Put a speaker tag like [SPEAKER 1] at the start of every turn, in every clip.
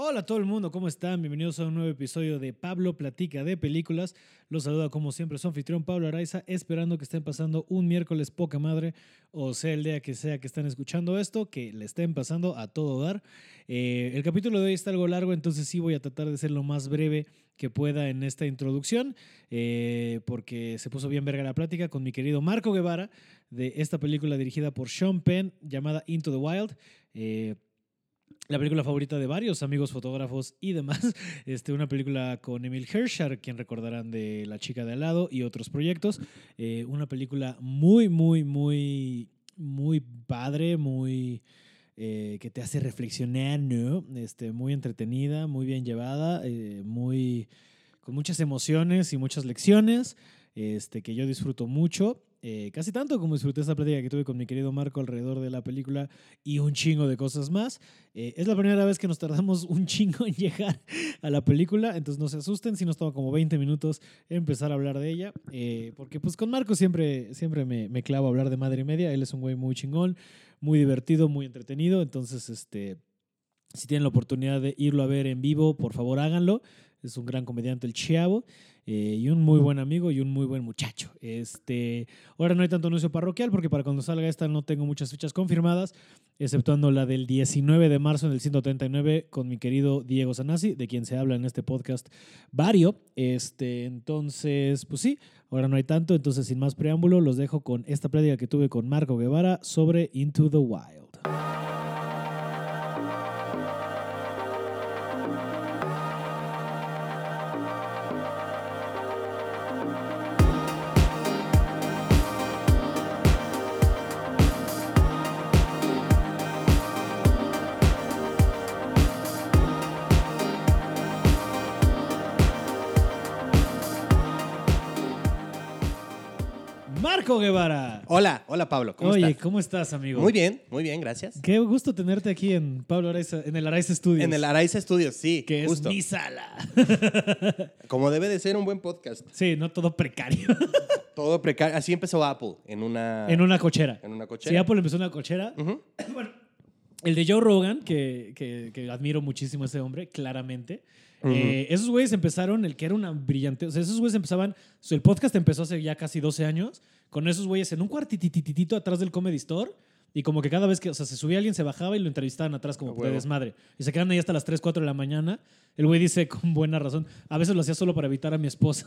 [SPEAKER 1] Hola a todo el mundo, ¿cómo están? Bienvenidos a un nuevo episodio de Pablo Platica de Películas. Los saluda como siempre su anfitrión Pablo Araiza, esperando que estén pasando un miércoles poca madre, o sea el día que sea que están escuchando esto, que le estén pasando a todo dar. Eh, el capítulo de hoy está algo largo, entonces sí voy a tratar de ser lo más breve que pueda en esta introducción, eh, porque se puso bien verga la plática con mi querido Marco Guevara de esta película dirigida por Sean Penn llamada Into the Wild. Eh, la película favorita de varios amigos fotógrafos y demás. Este, una película con Emil Hirschar, quien recordarán de La chica de al lado y otros proyectos. Eh, una película muy, muy, muy, muy padre, muy... eh, que te hace reflexionar, ¿no? Este, muy entretenida, muy bien llevada, eh, muy, con muchas emociones y muchas lecciones, este, que yo disfruto mucho. Eh, casi tanto como disfruté esta plática que tuve con mi querido Marco alrededor de la película y un chingo de cosas más. Eh, es la primera vez que nos tardamos un chingo en llegar a la película, entonces no se asusten si nos toma como 20 minutos empezar a hablar de ella, eh, porque pues con Marco siempre, siempre me, me clavo a hablar de madre y media, él es un güey muy chingón, muy divertido, muy entretenido, entonces este, si tienen la oportunidad de irlo a ver en vivo, por favor háganlo, es un gran comediante el Chiavo eh, y un muy buen amigo y un muy buen muchacho. Este, ahora no hay tanto anuncio parroquial porque para cuando salga esta no tengo muchas fechas confirmadas, exceptuando la del 19 de marzo en el 139 con mi querido Diego Sanasi, de quien se habla en este podcast vario. Este, entonces, pues sí, ahora no hay tanto, entonces sin más preámbulo los dejo con esta plática que tuve con Marco Guevara sobre Into the Wild. Marco Guevara.
[SPEAKER 2] Hola, hola Pablo, ¿cómo
[SPEAKER 1] Oye,
[SPEAKER 2] estás?
[SPEAKER 1] ¿cómo estás, amigo?
[SPEAKER 2] Muy bien, muy bien, gracias.
[SPEAKER 1] Qué gusto tenerte aquí en Pablo Araiza, en el Araiza Studios.
[SPEAKER 2] En el Araiza Studios, sí,
[SPEAKER 1] que es
[SPEAKER 2] justo.
[SPEAKER 1] mi sala.
[SPEAKER 2] Como debe de ser un buen podcast.
[SPEAKER 1] sí, no todo precario.
[SPEAKER 2] Todo precario. Así empezó Apple, en una...
[SPEAKER 1] en una cochera.
[SPEAKER 2] Ah. en una
[SPEAKER 1] Sí,
[SPEAKER 2] cochera.
[SPEAKER 1] Apple empezó en una cochera.
[SPEAKER 2] Ujú.
[SPEAKER 1] Bueno, el de Joe Rogan, que, que- que admiro muchísimo a ese hombre, claramente.
[SPEAKER 2] Ujú.
[SPEAKER 1] Eh, esos güeyes empezaron, el que era una brillante. O sea, esos güeyes empezaban. o sea, El podcast empezó hace ya casi 12 años con esos güeyes en un cuartitititito atrás del Comedy Store. Y como que cada vez que, o sea, se subía alguien, se bajaba y lo entrevistaban atrás como
[SPEAKER 2] A
[SPEAKER 1] de
[SPEAKER 2] huevo.
[SPEAKER 1] desmadre. Y se quedan ahí hasta las 3, 4 de la mañana. El güey dice con buena razón, a veces lo hacía solo para evitar a mi esposa.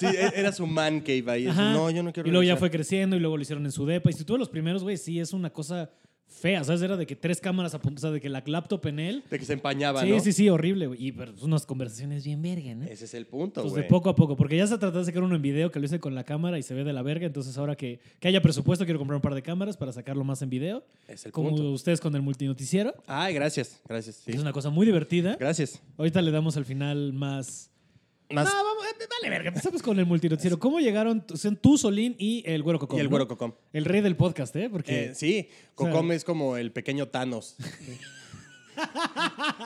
[SPEAKER 2] Sí, e- era su man cave ahí.
[SPEAKER 1] Ajá.
[SPEAKER 2] No, yo no quiero
[SPEAKER 1] Y luego ya
[SPEAKER 2] regresar.
[SPEAKER 1] fue creciendo y luego lo hicieron en su depa. Y si tú ves los primeros, güey, sí es una cosa fea. ¿Sabes? Era de que tres cámaras apuntadas, o sea, de que la laptop en él.
[SPEAKER 2] De que se empañaba,
[SPEAKER 1] sí,
[SPEAKER 2] ¿no?
[SPEAKER 1] sí, sí, horrible, güey. Y pero, pues, unas conversaciones bien verga, ¿no?
[SPEAKER 2] Ese es el punto,
[SPEAKER 1] Entonces,
[SPEAKER 2] güey.
[SPEAKER 1] Pues de poco a poco, porque ya se trató de sacar uno en video que lo hice con la cámara y se ve de la verga. Entonces, ahora que, que haya presupuesto, quiero comprar un par de cámaras para sacarlo más en video.
[SPEAKER 2] Es el
[SPEAKER 1] como
[SPEAKER 2] punto.
[SPEAKER 1] ustedes con el multinoticiero.
[SPEAKER 2] Ay, gracias, gracias. sí.
[SPEAKER 1] que Es una cosa muy divertida.
[SPEAKER 2] Gracias.
[SPEAKER 1] Ahorita le damos al final más.
[SPEAKER 2] Más-
[SPEAKER 1] No, vamos, eh, vale verga. Empezamos con el multinoticiero. ¿Cómo llegaron t- son tú, Solín y el güero Cocom?
[SPEAKER 2] y el
[SPEAKER 1] no?
[SPEAKER 2] güero Cocom.
[SPEAKER 1] El rey del podcast, ¿eh? Porque.
[SPEAKER 2] Eh, sí,
[SPEAKER 1] O sea-
[SPEAKER 2] Cocom es como el pequeño Thanos.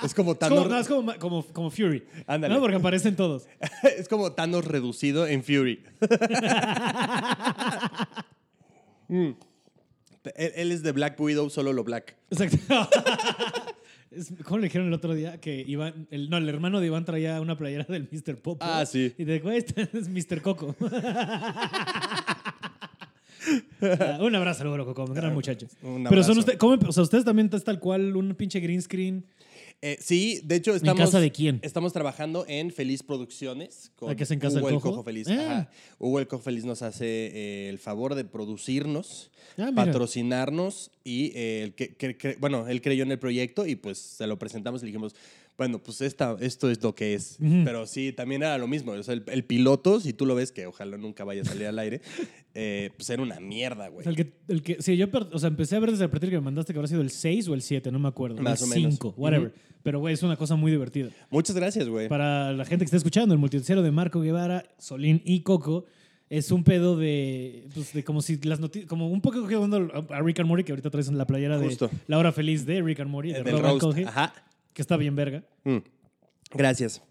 [SPEAKER 2] es como
[SPEAKER 1] es como,
[SPEAKER 2] Thanos...
[SPEAKER 1] no, es como, ma- como, como Fury.
[SPEAKER 2] Ándale.
[SPEAKER 1] No, porque aparecen todos.
[SPEAKER 2] es como Thanos reducido en Fury. Mm. Él, él es de Black Widow, solo lo black.
[SPEAKER 1] Exacto. Es- ¿Cómo le dijeron el otro día? Que Iván, el, no, el hermano de Iván traía una playera del Mr. Popo.
[SPEAKER 2] Ah, sí.
[SPEAKER 1] Y de güey, este es Mr. Coco. Ah, un abrazo al güero Coco, un gran muchacho.
[SPEAKER 2] Ah, un
[SPEAKER 1] Pero son
[SPEAKER 2] abrazo.
[SPEAKER 1] ustedes, ¿cómo empe- o sea, ustedes también es tal cual un pinche green screen.
[SPEAKER 2] Eh, sí, de hecho estamos.
[SPEAKER 1] casa de quién?
[SPEAKER 2] Estamos trabajando en Feliz Producciones.
[SPEAKER 1] ¿La que es en casa del
[SPEAKER 2] Hugo el
[SPEAKER 1] Cojo?
[SPEAKER 2] Cojo, Feliz.
[SPEAKER 1] Ah.
[SPEAKER 2] Ajá. Hugo el Cojo Feliz nos hace eh, el favor de producirnos,
[SPEAKER 1] Ah, mira.
[SPEAKER 2] patrocinarnos y eh, el que, que- que- bueno, él creyó en el proyecto y pues se lo presentamos y le dijimos. Bueno, pues esta, esto es lo que es. Pero sí, también era lo mismo. O sea, el, el piloto, si tú lo ves, que ojalá nunca vaya a salir al aire, eh, pues era una mierda,
[SPEAKER 1] O
[SPEAKER 2] güey.
[SPEAKER 1] sea, el que, el que, sí, yo per- o sea, empecé a ver desde el partido que me mandaste que habrá sido el 6 o el 7, no me acuerdo.
[SPEAKER 2] Más
[SPEAKER 1] el
[SPEAKER 2] o menos.
[SPEAKER 1] 5, whatever.
[SPEAKER 2] Ujú.
[SPEAKER 1] Pero, güey, es una cosa muy divertida.
[SPEAKER 2] Muchas gracias, güey.
[SPEAKER 1] Para la gente que está escuchando, el multiciero de Marco Guevara, Solín y Coco es un pedo de, pues, de como si las noticias, como un poco que cuando a Rick and Morty, que ahorita traes en la playera
[SPEAKER 2] Justo.
[SPEAKER 1] de La Hora Feliz de Rick and Morty, de
[SPEAKER 2] Del Mm.
[SPEAKER 1] Roman
[SPEAKER 2] roast.
[SPEAKER 1] Cohen,
[SPEAKER 2] Ajá.
[SPEAKER 1] que está bien verga.
[SPEAKER 2] Mm. Gracias.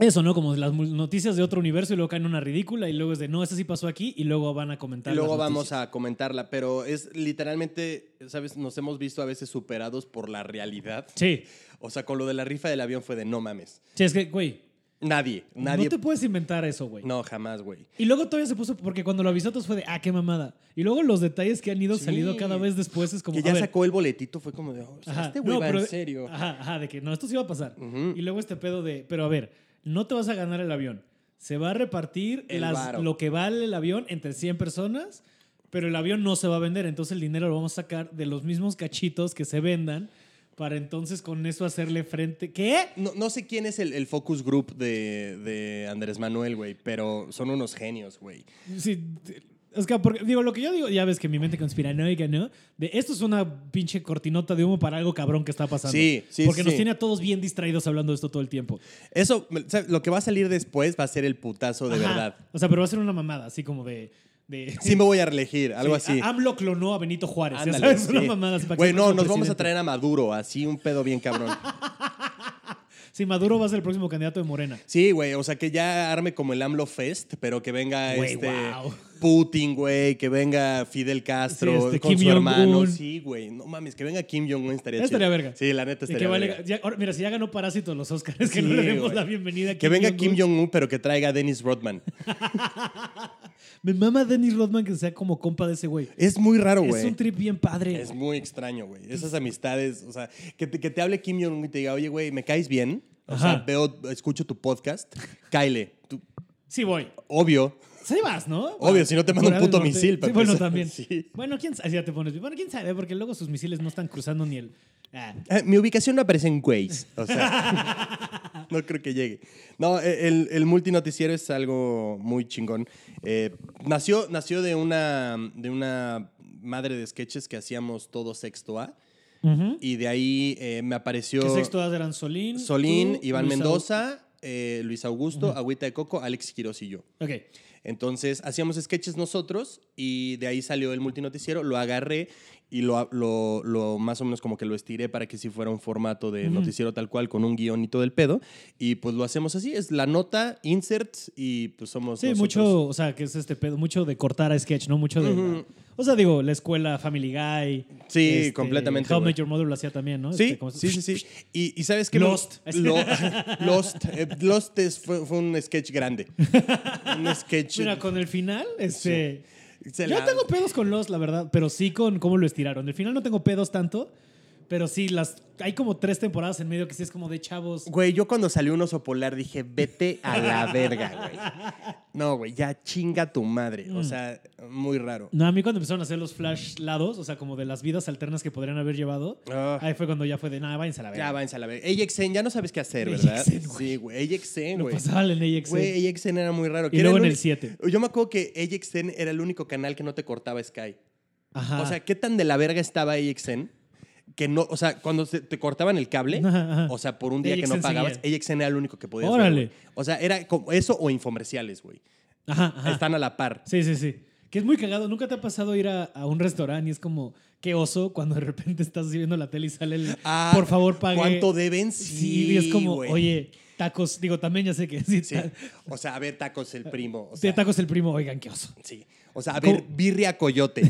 [SPEAKER 1] Eso, ¿no? Como las mul- noticias de otro universo y luego caen una ridícula y luego es de, no, esta sí pasó aquí y luego van a comentar.
[SPEAKER 2] Y luego vamos a comentarla, pero es literalmente, ¿sabes? Nos hemos visto a veces superados por la realidad.
[SPEAKER 1] Sí,
[SPEAKER 2] O sea, con lo de la rifa del avión fue de no mames.
[SPEAKER 1] sí, es que, güey,
[SPEAKER 2] Nadie, nadie.
[SPEAKER 1] no te puedes inventar eso, güey.
[SPEAKER 2] No, jamás, güey.
[SPEAKER 1] Y luego todavía se puso, porque cuando lo avisó, todos fue de, ah, qué mamada. Y luego los detalles que han ido
[SPEAKER 2] Sí.
[SPEAKER 1] saliendo cada vez después es como.
[SPEAKER 2] que
[SPEAKER 1] a
[SPEAKER 2] ya
[SPEAKER 1] ver,
[SPEAKER 2] sacó el boletito, fue como de, oh, o sea,
[SPEAKER 1] ajá,
[SPEAKER 2] este güey
[SPEAKER 1] no,
[SPEAKER 2] va
[SPEAKER 1] pero-
[SPEAKER 2] en serio.
[SPEAKER 1] Ajá, ajá, de que no, esto sí va a pasar.
[SPEAKER 2] Ujú.
[SPEAKER 1] Y luego este pedo de, pero a ver, no te vas a ganar el avión. Se va a repartir
[SPEAKER 2] El
[SPEAKER 1] las-
[SPEAKER 2] varo.
[SPEAKER 1] lo que vale el avión entre 100 personas, pero el avión no se va a vender. Entonces el dinero lo vamos a sacar de los mismos cachitos que se vendan para entonces con eso hacerle frente. ¿Qué?
[SPEAKER 2] No, no sé quién es el, el focus group de, de Andrés Manuel, güey, pero son unos genios, güey.
[SPEAKER 1] Sí, t- es que, porque- digo, lo que yo digo, ya ves que mi mente conspiranoica, ¿no? De esto es una pinche cortinota de humo para algo cabrón que está pasando.
[SPEAKER 2] Sí, sí,
[SPEAKER 1] Porque nos
[SPEAKER 2] sí.
[SPEAKER 1] tiene a todos bien distraídos hablando de esto todo el tiempo.
[SPEAKER 2] Eso, ¿sabes? lo que va a salir después va a ser el putazo de
[SPEAKER 1] Ajá.
[SPEAKER 2] verdad.
[SPEAKER 1] O sea, pero va a ser una mamada, así como de. de
[SPEAKER 2] Sí me voy a reelegir, algo
[SPEAKER 1] Sí,
[SPEAKER 2] así.
[SPEAKER 1] a- AMLO clonó a Benito Juárez. ya
[SPEAKER 2] Ándale,
[SPEAKER 1] sabes,
[SPEAKER 2] sí.
[SPEAKER 1] una mamada. así para que
[SPEAKER 2] Güey,
[SPEAKER 1] sea
[SPEAKER 2] no,
[SPEAKER 1] próximo
[SPEAKER 2] nos vamos a
[SPEAKER 1] presidente.
[SPEAKER 2] traer a Maduro, así un pedo bien cabrón.
[SPEAKER 1] Sí, Maduro va a ser el próximo candidato de Morena.
[SPEAKER 2] Sí, güey, o sea, que ya arme como el AMLO Fest, pero que venga
[SPEAKER 1] Güey,
[SPEAKER 2] este
[SPEAKER 1] wow.
[SPEAKER 2] Putin, güey, que venga Fidel Castro
[SPEAKER 1] Sí, este,
[SPEAKER 2] con
[SPEAKER 1] Kim
[SPEAKER 2] su hermano.
[SPEAKER 1] Jong-un.
[SPEAKER 2] Sí, güey, no mames, que venga Kim Jong-un estaría
[SPEAKER 1] Estaría
[SPEAKER 2] chido.
[SPEAKER 1] verga.
[SPEAKER 2] Sí, la
[SPEAKER 1] Y
[SPEAKER 2] neta estaría
[SPEAKER 1] que vale-
[SPEAKER 2] verga.
[SPEAKER 1] ya- ahora, mira, si ya ganó Parásitos los Oscars, que
[SPEAKER 2] Sí,
[SPEAKER 1] no le demos
[SPEAKER 2] güey.
[SPEAKER 1] la bienvenida a
[SPEAKER 2] Que venga
[SPEAKER 1] Jong-un.
[SPEAKER 2] Kim Jong-un, pero que traiga a Dennis Rodman.
[SPEAKER 1] Me mama Dennis Rodman que sea como compa de ese güey.
[SPEAKER 2] Es muy raro,
[SPEAKER 1] Es un
[SPEAKER 2] güey.
[SPEAKER 1] trip bien padre.
[SPEAKER 2] Es muy extraño, güey. Esas amistades, o sea, que te, que te hable Kim Jong-un y te diga, oye, güey, me caes bien. O sea,
[SPEAKER 1] Ajá.
[SPEAKER 2] veo, escucho tu podcast. Kyle, tú,
[SPEAKER 1] Sí, voy.
[SPEAKER 2] obvio.
[SPEAKER 1] Sí vas, ¿no?
[SPEAKER 2] Obvio, si no te manda un
[SPEAKER 1] Corea del
[SPEAKER 2] puto
[SPEAKER 1] Norte.
[SPEAKER 2] misil, para
[SPEAKER 1] Sí, bueno,
[SPEAKER 2] empezar.
[SPEAKER 1] también.
[SPEAKER 2] Sí.
[SPEAKER 1] Bueno, quién sabe. Así ya te pones. Bueno, quién sabe, porque luego sus misiles no están cruzando ni el. Ah.
[SPEAKER 2] Eh, Mi ubicación no aparece en Waze. O sea, no creo que llegue. No, eh, el, el multinoticiero es algo muy chingón. Eh, nació nació de, una, de una madre de sketches que hacíamos todo sexto A. Y de ahí eh, me apareció
[SPEAKER 1] ¿Qué sexto edad eran Solín?
[SPEAKER 2] Solín,
[SPEAKER 1] tú,
[SPEAKER 2] Iván
[SPEAKER 1] Luis
[SPEAKER 2] Mendoza, eh, Luis Augusto, Agüita de Coco, Alex Quiroz y yo.
[SPEAKER 1] Au- Ok.
[SPEAKER 2] Entonces hacíamos sketches nosotros y de ahí salió el multinoticiero, lo agarré y lo, lo, lo- más o menos como que lo estiré para que sí fuera un formato de noticiero tal cual con un guión y todo el pedo. Y pues lo hacemos así, es la nota, inserts y pues somos...
[SPEAKER 1] Sí,
[SPEAKER 2] nosotros.
[SPEAKER 1] mucho, o sea, que es este pedo, mucho de cortar a sketch, ¿no? Mucho de.
[SPEAKER 2] Ujú.
[SPEAKER 1] O sea, digo, la escuela Family Guy. este,
[SPEAKER 2] Sí, completamente,
[SPEAKER 1] How I
[SPEAKER 2] güey.
[SPEAKER 1] Met Your Mother lo hacía también, ¿no?
[SPEAKER 2] Sí,
[SPEAKER 1] Este, como-
[SPEAKER 2] sí, sí, sí. Y, y sabes que...
[SPEAKER 1] Lost.
[SPEAKER 2] Lost. eh, Lost es- fue, fue un sketch grande. un sketch...
[SPEAKER 1] Mira, con el final, este.
[SPEAKER 2] se
[SPEAKER 1] Yo
[SPEAKER 2] la-
[SPEAKER 1] tengo pedos con los, la verdad, pero sí con cómo lo estiraron. El final no tengo pedos tanto, pero sí, las hay como tres temporadas en medio que sí es como de chavos.
[SPEAKER 2] Güey, yo cuando salió un oso polar dije, vete a la verga, güey. No, güey, ya chinga tu madre.
[SPEAKER 1] Mm.
[SPEAKER 2] O sea, muy raro.
[SPEAKER 1] No, a mí cuando empezaron a hacer los flash lados, o sea, como de las vidas alternas que podrían haber llevado,
[SPEAKER 2] Ah.
[SPEAKER 1] ahí fue cuando ya fue de, nada, váyanse a la
[SPEAKER 2] Ya,
[SPEAKER 1] verga.
[SPEAKER 2] váyanse a la verga. AXN, ya no sabes qué hacer, ¿verdad?
[SPEAKER 1] AXN, güey.
[SPEAKER 2] Sí, güey. AXN,
[SPEAKER 1] Lo
[SPEAKER 2] güey.
[SPEAKER 1] pasaban en AXN.
[SPEAKER 2] Güey, AXN era muy raro. Que
[SPEAKER 1] luego
[SPEAKER 2] era
[SPEAKER 1] en
[SPEAKER 2] uni-
[SPEAKER 1] el 7.
[SPEAKER 2] Yo me acuerdo que AXN era el único canal que no te cortaba Sky.
[SPEAKER 1] Ajá.
[SPEAKER 2] O sea, ¿qué tan de la verga estaba AXN? Que no, o sea, cuando se- te cortaban el cable,
[SPEAKER 1] Ajá, ajá.
[SPEAKER 2] o sea, por un día que no
[SPEAKER 1] AXN
[SPEAKER 2] pagabas,
[SPEAKER 1] seguía.
[SPEAKER 2] AXN era el único que podías ver,
[SPEAKER 1] Órale.
[SPEAKER 2] güey. o sea, era como eso o infomerciales, güey.
[SPEAKER 1] ajá, ajá.
[SPEAKER 2] Están a la par.
[SPEAKER 1] Sí, sí, sí. Que es muy cagado. ¿Nunca te ha pasado ir a, a un restaurante y es como, qué oso cuando de repente estás así viendo la tele y sale el,
[SPEAKER 2] Ah,
[SPEAKER 1] por favor, pague.
[SPEAKER 2] ¿Cuánto deben? Sí,
[SPEAKER 1] Sí, y es como,
[SPEAKER 2] güey.
[SPEAKER 1] oye, tacos, digo, también ya sé que sí.
[SPEAKER 2] Sí.
[SPEAKER 1] ta-
[SPEAKER 2] O sea, a ver, tacos el primo. O
[SPEAKER 1] sí,
[SPEAKER 2] sea,
[SPEAKER 1] tacos el primo, oigan, qué oso.
[SPEAKER 2] sí. O sea, a ver, birria coyote.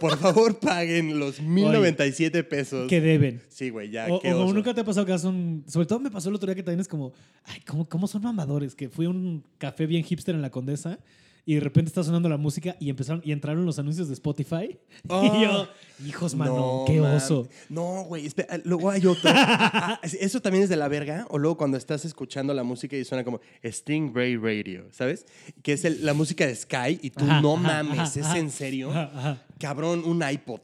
[SPEAKER 2] Por favor, paguen los 1097 pesos.
[SPEAKER 1] Que deben.
[SPEAKER 2] Sí, güey, ya.
[SPEAKER 1] O,
[SPEAKER 2] qué
[SPEAKER 1] o como
[SPEAKER 2] oso.
[SPEAKER 1] nunca te ha pasado que haces un. Sobre todo me pasó el otro día que también es como. Ay, ¿cómo, cómo son mamadores? Que fui a un café bien hipster en la condesa y de repente está sonando la música y empezaron y entraron los anuncios de Spotify. Y yo,
[SPEAKER 2] Ah.
[SPEAKER 1] hijos, mano,
[SPEAKER 2] No,
[SPEAKER 1] qué
[SPEAKER 2] man.
[SPEAKER 1] oso.
[SPEAKER 2] No, güey, espera, luego hay otro. Ah, Eso también es de la verga. O luego cuando estás escuchando la música y suena como Stingray Radio, ¿sabes? Que es el- la música de Sky y tú
[SPEAKER 1] Ajá,
[SPEAKER 2] no
[SPEAKER 1] ajá,
[SPEAKER 2] mames,
[SPEAKER 1] ajá,
[SPEAKER 2] ¿es
[SPEAKER 1] ajá.
[SPEAKER 2] en serio?
[SPEAKER 1] Ajá, ajá.
[SPEAKER 2] Cabrón, un iPod.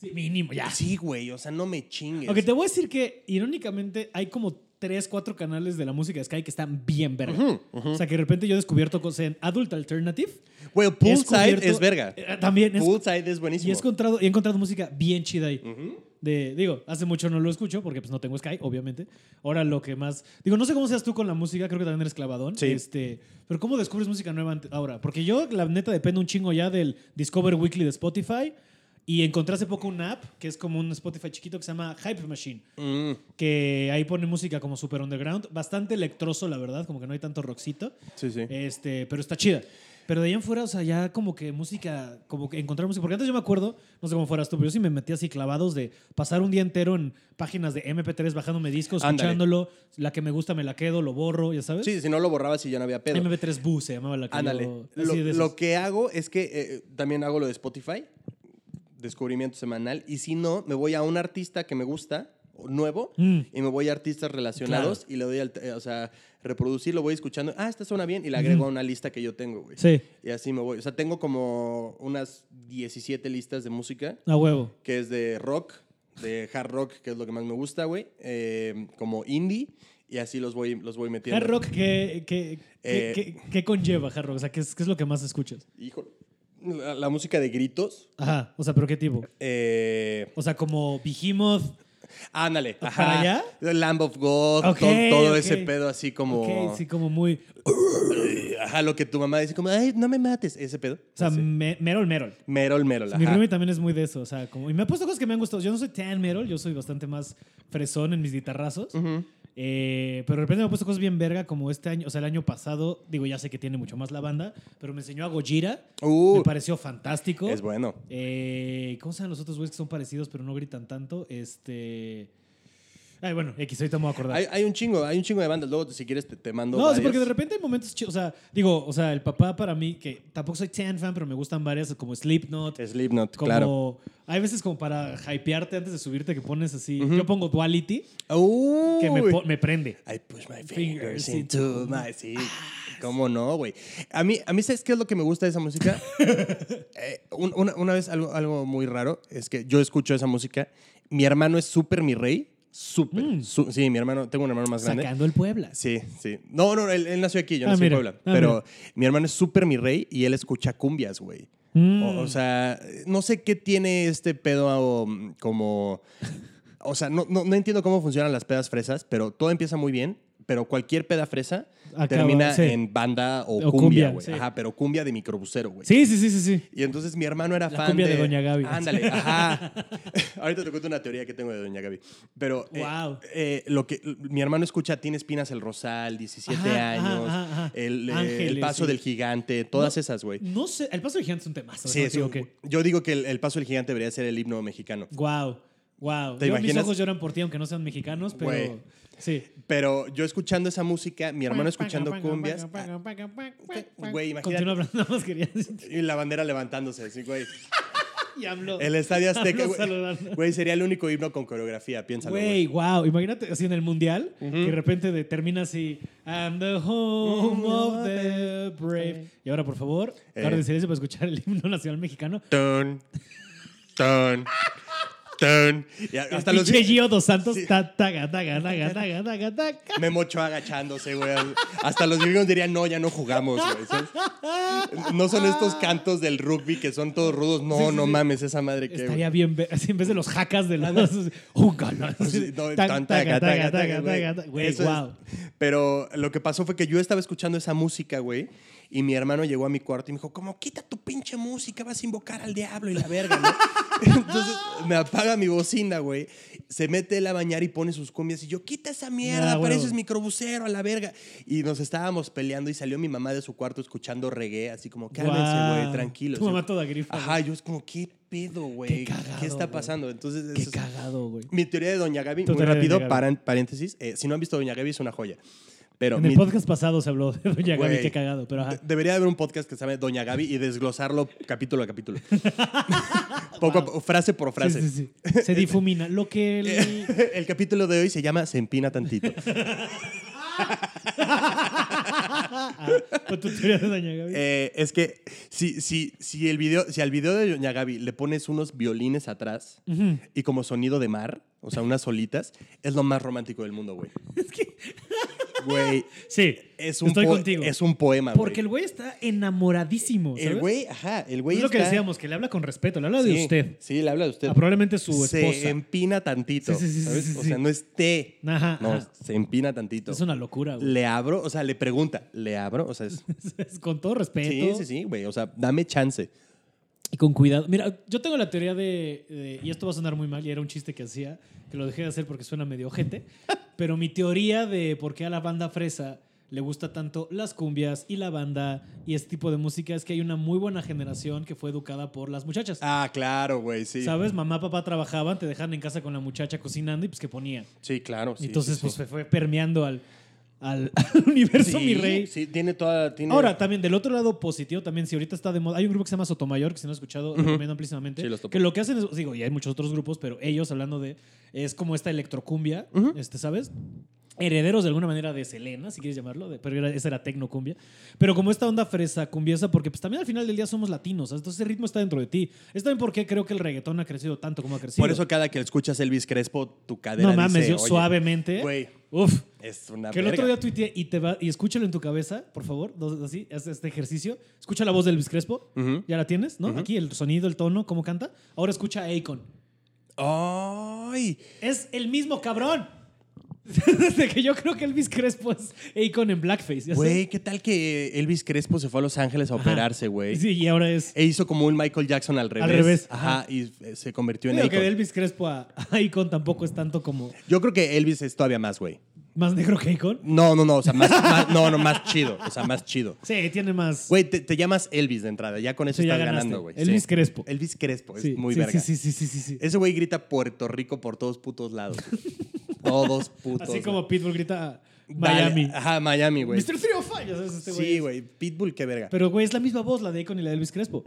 [SPEAKER 1] Sí, mínimo, ya.
[SPEAKER 2] Sí, güey, o sea, no me chingues.
[SPEAKER 1] Aunque te voy a decir que, irónicamente, hay como tres, cuatro canales de la música de Sky que están bien verga. O sea, que de repente yo he descubierto cosas en Adult Alternative.
[SPEAKER 2] Güey,
[SPEAKER 1] He
[SPEAKER 2] Poolside
[SPEAKER 1] descubierto-
[SPEAKER 2] es verga.
[SPEAKER 1] Eh, También es.
[SPEAKER 2] Poolside es buenísimo.
[SPEAKER 1] Y he encontrado, he encontrado música bien chida ahí. de, digo, hace mucho no lo escucho porque pues no tengo Sky, obviamente. Ahora lo que más... Digo, no sé cómo seas tú con la música, creo que también eres clavadón.
[SPEAKER 2] Sí.
[SPEAKER 1] Este, pero ¿cómo descubres música nueva ante- ahora? Porque yo, la neta, dependo un chingo ya del Discover Weekly de Spotify Y encontré hace poco una app que es como un Spotify chiquito que se llama Hype Machine,
[SPEAKER 2] Mm,
[SPEAKER 1] que ahí pone música como super underground, bastante electroso, la verdad, como que no hay tanto rockcito,
[SPEAKER 2] sí, sí.
[SPEAKER 1] este, pero está chida. Pero de ahí en fuera, o sea, ya como que música, como que encontrar música, porque antes yo me acuerdo, no sé cómo fueras tú, pero yo sí me metí así clavados de pasar un día entero en páginas de MP3 bajándome discos,
[SPEAKER 2] Ándale.
[SPEAKER 1] escuchándolo, la que me gusta me la quedo, lo borro, ya sabes.
[SPEAKER 2] Sí, si no lo borrabas y ya no había pedo.
[SPEAKER 1] MP3 Boo se llamaba la que
[SPEAKER 2] Ándale.
[SPEAKER 1] yo- así
[SPEAKER 2] Lo,
[SPEAKER 1] de
[SPEAKER 2] lo
[SPEAKER 1] esas.
[SPEAKER 2] que hago es que eh, también hago lo de Spotify, descubrimiento semanal, y si no, me voy a un artista que me gusta, o nuevo,
[SPEAKER 1] Mm.
[SPEAKER 2] y me voy a artistas relacionados y le doy al, eh, o sea, reproducir, lo voy escuchando, ah, esta suena bien, y le agrego a una lista que yo tengo, güey.
[SPEAKER 1] Sí,
[SPEAKER 2] Y así me voy. O sea, tengo como unas 17 listas de música,
[SPEAKER 1] a huevo.
[SPEAKER 2] que es de rock, de hard rock, que es lo que más me gusta, güey, eh, como indie, y así los voy, los voy metiendo.
[SPEAKER 1] Hard rock, ¿qué, qué, qué-
[SPEAKER 2] Eh,
[SPEAKER 1] qué- qué conlleva hard rock? O sea, ¿qué es, qué es lo que más escuchas?
[SPEAKER 2] Híjole. La- la música de gritos.
[SPEAKER 1] Ajá, o sea, ¿pero qué tipo?
[SPEAKER 2] Eh,
[SPEAKER 1] O sea, como Behemoth.
[SPEAKER 2] ándale.
[SPEAKER 1] ¿Para allá?
[SPEAKER 2] The Lamb of God,
[SPEAKER 1] Ok,
[SPEAKER 2] to- todo
[SPEAKER 1] ok.
[SPEAKER 2] ese pedo así como.
[SPEAKER 1] Ok, sí, como muy.
[SPEAKER 2] Ajá, lo que tu mamá dice, como, ay, no me mates, ese pedo.
[SPEAKER 1] O sea,
[SPEAKER 2] Así.
[SPEAKER 1] me- Merol, Merol.
[SPEAKER 2] Merol, Merol.
[SPEAKER 1] Mi
[SPEAKER 2] ajá.
[SPEAKER 1] roomie también es muy de eso, o sea, como. Y me ha puesto cosas que me han gustado. Yo no soy tan Merol, yo soy bastante más fresón en mis guitarrazos.
[SPEAKER 2] Ujú.
[SPEAKER 1] Eh, pero de repente me ha puesto cosas bien verga, como este año, o sea, el año pasado, digo, ya sé que tiene mucho más la banda, pero me enseñó a Gojira.
[SPEAKER 2] Uh,
[SPEAKER 1] me pareció fantástico.
[SPEAKER 2] es bueno.
[SPEAKER 1] Eh, ¿Cómo se llaman los otros güeyes que son parecidos pero no gritan tanto? Este. Ay, bueno, X, ahorita me voy a acordar.
[SPEAKER 2] Hay, hay un chingo, hay un chingo de bandas. Luego, si quieres, te, te mando.
[SPEAKER 1] no, sí,
[SPEAKER 2] varias.
[SPEAKER 1] porque de repente hay momentos chidos. O sea, digo, o sea, el papá para mí, que tampoco soy tan fan, pero me gustan varias, como Slipknot.
[SPEAKER 2] Slipknot,
[SPEAKER 1] Como,
[SPEAKER 2] claro.
[SPEAKER 1] Hay veces como para hypearte antes de subirte que pones así. Yo pongo Duality, que me,
[SPEAKER 2] Uy.
[SPEAKER 1] po- me prende.
[SPEAKER 2] I push my
[SPEAKER 1] Fingers ah,
[SPEAKER 2] fingers into my sí. ¿Cómo no, güey? A mí, a mí, ¿sabes qué es lo que me gusta de esa música? Eh, un- una, una vez, algo, algo muy raro, es que yo escucho esa música. Mi hermano es súper mi rey. Súper.
[SPEAKER 1] Mm.
[SPEAKER 2] su- sí, mi hermano, tengo un hermano más grande.
[SPEAKER 1] Sacando el Puebla.
[SPEAKER 2] Sí, sí. No, no, él, él nació aquí, yo
[SPEAKER 1] Ah,
[SPEAKER 2] nací
[SPEAKER 1] mira.
[SPEAKER 2] en Puebla.
[SPEAKER 1] Ah,
[SPEAKER 2] pero mi hermano es súper mi rey y él escucha cumbias, güey.
[SPEAKER 1] Mm.
[SPEAKER 2] O, o sea, no sé qué tiene este pedo um, como... O sea, no, no, no entiendo cómo funcionan las pedas fresas, pero todo empieza muy bien, pero cualquier peda fresa
[SPEAKER 1] Acaba,
[SPEAKER 2] termina
[SPEAKER 1] sí.
[SPEAKER 2] en banda o,
[SPEAKER 1] O cumbia,
[SPEAKER 2] cumbia, güey.
[SPEAKER 1] sí.
[SPEAKER 2] Ajá, pero cumbia de microbusero, güey.
[SPEAKER 1] Sí, sí, sí, sí. sí.
[SPEAKER 2] Y entonces mi hermano era
[SPEAKER 1] La
[SPEAKER 2] fan
[SPEAKER 1] cumbia de Doña Gaby.
[SPEAKER 2] Ándale, ajá. Ahorita te cuento una teoría que tengo de Doña Gaby. Pero eh,
[SPEAKER 1] Guau.
[SPEAKER 2] eh, lo que mi hermano escucha Tiene espinas el rosal, 17
[SPEAKER 1] Ajá, ajá,
[SPEAKER 2] años,
[SPEAKER 1] ajá, ajá.
[SPEAKER 2] El, eh,
[SPEAKER 1] Ángeles,
[SPEAKER 2] El paso
[SPEAKER 1] sí.
[SPEAKER 2] del gigante, todas esas, güey.
[SPEAKER 1] No sé, el paso de gigante es un tema.
[SPEAKER 2] Sí, es un- yo digo que el, el paso del gigante debería ser el himno mexicano.
[SPEAKER 1] Wow, wow.
[SPEAKER 2] ¿Te
[SPEAKER 1] Yo, Mis
[SPEAKER 2] imaginas?
[SPEAKER 1] ojos lloran por ti, aunque no sean mexicanos, pero
[SPEAKER 2] Güey.
[SPEAKER 1] sí.
[SPEAKER 2] Pero yo escuchando esa música, mi hermano escuchando cumbias Güey, imagínate.
[SPEAKER 1] Continúa hablando, nada más quería decir.
[SPEAKER 2] y la bandera levantándose, así, güey.
[SPEAKER 1] Y habló.
[SPEAKER 2] El Estadio Azteca,
[SPEAKER 1] Vamos
[SPEAKER 2] güey.
[SPEAKER 1] saludando.
[SPEAKER 2] Güey, sería el único himno con coreografía, piénsalo,
[SPEAKER 1] Güey,
[SPEAKER 2] güey.
[SPEAKER 1] wow. Imagínate así en el mundial, que de repente de- termina así. I'm the home of the brave. Y ahora, por favor,
[SPEAKER 2] Eh.
[SPEAKER 1] guarden silencio para escuchar el himno nacional mexicano.
[SPEAKER 2] Tun, tun, tun. Y
[SPEAKER 1] El
[SPEAKER 2] hasta los
[SPEAKER 1] pinche Gio dos Santos.
[SPEAKER 2] Sí.
[SPEAKER 1] ta, taga, taga, taga, taga, taga, taga.
[SPEAKER 2] Memo Ochoa agachándose, güey. Hasta los gringos dirían, no, ya no jugamos, güey. ¿sabes? No son estos cantos del rugby que son todos rudos. No,
[SPEAKER 1] Sí, sí,
[SPEAKER 2] no
[SPEAKER 1] sí.
[SPEAKER 2] mames, esa madre que...
[SPEAKER 1] Estaría bien, ver- así en vez de los jacas de los. Un galán.
[SPEAKER 2] Sí, no,
[SPEAKER 1] Pues Taca,
[SPEAKER 2] tan,
[SPEAKER 1] taca,
[SPEAKER 2] taca, taca,
[SPEAKER 1] taca,
[SPEAKER 2] güey.
[SPEAKER 1] taca, taca. Güey,
[SPEAKER 2] Eso es-
[SPEAKER 1] wow.
[SPEAKER 2] Pero lo que pasó fue que yo estaba escuchando esa música, güey, y mi hermano llegó a mi cuarto y me dijo, como, quita tu pinche música, vas a invocar al diablo y la verga, ¿no? Entonces me apaga mi bocina, güey, se mete él a bañar y pone sus cumbias y yo, quita esa mierda,
[SPEAKER 1] Ah,
[SPEAKER 2] pareces
[SPEAKER 1] huevo.
[SPEAKER 2] microbusero a la verga. Y nos estábamos peleando y salió mi mamá de su cuarto escuchando reggae, así como, cálmense,
[SPEAKER 1] Guau.
[SPEAKER 2] güey, tranquilo.
[SPEAKER 1] Tu mamá toda grifa,
[SPEAKER 2] Ajá, yo es como, ¿qué pedo,
[SPEAKER 1] Qué
[SPEAKER 2] güey? ¿Qué,
[SPEAKER 1] cagado,
[SPEAKER 2] está
[SPEAKER 1] güey.
[SPEAKER 2] pasando? Entonces,
[SPEAKER 1] Qué
[SPEAKER 2] eso es-
[SPEAKER 1] cagado, güey.
[SPEAKER 2] mi teoría de Doña Gaby,
[SPEAKER 1] Tu
[SPEAKER 2] muy
[SPEAKER 1] teoría de
[SPEAKER 2] rápido,
[SPEAKER 1] Doña Gaby.
[SPEAKER 2] paran- paréntesis. eh, si no han visto Doña Gaby, es una joya. Pero
[SPEAKER 1] En el
[SPEAKER 2] mi-
[SPEAKER 1] podcast pasado se habló de Doña Gaby,
[SPEAKER 2] Güey.
[SPEAKER 1] qué cagado, pero
[SPEAKER 2] de-
[SPEAKER 1] ajá.
[SPEAKER 2] debería haber un podcast que se llame Doña Gaby y desglosarlo capítulo a capítulo. Poco a po- frase por frase.
[SPEAKER 1] Sí, sí, sí. Se difumina. Lo que el-
[SPEAKER 2] El capítulo de hoy se llama Se empina tantito.
[SPEAKER 1] Ah, con tu teoría de Doña Gaby.
[SPEAKER 2] Eh, es que si, si, si, el video, si al video de Doña Gaby le pones unos violines atrás
[SPEAKER 1] Ujú.
[SPEAKER 2] y como sonido de mar, o sea, unas solitas, es lo más romántico del mundo, güey.
[SPEAKER 1] Es que-
[SPEAKER 2] Güey,
[SPEAKER 1] sí,
[SPEAKER 2] es un,
[SPEAKER 1] estoy
[SPEAKER 2] po-
[SPEAKER 1] contigo.
[SPEAKER 2] Es un poema, güey.
[SPEAKER 1] Porque el güey está enamoradísimo. ¿sabes?
[SPEAKER 2] El güey, ajá, el güey
[SPEAKER 1] es lo que
[SPEAKER 2] está-
[SPEAKER 1] decíamos, que le habla con respeto, le habla
[SPEAKER 2] sí,
[SPEAKER 1] de usted.
[SPEAKER 2] Sí, le habla de usted.
[SPEAKER 1] A probablemente su
[SPEAKER 2] Se
[SPEAKER 1] esposa.
[SPEAKER 2] empina tantito.
[SPEAKER 1] Sí, sí, sí,
[SPEAKER 2] ¿sabes?
[SPEAKER 1] sí, sí,
[SPEAKER 2] o
[SPEAKER 1] sí.
[SPEAKER 2] sea, no es té.
[SPEAKER 1] Ajá,
[SPEAKER 2] no,
[SPEAKER 1] ajá.
[SPEAKER 2] se empina tantito.
[SPEAKER 1] Es una locura, güey.
[SPEAKER 2] Le abro, o sea, le pregunta, le abro, o sea, es-
[SPEAKER 1] con todo respeto.
[SPEAKER 2] sí, sí, sí, güey, o sea, dame chance.
[SPEAKER 1] Y con cuidado. Mira, yo tengo la teoría de, de- Y esto va a sonar muy mal, y era un chiste que hacía, que lo dejé de hacer porque suena medio ojete. pero mi teoría de por qué a la banda fresa le gusta tanto las cumbias y la banda y este tipo de música es que hay una muy buena generación que fue educada por las muchachas.
[SPEAKER 2] Ah, claro, güey, sí.
[SPEAKER 1] ¿Sabes? Mamá, papá trabajaban, te dejaban en casa con la muchacha cocinando y pues que ponía.
[SPEAKER 2] Sí, claro. sí,
[SPEAKER 1] Entonces,
[SPEAKER 2] sí,
[SPEAKER 1] pues
[SPEAKER 2] sí.
[SPEAKER 1] se fue permeando al, al, al universo,
[SPEAKER 2] Sí,
[SPEAKER 1] mi rey.
[SPEAKER 2] Sí, tiene toda. Tiene...
[SPEAKER 1] Ahora, también del otro lado positivo, también si ahorita está de moda, hay un grupo que se llama Sotomayor, que si no has escuchado, recomiendo amplísimamente.
[SPEAKER 2] Sí, los topo.
[SPEAKER 1] que lo que hacen es, digo, y hay muchos otros grupos, pero ellos hablando de, es como esta electrocumbia, este, ¿sabes? Herederos de alguna manera de Selena, si quieres llamarlo, de- pero era- esa era tecnocumbia. Pero como esta onda fresa cumbiesa, porque pues también al final del día somos latinos, ¿sabes? entonces ese ritmo está dentro de ti. Es también porque creo que el reggaetón ha crecido tanto como ha crecido.
[SPEAKER 2] Por eso cada que escuchas Elvis Crespo, tu cadera
[SPEAKER 1] no mames,
[SPEAKER 2] dice,
[SPEAKER 1] yo
[SPEAKER 2] "Oye,
[SPEAKER 1] suavemente.
[SPEAKER 2] Güey,
[SPEAKER 1] Uf.
[SPEAKER 2] es una
[SPEAKER 1] Que el otro
[SPEAKER 2] verga".
[SPEAKER 1] día tuiteé y, te va, y escúchalo en tu cabeza, por favor, dos- así, haz este ejercicio. Escucha la voz de Elvis Crespo,
[SPEAKER 2] Ujú.
[SPEAKER 1] ya la tienes, ¿no? Aquí el sonido, el tono, cómo canta. Ahora escucha a Akon.
[SPEAKER 2] ¡Ay!
[SPEAKER 1] Es el mismo cabrón. Desde que yo creo que Elvis Crespo es Akon en blackface. ¿ya sabes?
[SPEAKER 2] Güey, ¿qué tal que Elvis Crespo se fue a Los Ángeles a
[SPEAKER 1] Ajá.
[SPEAKER 2] operarse, güey?
[SPEAKER 1] Sí, y ahora es...
[SPEAKER 2] E hizo como un Michael Jackson al revés.
[SPEAKER 1] revés,
[SPEAKER 2] Ajá,
[SPEAKER 1] ajá.
[SPEAKER 2] y eh, se convirtió en
[SPEAKER 1] Creo que de
[SPEAKER 2] Akon.
[SPEAKER 1] Elvis Crespo a, a Akon tampoco es tanto como
[SPEAKER 2] Yo creo que Elvis es todavía más, güey.
[SPEAKER 1] más negro que Akon.
[SPEAKER 2] No, no, no, o sea, más, más- no, no, más chido, o sea, más chido.
[SPEAKER 1] Sí, tiene más...
[SPEAKER 2] Güey, te, te llamas Elvis de entrada, ya con eso
[SPEAKER 1] Sí, ya
[SPEAKER 2] estás
[SPEAKER 1] ganaste.
[SPEAKER 2] ganando, güey.
[SPEAKER 1] Elvis
[SPEAKER 2] Sí.
[SPEAKER 1] Crespo.
[SPEAKER 2] Elvis Crespo, es
[SPEAKER 1] Sí,
[SPEAKER 2] muy
[SPEAKER 1] sí,
[SPEAKER 2] verga.
[SPEAKER 1] Sí, sí, sí, sí, sí.
[SPEAKER 2] Ese güey grita Puerto Rico por todos putos lados. güey. todos putos.
[SPEAKER 1] Así como Pitbull grita
[SPEAKER 2] Dale,
[SPEAKER 1] Miami.
[SPEAKER 2] Ajá, Miami, güey.
[SPEAKER 1] Mr. 305, ya sabes, este güey
[SPEAKER 2] Sí,
[SPEAKER 1] es-
[SPEAKER 2] güey, Pitbull, qué verga.
[SPEAKER 1] Pero, güey, es la misma voz, la de Akon y la de Elvis Crespo.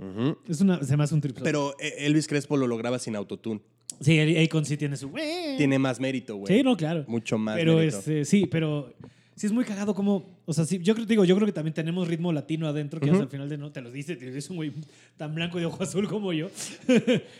[SPEAKER 1] Es una, se me hace un triple.
[SPEAKER 2] Pero eh, Elvis Crespo lo lograba sin autotune.
[SPEAKER 1] sí, el- Akon sí tiene su. "Güey".
[SPEAKER 2] Tiene más mérito, güey.
[SPEAKER 1] sí, no, claro.
[SPEAKER 2] Mucho más
[SPEAKER 1] Pero,
[SPEAKER 2] mérito.
[SPEAKER 1] este, sí, pero sí es muy cagado como. O sea, sí, yo creo, digo, yo creo que también tenemos ritmo latino adentro, que hasta el final de no te lo dice, te lo dice un güey tan blanco de ojo azul como yo.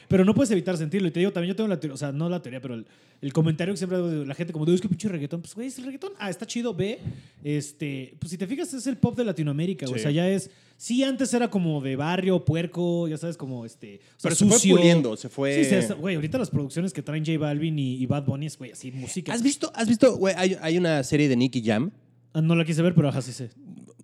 [SPEAKER 1] pero no puedes evitar sentirlo. Y te digo, también yo tengo la teoría, o sea, no la teoría, pero el, el comentario que siempre hago de la gente, como, es que pinche reggaetón. Pues, güey, es reggaetón. Ah, está chido, ve. Este, pues si te fijas, es el pop de Latinoamérica, güey.
[SPEAKER 2] Sí.
[SPEAKER 1] O sea, ya es. Sí, antes era como de barrio, puerco, ya sabes, como este. o sea,
[SPEAKER 2] Pero se fue
[SPEAKER 1] sucio.
[SPEAKER 2] puliendo, se fue-
[SPEAKER 1] Sí, se- güey, ahorita las producciones que traen J Balvin y, y Bad Bunny es, güey, así música.
[SPEAKER 2] ¿Has visto, has visto, güey, hay, hay una serie de Nicky Jam?
[SPEAKER 1] Ah, No la quise ver, pero ajá, sí sé.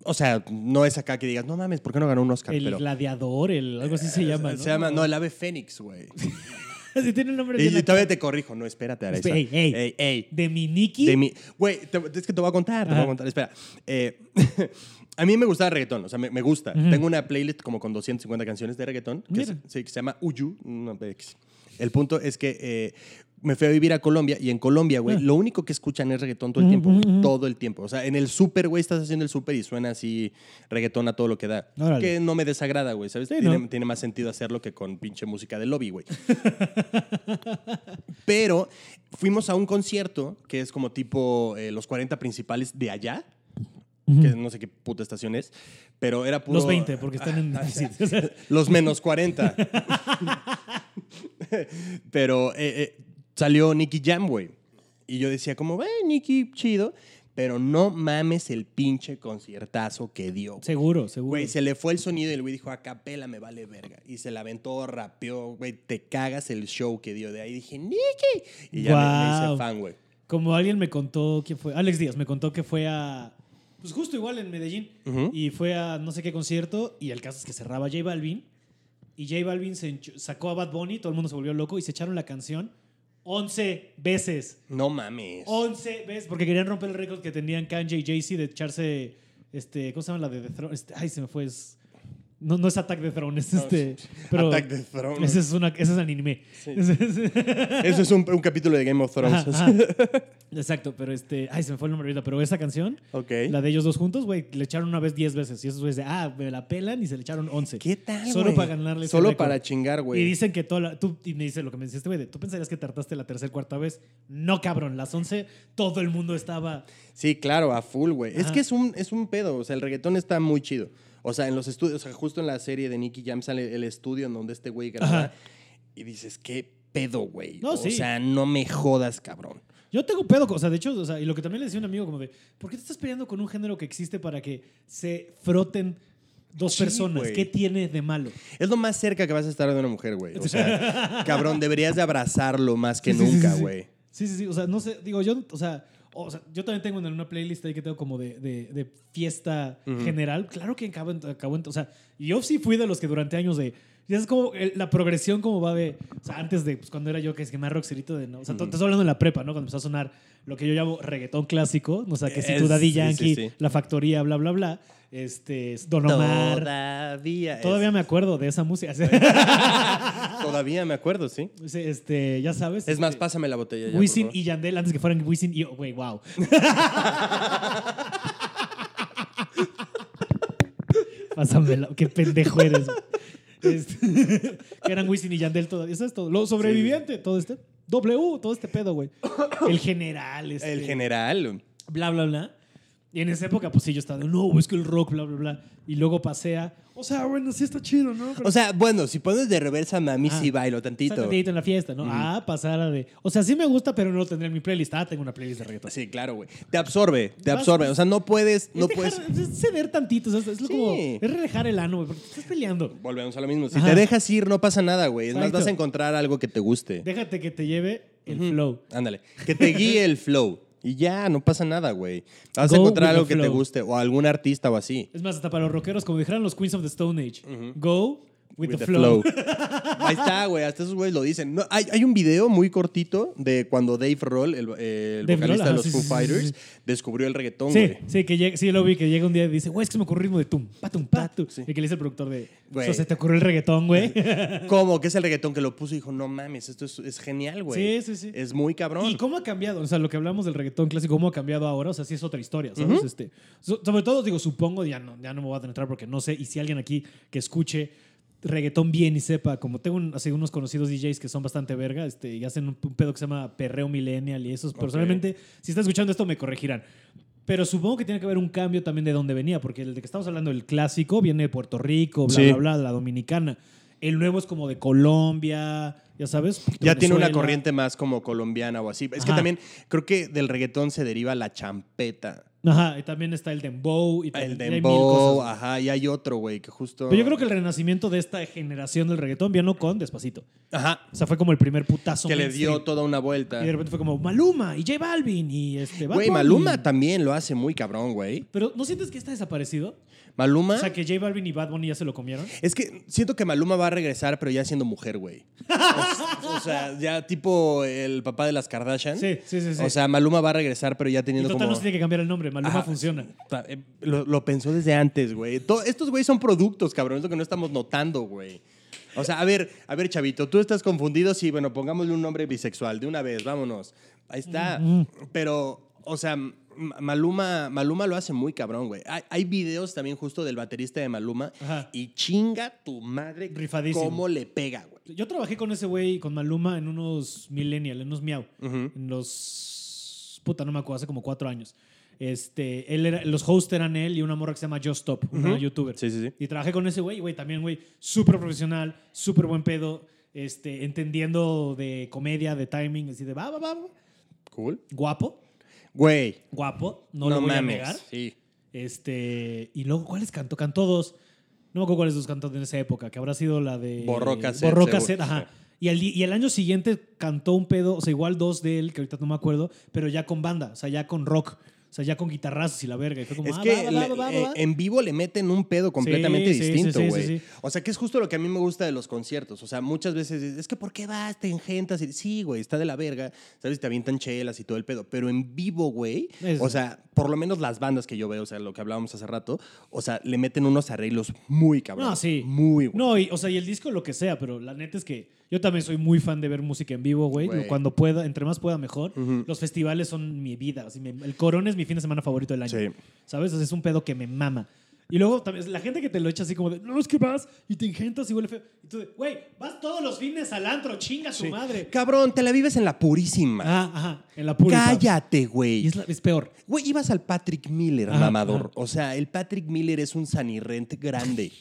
[SPEAKER 2] O sea, no es acá que digas, no mames, ¿por qué no ganó un Oscar?
[SPEAKER 1] El
[SPEAKER 2] Pero- Eh,
[SPEAKER 1] gladiador, el, algo así se llama, ¿no?
[SPEAKER 2] Se llama, no, el ave fénix, güey.
[SPEAKER 1] Sí, tiene el nombre
[SPEAKER 2] y,
[SPEAKER 1] bien
[SPEAKER 2] y todavía
[SPEAKER 1] acá.
[SPEAKER 2] te corrijo, no, espérate, Araiza.
[SPEAKER 1] Ey, ey.
[SPEAKER 2] ey, ey.
[SPEAKER 1] De mi Nicky.
[SPEAKER 2] De mi- Güey, te- es que te voy a contar, te voy
[SPEAKER 1] Ajá.
[SPEAKER 2] a contar. Espera. Eh, a mí me gusta el reggaetón, o sea, me, me gusta. Tengo una playlist como con 250 canciones de reggaetón que,
[SPEAKER 1] Mira.
[SPEAKER 2] se, sí, que se llama Uyu. no, ex. El punto es que eh, me fui a vivir a Colombia y en Colombia,
[SPEAKER 1] Ah.
[SPEAKER 2] güey, lo único que escuchan es reggaetón todo el tiempo, güey, todo el tiempo. O sea, en el súper, güey, estás haciendo el súper y suena así reggaetón a todo lo que da.
[SPEAKER 1] Órale.
[SPEAKER 2] Que no me desagrada, güey, ¿sabes?
[SPEAKER 1] Sí,
[SPEAKER 2] tiene,
[SPEAKER 1] ¿no?
[SPEAKER 2] tiene más sentido hacerlo que con pinche música de lobby, güey. Pero fuimos a un concierto que es como tipo eh, los 40 principales de allá. Que no sé qué puta estación es, pero era puro.
[SPEAKER 1] Los 20, porque están en déficit. O sea,
[SPEAKER 2] Los menos 40. pero eh, eh, salió Nicky Jam, güey. Y yo decía, como, eh, Nicky, chido. Pero no mames el pinche conciertazo que dio.
[SPEAKER 1] seguro, seguro.
[SPEAKER 2] Güey, se le fue el sonido y el güey dijo, a capela me vale verga. Y se la aventó, rapeó, güey, te cagas el show que dio de ahí. Dije, Nicky. Y ya me- me,
[SPEAKER 1] Guau.
[SPEAKER 2] hice fan, güey.
[SPEAKER 1] Como alguien me contó, ¿quién fue? Alex Díaz me contó que fue a. Pues justo igual en Medellín.
[SPEAKER 2] Ujú.
[SPEAKER 1] Y fue a no sé qué concierto. Y el caso es que cerraba J Balvin. Y J Balvin se enchu- sacó a Bad Bunny. Todo el mundo se volvió loco. Y se echaron la canción 11 veces.
[SPEAKER 2] No mames.
[SPEAKER 1] 11 veces. Porque querían romper el récord que tenían Kanye y Jay-Z de echarse. Este, ¿Cómo se llama la de The Throne? Este, ay, se me fue. es- no, no es Attack de Throne. Es este. pero
[SPEAKER 2] Attack the Throne.
[SPEAKER 1] Ese es, una, ese es anime.
[SPEAKER 2] Eso es un, un capítulo de Game of Thrones.
[SPEAKER 1] Ajá, ajá. Exacto, pero este. Ay, se me fue el nombre ahorita, pero esa canción,
[SPEAKER 2] ok.
[SPEAKER 1] la de ellos dos juntos, güey, le echaron una vez 10 veces. Y esos güeyes de, ah, me la pelan y se le echaron 11.
[SPEAKER 2] ¿Qué tal,
[SPEAKER 1] Solo
[SPEAKER 2] güey?
[SPEAKER 1] para ganarle ese
[SPEAKER 2] Solo
[SPEAKER 1] récord.
[SPEAKER 2] para chingar,
[SPEAKER 1] Y
[SPEAKER 2] güey.
[SPEAKER 1] dicen que toda la. Tú, y me dice lo que me decías, güey, de, tú pensarías que tartaste la tercera, cuarta vez. No, cabrón, las 11, todo el mundo estaba.
[SPEAKER 2] Sí, claro, a full, güey. Es
[SPEAKER 1] Ajá.
[SPEAKER 2] que es un, es un pedo. O sea, el reggaetón está muy chido. O sea, en los estudios, o sea, justo en la serie de Nicky Jam sale el estudio en donde este güey graba.
[SPEAKER 1] Ajá.
[SPEAKER 2] Y dices, qué pedo, güey.
[SPEAKER 1] No,
[SPEAKER 2] o
[SPEAKER 1] sí.
[SPEAKER 2] sea, no me jodas, cabrón.
[SPEAKER 1] Yo tengo pedo, con- o sea, de hecho, o sea, y lo que también le decía a un amigo, como de, ¿por qué te estás peleando con un género que existe para que se froten dos
[SPEAKER 2] Sí,
[SPEAKER 1] personas?
[SPEAKER 2] güey.
[SPEAKER 1] ¿Qué tiene de malo?
[SPEAKER 2] Es lo más cerca que vas a estar de una mujer, güey. O sea, cabrón, deberías de abrazarlo más que
[SPEAKER 1] Sí, sí, sí,
[SPEAKER 2] nunca,
[SPEAKER 1] sí, sí.
[SPEAKER 2] güey.
[SPEAKER 1] Sí, sí, sí. O sea, no sé, digo, yo, o sea, o sea, yo también tengo en una playlist ahí que tengo como de, de- de fiesta general. Claro que acabo, en- acabo en- o sea, y yo sí fui de los que durante años de Y es como el- la progresión como va de, o sea, antes de pues, cuando era yo que es que más rockcerito de no, o sea, tú- te estoy hablando en la prepa, ¿no? Cuando empezó a sonar lo que yo llamo reggaetón clásico, o sea, que si tu
[SPEAKER 2] Es-
[SPEAKER 1] Daddy
[SPEAKER 2] sí, sí,
[SPEAKER 1] Yankee,
[SPEAKER 2] sí.
[SPEAKER 1] La Factoría, bla bla bla, este es Don Omar.
[SPEAKER 2] Todavía. es-
[SPEAKER 1] Todavía me acuerdo de esa música.
[SPEAKER 2] Todavía me acuerdo, sí.
[SPEAKER 1] Sí, este, ya sabes.
[SPEAKER 2] Es más,
[SPEAKER 1] este,
[SPEAKER 2] pásame la botella. Ya,
[SPEAKER 1] Wisin
[SPEAKER 2] por favor.
[SPEAKER 1] y Yandel antes que fueran Wisin y oh, güey, wow. Pásamela, qué pendejo eres. güey. Este, que eran Wisin y Yandel todavía. Eso es todo. Lo sobreviviente, todo este W, todo este pedo, güey. El general, este,
[SPEAKER 2] El general.
[SPEAKER 1] bla bla bla. Y en esa época pues sí yo estaba, de, no, es que el rock bla bla bla y luego pasea. O sea, bueno, sí está chido, ¿no? Pero-
[SPEAKER 2] O sea, bueno, si pones de reversa, mami,
[SPEAKER 1] Ah.
[SPEAKER 2] sí bailo
[SPEAKER 1] Está
[SPEAKER 2] tantito.
[SPEAKER 1] tantito en la fiesta, ¿no? Ah, pasar a de. O sea, sí me gusta, pero no lo tendré en mi playlist. Ah, tengo una playlist de reggaetón.
[SPEAKER 2] Sí, claro, güey. Te absorbe, te
[SPEAKER 1] Vas-
[SPEAKER 2] absorbe. O sea, no puedes, no
[SPEAKER 1] es dejar-
[SPEAKER 2] puedes.
[SPEAKER 1] es ceder tantito. o sea, es, es lo
[SPEAKER 2] Pues Sí.
[SPEAKER 1] como. Es relajar el ano, güey, porque te estás peleando.
[SPEAKER 2] Volvemos a lo mismo. Si
[SPEAKER 1] Ajá.
[SPEAKER 2] te dejas ir, no pasa nada, güey. Es más,
[SPEAKER 1] Exacto.
[SPEAKER 2] vas a encontrar algo que te guste.
[SPEAKER 1] Déjate que te lleve el flow.
[SPEAKER 2] Ándale. Que te guíe el flow. Y ya, no pasa nada, güey. Vas
[SPEAKER 1] Go
[SPEAKER 2] a
[SPEAKER 1] with
[SPEAKER 2] encontrar
[SPEAKER 1] the
[SPEAKER 2] algo que te
[SPEAKER 1] flow.
[SPEAKER 2] guste o algún artista o así.
[SPEAKER 1] Es más, hasta para los rockeros, como dijeran los Queens of the Stone Age. Go with, the, flow.
[SPEAKER 2] Ahí está, güey. Hasta esos güeyes lo dicen. No, hay, hay un video muy cortito de cuando Dave Roll, el, eh, el
[SPEAKER 1] Dave
[SPEAKER 2] vocalista
[SPEAKER 1] Grohl, ajá,
[SPEAKER 2] de los
[SPEAKER 1] sí,
[SPEAKER 2] Foo
[SPEAKER 1] sí, sí,
[SPEAKER 2] Fighters,
[SPEAKER 1] sí, sí.
[SPEAKER 2] descubrió el reggaetón,
[SPEAKER 1] Sí,
[SPEAKER 2] güey.
[SPEAKER 1] sí, que llega- sí, lo vi que llega un día y dice, güey, es que se me ocurrió el ritmo de tum, patum, patum.
[SPEAKER 2] Sí.
[SPEAKER 1] Y que le dice el productor de, o
[SPEAKER 2] Güey.
[SPEAKER 1] sea, se te ocurrió el reggaetón, güey.
[SPEAKER 2] ¿Cómo? Que es el reggaetón que lo puso y dijo, no mames, esto es, es genial, güey.
[SPEAKER 1] Sí, sí, sí.
[SPEAKER 2] Es muy cabrón.
[SPEAKER 1] ¿Y cómo ha cambiado? O sea, lo que hablamos del reggaetón clásico, ¿cómo ha cambiado ahora? O sea, sí es otra historia, ¿sabes? este, so- sobre todo, digo, supongo, ya no, ya no me voy a adentrar porque no sé, y si alguien aquí que escuche reggaetón bien y sepa, como tengo un- así unos conocidos DJs que son bastante verga, este, y hacen un, un pedo que se llama perreo millennial y esos, personalmente, si está escuchando esto me corregirán. Pero supongo que tiene que haber un cambio también de dónde venía, porque el de que estamos hablando, el clásico, viene de Puerto Rico, bla,
[SPEAKER 2] Sí.
[SPEAKER 1] bla, bla, la dominicana. El nuevo es como de Colombia, ya sabes.
[SPEAKER 2] Ya tiene una
[SPEAKER 1] Venezuela.
[SPEAKER 2] corriente más como colombiana o así. Es que
[SPEAKER 1] Ajá.
[SPEAKER 2] también creo que del reggaetón se deriva la champeta.
[SPEAKER 1] Ajá, y también está el Dembow. Y también-
[SPEAKER 2] El
[SPEAKER 1] y hay mil
[SPEAKER 2] dembow,
[SPEAKER 1] cosas.
[SPEAKER 2] ajá, y hay otro, güey, que justo...
[SPEAKER 1] Pero yo creo que el renacimiento de esta generación del reggaetón vino con Despacito.
[SPEAKER 2] Ajá,
[SPEAKER 1] O sea, fue como el primer putazo.
[SPEAKER 2] que le
[SPEAKER 1] mainstream.
[SPEAKER 2] dio toda una vuelta.
[SPEAKER 1] Y de repente fue como Maluma y J Balvin y este. Bad
[SPEAKER 2] Güey,
[SPEAKER 1] Bunny.
[SPEAKER 2] Maluma también lo hace muy cabrón, güey.
[SPEAKER 1] Pero ¿no sientes que está desaparecido?
[SPEAKER 2] Maluma...
[SPEAKER 1] O sea, que J Balvin y Bad Bunny ya se lo comieron.
[SPEAKER 2] Es que siento que Maluma va a regresar, pero ya siendo mujer, güey. O, o sea, ya tipo el papá de las Kardashian.
[SPEAKER 1] Sí, sí, sí. sí.
[SPEAKER 2] O sea, Maluma va a regresar, pero ya
[SPEAKER 1] y
[SPEAKER 2] teniendo
[SPEAKER 1] total
[SPEAKER 2] como...
[SPEAKER 1] no se tiene que cambiar el nombre. Maluma
[SPEAKER 2] Ajá.
[SPEAKER 1] funciona.
[SPEAKER 2] Ta- eh, Lo, lo pensó desde antes, güey. To- Estos güeyes son productos, cabrón. Es lo que no estamos notando, güey. O sea, a ver, a ver, chavito, tú estás confundido. Sí, bueno, pongámosle un nombre bisexual de una vez, vámonos. Ahí está. Pero, o sea, M- Maluma, Maluma lo hace muy cabrón, güey. Hay, hay videos también justo del baterista de Maluma
[SPEAKER 1] Ajá.
[SPEAKER 2] y chinga tu madre
[SPEAKER 1] Rifadísimo.
[SPEAKER 2] cómo le pega, güey.
[SPEAKER 1] Yo trabajé con ese güey, con Maluma, en unos Millennial, en unos Miau.
[SPEAKER 2] Ujú.
[SPEAKER 1] En los. Puta, no me acuerdo, hace como cuatro años. Este, él era, los hosts eran él y una morra que se llama Just Stop, una
[SPEAKER 2] Ujú.
[SPEAKER 1] youtuber.
[SPEAKER 2] Sí, sí, sí.
[SPEAKER 1] Y trabajé con ese güey, güey, también, güey, súper profesional, súper buen pedo, este, entendiendo de comedia, de timing, así de va, va, va, va.
[SPEAKER 2] Cool.
[SPEAKER 1] guapo,
[SPEAKER 2] Güey.
[SPEAKER 1] guapo, no, lo voy a negar.
[SPEAKER 2] Sí.
[SPEAKER 1] Este, y luego, ¿cuáles cantó? Cantó dos. No me acuerdo cuáles dos cantó en esa época, que habrá sido la de.
[SPEAKER 2] Borró cassette,
[SPEAKER 1] Borró
[SPEAKER 2] seguro.
[SPEAKER 1] cassette, ajá. Y al, di- y el año siguiente cantó un pedo, o sea, igual dos de él, que ahorita no me acuerdo, pero ya con banda, o sea, ya con rock, o sea, ya con guitarrazos y la verga. Y fue como,
[SPEAKER 2] Es
[SPEAKER 1] ah,
[SPEAKER 2] que
[SPEAKER 1] va, va,
[SPEAKER 2] le-
[SPEAKER 1] va, va,
[SPEAKER 2] eh,
[SPEAKER 1] va.
[SPEAKER 2] en vivo le meten un pedo completamente
[SPEAKER 1] Sí, sí,
[SPEAKER 2] distinto,
[SPEAKER 1] sí, sí,
[SPEAKER 2] güey.
[SPEAKER 1] sí, sí.
[SPEAKER 2] O sea, que es justo lo que a mí me gusta de los conciertos. O sea, muchas veces es, es que ¿por qué vas? Te engentas. Y- Sí, güey, está de la verga. ¿Sabes? Te avientan chelas y todo el pedo. Pero en vivo, güey,
[SPEAKER 1] Es-
[SPEAKER 2] o sea, por lo menos las bandas que yo veo, o sea, lo que hablábamos hace rato, o sea, le meten unos arreglos muy cabrón.
[SPEAKER 1] No, sí.
[SPEAKER 2] Muy, güey.
[SPEAKER 1] No, y, o sea, y el disco lo que sea, pero la neta es que yo también soy muy fan de ver música en vivo, güey.
[SPEAKER 2] Güey.
[SPEAKER 1] Cuando pueda, entre más pueda, mejor. Los festivales son mi vida. así me- el corón es mi fin de semana favorito del año.
[SPEAKER 2] Sí.
[SPEAKER 1] ¿Sabes? O sea, es un pedo que me mama. Y luego también la gente que te lo echa así como de, no, es que vas y te ingentas y huele feo. Y tú de, güey, vas todos los fines al antro, chinga su madre.
[SPEAKER 2] Cabrón, te la vives en la purísima.
[SPEAKER 1] Ah, ajá, en la pura.
[SPEAKER 2] Cállate,
[SPEAKER 1] Y
[SPEAKER 2] güey.
[SPEAKER 1] es, la- es peor.
[SPEAKER 2] Güey, ibas al Patrick Miller,
[SPEAKER 1] Ajá,
[SPEAKER 2] mamador.
[SPEAKER 1] ajá.
[SPEAKER 2] O sea, el Patrick Miller es un sanirrent grande.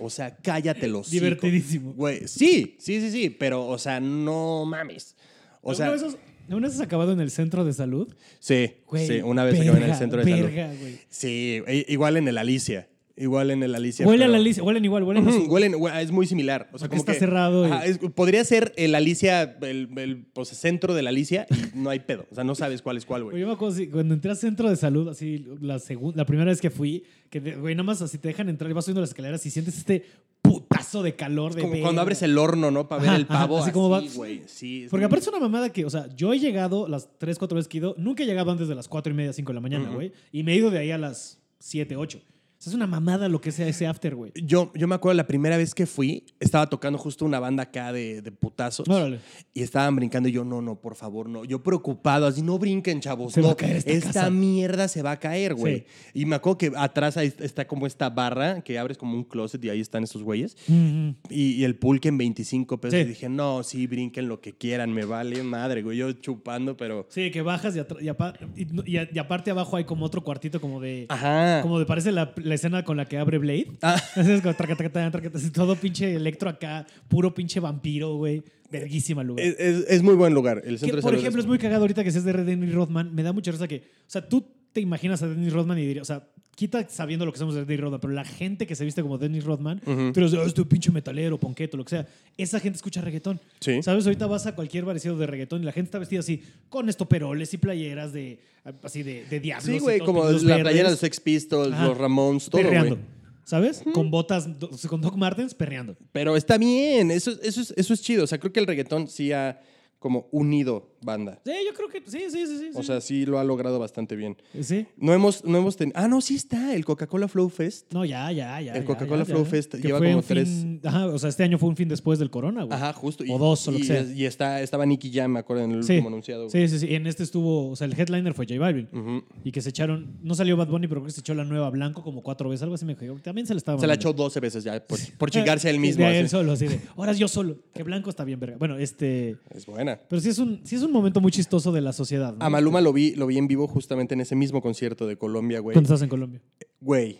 [SPEAKER 2] O sea, cállate los
[SPEAKER 1] Divertidísimo.
[SPEAKER 2] Güey, sí, sí, sí, sí, pero, o sea, no mames. O sea,
[SPEAKER 1] ¿Alguna vez has- alguna vez has acabado en el centro de salud?
[SPEAKER 2] sí,
[SPEAKER 1] Güey,
[SPEAKER 2] sí, una vez acabé en el
[SPEAKER 1] verga,
[SPEAKER 2] centro de salud.
[SPEAKER 1] verga, güey.
[SPEAKER 2] Sí, e- igual en el Alicia. Igual en el Alicia.
[SPEAKER 1] Huele a
[SPEAKER 2] pero-
[SPEAKER 1] la Alicia, huelen igual, huelen a su-
[SPEAKER 2] Ujú, huelen- hue- es muy similar. O
[SPEAKER 1] Porque
[SPEAKER 2] sea, como
[SPEAKER 1] está
[SPEAKER 2] que-
[SPEAKER 1] cerrado y-
[SPEAKER 2] Ajá, es- podría ser el Alicia, el, el, pues, centro del Alicia y no hay pedo. O sea, no sabes cuál es cuál,
[SPEAKER 1] Güey,
[SPEAKER 2] güey.
[SPEAKER 1] Yo me acuerdo, sí, cuando entré al centro de salud, así, la, segun- la primera vez que fui, que, de- güey, nada más así te dejan entrar y vas subiendo las escaleras y sientes este putazo de calor. De
[SPEAKER 2] Como
[SPEAKER 1] ver-
[SPEAKER 2] cuando abres el horno, ¿no? Para ver
[SPEAKER 1] Ajá,
[SPEAKER 2] el pavo.
[SPEAKER 1] ajá, así
[SPEAKER 2] así,
[SPEAKER 1] como va-
[SPEAKER 2] güey. Sí. es
[SPEAKER 1] Porque
[SPEAKER 2] muy-
[SPEAKER 1] aparte es una mamada que, o sea, yo he llegado las 3, 4 veces que he ido, nunca he llegado antes de las 4 y media, 5 de la mañana,
[SPEAKER 2] Ujú.
[SPEAKER 1] güey. Y me he ido de ahí a las 7, 8. O sea, es una mamada lo que sea ese after, güey.
[SPEAKER 2] Yo, yo me acuerdo la primera vez que fui, estaba tocando justo una banda acá de, de putazos.
[SPEAKER 1] Órale.
[SPEAKER 2] Y estaban brincando y yo, no, no, por favor, no. Yo preocupado, así, no brinquen, chavos.
[SPEAKER 1] Se va
[SPEAKER 2] no,
[SPEAKER 1] a caer esta casa.
[SPEAKER 2] mierda se va a caer, güey.
[SPEAKER 1] Sí.
[SPEAKER 2] Y me acuerdo que atrás ahí está como esta barra que abres como un closet y ahí están estos güeyes.
[SPEAKER 1] Mm,
[SPEAKER 2] Y, y el pulque en 25 pesos.
[SPEAKER 1] Sí.
[SPEAKER 2] Y dije, no, sí, brinquen lo que quieran, me vale madre, güey. Yo chupando, pero.
[SPEAKER 1] Sí, que bajas y, atra- y apa- y no- y a- y aparte abajo hay como otro cuartito como de...
[SPEAKER 2] Ajá.
[SPEAKER 1] Como de parece la, la escena con la que abre Blade.
[SPEAKER 2] Ah.
[SPEAKER 1] Entonces, como traca, traca, traca, traca, así, todo pinche electro acá, puro pinche vampiro, güey. Verguísima el lugar.
[SPEAKER 2] Es, es- es muy buen lugar. El
[SPEAKER 1] Que,
[SPEAKER 2] centro de
[SPEAKER 1] por
[SPEAKER 2] salud
[SPEAKER 1] ejemplo, es muy cagado ahorita que seas de Dennis Rodman. Me da mucha risa que, o sea, tú te imaginas a Dennis Rodman y dirías, o sea, quita sabiendo lo que somos de Dennis Rodman, pero la gente que se viste como Dennis Rodman,
[SPEAKER 2] Ujú.
[SPEAKER 1] tú eres de, "Ah, este pinche metalero, ponqueto, lo que sea. Esa gente escucha reggaetón.
[SPEAKER 2] Sí.
[SPEAKER 1] ¿Sabes? Ahorita vas a cualquier parecido de reggaetón y la gente está vestida así, con estoperoles y playeras de, así de, de diablos.
[SPEAKER 2] Sí,
[SPEAKER 1] y
[SPEAKER 2] güey,
[SPEAKER 1] todos
[SPEAKER 2] como la
[SPEAKER 1] peludos
[SPEAKER 2] playera de
[SPEAKER 1] verdes,
[SPEAKER 2] los Sex Pistols,
[SPEAKER 1] Ajá.
[SPEAKER 2] los Ramones, todo,
[SPEAKER 1] perreando,
[SPEAKER 2] güey.
[SPEAKER 1] ¿Sabes? Con botas, do- con Doc Martens, perreando.
[SPEAKER 2] Pero está bien, eso, eso, es, eso es chido. O sea, creo que el reggaetón sí ha como unido banda.
[SPEAKER 1] Sí, yo creo que, sí, sí, sí, sí.
[SPEAKER 2] O
[SPEAKER 1] sí.
[SPEAKER 2] sea, sí lo ha logrado bastante bien.
[SPEAKER 1] sí.
[SPEAKER 2] No hemos, no hemos tenido... Ah, no, sí está, el Coca-Cola Flow Fest.
[SPEAKER 1] No, ya, ya, ya.
[SPEAKER 2] El
[SPEAKER 1] ya,
[SPEAKER 2] Coca-Cola
[SPEAKER 1] ya, ya.
[SPEAKER 2] Flow Fest
[SPEAKER 1] Que
[SPEAKER 2] lleva
[SPEAKER 1] fue
[SPEAKER 2] como
[SPEAKER 1] un fin- Ajá, o sea, este año fue un fin después del corona, güey.
[SPEAKER 2] Ajá, justo.
[SPEAKER 1] O dos, o lo
[SPEAKER 2] y,
[SPEAKER 1] que sea.
[SPEAKER 2] Y está, estaba Nicky Jam, me acuerdo, en el
[SPEAKER 1] Sí.
[SPEAKER 2] último anunciado. güey. Mm.
[SPEAKER 1] Sí, sí, sí. En este estuvo, o sea, el headliner fue J Balvin.
[SPEAKER 2] Ujú.
[SPEAKER 1] Y que se echaron, no salió Bad Bunny, pero creo que se echó la nueva blanco como cuatro veces, algo así me dijo. También se le estaba.
[SPEAKER 2] Se la
[SPEAKER 1] mamando. Eh,
[SPEAKER 2] echó 12 veces ya, por, por chingarse él mismo.
[SPEAKER 1] De
[SPEAKER 2] así.
[SPEAKER 1] él solo, así de. Ahora yo solo. Que blanco está bien, verga. Bueno, este.
[SPEAKER 2] Es buena.
[SPEAKER 1] Pero sí es un, sí es un momento muy chistoso de la sociedad. ¿no?
[SPEAKER 2] A Maluma lo vi, lo vi en vivo justamente en ese mismo concierto de Colombia, güey.
[SPEAKER 1] Cuando estás en Colombia.
[SPEAKER 2] Güey,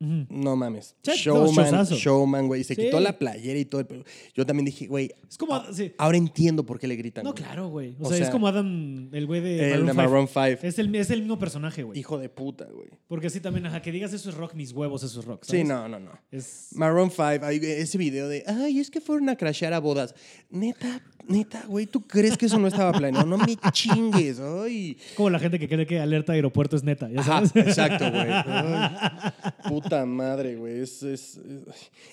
[SPEAKER 1] Ujú.
[SPEAKER 2] no mames.
[SPEAKER 1] Sí, no,
[SPEAKER 2] Showman,
[SPEAKER 1] showzazo.
[SPEAKER 2] showman, güey. Se
[SPEAKER 1] Sí.
[SPEAKER 2] quitó la playera y todo. el pedo. Yo también dije, güey,
[SPEAKER 1] Es como. sí.
[SPEAKER 2] ahora entiendo por qué le gritan.
[SPEAKER 1] No,
[SPEAKER 2] güey.
[SPEAKER 1] claro, güey. O,
[SPEAKER 2] Ah, O
[SPEAKER 1] sea, es
[SPEAKER 2] sea,
[SPEAKER 1] como Adam, el güey de.
[SPEAKER 2] El de Maroon 5.
[SPEAKER 1] Es el, es el mismo personaje, güey.
[SPEAKER 2] Hijo de puta, güey.
[SPEAKER 1] Porque sí, también, ajá, que digas eso es rock, mis huevos, eso es rock.
[SPEAKER 2] Sí,
[SPEAKER 1] ¿sabes?
[SPEAKER 2] no, no, no.
[SPEAKER 1] Es,
[SPEAKER 2] Maroon 5, hay ese video de, ay, es que fueron a crashear a bodas. Neta, neta, güey, ¿tú crees que eso no estaba planeado? No me chingues, ay.
[SPEAKER 1] como la gente que cree que alerta aeropuerto es neta, ya
[SPEAKER 2] Ajá,
[SPEAKER 1] sabes.
[SPEAKER 2] exacto, güey. Ay, Puta madre, güey. Es, es, es-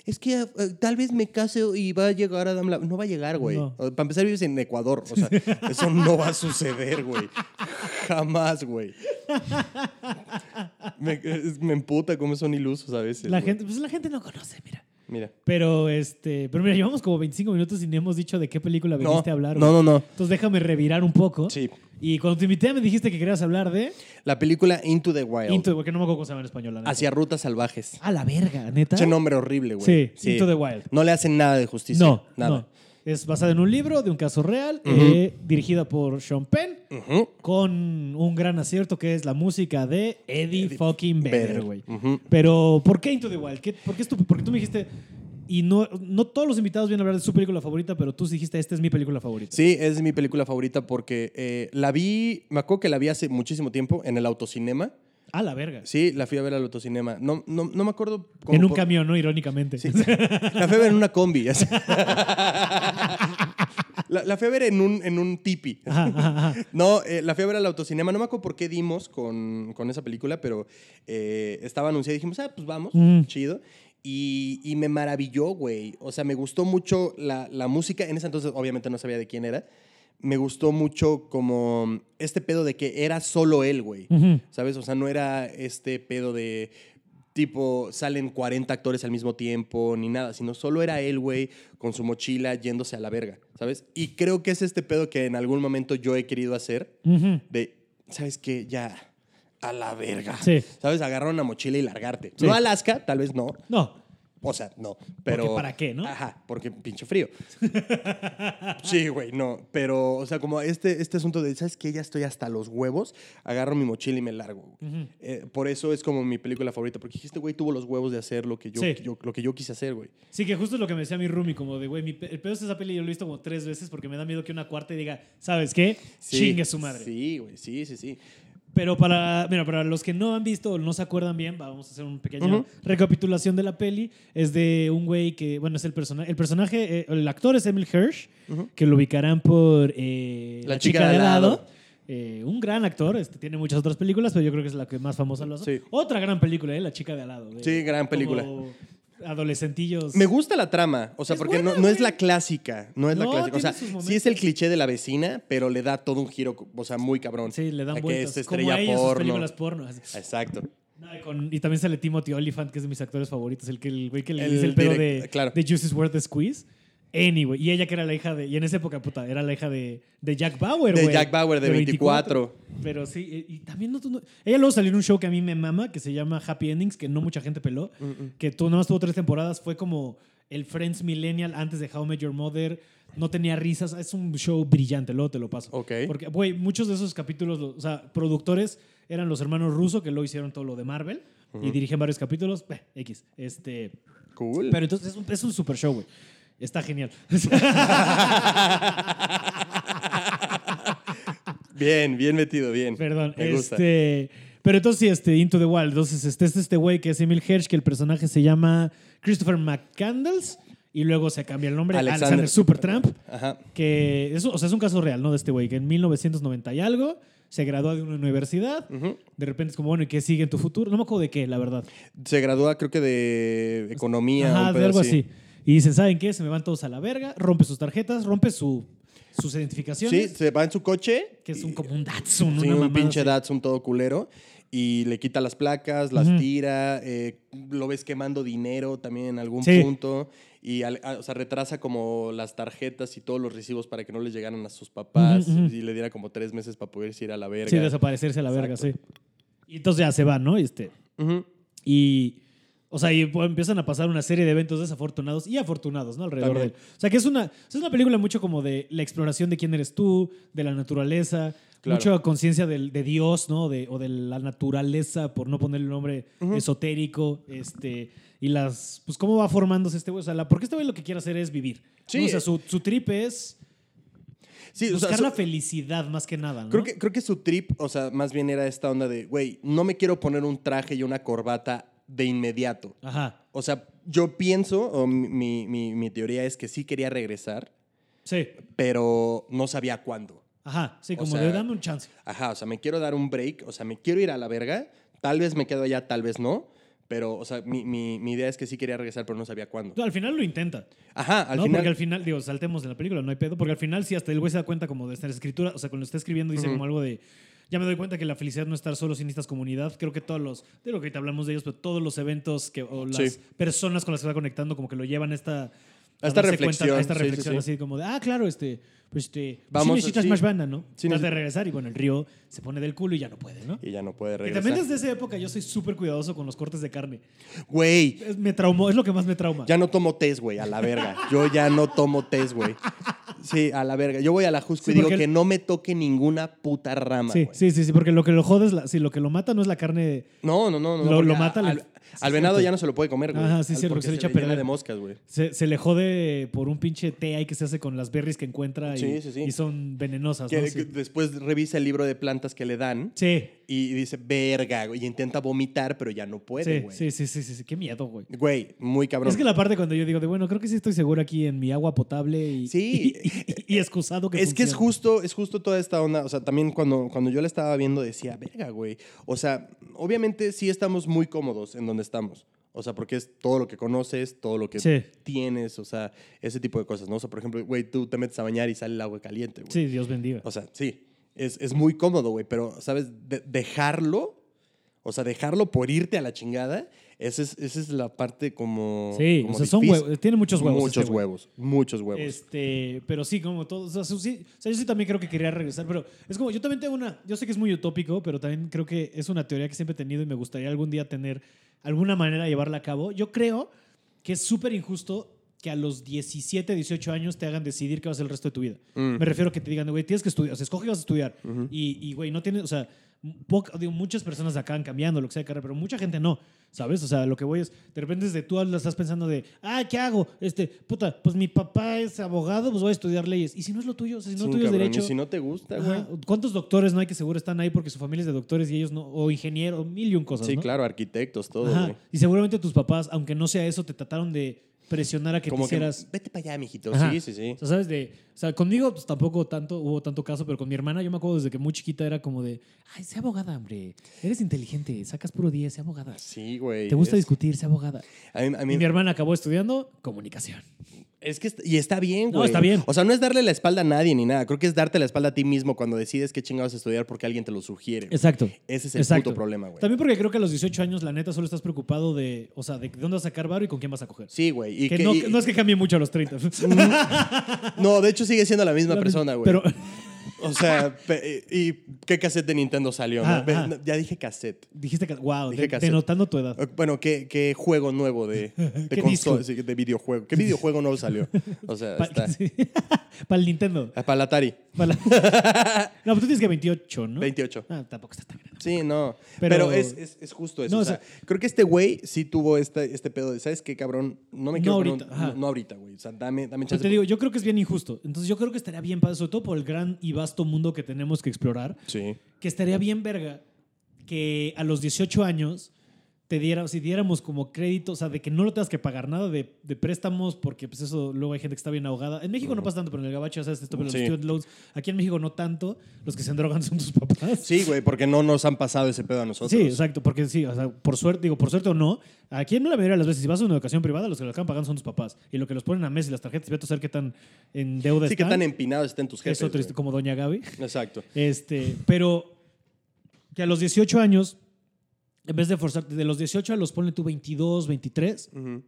[SPEAKER 2] es que eh, tal vez me case y va a llegar Adam Lambert. No va a llegar, güey.
[SPEAKER 1] No.
[SPEAKER 2] O- Para empezar, vives en Ecuador. O sea, eso no va a suceder, güey. Jamás, güey. Me, es- me emputa cómo son ilusos a veces.
[SPEAKER 1] La
[SPEAKER 2] güey.
[SPEAKER 1] gente, pues la gente no conoce, mira.
[SPEAKER 2] Mira.
[SPEAKER 1] Pero este, pero mira, llevamos como 25 minutos y ni hemos dicho de qué película
[SPEAKER 2] No,
[SPEAKER 1] viniste a hablar.
[SPEAKER 2] no,
[SPEAKER 1] güey.
[SPEAKER 2] no, no.
[SPEAKER 1] Entonces déjame revirar un poco.
[SPEAKER 2] Sí.
[SPEAKER 1] Y cuando te invité me dijiste que querías hablar de
[SPEAKER 2] La película Into the Wild.
[SPEAKER 1] Into, porque no me acuerdo cómo se llama en español, la neta.
[SPEAKER 2] Hacia rutas salvajes.
[SPEAKER 1] A la verga, neta.
[SPEAKER 2] Ese nombre horrible, güey.
[SPEAKER 1] Sí, Into the Wild.
[SPEAKER 2] No le hacen nada de justicia.
[SPEAKER 1] no,
[SPEAKER 2] Nada.
[SPEAKER 1] no. Es basada en un libro de un caso real,
[SPEAKER 2] Ujú.
[SPEAKER 1] eh, dirigida por Sean Penn.
[SPEAKER 2] Ujú.
[SPEAKER 1] con un gran acierto que es la música de Eddie, fucking Vedder,
[SPEAKER 2] Vedder,
[SPEAKER 1] güey.
[SPEAKER 2] ujú.
[SPEAKER 1] Pero, ¿por qué Into the Wild? ¿Qué- por qué esto- porque tú me dijiste, y no, no todos los invitados vienen a hablar de su película favorita, pero tú sí dijiste, esta es mi película favorita.
[SPEAKER 2] Sí, es mi película favorita porque eh, la vi, me acuerdo que la vi hace muchísimo tiempo en el autocinema.
[SPEAKER 1] A la verga.
[SPEAKER 2] Sí, la fui a ver al autocinema. No, no, no me acuerdo. cómo-
[SPEAKER 1] en un
[SPEAKER 2] por-
[SPEAKER 1] camión, ¿no? Irónicamente.
[SPEAKER 2] Sí. La fui a ver en una combi. así. La, la fui a ver en un, en un tipi.
[SPEAKER 1] Ajá, ajá, ajá.
[SPEAKER 2] No, eh, la fui a ver al autocinema. No me acuerdo por qué dimos con, con esa película, pero eh, estaba anunciada y dijimos, ah, pues vamos,
[SPEAKER 1] Mm.
[SPEAKER 2] chido. Y, y me maravilló, güey. O sea, me gustó mucho la, la música. En ese entonces, obviamente, no sabía de quién era. Me gustó mucho como este pedo de que era solo él, güey.
[SPEAKER 1] Ujú.
[SPEAKER 2] ¿Sabes? O sea, no era este pedo de tipo salen 40 actores al mismo tiempo ni nada, sino solo era él, güey, con su mochila yéndose a la verga, ¿sabes? Y creo que es este pedo que en algún momento yo he querido hacer
[SPEAKER 1] Ujú.
[SPEAKER 2] de, ¿sabes qué? Ya, a la verga.
[SPEAKER 1] Sí.
[SPEAKER 2] ¿Sabes? Agarrar una mochila y largarte.
[SPEAKER 1] Sí.
[SPEAKER 2] No a Alaska, tal vez no.
[SPEAKER 1] No.
[SPEAKER 2] O sea, no, pero...
[SPEAKER 1] Porque ¿para qué, no?
[SPEAKER 2] Ajá, porque pinche frío. sí, güey, no. Pero, o sea, como este, este asunto de, ¿sabes qué? Ya estoy hasta los huevos, agarro mi mochila y me largo. güey. Eh, por eso es como mi película favorita, porque este güey tuvo los huevos de hacer lo que yo,
[SPEAKER 1] Sí.
[SPEAKER 2] yo- lo que yo quise hacer, güey.
[SPEAKER 1] Sí, que justo es lo que me decía mi roomie, como de, güey, mi pe- el pedo es esa peli, yo lo he visto como tres veces porque me da miedo que una cuarta y diga, ¿sabes qué?
[SPEAKER 2] Sí,
[SPEAKER 1] Chingue su madre.
[SPEAKER 2] Sí, güey, sí, sí, sí.
[SPEAKER 1] Pero para, mira, para los que no han visto o no se acuerdan bien, vamos a hacer un pequeño
[SPEAKER 2] Ujú.
[SPEAKER 1] recapitulación de la peli. Es de un güey que, bueno, es el personaje. El personaje, eh, el actor es Emil Hirsch,
[SPEAKER 2] Ujú.
[SPEAKER 1] que lo ubicarán por eh,
[SPEAKER 2] La chica de al lado.
[SPEAKER 1] Eh, un gran actor, este, tiene muchas otras películas, pero yo creo que es la que más famosa lo hace.
[SPEAKER 2] Sí.
[SPEAKER 1] Otra gran película, eh, La chica de al lado. de-
[SPEAKER 2] Sí, gran película.
[SPEAKER 1] como- adolescentillos.
[SPEAKER 2] Me gusta la trama, o sea,
[SPEAKER 1] Es
[SPEAKER 2] porque
[SPEAKER 1] buena,
[SPEAKER 2] no, no es
[SPEAKER 1] güey.
[SPEAKER 2] la clásica, no es
[SPEAKER 1] No,
[SPEAKER 2] la clásica. O sea,
[SPEAKER 1] tiene sus
[SPEAKER 2] sí es el cliché de la vecina, pero le da todo un giro, o sea, muy cabrón.
[SPEAKER 1] Sí, le
[SPEAKER 2] A
[SPEAKER 1] dan
[SPEAKER 2] que
[SPEAKER 1] vueltas.
[SPEAKER 2] es
[SPEAKER 1] como a
[SPEAKER 2] estrella
[SPEAKER 1] ella en sus
[SPEAKER 2] porno.
[SPEAKER 1] películas porno. así.
[SPEAKER 2] Exacto.
[SPEAKER 1] No, y, con- y también sale Timothy Olyphant, que es de mis actores favoritos, el que el güey que le
[SPEAKER 2] El
[SPEAKER 1] dice el pedo
[SPEAKER 2] direct-
[SPEAKER 1] de,
[SPEAKER 2] claro.
[SPEAKER 1] de Juice is Worth the Squeeze. Anyway, y ella que era la hija de, y en esa época, puta, era la hija de, de Jack Bauer,
[SPEAKER 2] De
[SPEAKER 1] güey.
[SPEAKER 2] Jack Bauer, de 24.
[SPEAKER 1] Pero sí, y, y también no, no- Ella luego salió en un show que a mí me mama, que se llama Happy Endings, que no mucha gente peló, que tú nomás tuvo tres temporadas, fue como el Friends Millennial antes de How I Met Your Mother, no tenía risas, es un show brillante, luego te lo paso.
[SPEAKER 2] Ok.
[SPEAKER 1] Porque, güey, muchos de esos capítulos, lo- o sea, productores eran los hermanos rusos que luego hicieron todo lo de Marvel y dirigen varios capítulos. Beh, X. Este.
[SPEAKER 2] Cool.
[SPEAKER 1] Pero entonces es un, es un super show, güey. Está genial.
[SPEAKER 2] bien, bien metido, bien.
[SPEAKER 1] Perdón.
[SPEAKER 2] Me gusta.
[SPEAKER 1] este, Pero entonces sí, este, Into the Wild. Entonces, este es este güey que es Emil Hirsch, que el personaje se llama Christopher McCandles. Y luego se cambia el nombre.
[SPEAKER 2] Alexander.
[SPEAKER 1] Alexander Supertramp.
[SPEAKER 2] Ajá.
[SPEAKER 1] que es, o sea, es un caso real, ¿no? De este güey, que en 1990 y algo se graduó de una universidad. De repente es como, bueno, ¿y qué sigue en tu futuro? No me acuerdo de qué, la verdad.
[SPEAKER 2] Se gradúa, creo que de economía.
[SPEAKER 1] Ajá,
[SPEAKER 2] un
[SPEAKER 1] de
[SPEAKER 2] pedo
[SPEAKER 1] algo así. Y dicen, ¿saben qué? Se me van todos a la verga, rompe sus tarjetas, rompe su, sus
[SPEAKER 2] Sí,
[SPEAKER 1] identificaciones,
[SPEAKER 2] se va en su coche.
[SPEAKER 1] que es
[SPEAKER 2] y-
[SPEAKER 1] un, como un Datsun,
[SPEAKER 2] Sí,
[SPEAKER 1] una
[SPEAKER 2] un
[SPEAKER 1] mamada
[SPEAKER 2] pinche
[SPEAKER 1] así.
[SPEAKER 2] Datsun todo culero. Y le quita las placas, las
[SPEAKER 1] Ujú.
[SPEAKER 2] tira, eh, lo ves quemando dinero también en algún
[SPEAKER 1] Sí.
[SPEAKER 2] punto. Y al- a- o sea, retrasa como las tarjetas y todos los recibos para que no les llegaran a sus papás.
[SPEAKER 1] Ujú, ujú.
[SPEAKER 2] Y le diera como tres meses para poderse ir a la verga.
[SPEAKER 1] Sí, desaparecerse a la verga, sí. Y entonces ya se van, ¿no? Y este,
[SPEAKER 2] Ujú.
[SPEAKER 1] Y, o sea, y pues, empiezan a pasar una serie de eventos desafortunados y afortunados, ¿no? Alrededor
[SPEAKER 2] También.
[SPEAKER 1] de él. O sea, que es una, o sea, es una película mucho como de la exploración de quién eres tú, de la naturaleza,
[SPEAKER 2] Claro.
[SPEAKER 1] mucho conciencia del- de, Dios, ¿no? De, o de la naturaleza, por no ponerle un nombre esotérico, este, y las, pues cómo va formándose este güey. O sea, la- porque este güey lo que quiere hacer es vivir.
[SPEAKER 2] Sí.
[SPEAKER 1] ¿no? O sea, su, su trip es
[SPEAKER 2] Sí, o sea,
[SPEAKER 1] buscar
[SPEAKER 2] so-
[SPEAKER 1] la felicidad más que nada, ¿no?
[SPEAKER 2] Creo que, creo que su trip, o sea, más bien era esta onda de, güey, no me quiero poner un traje y una corbata de inmediato.
[SPEAKER 1] Ajá,
[SPEAKER 2] O sea, yo pienso, o mi- mi, mi- mi teoría es que sí quería regresar,
[SPEAKER 1] sí,
[SPEAKER 2] pero no sabía cuándo.
[SPEAKER 1] ajá, sí,
[SPEAKER 2] O
[SPEAKER 1] como
[SPEAKER 2] sea,
[SPEAKER 1] de dame un chance.
[SPEAKER 2] Ajá, o sea, me quiero dar un break, o sea, me quiero ir a la verga, tal vez me quedo allá, tal vez no, pero, o sea, mi, mi- mi idea es que sí quería regresar, pero no sabía cuándo.
[SPEAKER 1] No, Al final lo intenta.
[SPEAKER 2] Ajá, al
[SPEAKER 1] no,
[SPEAKER 2] final...
[SPEAKER 1] porque al final, digo, saltemos de la película, no hay pedo, porque al final sí, hasta el güey se da cuenta como de esta escritura, o sea, cuando lo está escribiendo dice como algo de, ya me doy cuenta que la felicidad no es estar solo sin estas comunidad, creo que todos los, de lo que ahorita hablamos de ellos, pero todos los eventos que, o las
[SPEAKER 2] Sí.
[SPEAKER 1] personas con las que se va conectando como que lo llevan a esta...
[SPEAKER 2] A esta
[SPEAKER 1] darse
[SPEAKER 2] reflexión,
[SPEAKER 1] a esta
[SPEAKER 2] sí, sí,
[SPEAKER 1] reflexión
[SPEAKER 2] sí.
[SPEAKER 1] así como de, ah, claro, este, pues este, Vamos,
[SPEAKER 2] Vamos,
[SPEAKER 1] necesitas
[SPEAKER 2] sí.
[SPEAKER 1] más banda, ¿no?
[SPEAKER 2] Sí,
[SPEAKER 1] Vas
[SPEAKER 2] necesito-
[SPEAKER 1] de regresar y bueno, el río se pone del culo y ya no puede, ¿no?
[SPEAKER 2] Y ya no puede
[SPEAKER 1] Y
[SPEAKER 2] regresar.
[SPEAKER 1] también desde esa época yo soy súper cuidadoso con los cortes de carne.
[SPEAKER 2] Güey,
[SPEAKER 1] Es- me traumó, es lo que más me trauma.
[SPEAKER 2] Ya no tomo test, güey, a la verga. Yo ya no tomo test, güey. Sí, a la verga. Yo voy a la Jusco
[SPEAKER 1] Sí,
[SPEAKER 2] y digo
[SPEAKER 1] porque el-
[SPEAKER 2] que no me toque ninguna puta rama,
[SPEAKER 1] Sí,
[SPEAKER 2] güey.
[SPEAKER 1] sí, sí, sí, porque lo que lo jode es la, sí, lo que lo mata no es la carne,
[SPEAKER 2] No, no, no. no
[SPEAKER 1] Lo-
[SPEAKER 2] porque
[SPEAKER 1] lo
[SPEAKER 2] a-
[SPEAKER 1] mata, le-
[SPEAKER 2] Al,
[SPEAKER 1] sí,
[SPEAKER 2] al
[SPEAKER 1] es
[SPEAKER 2] venado
[SPEAKER 1] cierto.
[SPEAKER 2] ya no se lo puede comer, güey.
[SPEAKER 1] Ajá, sí,
[SPEAKER 2] Al-
[SPEAKER 1] es cierto, porque
[SPEAKER 2] porque
[SPEAKER 1] se le echa a
[SPEAKER 2] llena
[SPEAKER 1] perder.
[SPEAKER 2] de moscas, güey.
[SPEAKER 1] se, se le jode por un pinche té ahí que se hace con las berries que encuentra y,
[SPEAKER 2] Sí, sí, sí.
[SPEAKER 1] y son venenosas,
[SPEAKER 2] Que,
[SPEAKER 1] ¿no?
[SPEAKER 2] que
[SPEAKER 1] Sí.
[SPEAKER 2] después revisa el libro de plantas que le dan
[SPEAKER 1] Sí,
[SPEAKER 2] y dice, verga, güey. Y intenta vomitar, pero ya no puede,
[SPEAKER 1] sí,
[SPEAKER 2] güey.
[SPEAKER 1] sí, sí, sí, sí, sí, qué miedo, güey.
[SPEAKER 2] Güey, muy cabrón.
[SPEAKER 1] Es que la parte cuando yo digo de, bueno, creo que sí estoy seguro aquí en mi agua potable y,
[SPEAKER 2] Sí.
[SPEAKER 1] y, y- y excusado que
[SPEAKER 2] es que es
[SPEAKER 1] funciona.
[SPEAKER 2] justo, es justo toda esta onda. O sea, también cuando, cuando yo la estaba viendo decía, verga, güey. O sea, obviamente sí estamos muy cómodos en donde estamos. O sea, porque es todo lo que conoces, todo lo que
[SPEAKER 1] Sí.
[SPEAKER 2] tienes, o sea, ese tipo de cosas, ¿no? O sea, por ejemplo, güey, tú te metes a bañar y sale el agua caliente, güey.
[SPEAKER 1] Sí, Dios bendiga.
[SPEAKER 2] O sea, sí, es, es muy cómodo, güey, pero, ¿sabes? De- dejarlo, o sea, dejarlo por irte a la chingada, esa es, esa es la parte como.
[SPEAKER 1] sí, o
[SPEAKER 2] como
[SPEAKER 1] sea, son
[SPEAKER 2] difícil.
[SPEAKER 1] huevos, tiene muchos huevos.
[SPEAKER 2] Muchos
[SPEAKER 1] este güey.
[SPEAKER 2] huevos, muchos huevos.
[SPEAKER 1] Este, pero sí, como todos. O sea, sí- o sea, yo sí también creo que quería regresar, pero es como, yo también tengo una, yo sé que es muy utópico, pero también creo que es una teoría que siempre he tenido y me gustaría algún día tener alguna manera de llevarla a cabo. Yo creo que es súper injusto que a los 17, 18 años te hagan decidir qué va a ser el resto de tu vida.
[SPEAKER 2] Mm.
[SPEAKER 1] Me refiero a que te digan, güey, tienes que estudiar, o sea, escoge que vas a estudiar. Y, y, güey, no tienes, o sea, poca- digo, muchas personas acaban cambiando lo que sea de carrera, pero mucha gente no, ¿sabes? O sea, lo que voy es, de repente desde tú hablas, estás pensando de, ah, ¿qué hago? Este, puta, pues mi papá es abogado, pues voy a estudiar leyes. Y si no es lo tuyo, o sea, si no
[SPEAKER 2] Sí,
[SPEAKER 1] tuyo es
[SPEAKER 2] cabrón,
[SPEAKER 1] derecho.
[SPEAKER 2] Y si no te gusta, güey.
[SPEAKER 1] Ajá, ¿Cuántos doctores no hay que seguro están ahí porque su familia es de doctores y ellos no, o ingenieros, mil y un cosas,
[SPEAKER 2] Sí,
[SPEAKER 1] ¿no?
[SPEAKER 2] claro, arquitectos, todo,
[SPEAKER 1] Ajá.
[SPEAKER 2] güey.
[SPEAKER 1] Y seguramente tus papás, aunque no sea eso, te trataron de presionar a que te
[SPEAKER 2] Como que,
[SPEAKER 1] hicieras.
[SPEAKER 2] vete para allá, mijito.
[SPEAKER 1] Ajá.
[SPEAKER 2] Sí, sí, sí.
[SPEAKER 1] O sea, ¿sabes? De, o sea, conmigo pues, tampoco tanto, hubo tanto caso, pero con mi hermana yo me acuerdo desde que muy chiquita era como de, ay, sea abogada, hombre, eres inteligente, sacas puro 10, sea abogada.
[SPEAKER 2] Sí, güey.
[SPEAKER 1] Te gusta
[SPEAKER 2] es-
[SPEAKER 1] discutir, sea abogada.
[SPEAKER 2] A mí, a mí-
[SPEAKER 1] Y mi hermana acabó estudiando comunicación.
[SPEAKER 2] es que est- y está bien,
[SPEAKER 1] No,
[SPEAKER 2] güey.
[SPEAKER 1] está bien.
[SPEAKER 2] O sea, no es darle la espalda a nadie ni nada. Creo que es darte la espalda a ti mismo cuando decides qué chingados estudiar porque alguien te lo sugiere.
[SPEAKER 1] Exacto.
[SPEAKER 2] Ese es el
[SPEAKER 1] Exacto.
[SPEAKER 2] puto problema, güey.
[SPEAKER 1] También porque creo que a los 18 años, la neta, solo estás preocupado de, o sea, de dónde vas a sacar varo y con quién vas a coger.
[SPEAKER 2] Sí, güey. Y
[SPEAKER 1] que
[SPEAKER 2] que-
[SPEAKER 1] no,
[SPEAKER 2] y-
[SPEAKER 1] no es que cambie mucho a los 30.
[SPEAKER 2] no, de hecho sigue siendo la misma persona, güey.
[SPEAKER 1] Pero,
[SPEAKER 2] O sea, pe- ¿y qué cassette de Nintendo salió? no?
[SPEAKER 1] Ajá,
[SPEAKER 2] Ve-
[SPEAKER 1] ajá.
[SPEAKER 2] no, Ya dije cassette.
[SPEAKER 1] dijiste que, wow,
[SPEAKER 2] Dije
[SPEAKER 1] de-
[SPEAKER 2] cassette.
[SPEAKER 1] denotando tu edad.
[SPEAKER 2] Eh, Bueno, ¿qué, qué juego nuevo de,
[SPEAKER 1] ¿Qué
[SPEAKER 2] de
[SPEAKER 1] disco?
[SPEAKER 2] consola, sí, de videojuego? ¿Qué videojuego nuevo salió? O sea,
[SPEAKER 1] Pa-
[SPEAKER 2] está.
[SPEAKER 1] sí. Para el Nintendo.
[SPEAKER 2] Ah, Para el Atari,
[SPEAKER 1] Pa' la- No, pues tú tienes que 28, ¿no?
[SPEAKER 2] 28.
[SPEAKER 1] Ah, tampoco está tan grande.
[SPEAKER 2] Sí, no.
[SPEAKER 1] Pero-
[SPEAKER 2] Pero, es, es- es justo eso.
[SPEAKER 1] No,
[SPEAKER 2] o
[SPEAKER 1] o sea-
[SPEAKER 2] sea, creo que este güey sí tuvo este, este pedo de, ¿sabes qué, cabrón? No me
[SPEAKER 1] No
[SPEAKER 2] quiero poner
[SPEAKER 1] ahorita,
[SPEAKER 2] un-
[SPEAKER 1] ajá.
[SPEAKER 2] no, no ahorita, güey. O sea, dame, dame
[SPEAKER 1] O sea,
[SPEAKER 2] chance.
[SPEAKER 1] te digo, yo creo que es bien injusto. Entonces yo creo que estaría bien padre, sobre todo por el gran y vasto mundo que tenemos que explorar,
[SPEAKER 2] Sí.
[SPEAKER 1] que estaría bien verga que a los 18 años te diera, si diéramos como crédito, o sea, de que no lo tengas que pagar nada de, de préstamos, porque pues eso luego hay gente que está bien ahogada. En México no pasa tanto, pero en el gabacho, ¿sabes? Esto, pero los
[SPEAKER 2] Sí.
[SPEAKER 1] student loans, aquí en México no tanto, los que se drogan son tus papás.
[SPEAKER 2] Sí, güey, porque no nos han pasado ese pedo a nosotros.
[SPEAKER 1] Sí, exacto, porque sí, o sea, por suerte, digo, por suerte o no, aquí en la mayoría de las veces, si vas a una educación privada, los que lo acaban pagando son tus papás. Y lo que los ponen a mes y las tarjetas, vete a saber qué tan en deuda
[SPEAKER 2] Sí, que
[SPEAKER 1] están.
[SPEAKER 2] tan empinados estén tus jefes.
[SPEAKER 1] es otro,
[SPEAKER 2] güey.
[SPEAKER 1] como Doña Gaby.
[SPEAKER 2] Exacto.
[SPEAKER 1] Este, pero que a los 18 años, en vez de forzarte, de los 18 a los ponle tú 22, 23,
[SPEAKER 2] Ujú.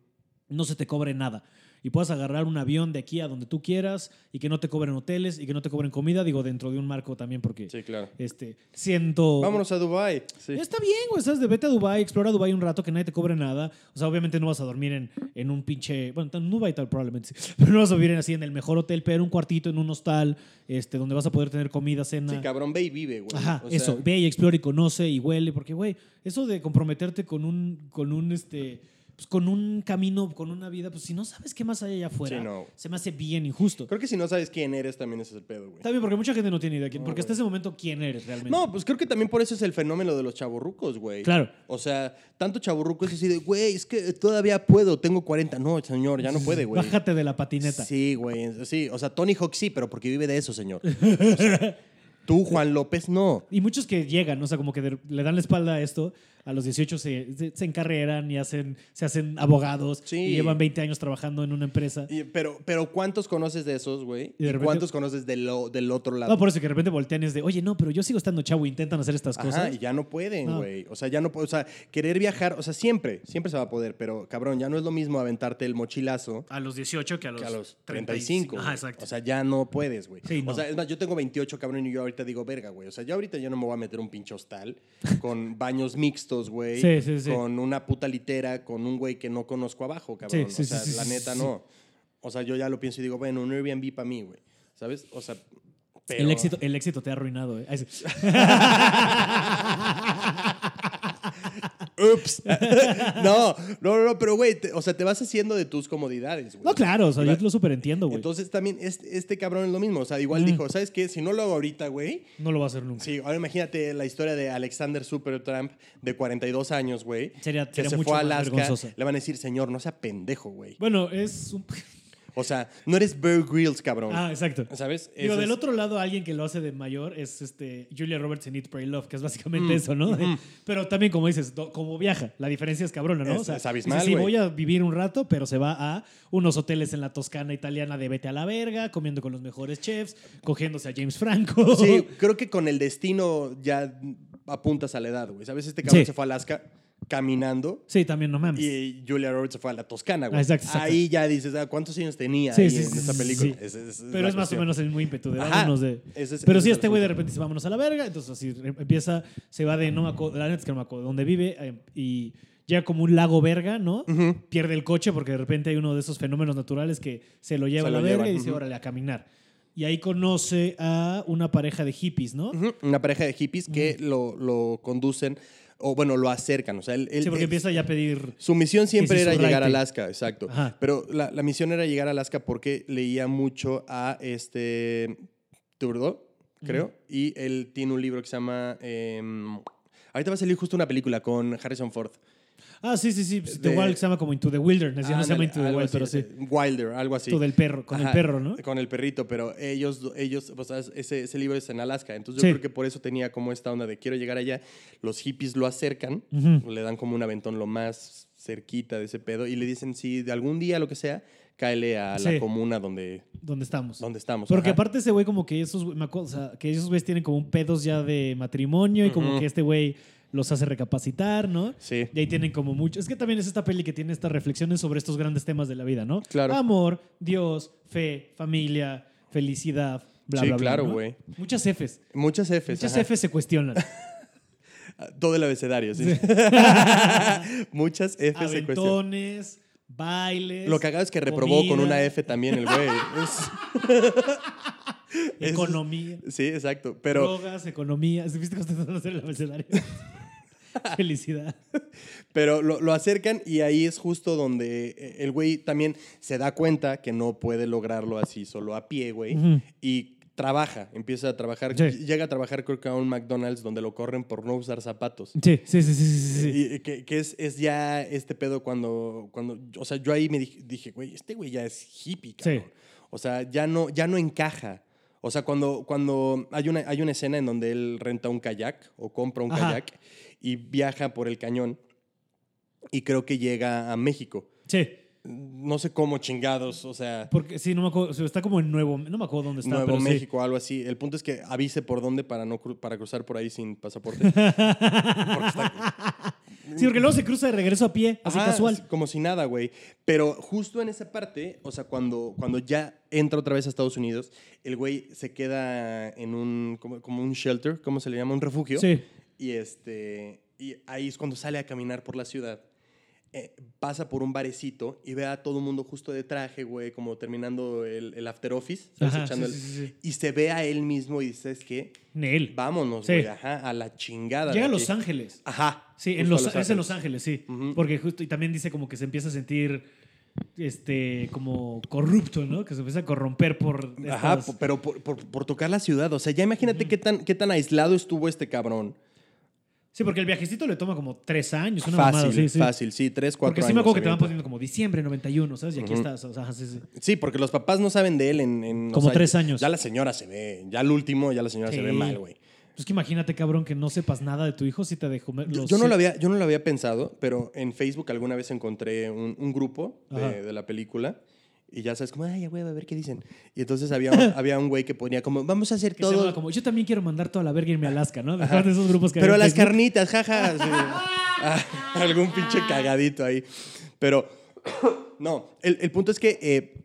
[SPEAKER 1] no se te cobre nada. Y puedas agarrar un avión de aquí a donde tú quieras y que no te cobren hoteles y que no te cobren comida, digo, dentro de un marco también, porque
[SPEAKER 2] Sí, claro.
[SPEAKER 1] este, siento.
[SPEAKER 2] Vámonos a Dubai. Sí.
[SPEAKER 1] Está bien, güey, sabes, de vete a Dubai, explora Dubai un rato que nadie te cobre nada. O sea, obviamente no vas a dormir en, en un pinche, bueno, en Dubai tal probablemente, sí. pero no vas a vivir en, así en el mejor hotel, pero en un cuartito, en un hostal, este, donde vas a poder tener comida, cena.
[SPEAKER 2] Sí, cabrón, ve y vive, güey.
[SPEAKER 1] Ajá,
[SPEAKER 2] O sea,
[SPEAKER 1] eso, ve y explora y conoce y huele, porque, güey, eso de comprometerte con un, con un, este, pues, con un camino, con una vida, pues si no sabes qué más hay allá afuera,
[SPEAKER 2] Sí, no.
[SPEAKER 1] se me hace bien injusto.
[SPEAKER 2] Creo que si no sabes quién eres, también ese es el pedo, güey.
[SPEAKER 1] Está bien, porque mucha gente no tiene idea de quién,
[SPEAKER 2] No,
[SPEAKER 1] porque hasta
[SPEAKER 2] güey.
[SPEAKER 1] ese momento, ¿quién eres realmente?
[SPEAKER 2] No, pues creo que también por eso es el fenómeno de los chaburrucos, güey.
[SPEAKER 1] Claro.
[SPEAKER 2] O sea, tanto chaburruco es así de, güey, es que todavía puedo, tengo 40. No, señor, ya no puede, güey.
[SPEAKER 1] Bájate de la patineta.
[SPEAKER 2] Sí, güey, sí. O sea, Tony Hawk sí, pero porque vive de eso, señor. O sea, tú, Juan López, no.
[SPEAKER 1] Y muchos que llegan, o sea, como que de- le dan la espalda a esto, a los 18 se, se, se encarreran y hacen, se hacen abogados
[SPEAKER 2] Sí.
[SPEAKER 1] y llevan 20 años trabajando en una empresa.
[SPEAKER 2] Y- pero, pero ¿cuántos conoces de esos, güey?
[SPEAKER 1] Y
[SPEAKER 2] ¿Y,
[SPEAKER 1] de repente-
[SPEAKER 2] cuántos conoces del, o- del otro lado?
[SPEAKER 1] No, por eso que de repente voltean y es de, oye, no, pero yo sigo estando chavo, intentan hacer estas
[SPEAKER 2] Ajá,
[SPEAKER 1] cosas.
[SPEAKER 2] y ya no pueden,
[SPEAKER 1] No.
[SPEAKER 2] güey. O sea, ya no puede. O sea, querer viajar, o sea, siempre, siempre se va a poder, pero cabrón, ya no es lo mismo aventarte el mochilazo
[SPEAKER 1] A los 18 que a los,
[SPEAKER 2] que a los 35.
[SPEAKER 1] Ajá,
[SPEAKER 2] güey.
[SPEAKER 1] Ah, exacto.
[SPEAKER 2] O sea, ya no puedes, güey.
[SPEAKER 1] Sí, no.
[SPEAKER 2] O sea, es más, yo tengo 28, cabrón, y yo ahorita digo, verga, güey. O sea, yo ahorita yo no me voy a meter un pinche hostal con baños mixtos, güey.
[SPEAKER 1] Sí, sí, sí.
[SPEAKER 2] Con una puta litera, con un güey que no conozco abajo, cabrón.
[SPEAKER 1] Sí, sí,
[SPEAKER 2] o sea,
[SPEAKER 1] sí, sí,
[SPEAKER 2] la
[SPEAKER 1] sí,
[SPEAKER 2] neta
[SPEAKER 1] sí.
[SPEAKER 2] no. O sea, yo ya lo pienso y digo, bueno, un Airbnb para mí, güey. ¿Sabes? O sea, pero...
[SPEAKER 1] el, éxito, el éxito te ha arruinado. eh. Ay, sí.
[SPEAKER 2] Ups. no, no, no, no, pero güey, te- o sea, te vas haciendo de tus comodidades, güey.
[SPEAKER 1] no, claro, o sea, yo
[SPEAKER 2] Iba-
[SPEAKER 1] lo super entiendo, güey.
[SPEAKER 2] Entonces también este, este cabrón es lo mismo. O sea, igual dijo, ¿sabes qué? Si no lo hago ahorita, güey,
[SPEAKER 1] No lo va a hacer nunca.
[SPEAKER 2] Sí, ahora imagínate la historia de Alexander Supertramp de 42 años, güey.
[SPEAKER 1] Sería-
[SPEAKER 2] que
[SPEAKER 1] sería
[SPEAKER 2] se
[SPEAKER 1] mucho
[SPEAKER 2] fue a
[SPEAKER 1] más
[SPEAKER 2] Alaska.
[SPEAKER 1] vergonzosa.
[SPEAKER 2] Le van a decir, señor, no sea pendejo, güey.
[SPEAKER 1] Bueno, es un...
[SPEAKER 2] O sea, no eres Bear Grylls, cabrón.
[SPEAKER 1] Ah, exacto.
[SPEAKER 2] ¿Sabes?
[SPEAKER 1] Digo,
[SPEAKER 2] Ese
[SPEAKER 1] del
[SPEAKER 2] es-
[SPEAKER 1] otro lado, alguien que lo hace de mayor es este Julia Roberts en Eat, Pray, Love, que es básicamente
[SPEAKER 2] Mm,
[SPEAKER 1] eso, ¿no? De- Pero también, como dices, do- como viaja, la diferencia es cabrona, ¿no?
[SPEAKER 2] Es- es abismal,
[SPEAKER 1] dice, sí,
[SPEAKER 2] güey.
[SPEAKER 1] voy a vivir un rato, pero se va a unos hoteles en la Toscana italiana de vete a la verga, comiendo con los mejores chefs, cogiéndose a James Franco.
[SPEAKER 2] Sí, creo que con el destino ya apuntas a la edad, güey. ¿Sabes? Este cabrón
[SPEAKER 1] Sí.
[SPEAKER 2] se fue a Alaska caminando
[SPEAKER 1] Sí, también, no mames.
[SPEAKER 2] y Julia Roberts se fue a la Toscana, güey.
[SPEAKER 1] Ah, exacto, exacto.
[SPEAKER 2] Ahí ya dices, ah, ¿cuántos años tenía
[SPEAKER 1] Sí,
[SPEAKER 2] ahí
[SPEAKER 1] sí,
[SPEAKER 2] en
[SPEAKER 1] sí,
[SPEAKER 2] esta
[SPEAKER 1] sí,
[SPEAKER 2] película?
[SPEAKER 1] sí.
[SPEAKER 2] Esa- esa
[SPEAKER 1] Pero
[SPEAKER 2] la
[SPEAKER 1] es más o
[SPEAKER 2] cuestión.
[SPEAKER 1] menos el mismo ímpetu de
[SPEAKER 2] Ajá.
[SPEAKER 1] vámonos de.
[SPEAKER 2] Ese es-
[SPEAKER 1] pero
[SPEAKER 2] ese
[SPEAKER 1] sí,
[SPEAKER 2] es el
[SPEAKER 1] este güey de
[SPEAKER 2] asunto.
[SPEAKER 1] repente dice, vámonos a la verga. Entonces, así re- empieza, se va de, no me acuerdo, la neta es que no me acuerdo, dónde vive eh, y llega como un lago verga, ¿no? Pierde el coche porque de repente hay uno de esos fenómenos naturales que se lo lleva
[SPEAKER 2] Se
[SPEAKER 1] a la
[SPEAKER 2] lo
[SPEAKER 1] verga
[SPEAKER 2] llevan,
[SPEAKER 1] y dice,
[SPEAKER 2] ujú.
[SPEAKER 1] órale, a caminar. Y ahí conoce a una pareja de hippies, ¿no?
[SPEAKER 2] Ujú, Una pareja de hippies que lo, lo conducen, o bueno, lo acercan. O sea, él, él-
[SPEAKER 1] Sí, porque
[SPEAKER 2] él-
[SPEAKER 1] empieza ya a pedir.
[SPEAKER 2] Su misión siempre
[SPEAKER 1] Que se
[SPEAKER 2] era llegar a
[SPEAKER 1] surraite.
[SPEAKER 2] Alaska, exacto.
[SPEAKER 1] Ajá.
[SPEAKER 2] Pero la, la misión era llegar a Alaska porque leía mucho a este Turdo, creo, y él tiene un libro que se llama em, Ahorita va a salir justo una película con Harrison Ford.
[SPEAKER 1] Ah, sí, sí, sí. pues,
[SPEAKER 2] De-
[SPEAKER 1] The Wild se llama como Into the Wilderness. ya no se llama
[SPEAKER 2] Ándale,
[SPEAKER 1] Into the
[SPEAKER 2] algo
[SPEAKER 1] Wild,
[SPEAKER 2] así,
[SPEAKER 1] pero sí.
[SPEAKER 2] eh, Wilder, algo así.
[SPEAKER 1] Todo el perro, con el
[SPEAKER 2] Ajá,
[SPEAKER 1] perro, ¿no?
[SPEAKER 2] Con el perrito, pero ellos, ellos o sea, ese, ese libro es en Alaska. Entonces
[SPEAKER 1] Sí.
[SPEAKER 2] yo creo que por eso tenía como esta onda de quiero llegar allá. Los hippies lo acercan,
[SPEAKER 1] Ujú.
[SPEAKER 2] le dan como un aventón lo más cerquita de ese pedo y le dicen, si de algún día, lo que sea, cáele a
[SPEAKER 1] Sí.
[SPEAKER 2] la comuna donde,
[SPEAKER 1] ¿Dónde estamos?
[SPEAKER 2] donde estamos.
[SPEAKER 1] Porque
[SPEAKER 2] Ajá.
[SPEAKER 1] aparte ese güey como que esos, güey- me acuerdo, o sea, que esos güeyes tienen como un pedos ya de matrimonio y como
[SPEAKER 2] Ujú.
[SPEAKER 1] que este güey los hace recapacitar, ¿no?
[SPEAKER 2] Sí.
[SPEAKER 1] Y ahí tienen como mucho. Es que también es esta peli que tiene estas reflexiones sobre estos grandes temas de la vida, ¿no?
[SPEAKER 2] Claro.
[SPEAKER 1] Amor, Dios, fe, familia, felicidad, bla,
[SPEAKER 2] Sí,
[SPEAKER 1] bla, bla.
[SPEAKER 2] claro,
[SPEAKER 1] ¿no?
[SPEAKER 2] güey.
[SPEAKER 1] Muchas Fs.
[SPEAKER 2] Muchas Fs.
[SPEAKER 1] Muchas
[SPEAKER 2] ajá. Ah,
[SPEAKER 1] Fs se cuestionan.
[SPEAKER 2] Todo el abecedario, sí. Muchas Fs de cuestión.
[SPEAKER 1] Aventones, bailes.
[SPEAKER 2] Lo que haga es que reprobó con
[SPEAKER 1] comida,
[SPEAKER 2] una F también el güey. Es- es-
[SPEAKER 1] Economía.
[SPEAKER 2] sí, exacto. Pero,
[SPEAKER 1] drogas, economía. ¿Viste cómo estás hacer el abecedario? Felicidad.
[SPEAKER 2] pero lo, lo acercan y ahí es justo donde eh, el güey también se da cuenta que no puede lograrlo así solo a pie, güey.
[SPEAKER 1] Ujú.
[SPEAKER 2] Y trabaja, empieza a trabajar.
[SPEAKER 1] Sí.
[SPEAKER 2] Llega a trabajar creo que a un McDonald's donde lo corren por no usar zapatos.
[SPEAKER 1] Sí, sí, sí, sí, sí, sí.
[SPEAKER 2] Y, eh, que, que es, es ya este pedo cuando, cuando, o sea, yo ahí me dij- dije, güey, este güey ya es hippie, cabrón.
[SPEAKER 1] Sí.
[SPEAKER 2] O sea, ya no, ya no encaja. O sea, cuando, cuando hay, una, hay una escena en donde él renta un kayak o compra un
[SPEAKER 1] Ajá.
[SPEAKER 2] kayak y viaja por el cañón y creo que llega a México.
[SPEAKER 1] Sí,
[SPEAKER 2] No sé cómo chingados, o sea,
[SPEAKER 1] porque sí, no me acuerdo. o sea, está como en Nuevo. No me acuerdo dónde está.
[SPEAKER 2] Nuevo
[SPEAKER 1] pero sí.
[SPEAKER 2] México, algo así. El punto es que avise por dónde para, no cru- para cruzar por ahí sin pasaporte. Porque está,
[SPEAKER 1] Sí, porque luego se cruza de regreso a pie, así
[SPEAKER 2] Ajá,
[SPEAKER 1] casual.
[SPEAKER 2] así Como si nada, güey. Pero justo en esa parte, o sea, cuando, cuando ya entra otra vez a Estados Unidos, el güey se queda en un, como, como un shelter, ¿cómo se le llama? Un refugio.
[SPEAKER 1] Sí.
[SPEAKER 2] Y, este, y ahí es cuando sale a caminar por la ciudad. Eh, pasa por un barecito y ve a todo el mundo justo de traje, güey, como terminando el, el after office. ¿sabes?
[SPEAKER 1] Ajá,
[SPEAKER 2] Echando
[SPEAKER 1] sí,
[SPEAKER 2] el-
[SPEAKER 1] sí, sí, sí.
[SPEAKER 2] Y se ve a él mismo y dices que
[SPEAKER 1] Nel.
[SPEAKER 2] vámonos,
[SPEAKER 1] Sí.
[SPEAKER 2] güey, ajá, a la chingada. de
[SPEAKER 1] Llega a Los
[SPEAKER 2] aquí".
[SPEAKER 1] Ángeles.
[SPEAKER 2] Ajá.
[SPEAKER 1] Sí, en
[SPEAKER 2] justo
[SPEAKER 1] los,
[SPEAKER 2] a
[SPEAKER 1] es en Los Ángeles, sí.
[SPEAKER 2] Ujú.
[SPEAKER 1] Porque justo, y también dice como que se empieza a sentir este como corrupto, ¿no? Que se empieza a corromper por
[SPEAKER 2] Ajá,
[SPEAKER 1] estas-
[SPEAKER 2] po- pero por, por- por tocar la ciudad. O sea, ya imagínate qué, tan, qué tan aislado estuvo este cabrón.
[SPEAKER 1] Sí, porque el viajecito le toma como tres años, una
[SPEAKER 2] fácil,
[SPEAKER 1] mamada, sí, sí.
[SPEAKER 2] fácil, sí, tres, cuatro
[SPEAKER 1] Porque sí
[SPEAKER 2] años.
[SPEAKER 1] me acuerdo que te van
[SPEAKER 2] avienta.
[SPEAKER 1] poniendo como diciembre 91, ¿sabes? Y aquí
[SPEAKER 2] Ujú.
[SPEAKER 1] estás, o sea, sí, sí.
[SPEAKER 2] Sí, porque los papás no saben de él en... en- o
[SPEAKER 1] Como
[SPEAKER 2] sea,
[SPEAKER 1] tres
[SPEAKER 2] ya-
[SPEAKER 1] años.
[SPEAKER 2] Ya la señora se ve, ya el último, ya la señora
[SPEAKER 1] Sí.
[SPEAKER 2] se ve mal, güey.
[SPEAKER 1] Pues que imagínate, cabrón, que no sepas nada de tu hijo si te dejó...
[SPEAKER 2] Yo,
[SPEAKER 1] los-
[SPEAKER 2] yo no lo había, yo no lo había pensado, pero en Facebook alguna vez encontré un, un grupo
[SPEAKER 1] Ajá.
[SPEAKER 2] de, de la película y ya sabes como, ay, güey, a ver qué dicen. Y entonces había, un- había un güey que ponía como, vamos a hacer
[SPEAKER 1] Que se llama
[SPEAKER 2] todo...
[SPEAKER 1] como, yo también quiero mandar toda la verga y irme a Alaska, ¿no? Mejor de esos grupos que
[SPEAKER 2] Pero
[SPEAKER 1] hay en
[SPEAKER 2] las
[SPEAKER 1] Facebook.
[SPEAKER 2] carnitas, jaja. sí. Ah, algún pinche cagadito ahí. Pero no, el, el punto es que eh,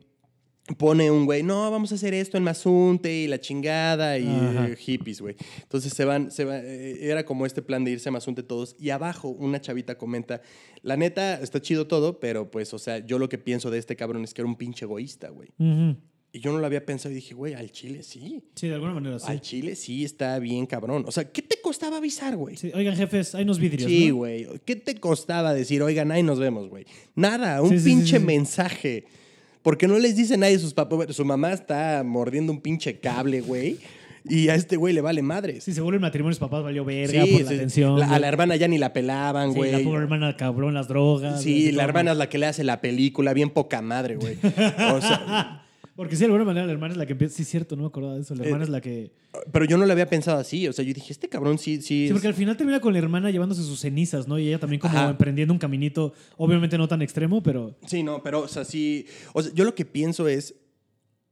[SPEAKER 2] pone un güey, no, vamos a hacer esto en Mazunte y la chingada y
[SPEAKER 1] Ajá.
[SPEAKER 2] eh, hippies, güey. Entonces se van, se va- eh, era como este plan de irse a Mazunte todos y abajo una chavita comenta, la neta está chido todo, pero pues, o sea, yo lo que pienso de este cabrón es que era un pinche egoísta, güey.
[SPEAKER 1] Ujú.
[SPEAKER 2] Y yo no lo había pensado y dije, güey, al chile sí.
[SPEAKER 1] Sí, de alguna manera, sí.
[SPEAKER 2] Al chile sí está bien cabrón. O sea, ¿qué te costaba avisar, güey?
[SPEAKER 1] Sí, Oigan, jefes, hay unos vidrios,
[SPEAKER 2] Sí,
[SPEAKER 1] ¿no?
[SPEAKER 2] güey. ¿Qué te costaba decir, oigan, ahí nos vemos, güey? Nada, un
[SPEAKER 1] Sí, sí,
[SPEAKER 2] pinche
[SPEAKER 1] sí, sí.
[SPEAKER 2] mensaje. Porque no les dice nadie sus papás. Su mamá está mordiendo un pinche cable, güey. Y a este güey le vale madres.
[SPEAKER 1] Sí, seguro el matrimonio de sus papás valió verga por la
[SPEAKER 2] sí.
[SPEAKER 1] atención.
[SPEAKER 2] La- a
[SPEAKER 1] güey.
[SPEAKER 2] la hermana ya ni la pelaban,
[SPEAKER 1] Sí,
[SPEAKER 2] güey.
[SPEAKER 1] la pobre hermana, cabrón, las drogas.
[SPEAKER 2] Sí,
[SPEAKER 1] güey,
[SPEAKER 2] la
[SPEAKER 1] todo.
[SPEAKER 2] hermana es la que le hace la película, bien poca madre, güey. O sea,
[SPEAKER 1] Porque sí, de alguna manera la hermana es la que empieza... Sí, cierto, no me acordaba de eso.
[SPEAKER 2] Eh,
[SPEAKER 1] La hermana es la que...
[SPEAKER 2] pero yo no lo había pensado así. O sea, yo dije, este cabrón sí, sí.
[SPEAKER 1] Sí, porque al final termina con la hermana llevándose sus cenizas, ¿no? Y ella también como
[SPEAKER 2] Ajá.
[SPEAKER 1] emprendiendo un caminito, obviamente no tan extremo, pero...
[SPEAKER 2] Sí, no, pero, o sea, sí. O sea, yo lo que pienso es,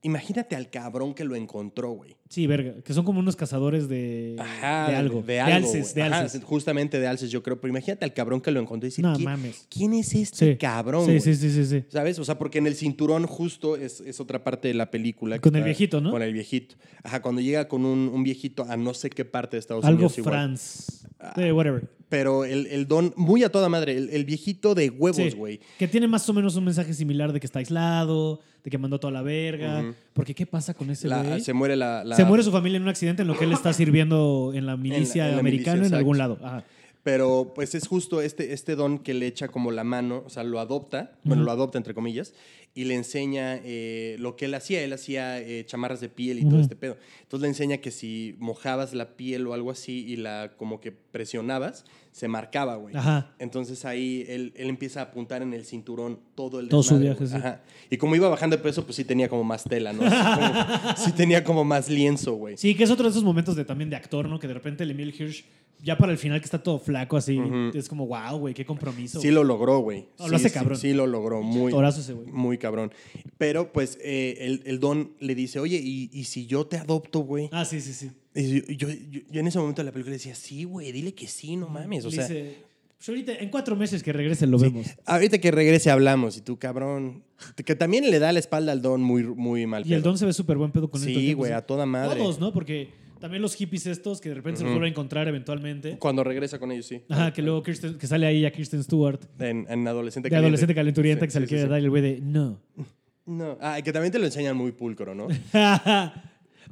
[SPEAKER 2] imagínate al cabrón que lo encontró, güey.
[SPEAKER 1] Sí, verga, que son como unos cazadores de,
[SPEAKER 2] Ajá,
[SPEAKER 1] eh, de algo.
[SPEAKER 2] De, algo,
[SPEAKER 1] alces, de
[SPEAKER 2] güey. Ajá,
[SPEAKER 1] alces.
[SPEAKER 2] justamente de alces, yo creo. Pero imagínate al cabrón que lo encontró y decir,
[SPEAKER 1] No
[SPEAKER 2] "¿Qui-
[SPEAKER 1] mames.
[SPEAKER 2] ¿quién es este
[SPEAKER 1] Sí.
[SPEAKER 2] cabrón?
[SPEAKER 1] Sí,
[SPEAKER 2] güey?"
[SPEAKER 1] sí, sí, sí, sí.
[SPEAKER 2] ¿Sabes? O sea, porque en el cinturón justo es, es otra parte de la película. que
[SPEAKER 1] Con el
[SPEAKER 2] está-
[SPEAKER 1] viejito, ¿no?
[SPEAKER 2] Con el viejito. Ajá, cuando llega con un, un viejito a no sé qué parte de Estados
[SPEAKER 1] Algo
[SPEAKER 2] Unidos. igual.
[SPEAKER 1] France. Sí, whatever.
[SPEAKER 2] Pero el, el don, muy a toda madre, el, el viejito de
[SPEAKER 1] Sí,
[SPEAKER 2] huevos, güey.
[SPEAKER 1] que tiene más o menos un mensaje similar de que está aislado, de que mandó toda la verga.
[SPEAKER 2] Ujú.
[SPEAKER 1] Porque, ¿qué pasa con ese
[SPEAKER 2] La-
[SPEAKER 1] güey?
[SPEAKER 2] se
[SPEAKER 1] Se,
[SPEAKER 2] muere la, la-
[SPEAKER 1] muere su familia en un accidente en lo que él está sirviendo en la milicia
[SPEAKER 2] en la
[SPEAKER 1] americana
[SPEAKER 2] milicia,
[SPEAKER 1] en algún lado.
[SPEAKER 2] exacto.
[SPEAKER 1] Ajá.
[SPEAKER 2] Pero pues es justo este, este don que le echa como la mano, o sea, lo adopta, bueno, lo adopta entre comillas, y le enseña eh, lo que él hacía. Él hacía eh, chamarras de piel y todo este pedo. Entonces le enseña que si mojabas la piel o algo así y la como que presionabas, se marcaba, güey.
[SPEAKER 1] Ajá.
[SPEAKER 2] Entonces ahí él, él empieza a apuntar en el cinturón todo el
[SPEAKER 1] Todo su
[SPEAKER 2] desmadre,
[SPEAKER 1] viaje,
[SPEAKER 2] güey.
[SPEAKER 1] sí.
[SPEAKER 2] Ajá. Y como iba bajando de peso, pues sí tenía como más tela, ¿no? Así como- sí tenía como más lienzo, güey.
[SPEAKER 1] Sí, que es otro de esos momentos de, también de actor, ¿no? Que de repente el Emil Hirsch, ya para el final que está todo flaco así, es como, wow, güey, qué compromiso.
[SPEAKER 2] Sí lo logró, güey.
[SPEAKER 1] No, lo hace
[SPEAKER 2] Sí,
[SPEAKER 1] cabrón.
[SPEAKER 2] Sí, sí lo logró, muy,
[SPEAKER 1] Torazo ese güey.
[SPEAKER 2] muy cabrón. Pero pues eh, el, el don le dice, oye, ¿y, y si yo te adopto, güey?
[SPEAKER 1] Ah, sí, sí, sí.
[SPEAKER 2] Y Yo, yo- yo- yo en ese momento de la película decía, sí, güey, dile que sí, no mames. O
[SPEAKER 1] Le
[SPEAKER 2] sea,
[SPEAKER 1] dice, "Pues ahorita, en cuatro meses que regrese lo vemos.
[SPEAKER 2] ahorita que regrese hablamos y tú, cabrón, que también le da la espalda al don muy, muy mal.
[SPEAKER 1] Y el
[SPEAKER 2] pedo.
[SPEAKER 1] don se ve súper buen pedo con él todo el
[SPEAKER 2] Sí,
[SPEAKER 1] tiempo,
[SPEAKER 2] güey, a toda madre.
[SPEAKER 1] Todos, ¿no? Porque también los hippies estos que de repente se los vuelven a encontrar eventualmente.
[SPEAKER 2] Cuando regresa con ellos, sí.
[SPEAKER 1] Ajá, que luego Kirsten- que sale ahí a Kirsten Stewart,
[SPEAKER 2] En, en adolescente
[SPEAKER 1] de adolescente
[SPEAKER 2] Caliente.
[SPEAKER 1] calenturienta,
[SPEAKER 2] Sí,
[SPEAKER 1] que se le
[SPEAKER 2] sí, sí,
[SPEAKER 1] quiere
[SPEAKER 2] sí.
[SPEAKER 1] dar y el güey de no.
[SPEAKER 2] No. Ah, y que también te lo enseñan muy pulcro, ¿no?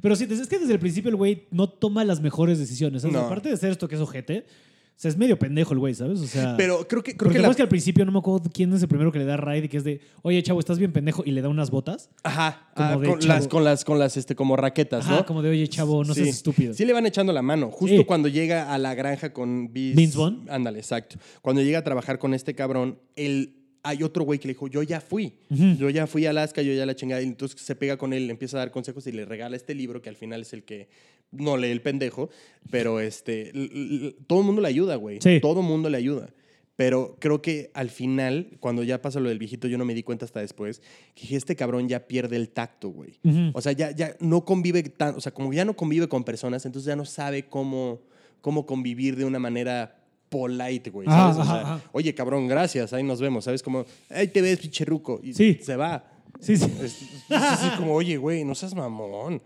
[SPEAKER 1] Pero sí, es que desde el principio el güey no toma las mejores decisiones. ¿sabes?
[SPEAKER 2] No.
[SPEAKER 1] Aparte de ser esto que es ojete, o sea, es medio pendejo el güey, ¿sabes? O sea.
[SPEAKER 2] Pero creo que, creo
[SPEAKER 1] porque
[SPEAKER 2] que
[SPEAKER 1] lo
[SPEAKER 2] la...
[SPEAKER 1] más que al principio no me acuerdo quién es el primero que le da raid y que es de, oye, chavo, estás bien pendejo y le da unas botas.
[SPEAKER 2] Ajá,
[SPEAKER 1] Como
[SPEAKER 2] ah,
[SPEAKER 1] de
[SPEAKER 2] con,
[SPEAKER 1] chavo.
[SPEAKER 2] las, con las, con las, este, como raquetas,
[SPEAKER 1] Ajá,
[SPEAKER 2] ¿no?
[SPEAKER 1] como de, oye, chavo, no
[SPEAKER 2] Sí.
[SPEAKER 1] seas estúpido.
[SPEAKER 2] Sí le van echando la mano, justo
[SPEAKER 1] Sí.
[SPEAKER 2] cuando llega a la granja con Vince.
[SPEAKER 1] Vince Vaughn.
[SPEAKER 2] Ándale, exacto. Cuando llega a trabajar con este cabrón, él, hay otro güey que le dijo, yo ya fui, yo ya fui a Alaska, yo ya la chingada. Y entonces se pega con él, le empieza a dar consejos y le regala este libro que al final es el que no lee el pendejo, pero este, l- l- todo el mundo le ayuda, güey.
[SPEAKER 1] Sí.
[SPEAKER 2] Todo el mundo le ayuda. Pero creo que al final, cuando ya pasa lo del viejito, yo no me di cuenta hasta después, que dije, este cabrón ya pierde el tacto, güey.
[SPEAKER 1] Ujú.
[SPEAKER 2] O sea, ya, ya no convive tan, o sea, como ya no convive con personas, entonces ya no sabe cómo, cómo convivir de una manera polite, güey.
[SPEAKER 1] Ah,
[SPEAKER 2] ¿sabes? O
[SPEAKER 1] ajá,
[SPEAKER 2] sea,
[SPEAKER 1] ajá.
[SPEAKER 2] oye, cabrón, gracias, ahí nos vemos, ¿sabes? Como, ahí te ves, pinche ruco", Y
[SPEAKER 1] Sí.
[SPEAKER 2] se va.
[SPEAKER 1] Sí, sí.
[SPEAKER 2] Es, es así como, oye, güey, no seas mamón.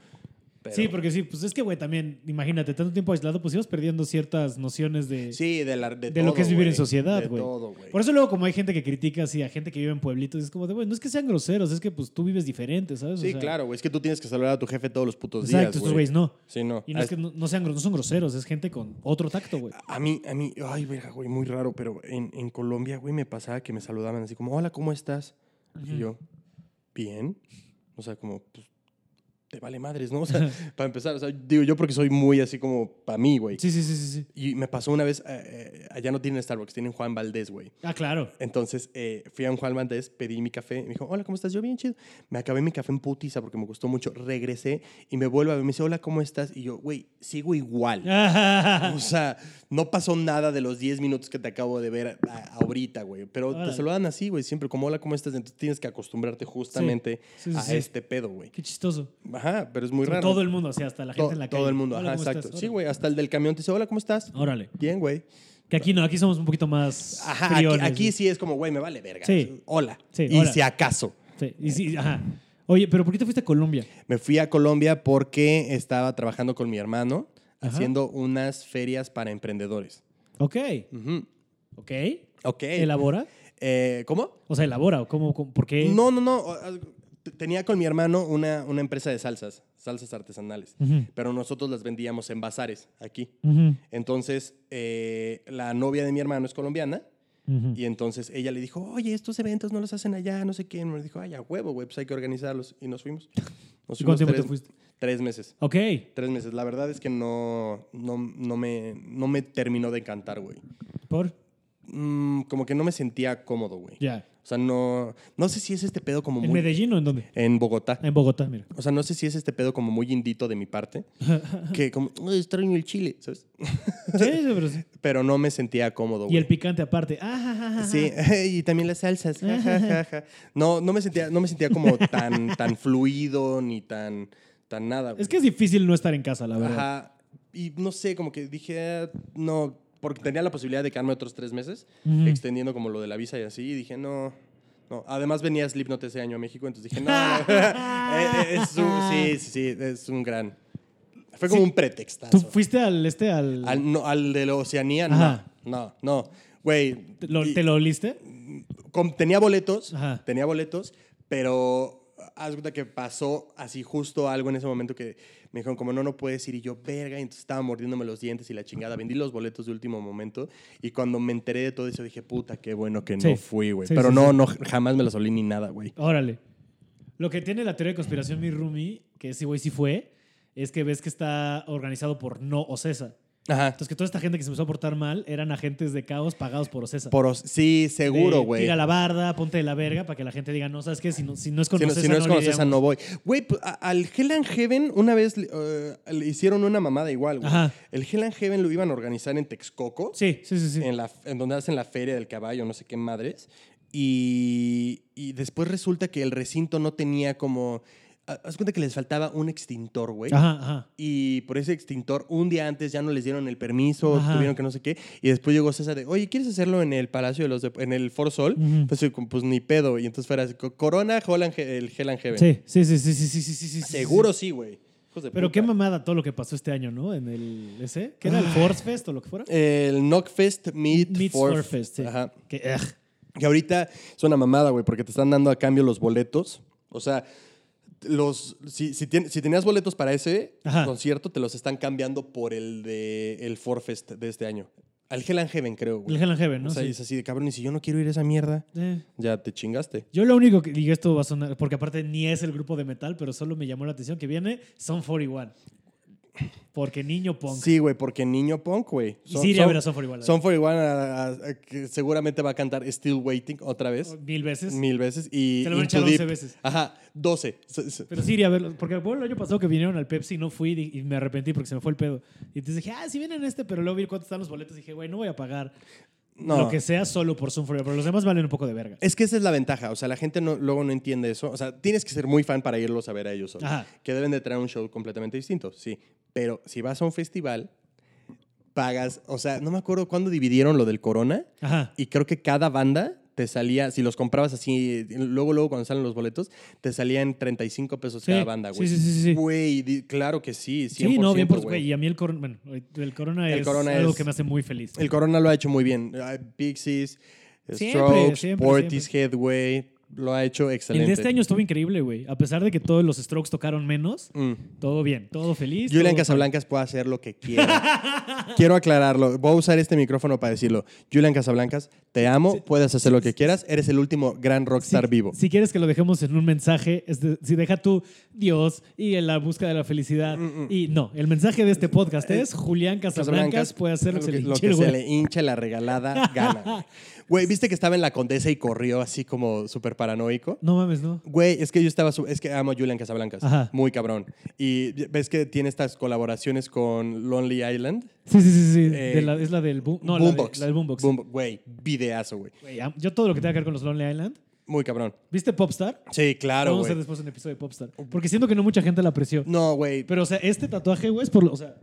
[SPEAKER 2] Pero-
[SPEAKER 1] Sí, porque sí, pues es que, güey, también, imagínate, tanto tiempo aislado, pues ibas perdiendo ciertas nociones de,
[SPEAKER 2] Sí, de, la, de,
[SPEAKER 1] de lo
[SPEAKER 2] todo,
[SPEAKER 1] que es vivir en
[SPEAKER 2] güey.
[SPEAKER 1] sociedad,
[SPEAKER 2] De
[SPEAKER 1] güey.
[SPEAKER 2] todo, güey.
[SPEAKER 1] Por eso luego como hay gente que critica así a gente que vive en pueblitos, es como de, güey, no es que sean groseros, es que pues tú vives diferente, ¿sabes? O
[SPEAKER 2] Sí,
[SPEAKER 1] sea,
[SPEAKER 2] claro, güey. Es que tú tienes que saludar a tu jefe todos los putos
[SPEAKER 1] Exacto,
[SPEAKER 2] días,
[SPEAKER 1] estos güeyes no.
[SPEAKER 2] Sí, no.
[SPEAKER 1] Y no es
[SPEAKER 2] Ah,
[SPEAKER 1] que no, no sean, gro- no son groseros, es gente con otro tacto, güey.
[SPEAKER 2] A mí, a mí, ay, verga, güey, muy raro, pero en, en Colombia, güey, me pasaba que me saludaban así como, hola, ¿cómo estás? Y yo, bien. O sea, como, pues, te vale madres, ¿no? O sea, para empezar, o sea, digo yo porque soy muy así como para mí, güey.
[SPEAKER 1] Sí, sí, sí, sí, sí.
[SPEAKER 2] Y me pasó una vez, eh, eh, allá no tienen Starbucks, tienen Juan Valdés, güey.
[SPEAKER 1] Ah, claro.
[SPEAKER 2] Entonces eh, fui a un Juan Valdés, pedí mi café, me dijo, hola, ¿cómo estás? Yo bien chido. Me acabé mi café en putiza porque me gustó mucho. Regresé y me vuelve a ver, me dice, hola, ¿cómo estás? Y yo, güey, sigo igual. O sea, no pasó nada de los 10 minutos que te acabo de ver a- a- ahorita, güey. Pero
[SPEAKER 1] Órale.
[SPEAKER 2] te saludan así, güey, siempre como hola, ¿cómo estás? Entonces tienes que acostumbrarte justamente
[SPEAKER 1] Sí, sí,
[SPEAKER 2] a
[SPEAKER 1] sí.
[SPEAKER 2] este pedo, güey.
[SPEAKER 1] Qué chistoso.
[SPEAKER 2] Ajá, pero es muy raro.
[SPEAKER 1] Todo el mundo, así hasta la gente
[SPEAKER 2] To-
[SPEAKER 1] en la calle.
[SPEAKER 2] todo el mundo,
[SPEAKER 1] Hola,
[SPEAKER 2] ajá,
[SPEAKER 1] ¿cómo
[SPEAKER 2] exacto.
[SPEAKER 1] estás?
[SPEAKER 2] Sí,
[SPEAKER 1] Órale.
[SPEAKER 2] güey, hasta el del camión te dice, hola, ¿cómo estás?
[SPEAKER 1] Órale.
[SPEAKER 2] Bien, güey.
[SPEAKER 1] Que aquí no, aquí somos un poquito más
[SPEAKER 2] Ajá, aquí-
[SPEAKER 1] friones,
[SPEAKER 2] aquí,
[SPEAKER 1] güey.
[SPEAKER 2] sí es como, güey, me vale verga.
[SPEAKER 1] Sí.
[SPEAKER 2] Hola.
[SPEAKER 1] Sí,
[SPEAKER 2] y
[SPEAKER 1] hola.
[SPEAKER 2] si acaso.
[SPEAKER 1] Sí, y sí, ajá. Oye, pero ¿por qué te fuiste a Colombia?
[SPEAKER 2] Me fui a Colombia porque estaba trabajando con mi hermano
[SPEAKER 1] Ajá.
[SPEAKER 2] haciendo unas ferias para emprendedores.
[SPEAKER 1] Ok.
[SPEAKER 2] Ujú.
[SPEAKER 1] Ok.
[SPEAKER 2] Ok.
[SPEAKER 1] ¿Elabora?
[SPEAKER 2] Eh, ¿Cómo?
[SPEAKER 1] O sea, elabora, o cómo, cómo- por qué.
[SPEAKER 2] No, no, no. O- o- t- Tenía con mi hermano una, una empresa de salsas, salsas artesanales,
[SPEAKER 1] Ujú.
[SPEAKER 2] pero nosotros las vendíamos en bazares aquí.
[SPEAKER 1] Ujú,
[SPEAKER 2] Entonces, eh, la novia de mi hermano es colombiana
[SPEAKER 1] ujú.
[SPEAKER 2] y entonces ella le dijo, oye, estos eventos no los hacen allá, no sé quién. Me dijo, ay, a huevo, güey, pues hay que organizarlos. Y nos fuimos. Nos
[SPEAKER 1] ¿Y cuánto tiempo te
[SPEAKER 2] tres,
[SPEAKER 1] fuiste?
[SPEAKER 2] Tres meses.
[SPEAKER 1] Ok.
[SPEAKER 2] Tres meses. La verdad es que no, no, no, me, no me terminó de encantar, güey.
[SPEAKER 1] ¿Por?
[SPEAKER 2] Mm, como que no me sentía cómodo, güey.
[SPEAKER 1] Ya.
[SPEAKER 2] O sea, no, no sé si es este pedo como
[SPEAKER 1] ¿En
[SPEAKER 2] muy...
[SPEAKER 1] Medellín o en dónde?
[SPEAKER 2] En Bogotá.
[SPEAKER 1] Ah, En Bogotá, mira.
[SPEAKER 2] O sea, no sé si es este pedo como muy indito de mi parte, que como, "Ay, extraño el chile, ¿sabes?
[SPEAKER 1] Sí, sí, pero sí.
[SPEAKER 2] Pero no me sentía cómodo,
[SPEAKER 1] Y
[SPEAKER 2] güey.
[SPEAKER 1] el picante aparte. Ah, ja, ja, ja,
[SPEAKER 2] Sí,
[SPEAKER 1] ja.
[SPEAKER 2] y también las salsas. ja, ja, ja, ja. No, no me sentía, no me sentía como tan, tan fluido ni tan, tan nada, güey.
[SPEAKER 1] Es que es difícil no estar en casa, la verdad.
[SPEAKER 2] Ajá. Y no sé, como que dije, "Ah, no, porque tenía la posibilidad de quedarme otros tres meses,
[SPEAKER 1] Ujú.
[SPEAKER 2] extendiendo como lo de la visa y así, y dije, no. No, además venía Slipknot ese año a México, entonces dije, no, no, eh, eh, es un, sí, sí, sí, es un gran. Fue como
[SPEAKER 1] Sí.
[SPEAKER 2] un pretextazo.
[SPEAKER 1] ¿Tú fuiste al este, al.
[SPEAKER 2] Al, no, al de la Oceanía,
[SPEAKER 1] Ajá.
[SPEAKER 2] no, no, no. Güey,
[SPEAKER 1] ¿Te lo,
[SPEAKER 2] y-
[SPEAKER 1] te lo oliste?
[SPEAKER 2] com- tenía boletos,
[SPEAKER 1] Ajá.
[SPEAKER 2] tenía boletos, pero a- haz cuenta que pasó así justo algo en ese momento que me dijeron como no, no puedes ir y yo verga, y entonces estaba mordiéndome los dientes y la chingada, vendí los boletos de último momento y cuando me enteré de todo eso dije, puta, qué bueno que no
[SPEAKER 1] Sí.
[SPEAKER 2] fui, güey.
[SPEAKER 1] Sí,
[SPEAKER 2] Pero
[SPEAKER 1] sí,
[SPEAKER 2] no,
[SPEAKER 1] sí.
[SPEAKER 2] no, jamás me lo solí ni nada, güey.
[SPEAKER 1] Órale. Lo que tiene la teoría de conspiración, mi roomie, que ese güey sí fue, es que ves que está organizado por no Ocesa.
[SPEAKER 2] Ajá.
[SPEAKER 1] Entonces, que toda esta gente que se empezó a portar mal eran agentes de caos pagados por Ocesa.
[SPEAKER 2] Por, sí, seguro,
[SPEAKER 1] De,
[SPEAKER 2] güey.
[SPEAKER 1] Eh, Tira la barda, ponte de la verga para que la gente diga, no, ¿sabes qué? Si no, si no es con
[SPEAKER 2] Si no,
[SPEAKER 1] Ocesa,
[SPEAKER 2] si no es
[SPEAKER 1] le
[SPEAKER 2] con César,
[SPEAKER 1] iríamos".
[SPEAKER 2] no voy. Güey, pues, a- al Hell and Heaven una vez eh, le hicieron una mamada igual, güey.
[SPEAKER 1] Ajá.
[SPEAKER 2] El Hell and Heaven lo iban a organizar en Texcoco.
[SPEAKER 1] Sí, sí, sí. sí.
[SPEAKER 2] en, la, en donde hacen la feria del caballo, no sé qué madres. Y, y después resulta que el recinto no tenía como... ha- Haz cuenta que les faltaba un extintor, güey.
[SPEAKER 1] Ajá, ajá.
[SPEAKER 2] Y por ese extintor, un día antes ya no les dieron el permiso,
[SPEAKER 1] Ajá.
[SPEAKER 2] tuvieron que no sé qué. Y después llegó César de, oye, ¿quieres hacerlo en el Palacio de los... Dep- en el For Sol?
[SPEAKER 1] Ujú.
[SPEAKER 2] Pues, yo como, pues ni pedo. Y entonces fuera así, co- Corona, Holland, el Hell and Heaven.
[SPEAKER 1] Sí, sí, sí, sí, sí, sí, sí, sí, sí. sí.
[SPEAKER 2] Seguro sí, güey. Hijos de
[SPEAKER 1] Pero
[SPEAKER 2] puta.
[SPEAKER 1] qué mamada todo lo que pasó este año, ¿no? En el ese, que era el
[SPEAKER 2] Ah.
[SPEAKER 1] Force Fest o lo que fuera.
[SPEAKER 2] El Knockfest Meet,
[SPEAKER 1] Meets
[SPEAKER 2] Forf-
[SPEAKER 1] Force Fest, sí.
[SPEAKER 2] Ajá.
[SPEAKER 1] Que, ugh.
[SPEAKER 2] Que ahorita es una mamada, güey, porque te están dando a cambio los boletos. O sea, los, si, si, tien- si tenías boletos para ese
[SPEAKER 1] Ajá.
[SPEAKER 2] concierto, te los están cambiando por el de el Forfest de este año. Al Hell and Heaven, creo,
[SPEAKER 1] el
[SPEAKER 2] güey.
[SPEAKER 1] Hell and Heaven, ¿no?
[SPEAKER 2] O sea,
[SPEAKER 1] Sí.
[SPEAKER 2] y es así de cabrón, y si yo no quiero ir a esa mierda,
[SPEAKER 1] Eh.
[SPEAKER 2] ya te chingaste.
[SPEAKER 1] Yo lo único que digo, esto va a sonar, porque aparte ni es el grupo de metal, pero solo me llamó la atención que viene Son 41. Porque niño punk.
[SPEAKER 2] Sí, güey, porque niño punk, güey.
[SPEAKER 1] y sí iría a ver a Son 41.
[SPEAKER 2] Son 41 a- a- a- que seguramente va a cantar Still Waiting otra vez.
[SPEAKER 1] ¿eh? mil veces.
[SPEAKER 2] Mil veces. Y
[SPEAKER 1] Se lo van a
[SPEAKER 2] Into
[SPEAKER 1] echar 11
[SPEAKER 2] Deep.
[SPEAKER 1] veces.
[SPEAKER 2] Ajá, 12. Se- se-
[SPEAKER 1] Pero sí iría a verlo. Porque bueno, el año pasado que vinieron al Pepsi no fui y- y me arrepentí porque se me fue el pedo. Y entonces dije, ah, sí vienen este, pero luego vi cuánto están los boletos y dije, güey, no voy a pagar
[SPEAKER 2] No.
[SPEAKER 1] lo que sea solo por Son 41. Pero los demás valen un poco de verga.
[SPEAKER 2] Es que esa es la ventaja. O sea, la gente no, luego no entiende eso. O sea, tienes que ser muy fan para irlos a ver a ellos solos.
[SPEAKER 1] Ajá.
[SPEAKER 2] Que deben de traer un show completamente distinto, sí. Pero si vas a un festival, pagas. O sea, no me acuerdo cuándo dividieron lo del Corona.
[SPEAKER 1] Ajá.
[SPEAKER 2] Y creo que cada banda te salía, si los comprabas así, luego, luego cuando salen los boletos, te salían 35 pesos
[SPEAKER 1] Sí,
[SPEAKER 2] cada banda, güey.
[SPEAKER 1] sí, sí, sí, sí.
[SPEAKER 2] Güey, di- claro que sí, 100%,
[SPEAKER 1] Sí, no, bien por su- güey.
[SPEAKER 2] güey.
[SPEAKER 1] Y a mí el corona, bueno, el corona
[SPEAKER 2] El
[SPEAKER 1] es
[SPEAKER 2] corona
[SPEAKER 1] algo
[SPEAKER 2] es-
[SPEAKER 1] que me hace muy feliz.
[SPEAKER 2] El Corona lo ha hecho muy bien. Ah, Pixies,
[SPEAKER 1] Siempre,
[SPEAKER 2] Strokes,
[SPEAKER 1] siempre,
[SPEAKER 2] Portishead, güey. Lo ha hecho excelente.
[SPEAKER 1] El de este año estuvo increíble, güey. A pesar de que todos los Strokes tocaron menos,
[SPEAKER 2] Mm.
[SPEAKER 1] todo bien, todo feliz.
[SPEAKER 2] Julian
[SPEAKER 1] todo-
[SPEAKER 2] Casablancas puede hacer lo que quiera. Quiero aclararlo. Voy a usar este micrófono para decirlo. Julian Casablancas, te amo. puedes hacer lo que quieras. Eres el último gran
[SPEAKER 1] Si-
[SPEAKER 2] rockstar vivo.
[SPEAKER 1] Si quieres que lo dejemos en un mensaje, es de- si deja tú Dios y en la búsqueda de la felicidad.
[SPEAKER 2] Mm,
[SPEAKER 1] Y no, el mensaje de este podcast
[SPEAKER 2] Eh,
[SPEAKER 1] es Julián Casablancas puede hacer lo que se le hinche el
[SPEAKER 2] se
[SPEAKER 1] huevo.
[SPEAKER 2] le hinche la regalada gana. güey. Güey, ¿viste que estaba en la condesa y corrió así como súper paranoico?
[SPEAKER 1] No mames, ¿no?
[SPEAKER 2] Güey, es que yo estaba. su- Es que amo a Julian Casablancas.
[SPEAKER 1] Ajá.
[SPEAKER 2] Muy cabrón. Y ves que tiene estas colaboraciones con Lonely Island.
[SPEAKER 1] Sí, sí, sí, sí.
[SPEAKER 2] Eh,
[SPEAKER 1] de la- es la del boom, no, la de-
[SPEAKER 2] Boombox.
[SPEAKER 1] La, del Boombox.
[SPEAKER 2] Boom- güey, videazo, güey.
[SPEAKER 1] Güey, am- yo todo lo que tenga que ver con los Lonely Island.
[SPEAKER 2] Muy cabrón.
[SPEAKER 1] ¿Viste Popstar?
[SPEAKER 2] Sí, claro,
[SPEAKER 1] Vamos a hacer
[SPEAKER 2] güey.
[SPEAKER 1] después un episodio de Popstar. Porque siento que no mucha gente la apreció.
[SPEAKER 2] No, güey.
[SPEAKER 1] Pero, o sea, este tatuaje, güey, es por. lo- O sea.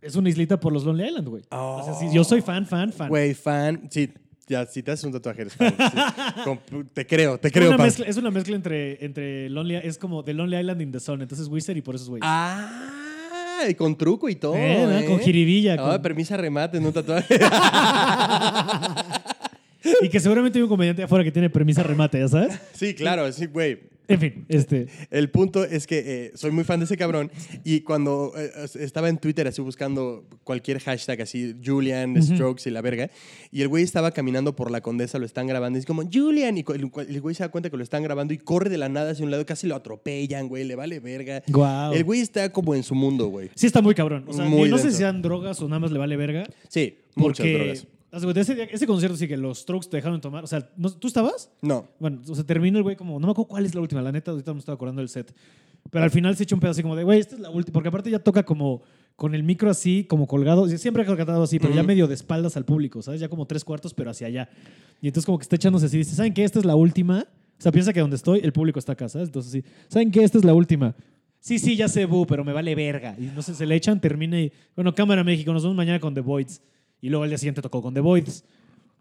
[SPEAKER 1] Es una islita por los Lonely Island, güey. O sea, sí, yo soy fan, fan, fan.
[SPEAKER 2] Güey, fan. Sí, ya, si te haces un tatuaje, eres fan. Sí. Com- te creo, te
[SPEAKER 1] Es
[SPEAKER 2] creo,
[SPEAKER 1] una
[SPEAKER 2] Paz.
[SPEAKER 1] mezcla- es una mezcla entre, entre Lonely Es como The Lonely Island in the Sun. Entonces, Wizard y por eso es güey.
[SPEAKER 2] Ah, y con truco y todo.
[SPEAKER 1] Eh, ¿no?
[SPEAKER 2] ¿eh?
[SPEAKER 1] Con jiribilla,
[SPEAKER 2] Ah,
[SPEAKER 1] con-
[SPEAKER 2] permisa remate en un tatuaje.
[SPEAKER 1] Y que seguramente hay un comediante afuera que tiene permisa remate, ¿ya sabes?
[SPEAKER 2] sí, claro, sí, güey.
[SPEAKER 1] En fin, este.
[SPEAKER 2] El punto es que eh, soy muy fan de ese cabrón y cuando eh, estaba en Twitter así buscando cualquier hashtag así, Julian, Strokes y la verga, y el güey estaba caminando por la condesa, lo están grabando, y es como, Julian, y cu- el cu- el güey se da cuenta que lo están grabando y corre de la nada hacia un lado, casi lo atropellan, güey, le vale verga.
[SPEAKER 1] Guau.
[SPEAKER 2] El güey está como en su mundo, güey.
[SPEAKER 1] Sí, está muy cabrón. O sea,
[SPEAKER 2] Muy
[SPEAKER 1] ni- no sé
[SPEAKER 2] denso.
[SPEAKER 1] si sean drogas o nada más le vale verga.
[SPEAKER 2] Sí, muchas
[SPEAKER 1] Porque.
[SPEAKER 2] drogas.
[SPEAKER 1] haz de cuenta, Ese, día- ese concierto sí que los Strokes te dejaron tomar. O sea, ¿no- ¿tú estabas?
[SPEAKER 2] No.
[SPEAKER 1] Bueno, o sea, termina el güey como, no me acuerdo cuál es la última, la neta, ahorita no me estaba acordando del set. Pero al final se echa un pedo así como de, güey, esta es la última, porque aparte ya toca como con el micro así, como colgado, o sea, siempre ha colgado así, pero ya medio de espaldas al público, ¿sabes? Ya como tres cuartos, pero hacia allá. Y entonces como que está echándose así, dice, ¿saben qué? Esta es la última. O sea, piensa que donde estoy, el público está acá, ¿sabes? Entonces sí, ¿saben qué? Esta es la última. Sí, sí, ya sé, bu, pero me vale verga. Y no sé, se le echan, termina y, bueno, Cámara México, nos vemos mañana con The Voids. Y luego al día siguiente tocó con The Voids.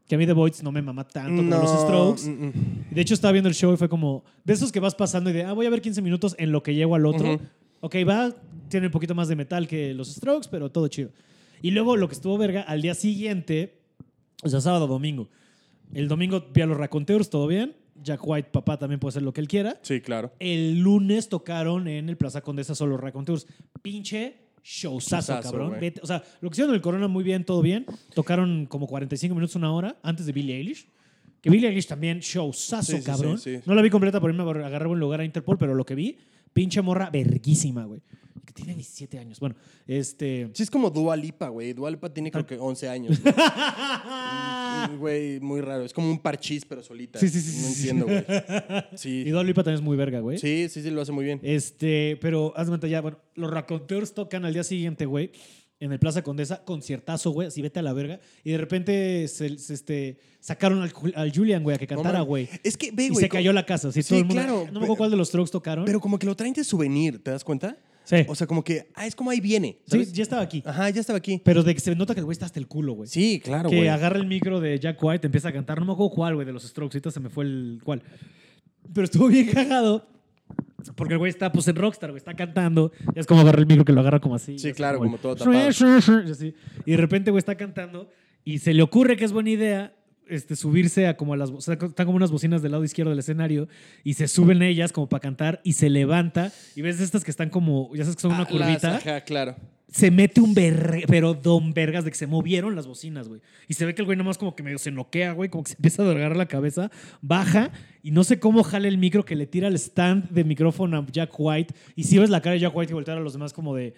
[SPEAKER 1] Que a mí The Voids no me mama tanto como los Strokes.
[SPEAKER 2] mm, mm.
[SPEAKER 1] Y De hecho, estaba viendo el show y fue como de esos que vas pasando y de, ah, voy a ver 15 minutos en lo que llego al otro.
[SPEAKER 2] Ujú.
[SPEAKER 1] Ok, va, tiene un poquito más de metal que los Strokes, pero todo chido. Y luego lo que estuvo verga, al día siguiente, o sea, sábado, domingo. El domingo vi a los Raconteurs, todo bien. Jack White, papá, también puede hacer lo que él quiera.
[SPEAKER 2] Sí, claro.
[SPEAKER 1] El lunes tocaron en el Plaza Condesa Solo Rock on Tours. Pinche showzazo,
[SPEAKER 2] Showzazo,
[SPEAKER 1] cabrón.
[SPEAKER 2] güey.
[SPEAKER 1] Vete- O sea, lo que hicieron en el Corona muy bien, todo bien. Tocaron como 45 minutos, una hora antes de Billie Eilish. Que Billie Eilish también showzazo,
[SPEAKER 2] Sí, sí,
[SPEAKER 1] cabrón.
[SPEAKER 2] sí, sí.
[SPEAKER 1] No la vi completa por irme a agarrar buen lugar a Interpol, pero lo que vi, pinche morra verguísima, güey. Que tiene 17 años. Bueno, este...
[SPEAKER 2] Sí, es como Dua Lipa, güey. Dua Lipa tiene creo que 11 años. güey. Güey, muy raro. Es como un parchís, pero solita.
[SPEAKER 1] Ah. Sí, sí, sí,
[SPEAKER 2] No
[SPEAKER 1] sí, sí.
[SPEAKER 2] entiendo, güey.
[SPEAKER 1] Y
[SPEAKER 2] Sí.
[SPEAKER 1] Dua Lipa también es muy verga, güey.
[SPEAKER 2] sí, sí, sí, lo hace muy bien.
[SPEAKER 1] Este, pero haz de cuenta ya, bueno, los raconteurs tocan al día siguiente, güey, en el Plaza Condesa, conciertazo, güey, así vete a la verga. Y de repente se, se, este, sacaron al, Ju- al Julian, güey, a que
[SPEAKER 2] No
[SPEAKER 1] cantara,
[SPEAKER 2] mames.
[SPEAKER 1] güey.
[SPEAKER 2] Es que, ve,
[SPEAKER 1] Eh, Y
[SPEAKER 2] güey.
[SPEAKER 1] se
[SPEAKER 2] co-
[SPEAKER 1] cayó la casa, así
[SPEAKER 2] Sí,
[SPEAKER 1] todo el mundo.
[SPEAKER 2] claro,
[SPEAKER 1] no me acuerdo
[SPEAKER 2] pero-
[SPEAKER 1] cuál de los Strokes tocaron.
[SPEAKER 2] Pero como que lo traen de souvenir, ¿te das cuenta?
[SPEAKER 1] sí,
[SPEAKER 2] O sea, como que, ah, es como ahí viene.
[SPEAKER 1] sí,
[SPEAKER 2] ¿sabes? Ah.
[SPEAKER 1] ya estaba aquí.
[SPEAKER 2] Ajá, ya estaba aquí.
[SPEAKER 1] Pero de que se nota que el güey está hasta el culo, güey.
[SPEAKER 2] Sí, claro,
[SPEAKER 1] que
[SPEAKER 2] güey.
[SPEAKER 1] agarra el micro de Jack White, empieza a cantar. No me acuerdo cuál, güey, de los Strokes. Ahorita se me fue el cuál. Pero estuvo bien cagado. Porque el güey está pues en Rockstar, güey, está cantando. Y es como agarra el micro que lo agarra como así.
[SPEAKER 2] Sí,
[SPEAKER 1] así
[SPEAKER 2] claro, como
[SPEAKER 1] el-
[SPEAKER 2] todo tapado.
[SPEAKER 1] Y así. Y de repente, güey, está cantando. Y se le ocurre que es buena idea este, subirse a como a las. bo- o sea, están como unas bocinas del lado izquierdo del escenario. Y se suben ellas como para cantar. Y se levanta. Y ves estas que están como. Ya sabes que son una
[SPEAKER 2] Ah, las-
[SPEAKER 1] curvita
[SPEAKER 2] ajá, claro.
[SPEAKER 1] se mete un verre, pero don vergas de que se movieron las bocinas, güey. Y se ve que el güey nomás como que medio se noquea, güey, como que se empieza a agarrar la cabeza, baja y no sé cómo jala el micro que le tira al stand de micrófono a Jack White. Y si ves la cara de Jack White y voltear a los demás como de...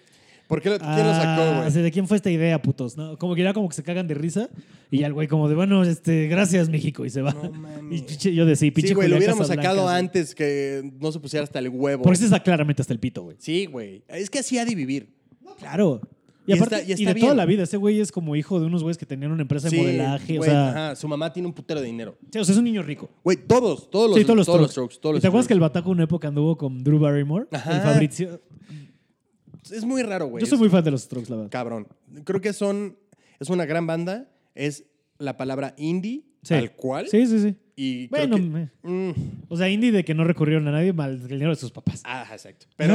[SPEAKER 2] ¿Por qué lo, quién lo sacó,
[SPEAKER 1] "Ah,
[SPEAKER 2] güey?
[SPEAKER 1] o sea, ¿De quién fue esta idea, putos? ¿no? Como que ya como que se cagan de risa y ya el güey como de, bueno, este, gracias México y se va.
[SPEAKER 2] No mames.
[SPEAKER 1] y pinche- yo decía, pinche
[SPEAKER 2] Sí, güey, lo
[SPEAKER 1] Julián
[SPEAKER 2] hubiéramos
[SPEAKER 1] Casablancas,
[SPEAKER 2] sacado
[SPEAKER 1] güey.
[SPEAKER 2] antes que no se pusiera hasta el huevo.
[SPEAKER 1] Porque ese está claramente hasta el pito, güey.
[SPEAKER 2] Sí, güey. Es que así ha de vivir.
[SPEAKER 1] Claro. Y,
[SPEAKER 2] Y
[SPEAKER 1] aparte,
[SPEAKER 2] está- y
[SPEAKER 1] y
[SPEAKER 2] está
[SPEAKER 1] de toda
[SPEAKER 2] bien.
[SPEAKER 1] la vida, ese güey es como hijo de unos güeyes que tenían una empresa de
[SPEAKER 2] Sí,
[SPEAKER 1] modelaje.
[SPEAKER 2] güey,
[SPEAKER 1] o, sea,
[SPEAKER 2] ajá, su mamá tiene un putero de dinero.
[SPEAKER 1] sí, o sea, es un niño rico.
[SPEAKER 2] Güey, todos, todos los,
[SPEAKER 1] sí, todos los,
[SPEAKER 2] todos
[SPEAKER 1] Strokes.
[SPEAKER 2] los strokes. Todos los
[SPEAKER 1] ¿Y ¿Te acuerdas que el
[SPEAKER 2] Strokes.
[SPEAKER 1] Bataco una época anduvo con Drew Barrymore?
[SPEAKER 2] Ajá. Pues,
[SPEAKER 1] El Fabrizio.
[SPEAKER 2] Es muy raro, güey.
[SPEAKER 1] Yo soy
[SPEAKER 2] Es
[SPEAKER 1] muy fan de los Strokes, la verdad.
[SPEAKER 2] Cabrón. Creo que son... Es una gran banda. Es la palabra indie,
[SPEAKER 1] Sí.
[SPEAKER 2] tal cual.
[SPEAKER 1] Sí, sí, sí.
[SPEAKER 2] Y creo
[SPEAKER 1] Bueno,
[SPEAKER 2] que-
[SPEAKER 1] me-
[SPEAKER 2] Mm,
[SPEAKER 1] o sea, Indy de que no recurrieron a nadie mal el dinero de sus papás.
[SPEAKER 2] Ah, exacto. Pero,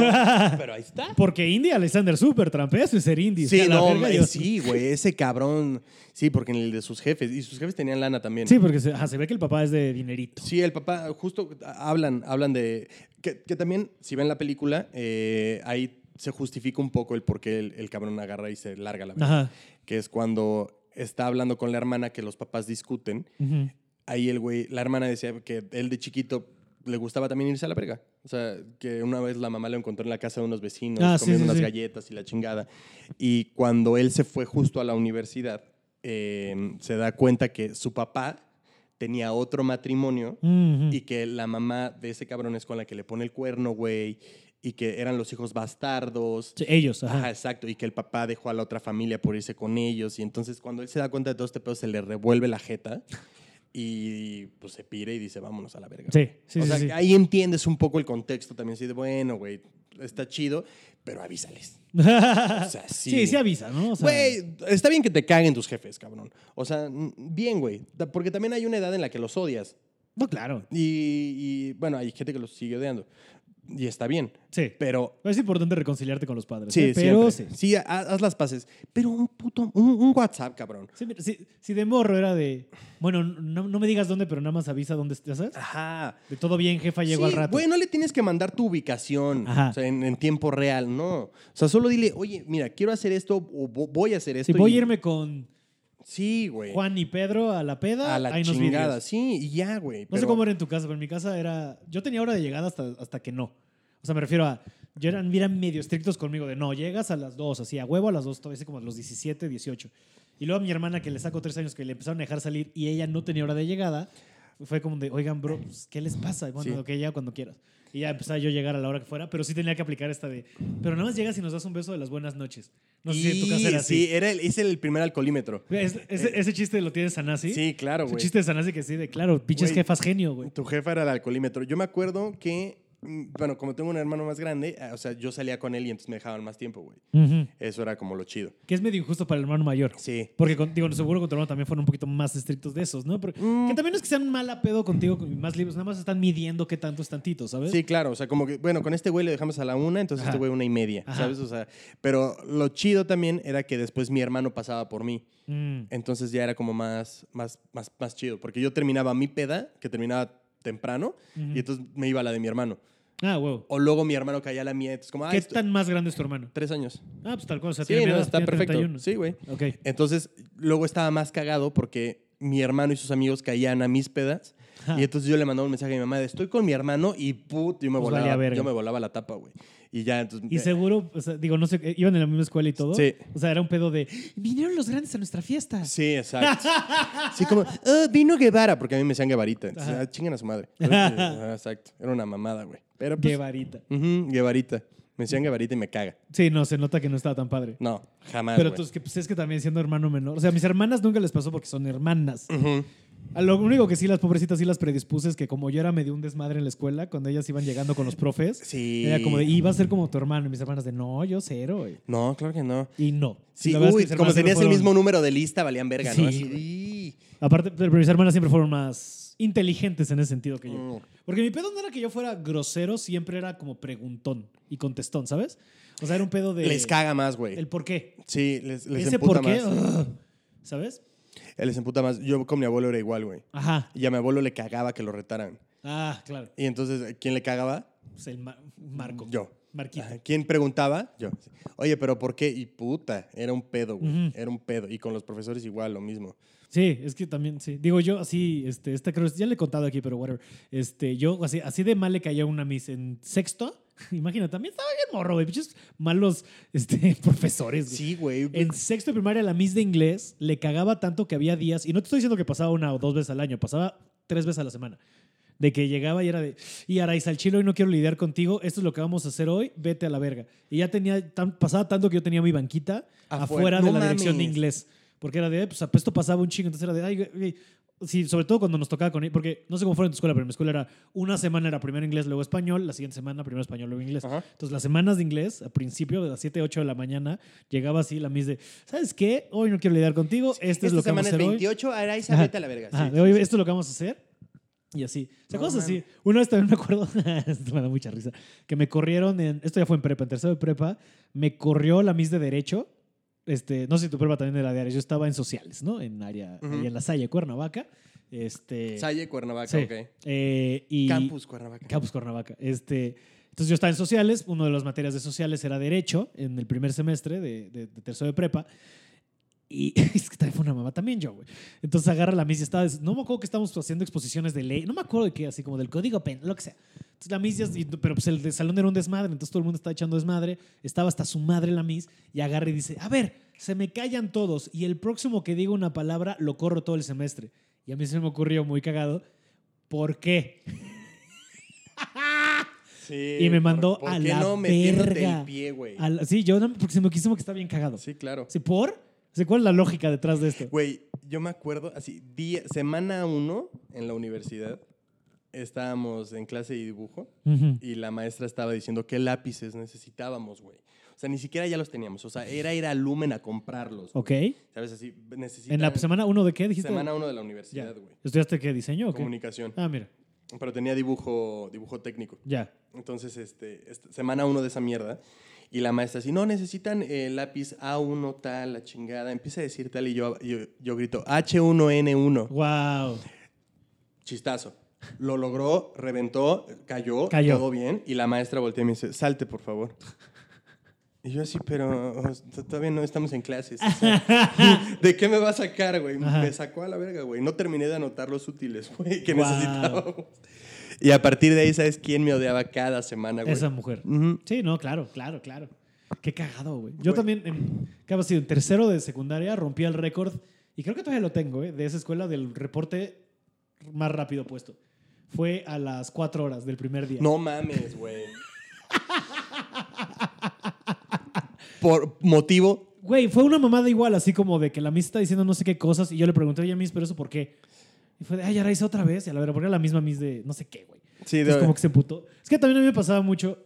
[SPEAKER 2] pero ahí está.
[SPEAKER 1] Porque Indy, Alexander Super eso es ser Indy.
[SPEAKER 2] Sí,
[SPEAKER 1] o sea, la
[SPEAKER 2] no,
[SPEAKER 1] verga,
[SPEAKER 2] eh,
[SPEAKER 1] yo-
[SPEAKER 2] sí, güey, ese cabrón. Sí, porque en el de sus jefes. Y sus jefes tenían lana también.
[SPEAKER 1] Sí, porque se, ajá, se ve que el papá es de dinerito.
[SPEAKER 2] Sí, el papá, justo ah, hablan, hablan de. Que, que también, si ven la película, eh, ahí se justifica un poco el por qué el, el cabrón agarra y se larga la verga.
[SPEAKER 1] Ajá.
[SPEAKER 2] Que es cuando está hablando con la hermana que los papás discuten.
[SPEAKER 1] Ujú.
[SPEAKER 2] Ahí el güey, la hermana decía que él de chiquito le gustaba también irse a la verga. O sea, que una vez la mamá lo encontró en la casa de unos vecinos
[SPEAKER 1] Ah, sí,
[SPEAKER 2] comiendo
[SPEAKER 1] sí,
[SPEAKER 2] unas
[SPEAKER 1] sí.
[SPEAKER 2] galletas y la chingada. Y cuando él se fue justo a la universidad, eh, se da cuenta que su papá tenía otro matrimonio
[SPEAKER 1] Ujú.
[SPEAKER 2] y que la mamá de ese cabrón es con la que le pone el cuerno, güey, y que eran los hijos bastardos.
[SPEAKER 1] Sí, ellos, ajá.
[SPEAKER 2] Ajá, exacto, y que el papá dejó a la otra familia por irse con ellos. Y entonces cuando él se da cuenta de todo este pedo, se le revuelve la jeta y pues se pira y dice, vámonos a la verga.
[SPEAKER 1] Sí, sí,
[SPEAKER 2] o
[SPEAKER 1] sí,
[SPEAKER 2] sea,
[SPEAKER 1] sí.
[SPEAKER 2] que ahí entiendes un poco el contexto también, así de, bueno, güey, está chido, pero avísales. O sea, sí.
[SPEAKER 1] sí, sí avisa, ¿no? O sea,
[SPEAKER 2] Güey, está bien que te caguen tus jefes, cabrón. O sea, mm, bien, güey. Ta- Porque también hay una edad en la que los odias.
[SPEAKER 1] No, claro.
[SPEAKER 2] Y, y, bueno, hay gente que los sigue odiando. Y está bien.
[SPEAKER 1] Sí.
[SPEAKER 2] Pero.
[SPEAKER 1] Es importante reconciliarte con los padres.
[SPEAKER 2] Sí,
[SPEAKER 1] ¿eh? pero sí.
[SPEAKER 2] siempre. sí. ha- haz las paces. Pero un puto. Un, un WhatsApp, cabrón.
[SPEAKER 1] Sí, mira, Si, si de morro era de, bueno, no, no me digas dónde, pero nada más avisa dónde estás, ¿sabes?
[SPEAKER 2] Ajá.
[SPEAKER 1] De todo bien, jefa, llego al
[SPEAKER 2] Sí,
[SPEAKER 1] rato.
[SPEAKER 2] Güey, no le tienes que mandar tu ubicación
[SPEAKER 1] Ajá.
[SPEAKER 2] o sea, en, en tiempo real, no. O sea, solo dile, oye, mira, quiero hacer esto o vo- voy a hacer
[SPEAKER 1] si
[SPEAKER 2] esto.
[SPEAKER 1] voy
[SPEAKER 2] y-
[SPEAKER 1] a irme con
[SPEAKER 2] Sí, güey.
[SPEAKER 1] Juan y Pedro a la peda,
[SPEAKER 2] A la
[SPEAKER 1] ahí nos
[SPEAKER 2] chingada.
[SPEAKER 1] vidrios.
[SPEAKER 2] Sí, y ya, güey.
[SPEAKER 1] No sé cómo era en tu casa, pero en mi casa era, yo tenía hora de llegada hasta, hasta que no. O sea, me refiero a, yo eran, eran medio estrictos conmigo de, no, llegas a las 2, así, a huevo a las 2, todavía así como a los 17, 18. Y luego a mi hermana, que le sacó 3 años, que le empezaron a dejar salir y ella no tenía hora de llegada, fue como de, oigan, bro, pues, ¿qué les pasa? Y bueno,
[SPEAKER 2] Sí.
[SPEAKER 1] ok, ya cuando quieras. Y ya empezaba yo a llegar a la hora que fuera, pero sí tenía que aplicar esta de, pero nada más llegas y nos das un beso de las buenas noches. No sé si en tu casa era así.
[SPEAKER 2] Sí, era el, es el primer alcoholímetro.
[SPEAKER 1] Es- ese, ese chiste lo tiene Sanasi.
[SPEAKER 2] Sí, claro,
[SPEAKER 1] Ese
[SPEAKER 2] güey.
[SPEAKER 1] chiste de Sanasi que sí, de claro, pinches
[SPEAKER 2] Güey.
[SPEAKER 1] jefas genio, güey.
[SPEAKER 2] Tu jefa era el alcoholímetro. Yo me acuerdo que, mm, bueno, como tengo un hermano más grande, eh, o sea, yo salía con él y entonces me dejaban más tiempo, güey.
[SPEAKER 1] Ujú.
[SPEAKER 2] Eso era como lo chido.
[SPEAKER 1] Que es medio injusto para el hermano mayor.
[SPEAKER 2] Sí.
[SPEAKER 1] Porque con- digo, seguro con tu hermano también fueron un poquito más estrictos de esos, ¿no? Porque-
[SPEAKER 2] Mm.
[SPEAKER 1] Que también no es que sean mala pedo contigo, con- más libres, nada más están midiendo qué tanto es tantito, ¿sabes?
[SPEAKER 2] Sí, claro, o sea, como que, bueno, con este güey le dejamos a la una, entonces
[SPEAKER 1] Ajá.
[SPEAKER 2] este güey una y media,
[SPEAKER 1] Ajá.
[SPEAKER 2] ¿sabes? O sea, pero lo chido también era que después mi hermano pasaba por mí,
[SPEAKER 1] Mm.
[SPEAKER 2] entonces ya era como más, más, más, más chido, porque yo terminaba mi peda, que terminaba temprano y entonces me iba a la de mi hermano.
[SPEAKER 1] Ah, wow.
[SPEAKER 2] O luego mi hermano caía a la mía, entonces como, ah,
[SPEAKER 1] ¿Qué
[SPEAKER 2] esto-
[SPEAKER 1] tan más grande es tu hermano?
[SPEAKER 2] tres años.
[SPEAKER 1] Ah, pues tal cosa.
[SPEAKER 2] Sí,
[SPEAKER 1] tiene mi
[SPEAKER 2] no,
[SPEAKER 1] edad,
[SPEAKER 2] está
[SPEAKER 1] tiene
[SPEAKER 2] perfecto.
[SPEAKER 1] 31.
[SPEAKER 2] Sí, güey.
[SPEAKER 1] Ok.
[SPEAKER 2] Entonces, luego estaba más cagado porque mi hermano y sus amigos caían a mis pedas.
[SPEAKER 1] Ja.
[SPEAKER 2] Y entonces yo le mandaba un mensaje a mi mamá de estoy con mi hermano y put, yo me,
[SPEAKER 1] Pues valía
[SPEAKER 2] volaba,
[SPEAKER 1] verga.
[SPEAKER 2] yo me volaba la tapa, güey. Y ya, entonces. eh,
[SPEAKER 1] Y seguro, o sea, digo, no sé, eh, iban en la misma escuela y todo.
[SPEAKER 2] Sí.
[SPEAKER 1] O sea, era un pedo de, vinieron los grandes a nuestra fiesta.
[SPEAKER 2] Sí, exacto. Sí, como, "Ah, vino Guevara, porque a mí me decían Guevarita. Entonces,
[SPEAKER 1] Ajá.
[SPEAKER 2] ah, chingan a su madre. Ajá, exacto. Era una mamada, güey. Pero pues.
[SPEAKER 1] Qué varita.
[SPEAKER 2] ujú, Guevarita. Me decían Guevarita y me caga.
[SPEAKER 1] Sí, no, se nota que no estaba tan padre.
[SPEAKER 2] No, jamás.
[SPEAKER 1] Pero
[SPEAKER 2] güey.
[SPEAKER 1] entonces, que, pues, es que también siendo hermano menor. O sea, a mis hermanas nunca les pasó porque son hermanas.
[SPEAKER 2] Ujú.
[SPEAKER 1] A lo único que sí, las pobrecitas sí las predispuse es que como yo era medio un desmadre en la escuela, cuando ellas iban llegando con los profes,
[SPEAKER 2] Sí.
[SPEAKER 1] era como de, y va a ser como tu hermano. Y mis hermanas de, no, yo cero. güey".
[SPEAKER 2] No, claro que no.
[SPEAKER 1] Y no.
[SPEAKER 2] Sí,
[SPEAKER 1] La verdad es que
[SPEAKER 2] uy,
[SPEAKER 1] mis hermanas
[SPEAKER 2] como
[SPEAKER 1] siempre
[SPEAKER 2] tenías el
[SPEAKER 1] fueron-
[SPEAKER 2] mismo número de lista, valían verga,
[SPEAKER 1] Sí,
[SPEAKER 2] ¿no? Así,
[SPEAKER 1] güey.
[SPEAKER 2] "Ih".
[SPEAKER 1] Aparte, pero mis hermanas siempre fueron más inteligentes en ese sentido que yo.
[SPEAKER 2] Mm.
[SPEAKER 1] Porque mi pedo no era que yo fuera grosero, siempre era como preguntón y contestón, ¿sabes? O sea, era un pedo de.
[SPEAKER 2] Les caga más, güey.
[SPEAKER 1] El por qué.
[SPEAKER 2] Sí, les, les
[SPEAKER 1] Ese
[SPEAKER 2] emputa
[SPEAKER 1] por qué.
[SPEAKER 2] más. Eh,
[SPEAKER 1] ugh, ¿Sabes?
[SPEAKER 2] Les emputa más. Yo con mi abuelo era igual, güey.
[SPEAKER 1] Ajá.
[SPEAKER 2] Y a mi abuelo le cagaba que lo retaran.
[SPEAKER 1] Ah, claro.
[SPEAKER 2] Y entonces, eh, ¿quién le cagaba?
[SPEAKER 1] Pues el ma- Marco.
[SPEAKER 2] Yo.
[SPEAKER 1] Marquito.
[SPEAKER 2] Ajá. ¿Quién preguntaba? Yo. Oye, pero ¿por qué? Y puta, era un pedo, güey.
[SPEAKER 1] Ujú.
[SPEAKER 2] Era un pedo. Y con los profesores igual, lo mismo.
[SPEAKER 1] Sí, es que también, sí. Digo, yo así, este, esta creo, ya le he contado aquí, pero whatever. Este, yo así, así de mal le caía una mis en sexto. Imagina, también estaba bien morro, güey. Pinches malos este, profesores, güey.
[SPEAKER 2] Sí, güey.
[SPEAKER 1] En sexto de primaria, la Miss de inglés le cagaba tanto que había días, y no te estoy diciendo que pasaba una o dos veces al año, pasaba tres veces a la semana. De que llegaba y era de, y Araiza, al chile hoy no quiero lidiar contigo, esto es lo que vamos a hacer hoy, vete a la verga. Y ya tenía, tan- pasaba tanto que yo tenía mi banquita afuera,
[SPEAKER 2] Afuera.
[SPEAKER 1] de
[SPEAKER 2] No
[SPEAKER 1] la dirección de
[SPEAKER 2] mames.
[SPEAKER 1] inglés. Porque era de, "Ay, pues esto pasaba un chingo, entonces era de, ay, güey, güey". Sí, sobre todo cuando nos tocaba con él, porque no sé cómo fuera en tu escuela, pero en mi escuela era una semana era primero inglés, luego español, la siguiente semana primero español, luego inglés.
[SPEAKER 2] Ajá.
[SPEAKER 1] Entonces, las semanas de inglés, a principio de las 7, 8 de la mañana, llegaba así la mis de, ¿sabes qué? Hoy no quiero lidiar contigo, esto es lo que vamos a hacer hoy.
[SPEAKER 2] Araiza,
[SPEAKER 1] Ajá.
[SPEAKER 2] vete a la verga.
[SPEAKER 1] Ajá,
[SPEAKER 2] Sí.
[SPEAKER 1] de hoy, esto es lo que vamos a hacer. Y así. O sea,
[SPEAKER 2] No,
[SPEAKER 1] cosas así.
[SPEAKER 2] mames.
[SPEAKER 1] Una vez también me acuerdo, esto me da mucha risa, que me corrieron en, esto ya fue en prepa, en tercero de prepa, me corrió la mis de derecho. Este, no sé si tu prepa también era de área, yo estaba en sociales, ¿no? En área,
[SPEAKER 2] Ujú.
[SPEAKER 1] ahí en la Salle, Cuernavaca. Este,
[SPEAKER 2] Salle, Cuernavaca,
[SPEAKER 1] sí.
[SPEAKER 2] ok.
[SPEAKER 1] Eh, y,
[SPEAKER 2] Campus, Cuernavaca.
[SPEAKER 1] Campus Cuernavaca. Este, entonces yo estaba en sociales, una de las materias de sociales era derecho en el primer semestre de, de- de tercero de prepa. Y es que también fue una mamá también yo, güey. Entonces agarra la misa y estaba, no me acuerdo que estábamos haciendo exposiciones de ley, no me acuerdo de qué, así como del código penal, lo que sea. Entonces la mis, ya- y- pero pues el de salón era un desmadre, entonces todo el mundo estaba echando desmadre, estaba hasta su madre la mis y agarra y dice, a ver, se me callan todos y el próximo que diga una palabra lo corro todo el semestre. Y a mí se me ocurrió muy cagado, ¿por qué?
[SPEAKER 2] Sí,
[SPEAKER 1] Y me mandó
[SPEAKER 2] ¿por
[SPEAKER 1] a
[SPEAKER 2] qué
[SPEAKER 1] la
[SPEAKER 2] no metiéndote
[SPEAKER 1] verga.
[SPEAKER 2] el pie, güey?
[SPEAKER 1] Al- sí, yo no- porque se me quiso que está bien cagado. Sí.
[SPEAKER 2] Sí, claro.
[SPEAKER 1] ¿Por? O sea, ¿Cuál es la lógica detrás de esto?
[SPEAKER 2] Güey, yo me acuerdo, así, día- semana uno en la universidad, estábamos en clase de dibujo
[SPEAKER 1] Ujú.
[SPEAKER 2] y la maestra estaba diciendo qué lápices necesitábamos, güey. O sea, ni siquiera ya los teníamos. O sea, era ir a Lumen a comprarlos. güey.
[SPEAKER 1] Ok.
[SPEAKER 2] ¿Sabes? Así, necesitan...
[SPEAKER 1] ¿En la semana uno de qué dijiste?
[SPEAKER 2] Semana uno de la
[SPEAKER 1] Ya.
[SPEAKER 2] universidad, güey.
[SPEAKER 1] ¿Estudiaste qué? ¿Diseño o qué?
[SPEAKER 2] Comunicación.
[SPEAKER 1] Ah, mira.
[SPEAKER 2] Pero tenía dibujo, dibujo técnico.
[SPEAKER 1] Ya.
[SPEAKER 2] Entonces, este, esta- semana uno de esa mierda. Y la maestra, si no necesitan eh, lápiz A1 tal, la chingada, empieza a decir tal y yo, yo, yo grito H1N1.
[SPEAKER 1] Wow.
[SPEAKER 2] Chistazo. Lo logró, reventó, cayó,
[SPEAKER 1] Cayó.
[SPEAKER 2] todo bien. Y la maestra voltea y me dice, salte, por favor. Y yo así, pero o sea, todavía no estamos en clases. o sea, ¿De qué me va a sacar, güey?
[SPEAKER 1] Ajá.
[SPEAKER 2] Me sacó a la verga, güey. No terminé de anotar los útiles, güey, que
[SPEAKER 1] Guau.
[SPEAKER 2] necesitábamos. Y a partir de ahí, ¿sabes quién me odiaba cada semana, güey?
[SPEAKER 1] Esa mujer.
[SPEAKER 2] Ujú.
[SPEAKER 1] Sí, no, claro, claro, claro. Qué cagado, güey. Yo
[SPEAKER 2] Güey.
[SPEAKER 1] también, en, ¿qué habrá sido? En tercero de secundaria rompí el récord, y creo que todavía lo tengo, ¿eh? De esa escuela del reporte más rápido puesto. Fue a las cuatro horas del primer día.
[SPEAKER 2] No mames, güey. Por motivo.
[SPEAKER 1] Güey, fue una mamada igual, así como de que la Miss está diciendo no sé qué cosas y yo le pregunté, oye, Miss, ¿pero eso por qué? Y fue de, ay, ahora hice otra vez. Y a la verdad, porque era la misma Miss de no sé qué, güey.
[SPEAKER 2] Sí,
[SPEAKER 1] Es
[SPEAKER 2] de-
[SPEAKER 1] como que se emputó. Es que también a mí me pasaba mucho.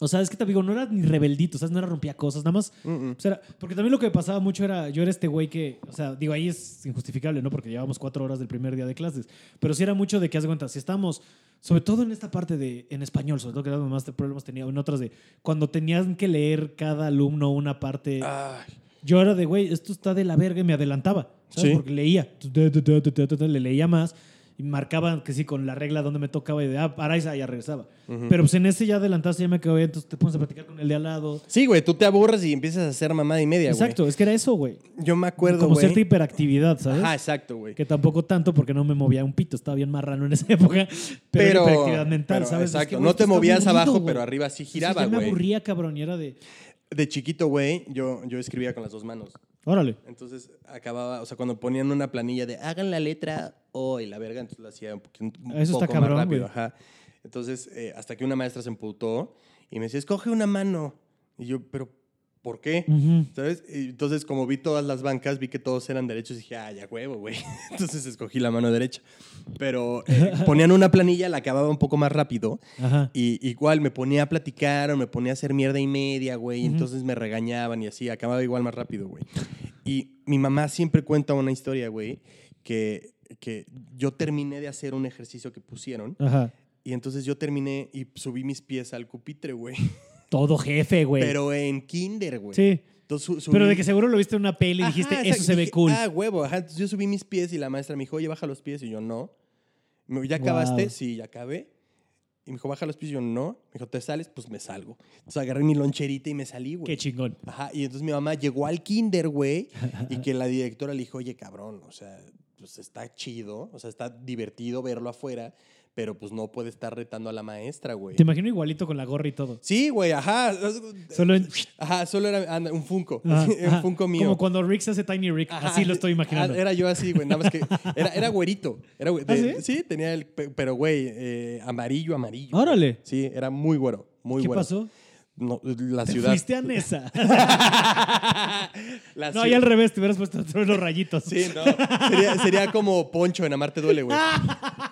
[SPEAKER 1] O sea, es que te digo, no era ni rebeldito, o sea, no era rompía cosas, nada más.
[SPEAKER 2] Mm, mm.
[SPEAKER 1] o sea, era- porque también lo que me pasaba mucho era, yo era este güey que, o sea, digo, ahí es injustificable, ¿no? Porque llevábamos cuatro horas del primer día de clases. Pero sí era mucho de que, haz de cuenta, si estamos, sobre todo en esta parte de, en español, sobre todo que era donde más problemas tenía, o en otras de, cuando tenían que leer cada alumno una parte
[SPEAKER 2] Ay,
[SPEAKER 1] yo era de, güey, esto está de la verga y me adelantaba, ¿sabes?
[SPEAKER 2] Sí.
[SPEAKER 1] Porque leía, Tu, tu, tu, tu, tu, tu, tu, le leía más. Y y marcaba que sí con la regla donde me tocaba y de ah, Araiza ya regresaba. Pero pues en ese ya adelantaste, ya me quedé, entonces te pones a platicar con el de al lado.
[SPEAKER 2] Sí, güey, tú te aburres y empiezas a hacer mamada y media, güey.
[SPEAKER 1] Exacto, es que era eso, güey.
[SPEAKER 2] Yo me acuerdo,
[SPEAKER 1] Como cierta
[SPEAKER 2] güey.
[SPEAKER 1] hiperactividad, ¿sabes?
[SPEAKER 2] Ajá, exacto, güey.
[SPEAKER 1] Que tampoco tanto porque no me movía un pito, estaba bien marrano en esa época. Pero, era
[SPEAKER 2] Pero,
[SPEAKER 1] hiperactividad mental,
[SPEAKER 2] pero,
[SPEAKER 1] ¿sabes? Es
[SPEAKER 2] Exacto.
[SPEAKER 1] que, güey,
[SPEAKER 2] no
[SPEAKER 1] esto
[SPEAKER 2] te
[SPEAKER 1] está
[SPEAKER 2] movías
[SPEAKER 1] aburrido,
[SPEAKER 2] abajo,
[SPEAKER 1] güey.
[SPEAKER 2] pero arriba sí giraba,
[SPEAKER 1] Sí, ya me
[SPEAKER 2] güey.
[SPEAKER 1] aburría, cabrón, y era de,
[SPEAKER 2] De chiquito, güey, yo, yo escribía con las dos manos.
[SPEAKER 1] órale.
[SPEAKER 2] Entonces acababa, o sea, cuando ponían una planilla de hagan la letra O y la verga, entonces la hacía un, poquito- un
[SPEAKER 1] Eso
[SPEAKER 2] poco
[SPEAKER 1] está cabrón,
[SPEAKER 2] más rápido.
[SPEAKER 1] güey.
[SPEAKER 2] Ajá. Entonces, eh, hasta que una maestra se emputó y me decía, escoge una mano. Y yo, pero, ¿por qué?
[SPEAKER 1] Ujú.
[SPEAKER 2] ¿Sabes? Y entonces, como vi todas las bancas, vi que todos eran derechos y dije, ah, ya huevo, güey. Entonces escogí la mano derecha. Pero eh, ponían una planilla, la acababa un poco más rápido.
[SPEAKER 1] Ajá.
[SPEAKER 2] Y igual me ponía a platicar o me ponía a hacer mierda y media, güey. y
[SPEAKER 1] Ujú.
[SPEAKER 2] Entonces me regañaban y así, acababa igual más rápido, güey. Y mi mamá siempre cuenta una historia, güey, que, que yo terminé de hacer un ejercicio que pusieron
[SPEAKER 1] Ajá.
[SPEAKER 2] y entonces yo terminé y subí mis pies al cupitre, güey.
[SPEAKER 1] Todo jefe, güey.
[SPEAKER 2] Pero en kinder, güey.
[SPEAKER 1] sí.
[SPEAKER 2] Entonces, su-
[SPEAKER 1] Pero
[SPEAKER 2] subí-
[SPEAKER 1] de que seguro lo viste en una peli y
[SPEAKER 2] Ajá,
[SPEAKER 1] dijiste,
[SPEAKER 2] exacto.
[SPEAKER 1] eso se ve
[SPEAKER 2] Dije,
[SPEAKER 1] cool.
[SPEAKER 2] Ah, huevo, ajá. Entonces yo subí mis pies y la maestra me dijo, oye, baja los pies. Y yo, no. Me dijo, ¿ya
[SPEAKER 1] Wow.
[SPEAKER 2] acabaste? Sí, ya acabé. Y me dijo, baja los pies. Y yo, no. Me dijo, ¿te sales? Pues me salgo. Entonces agarré mi loncherita y me salí, güey.
[SPEAKER 1] Qué chingón.
[SPEAKER 2] Ajá. Y entonces mi mamá llegó al kinder, güey, y que la directora le dijo, oye, cabrón, o sea, pues está chido, o sea, está divertido verlo afuera, pero pues no puede estar retando a la maestra, güey.
[SPEAKER 1] Te imagino igualito con la gorra y todo.
[SPEAKER 2] Sí, güey, ajá.
[SPEAKER 1] Solo en-
[SPEAKER 2] Ajá, solo era anda, un Funko.
[SPEAKER 1] Ajá,
[SPEAKER 2] un
[SPEAKER 1] Ah, ajá.
[SPEAKER 2] Funko mío.
[SPEAKER 1] Como cuando Rick se hace Tiny Rick.
[SPEAKER 2] Ajá.
[SPEAKER 1] Así lo estoy imaginando.
[SPEAKER 2] Ah, Era yo así, güey, nada más que era, era güerito. Era güe-
[SPEAKER 1] ¿Ah,
[SPEAKER 2] de-
[SPEAKER 1] sí?
[SPEAKER 2] sí? tenía el, pe- pero güey, eh, amarillo, amarillo.
[SPEAKER 1] Órale.
[SPEAKER 2] Sí, era muy güero, muy
[SPEAKER 1] ¿Qué
[SPEAKER 2] güero.
[SPEAKER 1] pasó?
[SPEAKER 2] No, eh, la
[SPEAKER 1] Te
[SPEAKER 2] ciudad.
[SPEAKER 1] fuiste a Nesa.
[SPEAKER 2] La
[SPEAKER 1] no,
[SPEAKER 2] ciudad-
[SPEAKER 1] y al revés, te hubieras puesto otro de los rayitos.
[SPEAKER 2] Sí, no. Sería, sería como Poncho en Amarte Duele, güey.
[SPEAKER 1] Ah,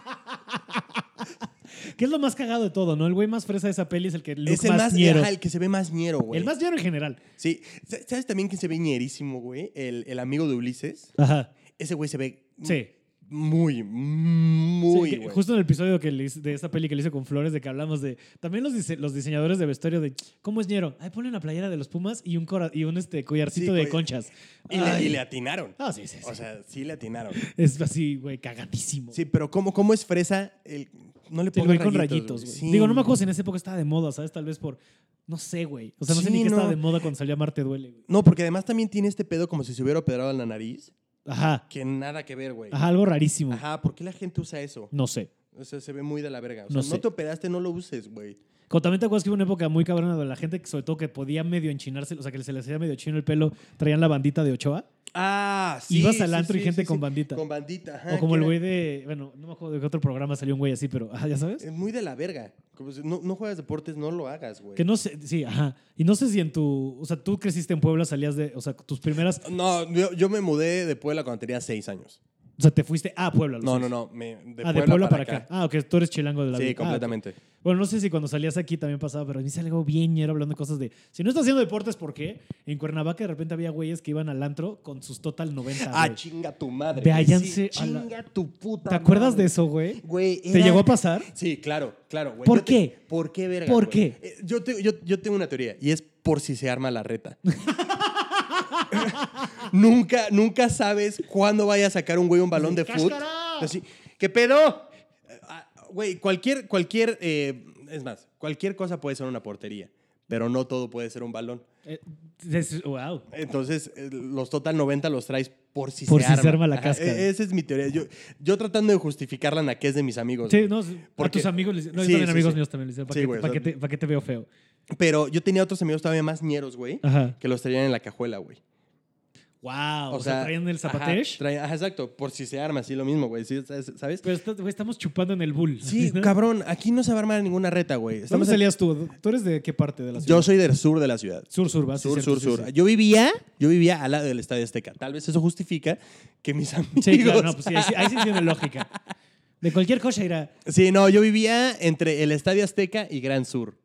[SPEAKER 1] ¿Qué es lo más cagado de todo, no? El güey más fresa de esa peli es el que Luke
[SPEAKER 2] es el más,
[SPEAKER 1] ñero.
[SPEAKER 2] ajá, el que se ve más ñero, güey.
[SPEAKER 1] El más ñero en general.
[SPEAKER 2] Sí. Sa- ¿Sabes también quién se ve ñerísimo, güey? El, el amigo de Ulises.
[SPEAKER 1] Ajá.
[SPEAKER 2] Ese güey se ve
[SPEAKER 1] Sí.
[SPEAKER 2] muy,
[SPEAKER 1] Sí,
[SPEAKER 2] muy,
[SPEAKER 1] que
[SPEAKER 2] güey.
[SPEAKER 1] justo en el episodio que le hice- de esta peli que le hice con Flores, de que hablamos de. También los, dise- los diseñadores de vestuario de. ¿Cómo es ñero? Ahí ponen la playera de los Pumas y un, cora- y un este, collarcito
[SPEAKER 2] Sí,
[SPEAKER 1] de
[SPEAKER 2] güey.
[SPEAKER 1] conchas.
[SPEAKER 2] Y le,
[SPEAKER 1] Ay.
[SPEAKER 2] y le atinaron.
[SPEAKER 1] Ah, sí, sí. sí.
[SPEAKER 2] O sea, sí le atinaron.
[SPEAKER 1] es así, güey, cagadísimo.
[SPEAKER 2] Sí, pero ¿cómo, cómo es fresa? El, no le
[SPEAKER 1] Sí, el
[SPEAKER 2] pongo
[SPEAKER 1] güey con rayitos, güey. Digo, no me acuerdo si en esa época estaba de moda, ¿sabes? Tal vez por. No sé, güey. O sea, no sé
[SPEAKER 2] Sí,
[SPEAKER 1] ni qué
[SPEAKER 2] no.
[SPEAKER 1] estaba de moda cuando salía Marte Duele, güey.
[SPEAKER 2] No, porque además también tiene este pedo como si se hubiera operado en la nariz.
[SPEAKER 1] Ajá.
[SPEAKER 2] Que nada que ver, güey.
[SPEAKER 1] Ajá, algo rarísimo.
[SPEAKER 2] Ajá, ¿por qué la gente usa eso?
[SPEAKER 1] No sé.
[SPEAKER 2] O sea, se ve muy de la verga. O sea,
[SPEAKER 1] No
[SPEAKER 2] no,
[SPEAKER 1] sé.
[SPEAKER 2] te operaste, no lo uses, güey.
[SPEAKER 1] Como también te acuerdas que hubo una época muy cabrona de la gente, que, sobre todo que podía medio enchinarse, o sea, que se les hacía medio chino el pelo, traían la bandita de Ochoa.
[SPEAKER 2] Ah,
[SPEAKER 1] Ibas al antro y gente con bandita.
[SPEAKER 2] Con bandita, ajá.
[SPEAKER 1] o como
[SPEAKER 2] Ah, que
[SPEAKER 1] el güey
[SPEAKER 2] era-
[SPEAKER 1] de. Bueno, no me acuerdo de qué otro programa salió un güey así, pero. ajá, ya sabes.
[SPEAKER 2] Es muy de la verga. Como si no, no juegas deportes, no lo hagas, güey.
[SPEAKER 1] Que no sé. Sí, ajá. Y no sé si en tu. O sea, tú creciste en Puebla, salías de. O sea, tus primeras. O
[SPEAKER 2] No, yo, yo me mudé de Puebla cuando tenía seis años.
[SPEAKER 1] sea, te fuiste a Puebla.
[SPEAKER 2] No, no, no. me- de,
[SPEAKER 1] ah,
[SPEAKER 2] Puebla
[SPEAKER 1] de Puebla para acá. Ah, ok, tú eres chilango de la vida.
[SPEAKER 2] Sí,
[SPEAKER 1] Ah,
[SPEAKER 2] completamente.
[SPEAKER 1] ok. Bueno, no sé si cuando salías aquí también pasaba, pero a mí sale algo bien ñero hablando de cosas de. Si no estás haciendo deportes, ¿por qué? En Cuernavaca de repente había güeyes que iban al antro con sus total 90.
[SPEAKER 2] Ah,
[SPEAKER 1] güey.
[SPEAKER 2] chinga tu madre.
[SPEAKER 1] Váyanse
[SPEAKER 2] Sí,
[SPEAKER 1] a la-
[SPEAKER 2] chinga tu puta
[SPEAKER 1] ¿Te acuerdas
[SPEAKER 2] madre.
[SPEAKER 1] de eso, güey?
[SPEAKER 2] Güey,
[SPEAKER 1] ¿Te
[SPEAKER 2] era-
[SPEAKER 1] llegó a pasar?
[SPEAKER 2] Sí, claro, claro, güey.
[SPEAKER 1] ¿Por
[SPEAKER 2] Yo
[SPEAKER 1] qué?
[SPEAKER 2] te- ¿Por qué, verga?
[SPEAKER 1] ¿Por
[SPEAKER 2] güey?
[SPEAKER 1] qué?
[SPEAKER 2] Eh, Yo, te- yo, yo tengo una teoría y es por si se arma la reta. nunca, nunca sabes cuándo vaya a sacar un güey un balón de fútbol.
[SPEAKER 1] ¡Cáscara!
[SPEAKER 2] Así, ¿qué pedo? Eh, ah, Güey, cualquier, cualquier, eh, es más, cualquier cosa puede ser una portería, pero no todo puede ser un balón.
[SPEAKER 1] Eh, es- wow.
[SPEAKER 2] Entonces, eh, los total 90 los traes por si
[SPEAKER 1] Por
[SPEAKER 2] se
[SPEAKER 1] si
[SPEAKER 2] arma.
[SPEAKER 1] se arma la
[SPEAKER 2] Ajá,
[SPEAKER 1] cáscara.
[SPEAKER 2] e- Esa es mi teoría. Yo, yo tratando de justificar la naquez de mis amigos.
[SPEAKER 1] Sí,
[SPEAKER 2] güey.
[SPEAKER 1] no,
[SPEAKER 2] Porque-
[SPEAKER 1] a tus amigos les No, yo
[SPEAKER 2] Sí,
[SPEAKER 1] también
[SPEAKER 2] sí,
[SPEAKER 1] amigos
[SPEAKER 2] sí.
[SPEAKER 1] míos también les decían, ¿para,
[SPEAKER 2] Sí,
[SPEAKER 1] qué,
[SPEAKER 2] güey,
[SPEAKER 1] para
[SPEAKER 2] o sea-
[SPEAKER 1] qué te, para qué te veo feo?
[SPEAKER 2] Pero yo tenía otros amigos todavía más ñeros, güey,
[SPEAKER 1] Ajá.
[SPEAKER 2] que los traían en la cajuela, güey.
[SPEAKER 1] Wow. Ah, O, sea, traían el zapatesh.
[SPEAKER 2] Ajá, traían- ajá, exacto. Por si se arma, sí, lo mismo, güey. sí, ¿Sabes? ¿sabes?
[SPEAKER 1] pero está- güey, estamos chupando en el bull.
[SPEAKER 2] Sí,
[SPEAKER 1] ¿no?
[SPEAKER 2] cabrón, aquí no se va a armar ninguna reta, güey.
[SPEAKER 1] ¿Dónde
[SPEAKER 2] Estamos en-
[SPEAKER 1] salías tú? ¿Tú eres de qué parte de la ciudad?
[SPEAKER 2] Yo soy del sur de la ciudad.
[SPEAKER 1] Sur, sur, va. Ah, sí,
[SPEAKER 2] Sur,
[SPEAKER 1] cierto,
[SPEAKER 2] sur,
[SPEAKER 1] sí,
[SPEAKER 2] sur.
[SPEAKER 1] sí.
[SPEAKER 2] Yo vivía, yo vivía al lado del Estadio Azteca. Tal vez eso justifica que mis amigos.
[SPEAKER 1] Sí, claro, no, pues sí, ahí, sí- ahí sí tiene lógica. De cualquier cosa irá.
[SPEAKER 2] Sí, no, yo vivía entre el Estadio Azteca y Gran Sur.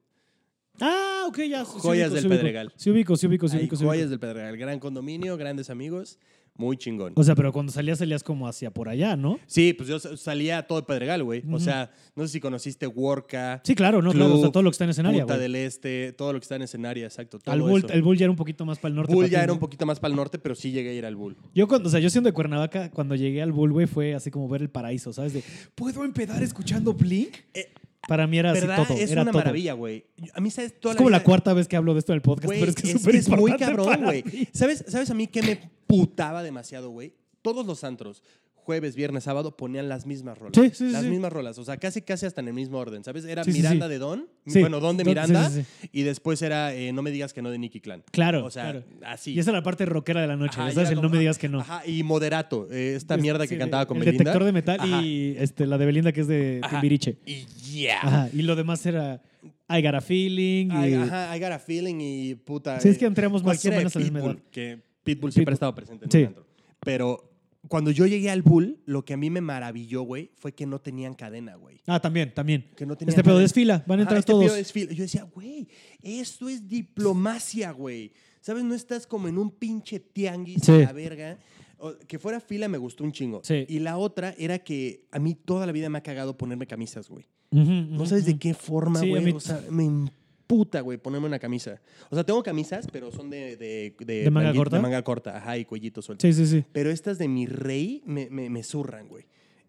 [SPEAKER 1] Ah, ok, ya. sí, sí
[SPEAKER 2] Joyas
[SPEAKER 1] ubico,
[SPEAKER 2] del
[SPEAKER 1] sí ubico.
[SPEAKER 2] Pedregal.
[SPEAKER 1] Sí ubico, sí ubico, sí
[SPEAKER 2] Ahí,
[SPEAKER 1] ubico. sí ubico.
[SPEAKER 2] joyas del Pedregal. Gran condominio, grandes amigos. Muy chingón.
[SPEAKER 1] O sea, pero cuando salías, salías como hacia por allá, ¿no?
[SPEAKER 2] Sí, pues yo sa- salía a todo el Pedregal, güey. O sea, no sé si conociste Worka.
[SPEAKER 1] Sí, claro, no, claro. O sea,
[SPEAKER 2] Club,
[SPEAKER 1] todo lo que está en escenario.
[SPEAKER 2] Punta del Este, todo lo que está en escenaria, exacto. Todo
[SPEAKER 1] Al bull,
[SPEAKER 2] eso.
[SPEAKER 1] el bull ya era un poquito más para el norte.
[SPEAKER 2] Bull
[SPEAKER 1] para
[SPEAKER 2] ya
[SPEAKER 1] ti,
[SPEAKER 2] era
[SPEAKER 1] ¿no?
[SPEAKER 2] un poquito más para el norte, pero sí llegué a ir al Bull.
[SPEAKER 1] Yo cuando, o sea, yo siendo de Cuernavaca, cuando llegué al Bull, güey, fue así como ver el paraíso, ¿sabes? De, ¿puedo empezar escuchando Blink?
[SPEAKER 2] Eh,
[SPEAKER 1] Para mí era así
[SPEAKER 2] ¿Verdad?
[SPEAKER 1] Ah, todo.
[SPEAKER 2] es
[SPEAKER 1] era
[SPEAKER 2] una
[SPEAKER 1] todo.
[SPEAKER 2] maravilla, güey. A mí, ¿sabes? Toda
[SPEAKER 1] Es como la
[SPEAKER 2] vida-
[SPEAKER 1] cuarta vez que hablo de esto en el podcast,
[SPEAKER 2] Güey,
[SPEAKER 1] pero es que es
[SPEAKER 2] es,
[SPEAKER 1] súper
[SPEAKER 2] es muy
[SPEAKER 1] importante
[SPEAKER 2] cabrón,
[SPEAKER 1] para
[SPEAKER 2] güey.
[SPEAKER 1] mí.
[SPEAKER 2] ¿Sabes, ¿Sabes a mí qué me putaba demasiado, güey? Todos los antros, jueves, viernes, sábado, ponían las mismas rolas.
[SPEAKER 1] Sí, sí, sí,
[SPEAKER 2] Las
[SPEAKER 1] sí.
[SPEAKER 2] mismas rolas. O sea, casi, casi hasta en el mismo orden, ¿sabes? Era
[SPEAKER 1] Sí, sí,
[SPEAKER 2] Miranda
[SPEAKER 1] sí.
[SPEAKER 2] de Don.
[SPEAKER 1] Sí.
[SPEAKER 2] Bueno, Don de
[SPEAKER 1] Don- sí,
[SPEAKER 2] Miranda.
[SPEAKER 1] sí,
[SPEAKER 2] Y después era eh, No me digas que no de Nicky Clan.
[SPEAKER 1] Claro,
[SPEAKER 2] O sea,
[SPEAKER 1] claro.
[SPEAKER 2] así.
[SPEAKER 1] Y esa era la parte rockera de la noche,
[SPEAKER 2] Ajá, y
[SPEAKER 1] ¿sabes?
[SPEAKER 2] era
[SPEAKER 1] El no
[SPEAKER 2] como, ah,
[SPEAKER 1] me digas que no.
[SPEAKER 2] Ajá, y Moderato, eh, esta
[SPEAKER 1] Es-
[SPEAKER 2] mierda
[SPEAKER 1] sí,
[SPEAKER 2] que
[SPEAKER 1] de-
[SPEAKER 2] cantaba con
[SPEAKER 1] El
[SPEAKER 2] Belinda.
[SPEAKER 1] detector de metal
[SPEAKER 2] Ajá.
[SPEAKER 1] y este, la de Belinda que es de
[SPEAKER 2] Ajá.
[SPEAKER 1] Timbiriche.
[SPEAKER 2] Y ya.
[SPEAKER 1] Ajá. Y lo demás era I Got a Feeling.
[SPEAKER 2] I,
[SPEAKER 1] y-
[SPEAKER 2] ajá, I got a feeling y puta.
[SPEAKER 1] Sí, es
[SPEAKER 2] eh,
[SPEAKER 1] que entramos más o
[SPEAKER 2] cualquiera de
[SPEAKER 1] menos a la misma edad.
[SPEAKER 2] Pitbull, Que Pitbull siempre
[SPEAKER 1] Pitbull.
[SPEAKER 2] ha estado presente en
[SPEAKER 1] Sí.
[SPEAKER 2] el antro. Pero cuando yo llegué al Bull, lo que a mí me maravilló, güey, fue que no tenían cadena, güey.
[SPEAKER 1] Ah, también, también.
[SPEAKER 2] Que no tenían
[SPEAKER 1] Este pedo
[SPEAKER 2] cadena.
[SPEAKER 1] es fila, van a
[SPEAKER 2] Ajá,
[SPEAKER 1] entrar
[SPEAKER 2] este
[SPEAKER 1] todos.
[SPEAKER 2] pedo es fil- Yo decía, güey, esto es diplomacia, güey. ¿Sabes? No estás como en un pinche tianguis
[SPEAKER 1] Sí.
[SPEAKER 2] a la verga. O- que fuera fila me gustó un chingo.
[SPEAKER 1] Sí.
[SPEAKER 2] Y la otra era que a mí toda la vida me ha cagado ponerme camisas, güey.
[SPEAKER 1] Ujú,
[SPEAKER 2] No
[SPEAKER 1] ujú,
[SPEAKER 2] sabes de
[SPEAKER 1] ujú.
[SPEAKER 2] qué forma,
[SPEAKER 1] Sí, a
[SPEAKER 2] güey.
[SPEAKER 1] mí-
[SPEAKER 2] O sea, me imputa, güey, ponerme una camisa. O sea, tengo camisas, pero son de... ¿De,
[SPEAKER 1] ¿De manga
[SPEAKER 2] mangui-
[SPEAKER 1] corta?
[SPEAKER 2] De manga corta, ajá, y cuellito suelto.
[SPEAKER 1] Sí, sí, sí.
[SPEAKER 2] Pero estas de mi rey me, me, me zurran, güey.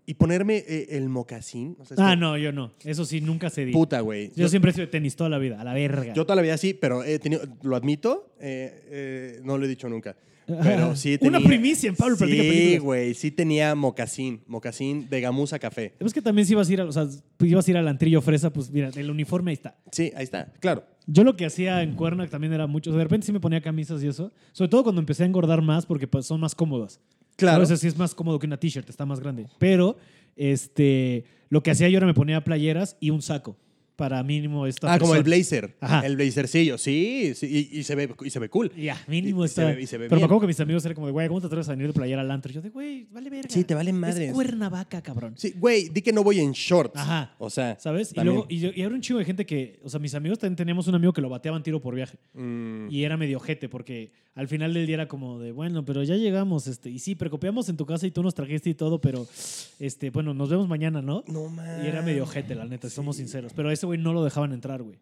[SPEAKER 2] Y ponerme eh, el mocasín. o sea, es
[SPEAKER 1] Ah,
[SPEAKER 2] que-
[SPEAKER 1] no, yo no. Eso sí, nunca cedí.
[SPEAKER 2] Puta, güey.
[SPEAKER 1] Yo, siempre he sido de tenis toda la vida, a la verga.
[SPEAKER 2] yo toda la vida sí, pero he tenido, lo admito, eh, eh, no lo he dicho nunca.
[SPEAKER 1] Ajá.
[SPEAKER 2] Pero sí
[SPEAKER 1] Una
[SPEAKER 2] tenía...
[SPEAKER 1] primicia en Pablo Platica
[SPEAKER 2] Sí,
[SPEAKER 1] Películas.
[SPEAKER 2] güey, sí tenía mocasín. Mocasín de gamuza café.
[SPEAKER 1] Es que también si ibas a ir, a, o sea, pues, ibas a ir al antrillo fresa, pues mira, el uniforme ahí está.
[SPEAKER 2] Sí, ahí está, claro.
[SPEAKER 1] Yo lo que hacía en Cuerna también era mucho. o sea, de repente sí me ponía camisas y eso. Sobre todo cuando empecé a engordar más porque pues, son más cómodas.
[SPEAKER 2] Claro.
[SPEAKER 1] A veces sí es más cómodo que una t-shirt, está más grande. Pero este, lo que hacía yo era me ponía playeras y un saco para mínimo esta
[SPEAKER 2] Ah, como el
[SPEAKER 1] persona.
[SPEAKER 2] blazer.
[SPEAKER 1] Ajá.
[SPEAKER 2] El blazercillo, sí. sí, y, y se ve, y se ve cool.
[SPEAKER 1] Ya, mínimo
[SPEAKER 2] Y- y
[SPEAKER 1] está.
[SPEAKER 2] se ve- y se ve
[SPEAKER 1] Pero me
[SPEAKER 2] bien.
[SPEAKER 1] acuerdo que mis amigos eran como de, güey, ¿cómo te atreves a venir de playera al antro? Yo de, güey, vale verga.
[SPEAKER 2] Sí, te vale madres.
[SPEAKER 1] Es Cuernavaca, cabrón.
[SPEAKER 2] Sí, güey, di que no voy en shorts.
[SPEAKER 1] Ajá.
[SPEAKER 2] O sea,
[SPEAKER 1] ¿Sabes? Y
[SPEAKER 2] también.
[SPEAKER 1] luego, y, yo- y era un chingo de gente que, o sea, mis amigos también teníamos un amigo que lo bateaban tiro por viaje.
[SPEAKER 2] Mm,
[SPEAKER 1] Y era medio jete, porque al final del día era como de, bueno, pero ya llegamos, este, y sí, precopiamos en tu casa y tú nos trajiste y todo, pero, este, bueno, nos vemos mañana, ¿no?
[SPEAKER 2] no mames.
[SPEAKER 1] Y era medio jete, la neta, si somos sinceros. Pero a ese güey no lo dejaban entrar, güey,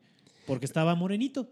[SPEAKER 1] porque estaba morenito.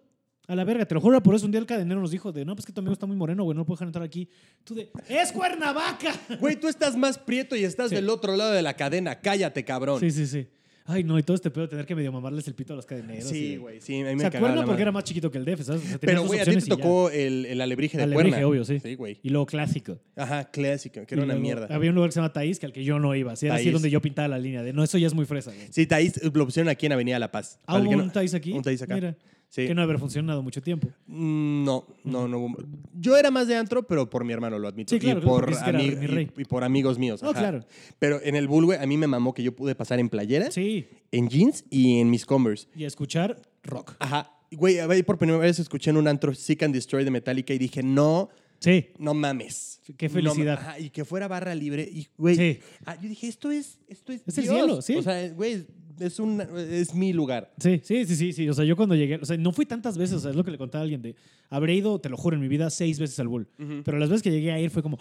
[SPEAKER 1] A la verga, te lo juro, por eso un día el cadenero nos dijo de, no, pues que tu amigo está muy moreno, güey, no lo puedo dejar entrar aquí. Tú de, ¡es Cuernavaca!
[SPEAKER 2] Güey, tú estás más prieto y estás
[SPEAKER 1] Sí.
[SPEAKER 2] del otro lado de la cadena. Cállate, cabrón.
[SPEAKER 1] Sí, sí, sí. Ay, no, y todo este pedo de tener que medio mamarles el pito a los cadeneros. y
[SPEAKER 2] Sí,
[SPEAKER 1] de-
[SPEAKER 2] güey. Sí, a mí
[SPEAKER 1] ¿Se
[SPEAKER 2] me cagaba
[SPEAKER 1] acuerdan?
[SPEAKER 2] la
[SPEAKER 1] Porque
[SPEAKER 2] madre.
[SPEAKER 1] era más chiquito que el DF, ¿sabes? O sea, tenías
[SPEAKER 2] Pero,
[SPEAKER 1] dos
[SPEAKER 2] güey, a ti te
[SPEAKER 1] opciones y ya.
[SPEAKER 2] tocó el, el alebrije de
[SPEAKER 1] Alebrije,
[SPEAKER 2] cuerna.
[SPEAKER 1] obvio, sí.
[SPEAKER 2] Sí, güey.
[SPEAKER 1] Y luego clásico.
[SPEAKER 2] Ajá, clásico,
[SPEAKER 1] Y
[SPEAKER 2] que era una
[SPEAKER 1] luego ah,
[SPEAKER 2] mierda.
[SPEAKER 1] Había un lugar que se llama Taís, que al que yo no iba. Así era así
[SPEAKER 2] Taís.
[SPEAKER 1] donde yo pintaba la línea. De no, eso ya es muy fresa. güey".
[SPEAKER 2] Sí, Taís lo pusieron aquí en Avenida La Paz.
[SPEAKER 1] Ah,
[SPEAKER 2] Para el
[SPEAKER 1] hubo
[SPEAKER 2] que
[SPEAKER 1] un
[SPEAKER 2] no-
[SPEAKER 1] Taís aquí.
[SPEAKER 2] Un Taís acá.
[SPEAKER 1] Mira,
[SPEAKER 2] Sí.
[SPEAKER 1] que no haber funcionado mucho tiempo.
[SPEAKER 2] Mm, No, no, no. hubo- Yo era más de antro, pero por mi hermano, lo admito.
[SPEAKER 1] Sí, claro,
[SPEAKER 2] y,
[SPEAKER 1] claro,
[SPEAKER 2] por
[SPEAKER 1] porque es que era
[SPEAKER 2] ami-
[SPEAKER 1] mi rey.
[SPEAKER 2] y, y por amigos míos.
[SPEAKER 1] No,
[SPEAKER 2] ajá.
[SPEAKER 1] claro.
[SPEAKER 2] Pero en el bull, güey, a mí me mamó que yo pude pasar en playera,
[SPEAKER 1] Sí.
[SPEAKER 2] en jeans y en mis Converse.
[SPEAKER 1] Y escuchar rock.
[SPEAKER 2] Ajá. Güey, a ver, por primera vez escuché en un antro Seek and Destroy de Metallica y dije, no,
[SPEAKER 1] Sí.
[SPEAKER 2] no mames.
[SPEAKER 1] Qué
[SPEAKER 2] No
[SPEAKER 1] felicidad.
[SPEAKER 2] ma- ajá, y que fuera barra libre. Y, güey,
[SPEAKER 1] Sí.
[SPEAKER 2] ah, yo dije, esto es, esto es
[SPEAKER 1] Es el
[SPEAKER 2] Dios.
[SPEAKER 1] cielo, sí.
[SPEAKER 2] O sea, güey, es, un, es mi lugar.
[SPEAKER 1] Sí, sí, sí, sí, sí. O sea, yo cuando llegué, o sea, no fui tantas veces, o sea, es lo que le contaba a alguien de, habré ido, te lo juro, en mi vida seis veces al Bull. Pero las veces que llegué a ir fue como,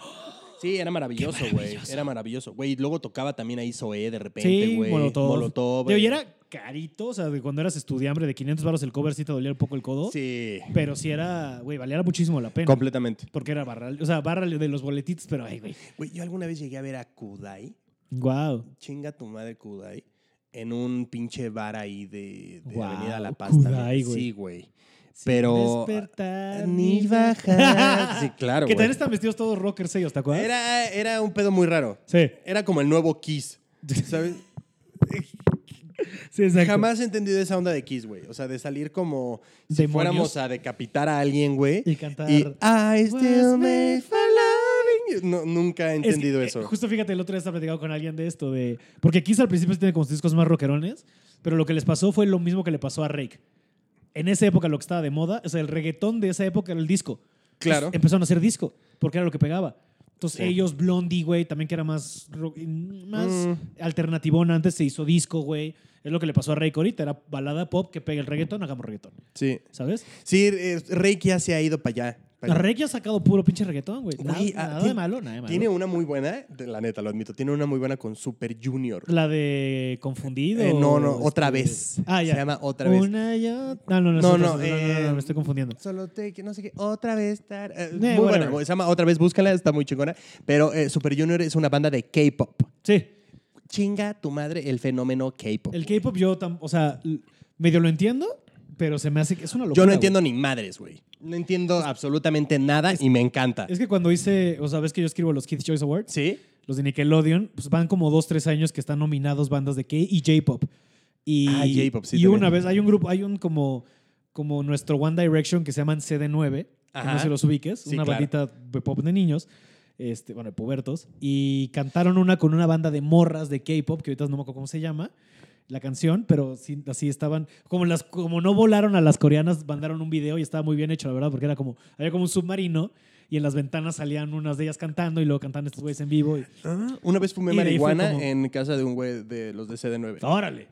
[SPEAKER 2] Sí, era maravilloso, güey. Era maravilloso. Güey, y luego tocaba también ahí Zoé de repente,
[SPEAKER 1] Sí,
[SPEAKER 2] güey.
[SPEAKER 1] Molotov.
[SPEAKER 2] Molotov.
[SPEAKER 1] Digo, y
[SPEAKER 2] eh.
[SPEAKER 1] era carito, o sea, de cuando eras estudiante de 500 baros el cover sí te dolía un poco el codo.
[SPEAKER 2] Sí,
[SPEAKER 1] Pero sí era, güey, valía muchísimo la pena.
[SPEAKER 2] completamente.
[SPEAKER 1] porque era barra, o sea, barra de los boletitos, pero ay, güey.
[SPEAKER 2] Güey, yo alguna vez llegué a ver a Kudai,
[SPEAKER 1] Wow.
[SPEAKER 2] chinga tu madre Kudai, en un pinche bar ahí de, de
[SPEAKER 1] Guau,
[SPEAKER 2] Avenida La Paz.
[SPEAKER 1] Kudai,
[SPEAKER 2] también.
[SPEAKER 1] güey.
[SPEAKER 2] Sí, güey. Pero.
[SPEAKER 1] Despertar
[SPEAKER 2] ni bajar. Sí, claro,
[SPEAKER 1] Que
[SPEAKER 2] güey.
[SPEAKER 1] también están vestidos todos rockers ellos, ¿te acuerdas?
[SPEAKER 2] Era, era un pedo muy raro.
[SPEAKER 1] Sí,
[SPEAKER 2] Era como el nuevo Kiss. ¿Sabes?
[SPEAKER 1] sí, exacto.
[SPEAKER 2] Jamás he entendido esa onda de Kiss, güey. O sea, de salir como si
[SPEAKER 1] Demonios.
[SPEAKER 2] fuéramos a decapitar a alguien, güey.
[SPEAKER 1] Y cantar-
[SPEAKER 2] Y I still
[SPEAKER 1] Was
[SPEAKER 2] made
[SPEAKER 1] made
[SPEAKER 2] for loving you". No, nunca he
[SPEAKER 1] Es que,
[SPEAKER 2] entendido
[SPEAKER 1] eh,
[SPEAKER 2] eso.
[SPEAKER 1] justo fíjate, el otro día estaba platicando con alguien de esto, de porque Kiss al principio sí tiene como sus discos más rockerones, pero lo que les pasó fue lo mismo que le pasó a Rake. En esa época lo que estaba de moda, o sea, el reggaetón de esa época era el disco.
[SPEAKER 2] Claro.
[SPEAKER 1] Entonces, empezaron a hacer disco, porque era lo que pegaba. Entonces
[SPEAKER 2] Sí.
[SPEAKER 1] ellos, Blondie, güey, también que era más, ro- más
[SPEAKER 2] Mm.
[SPEAKER 1] alternativón antes, se hizo disco, güey. Es lo que le pasó a Rake ahorita, era balada pop que pega el reggaetón, hagamos reggaetón,
[SPEAKER 2] Sí.
[SPEAKER 1] ¿sabes?
[SPEAKER 2] Sí, eh, Reiki ya se ha ido para allá.
[SPEAKER 1] La Reiki ha sacado puro pinche reggaetón, güey. Nada,
[SPEAKER 2] Güey, ah,
[SPEAKER 1] nada de
[SPEAKER 2] tiene-
[SPEAKER 1] malo, nada de malo.
[SPEAKER 2] Tiene una muy buena, de- la neta, lo admito, tiene una muy buena con Super Junior.
[SPEAKER 1] La de Confundido.
[SPEAKER 2] Eh, no, no,
[SPEAKER 1] este,
[SPEAKER 2] otra vez.
[SPEAKER 1] Ah, ya.
[SPEAKER 2] Se llama Otra vez.
[SPEAKER 1] Una y otra. Ah, No, no, no, es
[SPEAKER 2] No,
[SPEAKER 1] otra,
[SPEAKER 2] no,
[SPEAKER 1] no, no, no, no,
[SPEAKER 2] eh,
[SPEAKER 1] me estoy confundiendo.
[SPEAKER 2] Solo te, que no sé qué, otra vez. tar- eh, muy
[SPEAKER 1] whatever.
[SPEAKER 2] buena, se llama Otra vez, búscala, está muy chingona. Pero eh, Super Junior es una banda de K-pop.
[SPEAKER 1] Sí,
[SPEAKER 2] Chinga tu madre el fenómeno K-pop.
[SPEAKER 1] el K-pop yo, tam- o sea, l- medio lo entiendo, pero se me hace que es una locura.
[SPEAKER 2] Yo no
[SPEAKER 1] güey.
[SPEAKER 2] entiendo ni madres, güey. No entiendo absolutamente nada y me encanta.
[SPEAKER 1] Es que cuando hice, o sea, ves que yo escribo los Kids Choice Awards,
[SPEAKER 2] ¿Sí?
[SPEAKER 1] los de Nickelodeon, pues van como dos, tres años que están nominados bandas de K y J-pop. Y,
[SPEAKER 2] Ah, J-pop, sí,
[SPEAKER 1] Y
[SPEAKER 2] también.
[SPEAKER 1] una vez hay un grupo, hay un como, como nuestro One Direction que se llaman CD9, que
[SPEAKER 2] Ajá.
[SPEAKER 1] no se los ubiques,
[SPEAKER 2] Sí,
[SPEAKER 1] una
[SPEAKER 2] claro.
[SPEAKER 1] bandita de pop de niños, este, bueno, de pubertos, y cantaron una con una banda de morras de K-pop, que ahorita no me acuerdo cómo se llama. La canción, pero sí, así estaban. Como, las, como no volaron a las coreanas, mandaron un video y estaba muy bien hecho, la verdad, porque era como. Había como un submarino y en las ventanas salían unas de ellas cantando y luego cantaban estos güeyes en vivo. Y,
[SPEAKER 2] Ah, Una vez fumé
[SPEAKER 1] Y de ahí fue
[SPEAKER 2] marihuana
[SPEAKER 1] como-
[SPEAKER 2] en casa de un güey de los de CD9.
[SPEAKER 1] ¡Órale!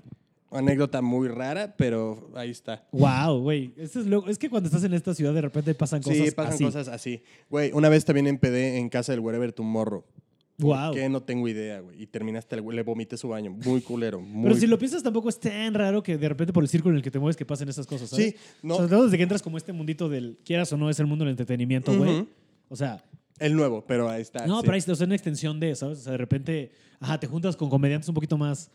[SPEAKER 2] Anécdota muy rara, pero ahí está.
[SPEAKER 1] Wow, güey. Eso Es, lo- es que cuando estás en esta ciudad de repente pasan cosas
[SPEAKER 2] sí, pasan
[SPEAKER 1] así.
[SPEAKER 2] cosas así. Güey, una vez también empedé en casa del Wherever Tomorrow.
[SPEAKER 1] Wow.
[SPEAKER 2] Que no tengo idea, güey. Y terminaste, el güey, le vomité su baño. Muy culero. Muy
[SPEAKER 1] Pero si lo piensas tampoco es tan raro que de repente por el círculo en el que te mueves que pasen esas cosas, ¿sabes?
[SPEAKER 2] Sí, no.
[SPEAKER 1] O sea, luego desde que entras como este mundito del quieras o no es el mundo del entretenimiento, güey.
[SPEAKER 2] Ujú.
[SPEAKER 1] O sea,
[SPEAKER 2] El nuevo, pero ahí está.
[SPEAKER 1] no,
[SPEAKER 2] sí.
[SPEAKER 1] pero ahí está, o sea, es una extensión de, ¿sabes? O sea, de repente, ajá, te juntas con comediantes un poquito más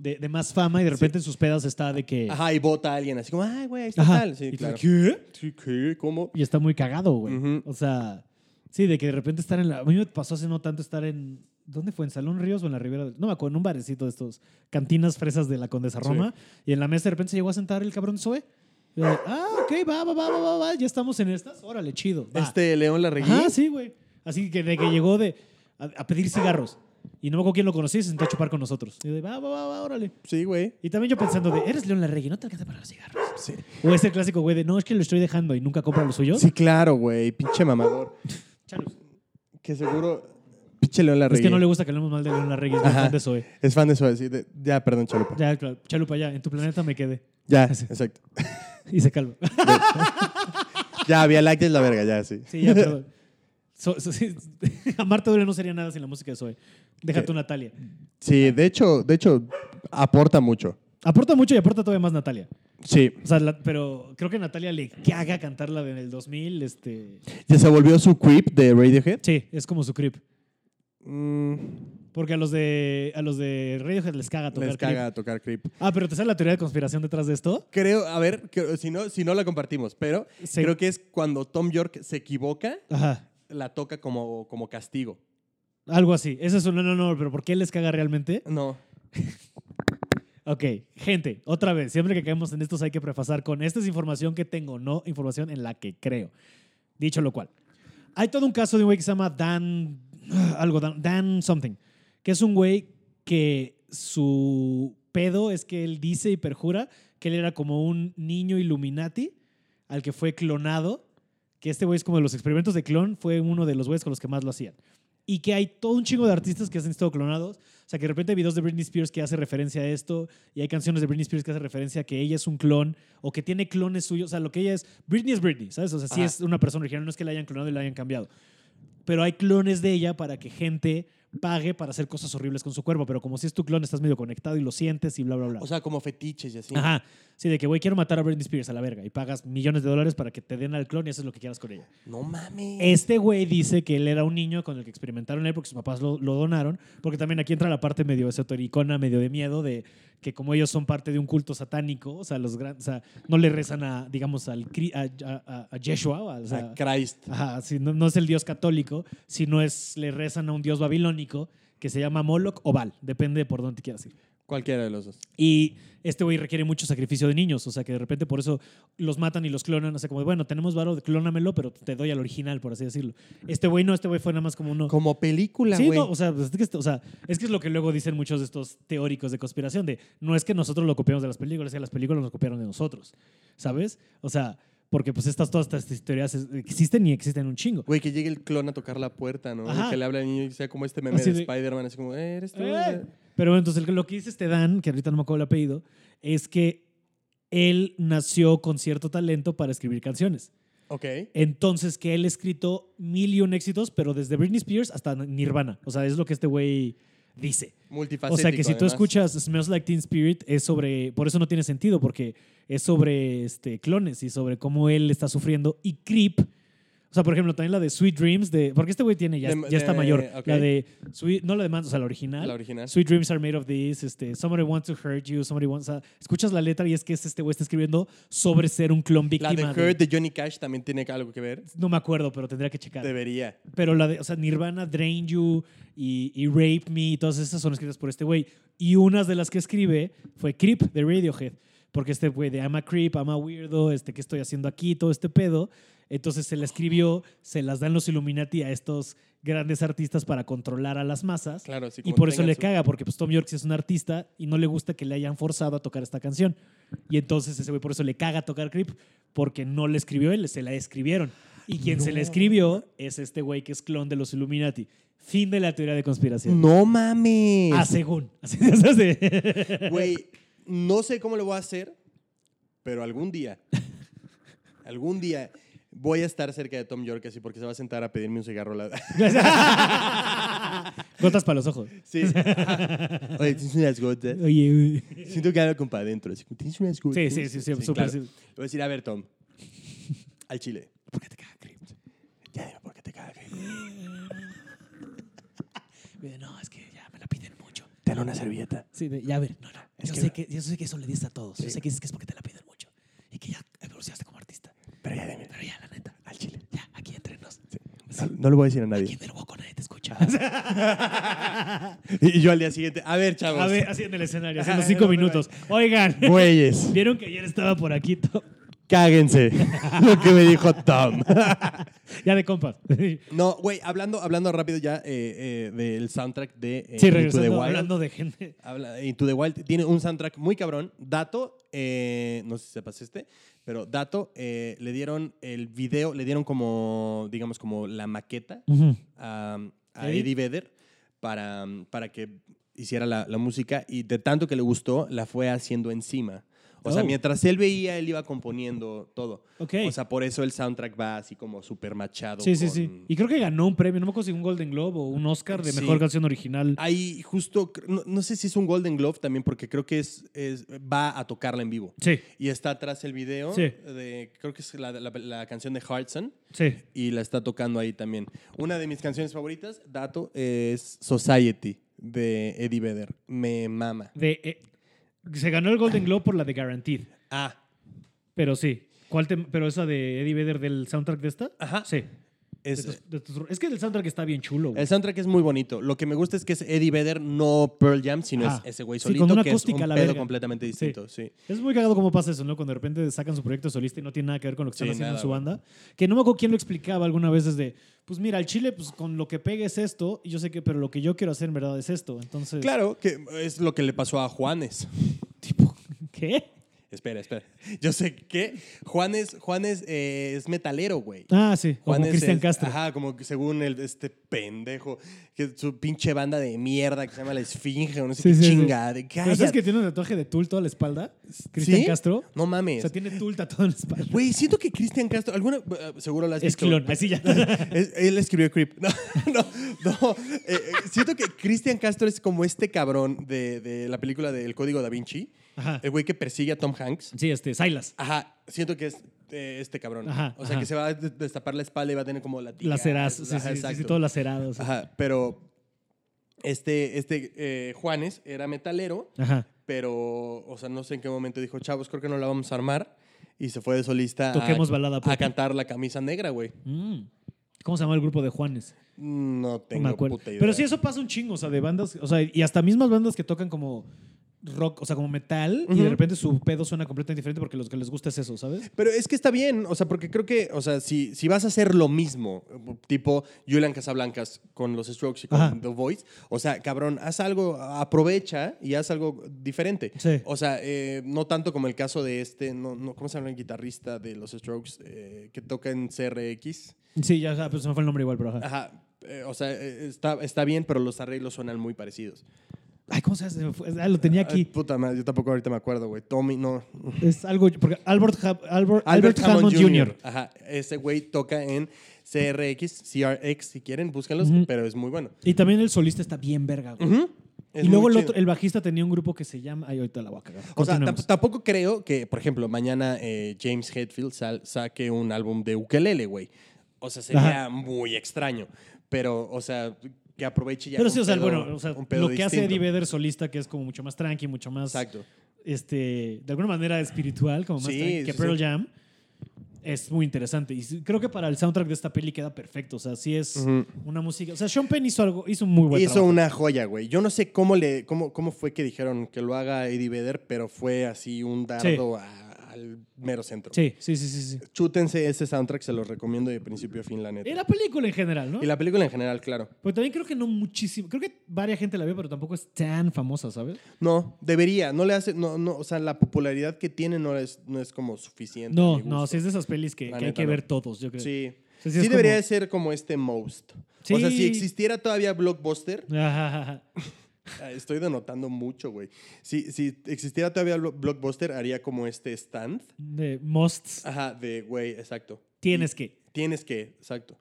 [SPEAKER 1] de, de más fama y de repente en sus pedas está de que
[SPEAKER 2] Ajá, y vota a alguien así como, ay, güey, ahí está
[SPEAKER 1] ajá,
[SPEAKER 2] tal. Sí,
[SPEAKER 1] y tú,
[SPEAKER 2] claro.
[SPEAKER 1] ¿qué?
[SPEAKER 2] Sí, ¿qué? ¿Cómo?
[SPEAKER 1] Y está muy cagado, güey.
[SPEAKER 2] Ujú.
[SPEAKER 1] O sea, sí, de que de repente estar en la. A mí me pasó hace no tanto estar en. ¿Dónde fue? ¿En Salón Ríos o en la Ribera del.? No me acuerdo, en un barecito de estos. Cantinas fresas de la Condesa Roma. Y en la mesa de repente se llegó a sentar el cabrón Zoe. Y yo de, ah, ok, va, va, va, va, va, va, ya estamos en estas. Órale, chido. va".
[SPEAKER 2] Este León Larregui.
[SPEAKER 1] Ajá, sí, güey. Así que de que llegó de, a, a pedir cigarros. Y no me acuerdo quién lo conocía y se sentó a chupar con nosotros. Y yo de, va, va, va, va, órale.
[SPEAKER 2] Sí, güey.
[SPEAKER 1] Y también yo pensando de, eres León Larregui, no te alcanza para los cigarros.
[SPEAKER 2] Sí.
[SPEAKER 1] O ese clásico, güey, de, no, es que lo estoy dejando y nunca compra lo suyo.
[SPEAKER 2] Sí, claro, güey. Pinche mamador.
[SPEAKER 1] Chalos.
[SPEAKER 2] Que seguro. Pinche León
[SPEAKER 1] Es
[SPEAKER 2] Larregui.
[SPEAKER 1] que no le gusta que hablemos mal de León Larregui, es muy
[SPEAKER 2] Ajá.
[SPEAKER 1] fan de Zoe.
[SPEAKER 2] Es fan de eso. así de- Ya, perdón, Chalupa.
[SPEAKER 1] Ya, claro, chalupa, ya, en tu planeta me quedé.
[SPEAKER 2] Ya, exacto.
[SPEAKER 1] Y se calma.
[SPEAKER 2] Ya, Vía Láctea es la verga, ya, sí.
[SPEAKER 1] Sí, ya, perdón. So- so- sí, Amar te duele no sería nada sin la música de Zoe. Deja
[SPEAKER 2] ¿Qué?
[SPEAKER 1] tú, Natalia.
[SPEAKER 2] Sí, de hecho, de hecho, aporta mucho.
[SPEAKER 1] Aporta mucho y aporta todavía más Natalia.
[SPEAKER 2] Sí.
[SPEAKER 1] O sea, la- pero creo que Natalia le caga cantarla en el 2000. Este...
[SPEAKER 2] Ya se volvió su creep de Radiohead.
[SPEAKER 1] Sí, es como su creep.
[SPEAKER 2] Mm,
[SPEAKER 1] Porque a los de, a los de Radiohead les caga tocar
[SPEAKER 2] les
[SPEAKER 1] creep.
[SPEAKER 2] caga tocar creep.
[SPEAKER 1] Ah, pero ¿te sale la teoría de conspiración detrás de esto?
[SPEAKER 2] Creo, a ver, creo- si, no, si no la compartimos, pero
[SPEAKER 1] Sí.
[SPEAKER 2] creo que es cuando Tom York se equivoca,
[SPEAKER 1] Ajá.
[SPEAKER 2] la toca como, como castigo.
[SPEAKER 1] Algo así. Eso es un no, no, no, pero ¿por qué les caga realmente?
[SPEAKER 2] No.
[SPEAKER 1] Ok, gente, otra vez, siempre que caemos en estos hay que prefasar con esta es información que tengo, no información en la que creo. Dicho lo cual, hay todo un caso de un güey que se llama Dan, algo, Dan, Dan something, que es un güey que su pedo es que él dice y perjura que él era como un niño Illuminati al que fue clonado, que este güey es como de los experimentos de clon, fue uno de los güeyes con los que más lo hacían. Y que hay todo un chingo de artistas que han estado clonados. O sea, que de repente hay videos de Britney Spears que hace referencia a esto y hay canciones de Britney Spears que hace referencia a que ella es un clon o que tiene clones suyos. O sea, lo que ella es, Britney es Britney, ¿sabes? O sea, sí
[SPEAKER 2] Ajá.
[SPEAKER 1] es una persona original, no es que la hayan clonado y la hayan cambiado. Pero hay clones de ella para que gente pague para hacer cosas horribles con su cuerpo. Pero como si es tu clon, estás medio conectado y lo sientes y bla, bla, bla.
[SPEAKER 2] O sea, como fetiches y así.
[SPEAKER 1] Ajá. Sí, de que, güey, quiero matar a Britney Spears a la verga y pagas millones de dólares para que te den al clon y haces lo que quieras con ella.
[SPEAKER 2] No mames.
[SPEAKER 1] Este güey dice que él era un niño con el que experimentaron él porque sus papás lo, lo donaron, porque también aquí entra la parte medio esotericona, medio de miedo, de que como ellos son parte de un culto satánico, o sea, los gran- o sea, no le rezan a, digamos, al, Cri- a, a- a- a Yeshua, o
[SPEAKER 2] O
[SPEAKER 1] sea,
[SPEAKER 2] sea, Christ.
[SPEAKER 1] ajá, sí, no, no es el dios católico, sino es, le rezan a un dios babilónico que se llama Moloch o Baal, depende por dónde te quieras ir.
[SPEAKER 2] Cualquiera de los dos.
[SPEAKER 1] Y este güey requiere mucho sacrificio de niños, o sea que de repente por eso los matan y los clonan, o sea como, bueno, tenemos varo, clónamelo, pero te doy al original, por así decirlo. Este güey no, este güey fue nada más como uno...
[SPEAKER 2] Como película,
[SPEAKER 1] Sí,
[SPEAKER 2] güey.
[SPEAKER 1] no, o sea, pues, es que, esto- o sea, es que es lo que luego dicen muchos de estos teóricos de conspiración, de no es que nosotros lo copiamos de las películas, es que las películas nos copiaron de nosotros, ¿sabes? O sea, porque pues estas, todas estas teorías es- existen y existen un chingo.
[SPEAKER 2] Güey, que llegue el clon a tocar la puerta, ¿no?
[SPEAKER 1] Ajá.
[SPEAKER 2] Y que le hable al niño y sea como este meme
[SPEAKER 1] Así
[SPEAKER 2] de
[SPEAKER 1] de-
[SPEAKER 2] Spider-Man, así como, "Eh, eres tú.
[SPEAKER 1] Eh. Pero bueno, entonces lo que dice este Dan, que ahorita no me acuerdo el apellido, es que él nació con cierto talento para escribir canciones.
[SPEAKER 2] Ok.
[SPEAKER 1] Entonces, que él ha escrito mil y un éxitos, pero desde Britney Spears hasta Nirvana. O sea, es lo que este güey dice.
[SPEAKER 2] Multifacético.
[SPEAKER 1] O sea, que si tú
[SPEAKER 2] además.
[SPEAKER 1] escuchas Smells Like Teen Spirit, es sobre. Por eso no tiene sentido, porque es sobre este, clones y sobre cómo él está sufriendo. Y Creep. O sea, por ejemplo, también la de Sweet Dreams, de, porque este güey tiene, ya,
[SPEAKER 2] De-
[SPEAKER 1] ya está
[SPEAKER 2] de-
[SPEAKER 1] mayor.
[SPEAKER 2] ok.
[SPEAKER 1] La de. Sweet- no la de Man- o sea, la original.
[SPEAKER 2] La original.
[SPEAKER 1] Sweet Dreams Are Made of This, este, Somebody Wants to Hurt You, Somebody Wants. a- escuchas la letra y es que es este güey está escribiendo sobre ser un clon
[SPEAKER 2] La
[SPEAKER 1] víctima.
[SPEAKER 2] de
[SPEAKER 1] de-
[SPEAKER 2] Hurt de Johnny Cash también tiene algo que ver.
[SPEAKER 1] no me acuerdo, pero tendría que checar.
[SPEAKER 2] Debería.
[SPEAKER 1] Pero la de, o sea, Nirvana, Drain You y, y Rape Me, y todas esas son escritas por este güey. Y una de las que escribe fue Creep de Radiohead. Porque este güey de I'm a creep, I'm a weirdo, este, ¿qué estoy haciendo aquí? Todo este pedo. Entonces se la escribió, se las dan los Illuminati a estos grandes artistas para controlar a las masas.
[SPEAKER 2] Claro, sí.
[SPEAKER 1] Y
[SPEAKER 2] como
[SPEAKER 1] por eso
[SPEAKER 2] tengan
[SPEAKER 1] le
[SPEAKER 2] su-
[SPEAKER 1] caga, porque pues Tom York es un artista y no le gusta que le hayan forzado a tocar esta canción. Y entonces ese güey por eso le caga tocar Creep, porque no le escribió él, se la escribieron. Y quien se la
[SPEAKER 2] No.
[SPEAKER 1] escribió es este güey que es clon de los Illuminati. Fin de la teoría de conspiración.
[SPEAKER 2] No mames.
[SPEAKER 1] Ah, según. Así, así.
[SPEAKER 2] Güey, no sé cómo lo voy a hacer, pero algún día, algún día voy a estar cerca de Tom York así porque se va a sentar a pedirme un cigarro. al lado.
[SPEAKER 1] Gotas para los ojos.
[SPEAKER 2] Sí. Oye, tienes unas gotas.
[SPEAKER 1] Oye, güey.
[SPEAKER 2] Siento que hablo con para adentro. así como, Tienes unas gotas.
[SPEAKER 1] Sí, sí, sí, sí, súper,
[SPEAKER 2] claro.
[SPEAKER 1] sí.
[SPEAKER 2] Le Voy a decir, a ver, Tom, al chile. ¿Por qué te caga Crypt? Ya digo, ¿por qué te caga Crypt?
[SPEAKER 1] No, es que ya me la piden mucho.
[SPEAKER 2] Dale una servilleta.
[SPEAKER 1] Sí, de- ya a ver, no, no.
[SPEAKER 2] Es
[SPEAKER 1] yo,
[SPEAKER 2] que
[SPEAKER 1] sé
[SPEAKER 2] no.
[SPEAKER 1] que, yo sé que eso le diste a todos. Yo
[SPEAKER 2] Sí.
[SPEAKER 1] sé que dices que es porque te la piden mucho. Y que ya evolucionaste como artista.
[SPEAKER 2] Pero ya dime,
[SPEAKER 1] Pero ya, la neta.
[SPEAKER 2] al chile.
[SPEAKER 1] Ya, aquí entre nos.
[SPEAKER 2] No, no lo voy a decir a
[SPEAKER 1] Aquí
[SPEAKER 2] nadie.
[SPEAKER 1] en el hueco nadie te escucha.
[SPEAKER 2] Y yo al día siguiente, a ver, chavos.
[SPEAKER 1] A ver, así en el escenario, haciendo
[SPEAKER 2] Ajá,
[SPEAKER 1] cinco
[SPEAKER 2] no, no,
[SPEAKER 1] minutos. Oigan,
[SPEAKER 2] Güeyes.
[SPEAKER 1] vieron que ayer estaba por aquí. Tom?
[SPEAKER 2] Cáguense. Lo que me dijo Tom.
[SPEAKER 1] Ya de compas.
[SPEAKER 2] No, güey, hablando, hablando rápido ya eh, eh, del soundtrack de eh,
[SPEAKER 1] Sí,
[SPEAKER 2] Into the
[SPEAKER 1] regresando,
[SPEAKER 2] Wild.
[SPEAKER 1] hablando de gente.
[SPEAKER 2] Habla- Into the Wild tiene un soundtrack muy cabrón. Dato, eh, no sé si sepas este, pero Dato eh, le dieron el video, le dieron como, digamos, como la maqueta a, a
[SPEAKER 1] ¿Eddie?
[SPEAKER 2] Eddie Vedder para, para que hiciera la, la música y de tanto que le gustó, la fue haciendo encima. O sea,
[SPEAKER 1] Oh.
[SPEAKER 2] mientras él veía, él iba componiendo todo.
[SPEAKER 1] Ok.
[SPEAKER 2] O sea, por eso el soundtrack va así como súper machado.
[SPEAKER 1] sí, sí,
[SPEAKER 2] con-
[SPEAKER 1] sí. Y creo que ganó un premio, no me acuerdo si un Golden Globe o un Oscar de
[SPEAKER 2] Sí. Ah.
[SPEAKER 1] mejor canción original.
[SPEAKER 2] Hay justo, cr- no, no sé si es un Golden Globe también, porque creo que es, es- va a tocarla en vivo.
[SPEAKER 1] Sí,
[SPEAKER 2] Y está atrás el video
[SPEAKER 1] Sí.
[SPEAKER 2] de, creo que es la, la- la canción de Hudson
[SPEAKER 1] sí.
[SPEAKER 2] y la está tocando ahí también. Una de mis canciones favoritas, dato, es Society de Eddie Vedder. Me mama.
[SPEAKER 1] De, eh, se ganó el Golden Globe por la de Guaranteed.
[SPEAKER 2] Ah,
[SPEAKER 1] Pero sí. ¿Cuál te- pero esa de Eddie Vedder del soundtrack de esta?
[SPEAKER 2] Ajá.
[SPEAKER 1] Sí.
[SPEAKER 2] es,
[SPEAKER 1] De tus- de tus- es que el soundtrack está bien chulo. güey.
[SPEAKER 2] el soundtrack es muy bonito. Lo que me gusta es que es Eddie Vedder, no Pearl Jam, sino
[SPEAKER 1] Ah,
[SPEAKER 2] es ese güey
[SPEAKER 1] sí,
[SPEAKER 2] solito,
[SPEAKER 1] con una
[SPEAKER 2] que
[SPEAKER 1] acústica
[SPEAKER 2] es
[SPEAKER 1] a
[SPEAKER 2] un
[SPEAKER 1] la
[SPEAKER 2] pedo
[SPEAKER 1] verga.
[SPEAKER 2] completamente distinto. Sí.
[SPEAKER 1] Es muy cagado cómo pasa eso, ¿no? Cuando de repente sacan su proyecto solista y no tiene nada que ver con lo que están
[SPEAKER 2] Sí,
[SPEAKER 1] haciendo
[SPEAKER 2] nada,
[SPEAKER 1] en su
[SPEAKER 2] güey.
[SPEAKER 1] banda. Que no me acuerdo quién lo explicaba alguna vez desde, pues mira, el chile, pues con lo que pegue es esto, y yo sé que, pero lo que yo quiero hacer en verdad es esto. Entonces,
[SPEAKER 2] Claro, que es lo que le pasó a Juanes.
[SPEAKER 1] tipo, ¿qué?
[SPEAKER 2] Espera, espera. Yo sé que Juanes, Juanes eh, es metalero, güey.
[SPEAKER 1] Ah, sí, como
[SPEAKER 2] Juanes
[SPEAKER 1] Cristian
[SPEAKER 2] es-
[SPEAKER 1] Castro.
[SPEAKER 2] Ajá, como que según el, este pendejo, que su pinche banda de mierda que se llama La Esfinge, o no sé
[SPEAKER 1] Sí,
[SPEAKER 2] qué
[SPEAKER 1] sí, sí.
[SPEAKER 2] chingada.
[SPEAKER 1] ¿Pero sabes que tiene un tatuaje de Tul toda la espalda? Cristian
[SPEAKER 2] ¿Sí?
[SPEAKER 1] Castro.
[SPEAKER 2] No
[SPEAKER 1] O
[SPEAKER 2] mames.
[SPEAKER 1] sea, tiene Tul tatuado en la espalda.
[SPEAKER 2] Güey, siento que Cristian Castro, alguna, eh, seguro la has
[SPEAKER 1] Es
[SPEAKER 2] visto.
[SPEAKER 1] clon, así ya.
[SPEAKER 2] Es- él escribió Creep. No, no, no. Eh, eh, siento que Cristian Castro es como este cabrón de, de la película del Código Da Vinci,
[SPEAKER 1] Ajá.
[SPEAKER 2] el güey que persigue a Tom Hanks.
[SPEAKER 1] Sí, este, Silas.
[SPEAKER 2] Ajá, siento que es eh, este cabrón.
[SPEAKER 1] Ajá,
[SPEAKER 2] o sea,
[SPEAKER 1] ajá.
[SPEAKER 2] que se va a de- destapar la espalda y va a tener como latigas.
[SPEAKER 1] Lacerazos, sí,
[SPEAKER 2] Ajá,
[SPEAKER 1] sí, sí, sí,
[SPEAKER 2] exacto.
[SPEAKER 1] todo lacerado. sí.
[SPEAKER 2] Ajá, pero este, este eh, Juanes era metalero,
[SPEAKER 1] Ajá.
[SPEAKER 2] pero, o sea, no sé en qué momento dijo, chavos, creo que no la vamos a armar. Y se fue de solista a-
[SPEAKER 1] Toquemos balada
[SPEAKER 2] a,
[SPEAKER 1] pop.
[SPEAKER 2] cantar la camisa negra, güey.
[SPEAKER 1] Mm. ¿Cómo se llama el grupo de Juanes?
[SPEAKER 2] No
[SPEAKER 1] No
[SPEAKER 2] tengo
[SPEAKER 1] me acuerdo.
[SPEAKER 2] puta idea.
[SPEAKER 1] Pero sí, eso pasa un chingo, o sea, de bandas, o sea, y hasta mismas bandas que tocan como rock, o sea, como metal, y de
[SPEAKER 2] Ujú.
[SPEAKER 1] repente su pedo suena completamente diferente porque los que les gusta es eso, ¿sabes?
[SPEAKER 2] Pero es que está bien, o sea, porque creo que, o sea, si, si vas a hacer lo mismo, tipo Julian Casablancas con los Strokes y con
[SPEAKER 1] Ajá.
[SPEAKER 2] The Voice, o sea, cabrón, haz algo, aprovecha y haz algo diferente.
[SPEAKER 1] Sí.
[SPEAKER 2] O sea, eh, no tanto como el caso de este, no, no, ¿cómo se llama el guitarrista de los Strokes eh, que toca en CRX?
[SPEAKER 1] Sí, ya, ya, pues
[SPEAKER 2] Ah.
[SPEAKER 1] se me fue el nombre igual, pero ajá.
[SPEAKER 2] Ajá, eh, o sea, eh, está, está bien, pero los arreglos suenan muy parecidos.
[SPEAKER 1] Ay, ¿cómo se hace? Se me fue. Ah, lo tenía
[SPEAKER 2] Ay,
[SPEAKER 1] aquí.
[SPEAKER 2] puta madre, yo tampoco ahorita me acuerdo, güey. Tommy, no.
[SPEAKER 1] Es algo. Porque Albert, Ha- Albert, Albert Hammond, Jr.
[SPEAKER 2] Ajá, ese güey toca en CRX, CRX si quieren, búsquenlos, pero es muy bueno.
[SPEAKER 1] Y también el solista está bien verga, güey.
[SPEAKER 2] Es
[SPEAKER 1] y luego
[SPEAKER 2] muy
[SPEAKER 1] el,
[SPEAKER 2] chido.
[SPEAKER 1] otro, el bajista tenía un grupo que se llama. Ay, ahorita la voy a cagar.
[SPEAKER 2] O sea,
[SPEAKER 1] Continuemos.
[SPEAKER 2] tamp- tampoco creo que, por ejemplo, mañana eh, James Hetfield sal- saque un álbum de ukelele, güey. O sea, sería muy extraño. Pero, o sea, que aproveche ya.
[SPEAKER 1] Pero
[SPEAKER 2] un
[SPEAKER 1] sí, o sea,
[SPEAKER 2] pedo-
[SPEAKER 1] bueno, o sea,
[SPEAKER 2] un pedo
[SPEAKER 1] lo que hace
[SPEAKER 2] distinto.
[SPEAKER 1] Eddie Vedder solista, que es como mucho más tranqui, mucho más.
[SPEAKER 2] Exacto.
[SPEAKER 1] Este, de alguna manera espiritual, como más
[SPEAKER 2] Sí,
[SPEAKER 1] tranqui que
[SPEAKER 2] sí,
[SPEAKER 1] Pearl
[SPEAKER 2] sí.
[SPEAKER 1] Jam. Es muy interesante. Y sí, creo que para el soundtrack de esta peli queda perfecto. O sea, sí es
[SPEAKER 2] Ujú.
[SPEAKER 1] una música. O sea, Sean Penn hizo algo, hizo un muy buen
[SPEAKER 2] Hizo
[SPEAKER 1] trabajo.
[SPEAKER 2] una joya, güey. Yo no sé cómo, le, cómo, cómo fue que dijeron que lo haga Eddie Vedder, pero fue así un dardo a- al mero centro.
[SPEAKER 1] Sí, sí, sí, sí, sí.
[SPEAKER 2] Chútense ese soundtrack, se los recomiendo de principio a fin, la neta.
[SPEAKER 1] Y la película en general, ¿no?
[SPEAKER 2] Y la película en general, claro.
[SPEAKER 1] Pero también creo que no muchísimo. Creo que varias gente la vio, pero tampoco es tan famosa, ¿sabes?
[SPEAKER 2] No, debería. No le hace. No, no, o sea, la popularidad que tiene no es, no es como suficiente. a
[SPEAKER 1] No,
[SPEAKER 2] mi
[SPEAKER 1] no,
[SPEAKER 2] gusto.
[SPEAKER 1] sí es de esas pelis que,
[SPEAKER 2] La
[SPEAKER 1] que hay
[SPEAKER 2] neta,
[SPEAKER 1] que
[SPEAKER 2] no.
[SPEAKER 1] ver todos, yo creo.
[SPEAKER 2] Sí.
[SPEAKER 1] O sea,
[SPEAKER 2] Sí,
[SPEAKER 1] sí es como-
[SPEAKER 2] debería de ser como este most. O sea,
[SPEAKER 1] Sí.
[SPEAKER 2] si existiera todavía Blockbuster,
[SPEAKER 1] Ajá, ajá, ajá.
[SPEAKER 2] ah, estoy denotando mucho, güey. Si, si existiera todavía Blo- Blockbuster, haría como este stand.
[SPEAKER 1] De Musts.
[SPEAKER 2] Ajá, de güey, exacto.
[SPEAKER 1] Tienes que.
[SPEAKER 2] Tienes que, exacto.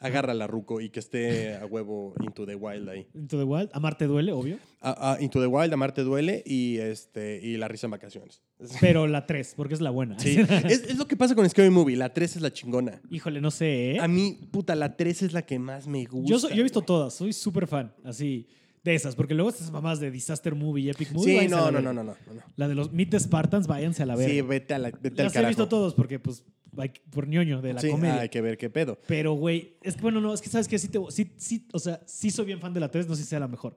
[SPEAKER 2] Agárrala, Ruco, y que esté a huevo Into the Wild ahí.
[SPEAKER 1] Into the Wild. Amarte duele, obvio.
[SPEAKER 2] A- a Into the Wild, Amarte Duele y, este, y La Risa en Vacaciones.
[SPEAKER 1] Pero la 3, porque es la buena.
[SPEAKER 2] Sí, es, es lo que pasa con Scary Movie. La 3 es la chingona.
[SPEAKER 1] Híjole, no sé. ¿eh?
[SPEAKER 2] A mí, puta, la 3 es la que más me gusta.
[SPEAKER 1] Yo, soy- yo he visto todas, soy súper fan, así, de esas, porque luego estas mamás de Disaster Movie y Epic Movie.
[SPEAKER 2] Sí,
[SPEAKER 1] váyanse a
[SPEAKER 2] no,
[SPEAKER 1] la
[SPEAKER 2] no,
[SPEAKER 1] verga.
[SPEAKER 2] no, no, no, no.
[SPEAKER 1] La de los Meet the Spartans, váyanse a la verga.
[SPEAKER 2] Sí, vete, a la, vete al
[SPEAKER 1] Las he
[SPEAKER 2] carajo.
[SPEAKER 1] visto todos porque, pues, hay- por ñoño de la
[SPEAKER 2] Sí,
[SPEAKER 1] comedia.
[SPEAKER 2] hay que ver qué pedo.
[SPEAKER 1] Pero, güey, es que bueno, no, es que sabes que sí, te, sí, sí, o sea, sí soy bien fan de la 3, no sé si sea la mejor.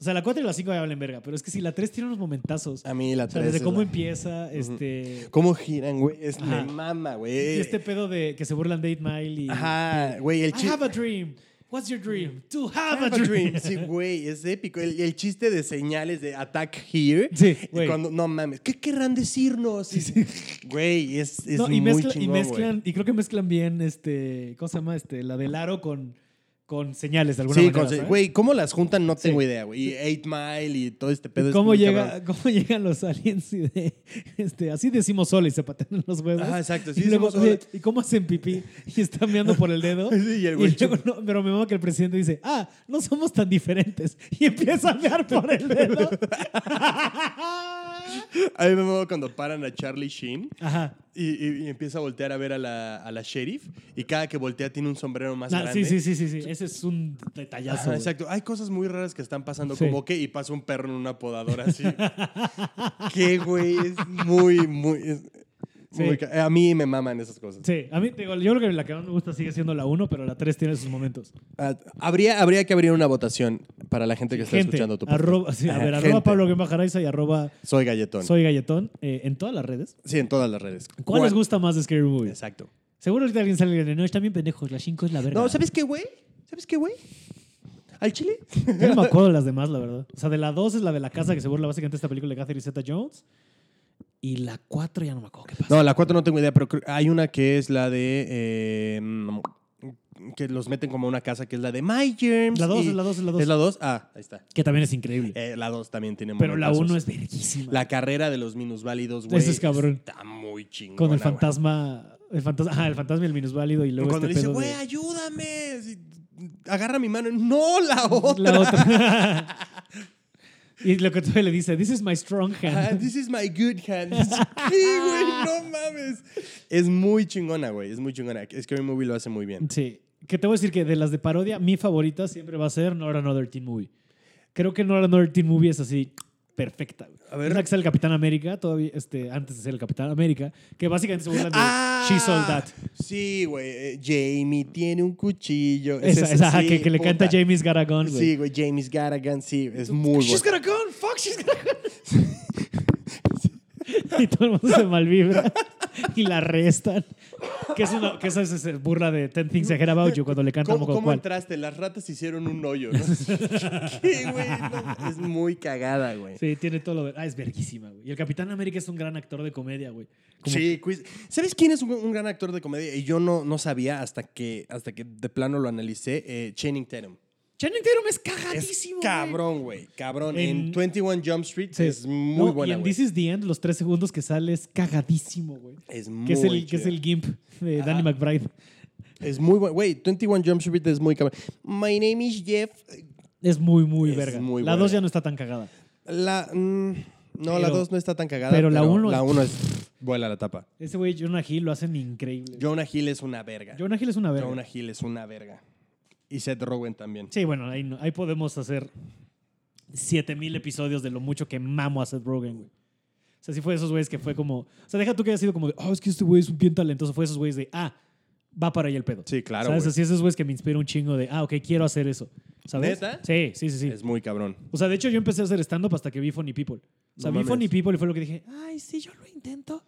[SPEAKER 1] O sea, la 4 y la 5 ya valen verga, pero es que si la 3 tiene unos momentazos.
[SPEAKER 2] A mí la
[SPEAKER 1] o sea,
[SPEAKER 2] 3
[SPEAKER 1] desde
[SPEAKER 2] es
[SPEAKER 1] cómo
[SPEAKER 2] la-
[SPEAKER 1] empieza, este.
[SPEAKER 2] ¿Cómo giran, güey? Es
[SPEAKER 1] Ajá.
[SPEAKER 2] me mama,
[SPEAKER 1] Y
[SPEAKER 2] güey.
[SPEAKER 1] este pedo de que se burlan de 8 Mile y.
[SPEAKER 2] Ajá, güey, el
[SPEAKER 1] I
[SPEAKER 2] chiste...
[SPEAKER 1] have a dream. What's your dream? To have,
[SPEAKER 2] Have a dream. Sí, güey, es épico. El, el chiste de señales de attack here.
[SPEAKER 1] Sí,
[SPEAKER 2] y
[SPEAKER 1] güey.
[SPEAKER 2] cuando, no mames, ¿qué querrán decirnos? Güey, es, es
[SPEAKER 1] No,
[SPEAKER 2] muy
[SPEAKER 1] y, mezcla- y
[SPEAKER 2] chingón, güey.
[SPEAKER 1] mezclan, y creo que mezclan bien este, ¿cómo se llama? Este, la del aro con, con señales de alguna
[SPEAKER 2] Sí,
[SPEAKER 1] manera.
[SPEAKER 2] con-
[SPEAKER 1] ¿sabes?
[SPEAKER 2] güey, ¿cómo las juntan? No tengo
[SPEAKER 1] Sí.
[SPEAKER 2] idea, güey. Y Eight Mile y todo este pedo. es
[SPEAKER 1] ¿Cómo,
[SPEAKER 2] muy
[SPEAKER 1] llega,
[SPEAKER 2] cabrón.
[SPEAKER 1] ¿Cómo llegan los aliens y de, este, así decimos sola y se patean los huevos?
[SPEAKER 2] Ajá, exacto, sí
[SPEAKER 1] y, luego,
[SPEAKER 2] decimos sola.
[SPEAKER 1] oye, ¿y cómo hacen pipí? Y están meando por el dedo.
[SPEAKER 2] Sí, y el güey
[SPEAKER 1] luego, no, pero me mama que el presidente dice, ah, no somos tan diferentes. Y empieza a mear por el dedo.
[SPEAKER 2] A mí me muevo cuando paran a Charlie Sheen
[SPEAKER 1] Ajá.
[SPEAKER 2] y, y- y empieza a voltear a ver a la, a la sheriff. Y cada que voltea tiene un sombrero más
[SPEAKER 1] Ah,
[SPEAKER 2] grande.
[SPEAKER 1] sí, sí, sí, sí, sí. Ese es un detallazo.
[SPEAKER 2] Ajá,
[SPEAKER 1] güey.
[SPEAKER 2] exacto. Hay cosas muy raras que están pasando,
[SPEAKER 1] Sí.
[SPEAKER 2] como que y pasa un perro en una podadora así. Qué güey, es muy, muy. es muy ca- a mí me maman esas cosas.
[SPEAKER 1] Sí, a mí, te digo, yo creo que la que más me gusta sigue siendo la 1, pero la 3 tiene sus momentos.
[SPEAKER 2] Ah, habría, habría que abrir una votación para la gente que está
[SPEAKER 1] Gente,
[SPEAKER 2] escuchando tu podcast.
[SPEAKER 1] arroba, sí, a
[SPEAKER 2] Ajá,
[SPEAKER 1] ver, arroba
[SPEAKER 2] gente.
[SPEAKER 1] Pablo Guimba Jaraiza y arroba
[SPEAKER 2] Soy galletón.
[SPEAKER 1] Soy Galletón eh, en todas las redes.
[SPEAKER 2] Sí, en todas las redes.
[SPEAKER 1] ¿Cuál, les gusta más de Scary Movie?
[SPEAKER 2] Exacto.
[SPEAKER 1] Seguro ahorita alguien sale y dice, no, están bien pendejos, la 5 es la verga.
[SPEAKER 2] No, ¿sabes qué, güey? ¿Sabes qué, güey? ¿Al chile?
[SPEAKER 1] Yo no me acuerdo de las demás, la verdad. O sea, de la 2 es la de la casa que se burla básicamente de esta película de Catherine Zeta-Jones. Y la 4 ya no me acuerdo qué pasa.
[SPEAKER 2] No, la 4 no tengo idea, pero creo- hay una que es la de. eh, mm, que los meten como a una casa, que es la de My Germs.
[SPEAKER 1] la 2
[SPEAKER 2] y-
[SPEAKER 1] es la 2, es la 2.
[SPEAKER 2] ¿Es la 2? Ah, ahí está.
[SPEAKER 1] Que también es increíble.
[SPEAKER 2] Eh, la 2 también tiene
[SPEAKER 1] pero la
[SPEAKER 2] momentazos.
[SPEAKER 1] 1 es verguísima.
[SPEAKER 2] La carrera de los minusválidos, güey.
[SPEAKER 1] Ese es cabrón.
[SPEAKER 2] Está muy chingón.
[SPEAKER 1] Con el fantasma... El fantasma, ah, el fantasma y el minusválido y luego
[SPEAKER 2] Cuando
[SPEAKER 1] este
[SPEAKER 2] le dice,
[SPEAKER 1] pedo de-
[SPEAKER 2] güey, ayúdame. si- Agarra mi mano. No, la otra.
[SPEAKER 1] La otra. y lo que tú le dice, this is my strong
[SPEAKER 2] Ah,
[SPEAKER 1] hand.
[SPEAKER 2] this is my good hand. Sí, güey, no mames. Es muy chingona, güey. Es muy chingona. Scary Movie lo hace muy bien.
[SPEAKER 1] sí. Que te voy a decir que de las de parodia, mi favorita siempre va a ser Not Another Teen Movie. Creo que Not Another Teen Movie es así perfecta. güey.
[SPEAKER 2] A ver.
[SPEAKER 1] Es la que sale el Capitán América, todavía este, antes de ser el Capitán América, que básicamente se burlan de
[SPEAKER 2] Ah.
[SPEAKER 1] She Sold That.
[SPEAKER 2] Sí, güey. eh, Jamie tiene un cuchillo. Es
[SPEAKER 1] Esa,
[SPEAKER 2] esa,
[SPEAKER 1] esa, ajá,
[SPEAKER 2] sí,
[SPEAKER 1] que, que le
[SPEAKER 2] puta.
[SPEAKER 1] canta James Garagón, güey.
[SPEAKER 2] Sí, güey. James Garrigan, sí. Es muy bueno.
[SPEAKER 1] She's got a gun, fuck, she's got a gun. y todo el mundo se malvibra y la arrestan. Que es una, que esa es, es burla de Ten Things I Heard About You cuando le cantan
[SPEAKER 2] ¿Cómo,
[SPEAKER 1] como
[SPEAKER 2] cómo
[SPEAKER 1] cual.
[SPEAKER 2] entraste? Las ratas hicieron un hoyo. ¿no? ¿Qué, güey? No, es muy cagada, güey.
[SPEAKER 1] Sí, tiene todo lo de. Ah, es verguísima, güey. Y el Capitán América es un gran actor de comedia, güey. Como-
[SPEAKER 2] Sí, quiz- ¿Sabes quién es un, un gran actor de comedia? Y yo no, no sabía hasta que, hasta que de plano lo analicé. eh, Channing Tatum.
[SPEAKER 1] Channing Tatum es
[SPEAKER 2] Es
[SPEAKER 1] cagadísimo. Ah, güey.
[SPEAKER 2] cabrón, güey. Cabrón. En,
[SPEAKER 1] En-
[SPEAKER 2] 21 Jump Street
[SPEAKER 1] Sí.
[SPEAKER 2] es muy
[SPEAKER 1] No,
[SPEAKER 2] buena,
[SPEAKER 1] Y en
[SPEAKER 2] güey.
[SPEAKER 1] This is the End, los tres segundos que sale es cagadísimo, güey.
[SPEAKER 2] Es muy
[SPEAKER 1] Que es, el, que es
[SPEAKER 2] chida.
[SPEAKER 1] el Gimp de Danny McBride.
[SPEAKER 2] Es muy bueno. Güey, 21 Jump Street es muy cabrón. My name is Jeff.
[SPEAKER 1] Es muy, muy
[SPEAKER 2] Es
[SPEAKER 1] verga.
[SPEAKER 2] muy
[SPEAKER 1] la
[SPEAKER 2] buena.
[SPEAKER 1] dos ya no está tan cagada.
[SPEAKER 2] La. mm, no, la
[SPEAKER 1] Pero-
[SPEAKER 2] 2 no está tan cagada.
[SPEAKER 1] pero la uno
[SPEAKER 2] La
[SPEAKER 1] es-
[SPEAKER 2] 1 es. Vuela la tapa.
[SPEAKER 1] Ese güey, Jonah Hill, lo hacen increíble.
[SPEAKER 2] Jonah Hill es una verga.
[SPEAKER 1] Jonah Hill es una verga.
[SPEAKER 2] Jonah Hill es una verga. Y Seth Rogen también.
[SPEAKER 1] Sí, bueno, ahí, no- ahí podemos hacer 7000 episodios de lo mucho que mamo a Seth Rogen, güey. O sea, sí fue de esos güeyes que fue como. O sea, deja tú que haya sido como de, oh, es que este güey es bien talentoso. Fue de esos güeyes de, ah, va para ahí el pedo.
[SPEAKER 2] Sí, claro,
[SPEAKER 1] ¿Sabes?
[SPEAKER 2] güey.
[SPEAKER 1] Así esos güeyes que me inspira un chingo de, ah, ok, quiero hacer eso. ¿Sabes?
[SPEAKER 2] ¿Neta?
[SPEAKER 1] Sí, sí, sí. sí.
[SPEAKER 2] Es muy cabrón.
[SPEAKER 1] O sea, de hecho, yo empecé a hacer stand-up hasta que vi Funny People. O sea,
[SPEAKER 2] No
[SPEAKER 1] vi
[SPEAKER 2] mames.
[SPEAKER 1] Funny People y fue lo que dije, ay, sí, yo lo intento.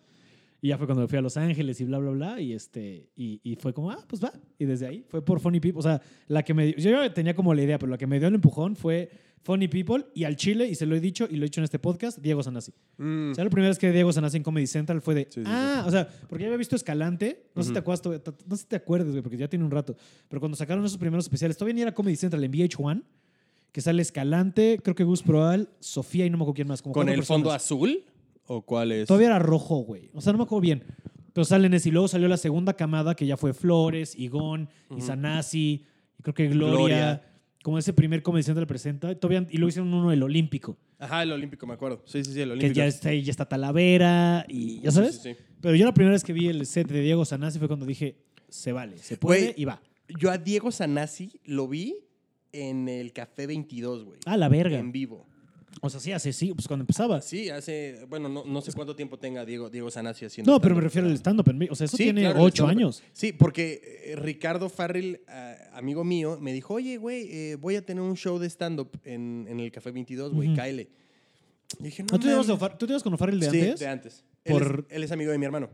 [SPEAKER 1] Y ya fue cuando fui a Los Ángeles y bla, bla, bla. Y, este, y, y fue como, ah, pues va. Y desde ahí fue por Funny People. O sea, la que me dio, yo ya tenía como la idea, pero la que me dio el empujón fue Funny People y al Chile, y se lo he dicho y lo he dicho en este podcast, Diego Sanasi.
[SPEAKER 2] Mm,
[SPEAKER 1] O sea, la primera vez que Diego Sanasi en Comedy Central fue de,
[SPEAKER 2] Sí, sí, sí.
[SPEAKER 1] ah, o sea, porque ya había visto Escalante, no sé si te
[SPEAKER 2] Ujú.
[SPEAKER 1] acuerdas, güey, no sé si te acuerdes, güey, porque ya tiene un rato, pero cuando sacaron esos primeros especiales, todavía ni era Comedy Central, en VH1, que sale Escalante, creo que Gus Proal, Sofía y no me acuerdo quién más. Como
[SPEAKER 2] ¿Con
[SPEAKER 1] cuatro
[SPEAKER 2] el fondo
[SPEAKER 1] personas.
[SPEAKER 2] azul? ¿O cuál es?
[SPEAKER 1] Todavía era rojo, güey. O sea, no me acuerdo bien. Pero salen ese y luego salió la segunda camada que ya fue Flores, Igón, Izanasi, y creo que Gloria,
[SPEAKER 2] Gloria.
[SPEAKER 1] como ese primer Comedy Central presenta, todavía, y luego hicieron uno del Olímpico,
[SPEAKER 2] Ajá, el Olímpico, me acuerdo. Sí, sí, sí, el Olímpico.
[SPEAKER 1] que ya está, ahí, ya está Talavera y ya
[SPEAKER 2] Sí,
[SPEAKER 1] sabes.
[SPEAKER 2] sí, sí.
[SPEAKER 1] Pero yo la primera vez que vi el set de Diego Sanasi fue cuando dije, se vale, se puede
[SPEAKER 2] Güey.
[SPEAKER 1] y va.
[SPEAKER 2] Yo a Diego Sanasi lo vi en el Café 22, güey.
[SPEAKER 1] A Ah, la verga.
[SPEAKER 2] En vivo.
[SPEAKER 1] O sea, sí, hace sí, pues cuando empezaba.
[SPEAKER 2] Sí, hace, bueno, no, no sé cuánto tiempo tenga Diego, Diego Sanasi haciendo.
[SPEAKER 1] No, pero me
[SPEAKER 2] stand-up,
[SPEAKER 1] refiero al stand-up. en mí. O sea, eso
[SPEAKER 2] Sí,
[SPEAKER 1] tiene
[SPEAKER 2] claro, el
[SPEAKER 1] ocho
[SPEAKER 2] stand-up.
[SPEAKER 1] años.
[SPEAKER 2] Sí, porque eh, Ricardo Farrell, ah, amigo mío, me dijo, oye, güey, eh, voy a tener un show de stand-up en, en el Café 22, güey,
[SPEAKER 1] Ujú.
[SPEAKER 2] cáele. Y dije, no,
[SPEAKER 1] ¿No tú,
[SPEAKER 2] mames".
[SPEAKER 1] ibas a Ofar- ¿Tú te ibas con O'Farrell de
[SPEAKER 2] Sí,
[SPEAKER 1] antes?
[SPEAKER 2] de antes. Él,
[SPEAKER 1] Por-
[SPEAKER 2] es, él es amigo de mi hermano.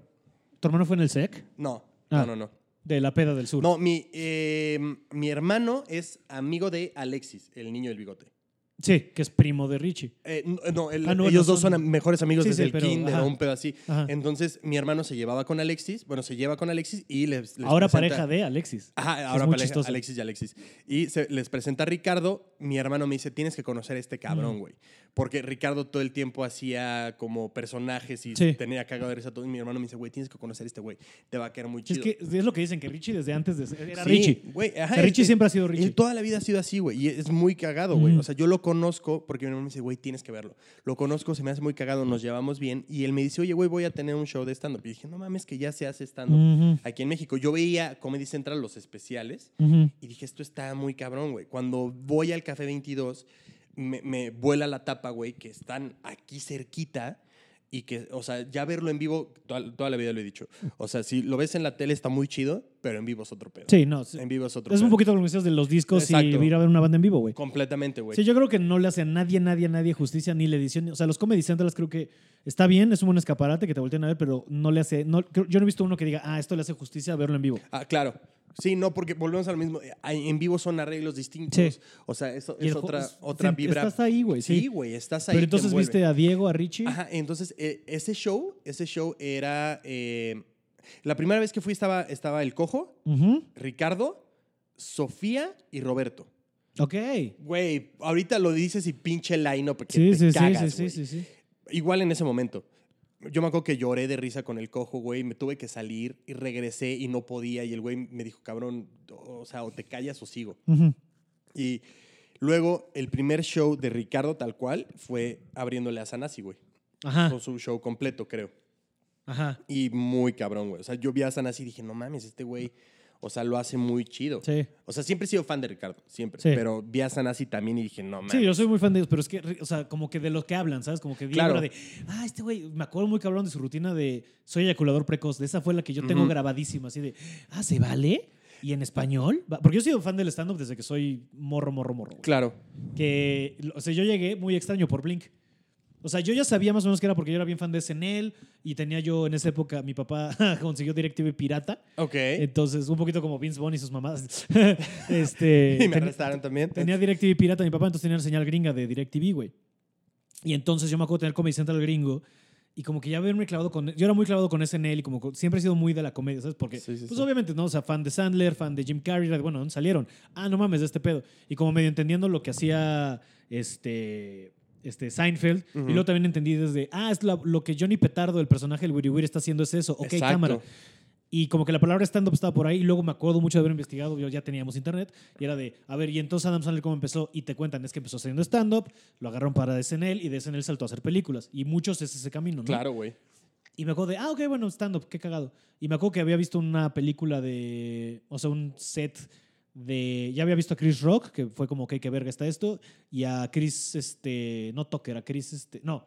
[SPEAKER 1] ¿Tu hermano fue en el SEC?
[SPEAKER 2] No,
[SPEAKER 1] Ah.
[SPEAKER 2] no, no, no.
[SPEAKER 1] De la peda del sur.
[SPEAKER 2] No, mi, eh, mi hermano es amigo de Alexis, el niño del bigote.
[SPEAKER 1] Sí, que es primo de Richie.
[SPEAKER 2] Eh, no, no, el-
[SPEAKER 1] Ah, no,
[SPEAKER 2] ellos
[SPEAKER 1] no
[SPEAKER 2] dos son
[SPEAKER 1] son-
[SPEAKER 2] mejores amigos
[SPEAKER 1] Sí,
[SPEAKER 2] desde
[SPEAKER 1] sí,
[SPEAKER 2] el
[SPEAKER 1] pero,
[SPEAKER 2] kinder
[SPEAKER 1] ajá.
[SPEAKER 2] o un pedo así.
[SPEAKER 1] Ajá.
[SPEAKER 2] Entonces, mi hermano se llevaba con Alexis, bueno, se lleva con Alexis y les, les
[SPEAKER 1] Ahora
[SPEAKER 2] presenta- Ah,
[SPEAKER 1] pareja de Alexis.
[SPEAKER 2] Ajá,
[SPEAKER 1] Es
[SPEAKER 2] ahora
[SPEAKER 1] muy
[SPEAKER 2] pareja,
[SPEAKER 1] chistoso.
[SPEAKER 2] Alexis y Alexis. Y se, les presenta a Ricardo. Mi hermano me dice, tienes que conocer a este
[SPEAKER 1] Mm.
[SPEAKER 2] cabrón, güey. Porque Ricardo todo el tiempo hacía como personajes y
[SPEAKER 1] Sí.
[SPEAKER 2] tenía cagado de risa todo. Y mi hermano me dice, güey, tienes que conocer a este güey. Te va a quedar muy
[SPEAKER 1] Es
[SPEAKER 2] chido.
[SPEAKER 1] que es lo que dicen, que Richie desde antes de ser- era
[SPEAKER 2] Sí,
[SPEAKER 1] Richie.
[SPEAKER 2] güey, ajá,
[SPEAKER 1] O sea, Richie
[SPEAKER 2] es-
[SPEAKER 1] siempre ha sido Richie.
[SPEAKER 2] Él toda la vida ha sido así, güey. Y es muy cagado, güey.
[SPEAKER 1] Ujú.
[SPEAKER 2] O sea, yo lo conozco porque mi hermano me dice, güey, tienes que verlo. Lo conozco, se me hace muy cagado, nos llevamos bien. Y él me dice, oye, güey, voy a tener un show de stand-up. Y dije, no mames, que ya se hace stand-up.
[SPEAKER 1] Ujú,
[SPEAKER 2] Aquí en México, yo veía Comedy Central los especiales.
[SPEAKER 1] ujú.
[SPEAKER 2] Y dije, esto está muy cabrón, güey. Cuando voy al Café 22, me, me vuela la tapa, güey, que están aquí cerquita y que, o sea, ya verlo en vivo, toda, toda la vida lo he dicho. O sea, si lo ves en la tele está muy chido, pero en vivo es otro pedo.
[SPEAKER 1] Sí, no. sí.
[SPEAKER 2] En vivo es otro
[SPEAKER 1] Es
[SPEAKER 2] pedo.
[SPEAKER 1] un poquito lo que decías de los discos
[SPEAKER 2] Exacto.
[SPEAKER 1] y ir a ver una banda en vivo, güey.
[SPEAKER 2] Completamente, güey.
[SPEAKER 1] Sí, yo creo que no le hace a nadie, nadie, nadie justicia ni la edición. O sea, los Comedy Centrales creo que está bien, es un buen escaparate que te volteen a ver, pero no le hace. No, creo- yo no he visto uno que diga, ah, esto le hace justicia a verlo en vivo.
[SPEAKER 2] Ah, claro. Sí, no, porque volvemos al mismo. Ay, En vivo son arreglos distintos.
[SPEAKER 1] Sí.
[SPEAKER 2] O sea, eso
[SPEAKER 1] Y
[SPEAKER 2] es
[SPEAKER 1] el jo-
[SPEAKER 2] otra,
[SPEAKER 1] es-
[SPEAKER 2] otra
[SPEAKER 1] sí,
[SPEAKER 2] vibra.
[SPEAKER 1] estás ahí, güey, sí.
[SPEAKER 2] Sí, güey, estás ahí.
[SPEAKER 1] Pero
[SPEAKER 2] te
[SPEAKER 1] entonces
[SPEAKER 2] envuelve.
[SPEAKER 1] viste a Diego, a Richie.
[SPEAKER 2] Ajá, entonces eh, ese show, ese show era. eh, la primera vez que fui estaba, estaba el cojo,
[SPEAKER 1] Ujú.
[SPEAKER 2] Ricardo, Sofía y Roberto.
[SPEAKER 1] Ok.
[SPEAKER 2] Güey, ahorita lo dices y pinche line-up que
[SPEAKER 1] Sí,
[SPEAKER 2] te
[SPEAKER 1] sí, sí, sí,
[SPEAKER 2] cagas,
[SPEAKER 1] sí,
[SPEAKER 2] güey.
[SPEAKER 1] sí, sí.
[SPEAKER 2] Igual en ese momento. Yo me acuerdo que lloré de risa con el cojo, güey. Me tuve que salir y regresé y no podía. Y el güey me dijo, cabrón, o sea, o te callas o sigo.
[SPEAKER 1] Ujú.
[SPEAKER 2] Y luego el primer show de Ricardo tal cual fue abriéndole a Sanasi, güey.
[SPEAKER 1] Ajá.
[SPEAKER 2] Con su show completo, creo.
[SPEAKER 1] Ajá.
[SPEAKER 2] Y muy cabrón, güey. O sea, yo vi a Sanasi y dije, no mames, este güey, o sea, lo hace muy chido.
[SPEAKER 1] Sí.
[SPEAKER 2] O sea, siempre he sido fan de Ricardo, siempre.
[SPEAKER 1] Sí.
[SPEAKER 2] Pero vi a Sanasi también y dije, no mames.
[SPEAKER 1] Sí, yo soy muy fan de ellos, pero es que, o sea, como que de lo que hablan, ¿sabes? Como que Diego
[SPEAKER 2] Claro.
[SPEAKER 1] era de, ah, este güey, me acuerdo muy cabrón de su rutina de soy eyaculador precoz. De esa fue la que yo tengo
[SPEAKER 2] Ujú.
[SPEAKER 1] grabadísima, así de, ah, ¿se vale? ¿Y en español? Va- Porque yo he sido fan del stand-up desde que soy morro, morro, morro. güey.
[SPEAKER 2] Claro.
[SPEAKER 1] Que, o sea, yo llegué muy extraño por Blink. O sea, yo ya sabía más o menos que era porque yo era bien fan de SNL y tenía yo en esa época, mi papá consiguió DirecTV pirata.
[SPEAKER 2] Ok.
[SPEAKER 1] Entonces, un poquito como Vince Vaughn y sus mamás. este,
[SPEAKER 2] y me
[SPEAKER 1] ten-
[SPEAKER 2] arrestaron también.
[SPEAKER 1] Tenía DirecTV pirata mi papá, entonces tenía la señal gringa de DirecTV, güey. Y entonces yo me acuerdo de tener Comedy Central gringo Y como que ya haberme clavado con... Yo era muy clavado con SNL y como co- siempre he sido muy de la comedia, ¿sabes? Porque,
[SPEAKER 2] Sí, sí,
[SPEAKER 1] pues
[SPEAKER 2] sí.
[SPEAKER 1] obviamente, ¿no? O sea, fan de Sandler, fan de Jim Carrey, era de, bueno, ¿dónde salieron? Ah, no mames, de este pedo. Y como medio entendiendo lo que hacía este, este Seinfeld.
[SPEAKER 2] Ujú.
[SPEAKER 1] Y luego también entendí desde, ah, es la- lo que Johnny Petardo, el personaje del Wiri Wiri, está haciendo es eso. Ok,
[SPEAKER 2] Exacto.
[SPEAKER 1] cámara. Y como que la palabra stand-up estaba por ahí, y luego me acuerdo mucho de haber investigado, yo ya teníamos internet, y era de, a ver, y entonces Adam Sandler cómo empezó, y te cuentan, es que empezó haciendo stand-up, lo agarraron para SNL, y de SNL saltó a hacer películas, y muchos es ese camino, ¿no?
[SPEAKER 2] Claro, güey.
[SPEAKER 1] Y me acuerdo de, ah, ok, bueno, stand-up, qué cagado. Y me acuerdo que había visto una película de, o sea, un set de, ya había visto a Chris Rock, que fue como, ok, qué verga está esto, y a Chris, este, no Tucker, a Chris, este, no,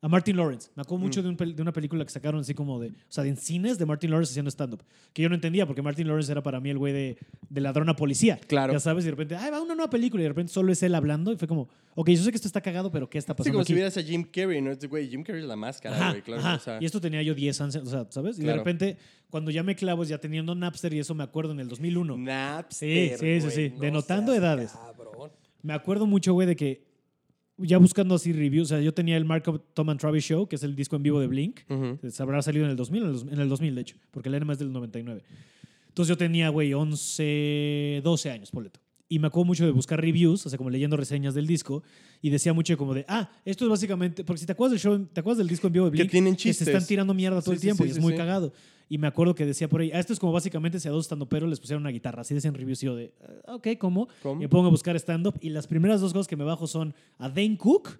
[SPEAKER 1] a Martin Lawrence. Me acuerdo mucho
[SPEAKER 2] Mm.
[SPEAKER 1] de, un pel- de una película que sacaron así como de, o sea, de en cines de Martin Lawrence haciendo stand-up, que yo no entendía, porque Martin Lawrence era para mí el güey de, de ladrón a policía.
[SPEAKER 2] Claro.
[SPEAKER 1] Ya sabes, y de repente, ay, va una nueva película, y de repente solo es él hablando, y fue como, ok, yo sé que esto está cagado, pero ¿qué está
[SPEAKER 2] Sí,
[SPEAKER 1] pasando
[SPEAKER 2] como
[SPEAKER 1] aquí?
[SPEAKER 2] si vieras a Jim Carrey, ¿no? Este Güey, Jim Carrey es la máscara,
[SPEAKER 1] Ajá,
[SPEAKER 2] güey, claro.
[SPEAKER 1] ajá.
[SPEAKER 2] o sea,
[SPEAKER 1] Y esto tenía yo 10 años, o sea, ¿sabes? Y de
[SPEAKER 2] Claro.
[SPEAKER 1] repente, cuando ya me clavos, ya teniendo Napster y eso me acuerdo en el 2001. Sí,
[SPEAKER 2] Napster,
[SPEAKER 1] sí, sí,
[SPEAKER 2] güey,
[SPEAKER 1] sí.
[SPEAKER 2] no
[SPEAKER 1] Denotando
[SPEAKER 2] seas
[SPEAKER 1] edades.
[SPEAKER 2] cabrón.
[SPEAKER 1] Me acuerdo mucho, güey, de que ya buscando así reviews, o sea, yo tenía el Marco Tom and Travis Show, que es el disco en vivo de Blink.
[SPEAKER 2] Ujú.
[SPEAKER 1] Se habrá salido en el 2000, en el dos- en el 2000, de hecho, porque el enema es del 99. Entonces yo tenía, güey, 11, 12 años, poleto. Y me acuerdo mucho de buscar reviews, o sea, como leyendo reseñas del disco, y decía mucho como de, ah, esto es básicamente, porque si te acuerdas del show, te acuerdas del disco en vivo de
[SPEAKER 2] Que
[SPEAKER 1] Blink,
[SPEAKER 2] tienen
[SPEAKER 1] se
[SPEAKER 2] chistes.
[SPEAKER 1] están tirando mierda todo
[SPEAKER 2] Sí,
[SPEAKER 1] el
[SPEAKER 2] sí,
[SPEAKER 1] tiempo
[SPEAKER 2] sí,
[SPEAKER 1] y es
[SPEAKER 2] sí,
[SPEAKER 1] muy
[SPEAKER 2] sí.
[SPEAKER 1] cagado. Y me acuerdo que decía por ahí, ah, esto es como básicamente si a dos estandoperos les pusieron una guitarra, así decían reviews y yo de, "Ah, ok, ¿cómo?
[SPEAKER 2] ¿Cómo?
[SPEAKER 1] Me pongo a buscar stand-up y las primeras dos cosas que me bajo son a Dane Cook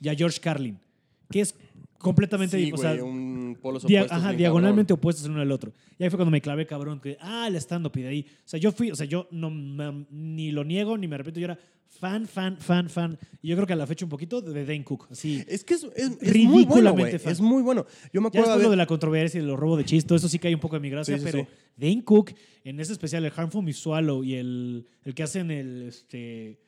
[SPEAKER 1] y a George Carlin, que es completamente,
[SPEAKER 2] Sí,
[SPEAKER 1] o
[SPEAKER 2] güey,
[SPEAKER 1] sea,
[SPEAKER 2] un polos
[SPEAKER 1] Dia-
[SPEAKER 2] opuestos
[SPEAKER 1] ajá,
[SPEAKER 2] bien
[SPEAKER 1] diagonalmente opuestos el uno al otro. Y ahí fue cuando me clavé, cabrón, que, ah, el stand-up y de ahí. O sea, yo fui, o sea, yo no, me- ni lo niego, ni me arrepiento, yo era fan, fan, fan, fan. Y yo creo que a la fecha un poquito de Dane Cook, así.
[SPEAKER 2] Es que es, es- es muy bueno, güey.
[SPEAKER 1] Ridículamente fan.
[SPEAKER 2] Es muy bueno. Yo me
[SPEAKER 1] Ya
[SPEAKER 2] acuerdo
[SPEAKER 1] después lo
[SPEAKER 2] haber-
[SPEAKER 1] de la controversia y de los robos de chis, todo eso sí cae un poco de mi gracia,
[SPEAKER 2] Sí, sí,
[SPEAKER 1] pero
[SPEAKER 2] sí.
[SPEAKER 1] Dane Cook, en ese especial, el Harmful Miss Swallow y el, el que hace en el, este,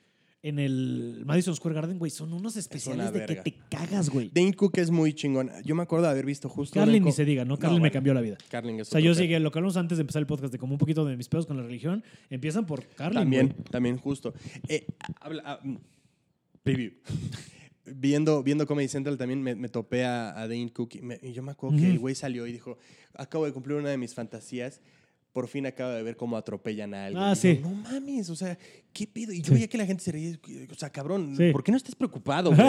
[SPEAKER 1] en el Madison Square Garden, güey, son unos especiales de
[SPEAKER 2] verga.
[SPEAKER 1] que te cagas, güey.
[SPEAKER 2] Dane Cook es muy chingón. Yo me acuerdo de haber visto justo.
[SPEAKER 1] Carlin
[SPEAKER 2] Dane
[SPEAKER 1] ni
[SPEAKER 2] Cook-
[SPEAKER 1] se diga, ¿no?
[SPEAKER 2] No,
[SPEAKER 1] Carlin me
[SPEAKER 2] bueno.
[SPEAKER 1] cambió la vida.
[SPEAKER 2] Carlin es
[SPEAKER 1] O sea,
[SPEAKER 2] otro
[SPEAKER 1] yo
[SPEAKER 2] pedo.
[SPEAKER 1] llegué, lo que hablamos antes de empezar el podcast, de como un poquito de mis pedos con la religión, empiezan por Carlin.
[SPEAKER 2] También,
[SPEAKER 1] güey.
[SPEAKER 2] también, justo. Eh, habla- ah, mm, preview. Viendo, viendo Comedy Central también me, me topé a, a Dane Cook y, me- y yo me acuerdo que
[SPEAKER 1] Ujú.
[SPEAKER 2] el güey salió y dijo, acabo de cumplir una de mis fantasías, por fin acabo de ver cómo atropellan a alguien.
[SPEAKER 1] Ah,
[SPEAKER 2] Y yo,
[SPEAKER 1] sí.
[SPEAKER 2] no mames, o sea, ¿qué pedo? Y yo veía que la gente se reía, o sea, cabrón,
[SPEAKER 1] Sí.
[SPEAKER 2] ¿por qué no estás preocupado? güey?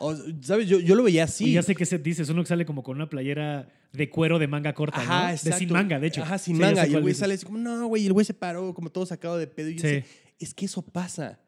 [SPEAKER 2] O sea, ¿Sabes? Yo, yo lo veía así.
[SPEAKER 1] Y ya sé qué se dice, es uno que sale como con una playera de cuero de manga corta, ¿no?
[SPEAKER 2] Ajá,
[SPEAKER 1] De sin
[SPEAKER 2] exacto.
[SPEAKER 1] manga, de hecho.
[SPEAKER 2] Ajá, sin
[SPEAKER 1] Sí, ya
[SPEAKER 2] manga.
[SPEAKER 1] sé
[SPEAKER 2] Y el
[SPEAKER 1] cuál
[SPEAKER 2] güey
[SPEAKER 1] dices.
[SPEAKER 2] sale así como, no, güey, y el güey se paró como todo sacado de pedo. Y yo
[SPEAKER 1] Sí.
[SPEAKER 2] decía, es que eso pasa.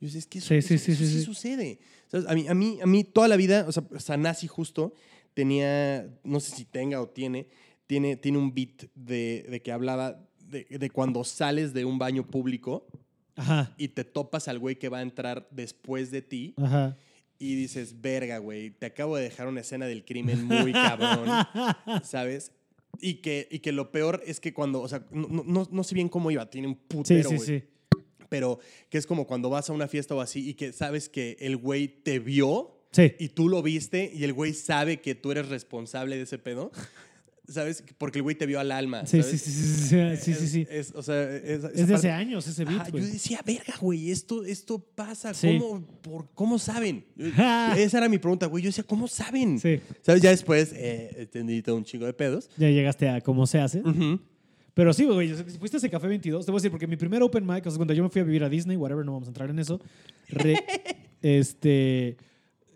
[SPEAKER 2] Yo decía, es que eso,
[SPEAKER 1] Sí,
[SPEAKER 2] eso-
[SPEAKER 1] sí, sí,
[SPEAKER 2] eso
[SPEAKER 1] sí, sí.
[SPEAKER 2] sucede. ¿Sabes? A, mí, a, mí, a mí toda la vida, o sea, Sanasi justo tenía, no sé si tenga o tiene, tiene, tiene un beat de, de que hablaba de, de cuando sales de un baño público
[SPEAKER 1] Ajá,
[SPEAKER 2] y te topas al güey que va a entrar después de ti
[SPEAKER 1] ajá.
[SPEAKER 2] y dices, verga, güey, te acabo de dejar una escena del crimen muy cabrón. ¿sabes? Y que, y que lo peor es que cuando, o sea, no, no- no, no sé bien cómo iba, tiene un
[SPEAKER 1] Sí,
[SPEAKER 2] putero,
[SPEAKER 1] sí,
[SPEAKER 2] güey.
[SPEAKER 1] sí.
[SPEAKER 2] Pero que es como cuando vas a una fiesta o así y que sabes que el güey te vio
[SPEAKER 1] Sí.
[SPEAKER 2] y tú lo viste y el güey sabe que tú eres responsable de ese pedo, ¿sabes? Porque el güey te vio al alma.
[SPEAKER 1] Sí,
[SPEAKER 2] ¿sabes?
[SPEAKER 1] sí, sí, sí, sí, sí, sí, sí.
[SPEAKER 2] Es, es- o sea, es, esa
[SPEAKER 1] Es de hace
[SPEAKER 2] parte-
[SPEAKER 1] años ese
[SPEAKER 2] Ajá,
[SPEAKER 1] beat,
[SPEAKER 2] yo
[SPEAKER 1] güey.
[SPEAKER 2] decía, verga, güey, esto, esto pasa.
[SPEAKER 1] Sí.
[SPEAKER 2] ¿Cómo, por, ¿Cómo saben? Yo- Esa era mi pregunta, güey. Yo decía, ¿cómo saben?
[SPEAKER 1] Sí,
[SPEAKER 2] ¿Sabes? Ya después eh, entendí todo un chingo de pedos.
[SPEAKER 1] ya llegaste a cómo se hace.
[SPEAKER 2] Ujú.
[SPEAKER 1] Pero sí, güey, si fuiste a ese Café 22, te voy a decir, porque mi primer open mic, o sea, cuando yo me fui a vivir a Disney, whatever, no vamos a entrar en eso. Re- este.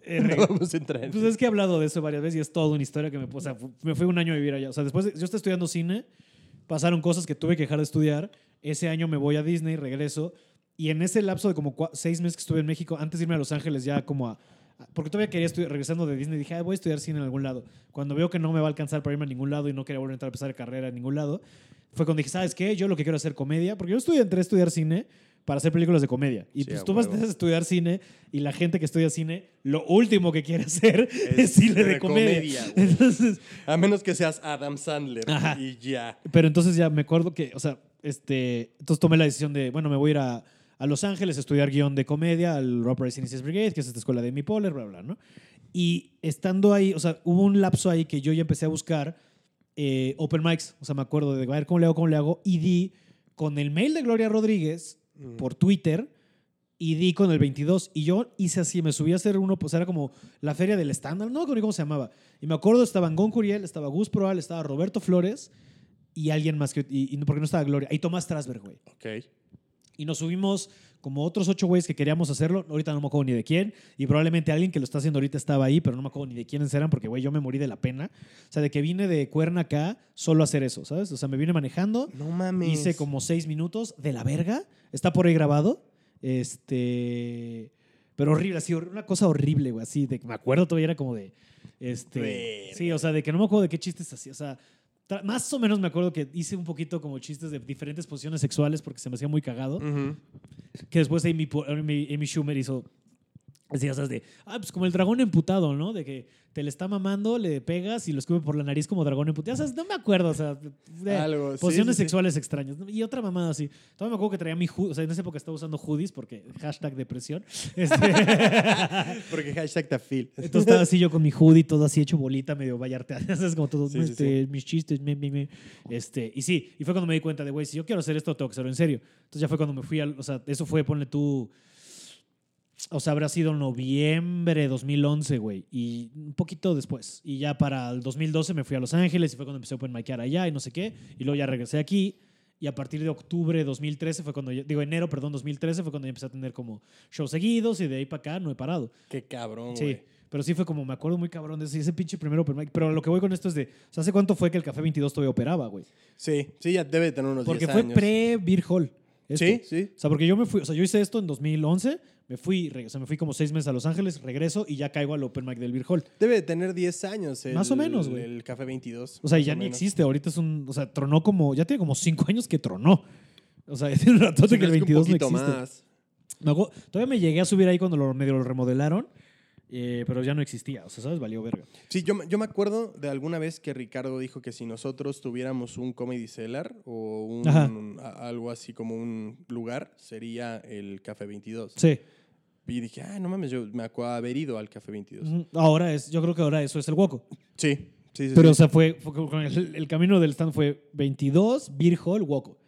[SPEAKER 1] eh, re-
[SPEAKER 2] No vamos a entrar en
[SPEAKER 1] Pues es que he hablado de eso varias veces y es toda una historia que me... O sea, fu- me fui un año a vivir allá. O sea, después de- yo estaba estudiando cine, pasaron cosas que tuve que dejar de estudiar. Ese año me voy a Disney, regreso. Y en ese lapso de como cua- seis meses que estuve en México, antes de irme a Los Ángeles ya como a... a- Porque todavía quería estudiar, regresando de Disney, dije, "Ay, voy a estudiar cine en algún lado. Cuando veo que no me va a alcanzar para irme a ningún lado y no quería volver a entrar a empezar carrera en ningún lado, fue cuando dije, ¿sabes qué? Yo lo que quiero es hacer comedia, porque yo estudié, entré a estudiar cine para hacer películas de comedia. Y
[SPEAKER 2] Sí,
[SPEAKER 1] pues
[SPEAKER 2] a
[SPEAKER 1] tú vas
[SPEAKER 2] huevo.
[SPEAKER 1] a estudiar cine y la gente que estudia cine, lo último que quiere hacer es,
[SPEAKER 2] Es
[SPEAKER 1] cine de
[SPEAKER 2] de
[SPEAKER 1] comedia.
[SPEAKER 2] comedia, güey.
[SPEAKER 1] Entonces,
[SPEAKER 2] A menos que seas Adam Sandler
[SPEAKER 1] Ajá.
[SPEAKER 2] y ya.
[SPEAKER 1] pero entonces ya me acuerdo que, o sea, este, entonces tomé la decisión de, bueno, me voy a ir a, a Los Ángeles a estudiar guión de comedia al Rob Racing Brigade, que es esta escuela de Amy Poehler, bla, bla, ¿no? Y estando ahí, o sea, hubo un lapso ahí que yo ya empecé a buscar eh, open mics. O sea, me acuerdo de, a ver, ¿cómo le hago? ¿Cómo le hago? Y di con el mail de Gloria Rodríguez por Twitter y di con el 22 y yo hice así, me subí a hacer uno, pues era como la feria del estándar, no ni cómo se llamaba. Y me acuerdo, estaba Angón Curiel, estaba Gus Proal, estaba Roberto Flores y alguien más que, y, y no- porque no estaba Gloria, y Tomás Trasberg, güey.
[SPEAKER 2] Ok.
[SPEAKER 1] Y nos subimos como otros ocho güeyes que queríamos hacerlo, ahorita no me acuerdo ni de quién, y probablemente alguien que lo está haciendo ahorita estaba ahí, pero no me acuerdo ni de quiénes eran, porque, güey, yo me morí de la pena. O sea, de que vine de Cuerna acá solo a hacer eso, ¿sabes? O sea, me vine manejando,
[SPEAKER 2] No mames.
[SPEAKER 1] Hice como seis minutos de la verga. Está por ahí grabado. Este. Pero horrible, así, hor- una cosa horrible, güey. Así, de que me acuerdo todavía era como de. Este.
[SPEAKER 2] Verga.
[SPEAKER 1] Sí, o sea, de que no me acuerdo de qué chistes hacía. O sea, tra- más o menos me acuerdo que hice un poquito como chistes de diferentes posiciones sexuales porque se me hacía muy cagado.
[SPEAKER 2] Ujú.
[SPEAKER 1] Que después Amy, Po- Amy, Amy Schumer hizo. Así, o sea, de. Ah, pues como el dragón emputado, ¿no? De que te le está mamando, le pegas y lo escupe por la nariz como dragón emputado. O sea, no me acuerdo, o sea. de-
[SPEAKER 2] Algo. sí,
[SPEAKER 1] Posiciones
[SPEAKER 2] sí, sí.
[SPEAKER 1] sexuales extrañas. ¿no? Y otra mamada así. Todavía me acuerdo que traía mi hoodie. O sea, en esa época estaba usando hoodies porque hashtag depresión. Este,
[SPEAKER 2] Porque hashtag tafil.
[SPEAKER 1] entonces estaba así yo con mi hoodie, todo así hecho bolita, medio vallarteada. Es como todo,
[SPEAKER 2] Sí, sí,
[SPEAKER 1] este, mis chistes, me, me, me. Este, y sí, y fue cuando me di cuenta de, güey, si yo quiero hacer esto, tengo que hacerlo en serio. Entonces ya fue cuando me fui al. O sea, eso fue, ponle tú. O sea, habrá sido noviembre de 2011, güey. Y un poquito después. Y ya para el 2012 me fui a Los Ángeles y fue cuando empecé a open micear allá y no sé qué. Y luego ya regresé aquí. Y a partir de octubre de 2013 fue cuando, ya- digo, enero, perdón, 2013 fue cuando ya empecé a tener como shows seguidos y de ahí para acá no he parado.
[SPEAKER 2] Qué cabrón,
[SPEAKER 1] Sí,
[SPEAKER 2] güey.
[SPEAKER 1] pero sí fue como, me acuerdo muy cabrón de ese, ese pinche primero open mic. Pero lo que voy con esto es de, o sea, ¿hace cuánto fue que el Café 22 todavía operaba, güey?
[SPEAKER 2] Sí, sí, ya debe tener unos
[SPEAKER 1] Porque
[SPEAKER 2] 10
[SPEAKER 1] fue
[SPEAKER 2] años.
[SPEAKER 1] pre-Beer Hall. esto.
[SPEAKER 2] Sí, sí.
[SPEAKER 1] O sea, porque yo me fui, o sea, yo hice esto en 2011, me fui, re- o sea, me fui como seis meses a Los Ángeles, regreso y ya caigo al open mic del Beer Hall.
[SPEAKER 2] Debe de tener 10 años. El,
[SPEAKER 1] Más o menos, güey.
[SPEAKER 2] El Café 22.
[SPEAKER 1] O sea,
[SPEAKER 2] más
[SPEAKER 1] ya
[SPEAKER 2] o
[SPEAKER 1] ni
[SPEAKER 2] menos.
[SPEAKER 1] existe, ahorita es un, o sea, tronó como, ya tiene como cinco años que tronó. O sea, ya tiene un ratote
[SPEAKER 2] Sí,
[SPEAKER 1] que
[SPEAKER 2] pero
[SPEAKER 1] el
[SPEAKER 2] es que un
[SPEAKER 1] 22 no
[SPEAKER 2] poquito
[SPEAKER 1] existe.
[SPEAKER 2] más.
[SPEAKER 1] Me acuerdo- todavía me llegué a subir ahí cuando lo, medio lo remodelaron, eh, pero ya no existía, o sea, ¿sabes? Valió verga.
[SPEAKER 2] Sí, yo, me- yo me acuerdo de alguna vez que Ricardo dijo que si nosotros tuviéramos un Comedy Cellar o un,
[SPEAKER 1] Ajá.
[SPEAKER 2] a- algo así como un lugar, sería el Café 22.
[SPEAKER 1] Sí.
[SPEAKER 2] Y dije, ah, no mames, yo me acuerdo de haber ido al Café 22.
[SPEAKER 1] Ujú. Mm, Ahora es, yo creo que ahora eso es el hueco.
[SPEAKER 2] Sí, sí, sí.
[SPEAKER 1] Pero,
[SPEAKER 2] sí.
[SPEAKER 1] o sea, fue, fue como con el, el camino del stand fue 22, Beer Hall, Woco.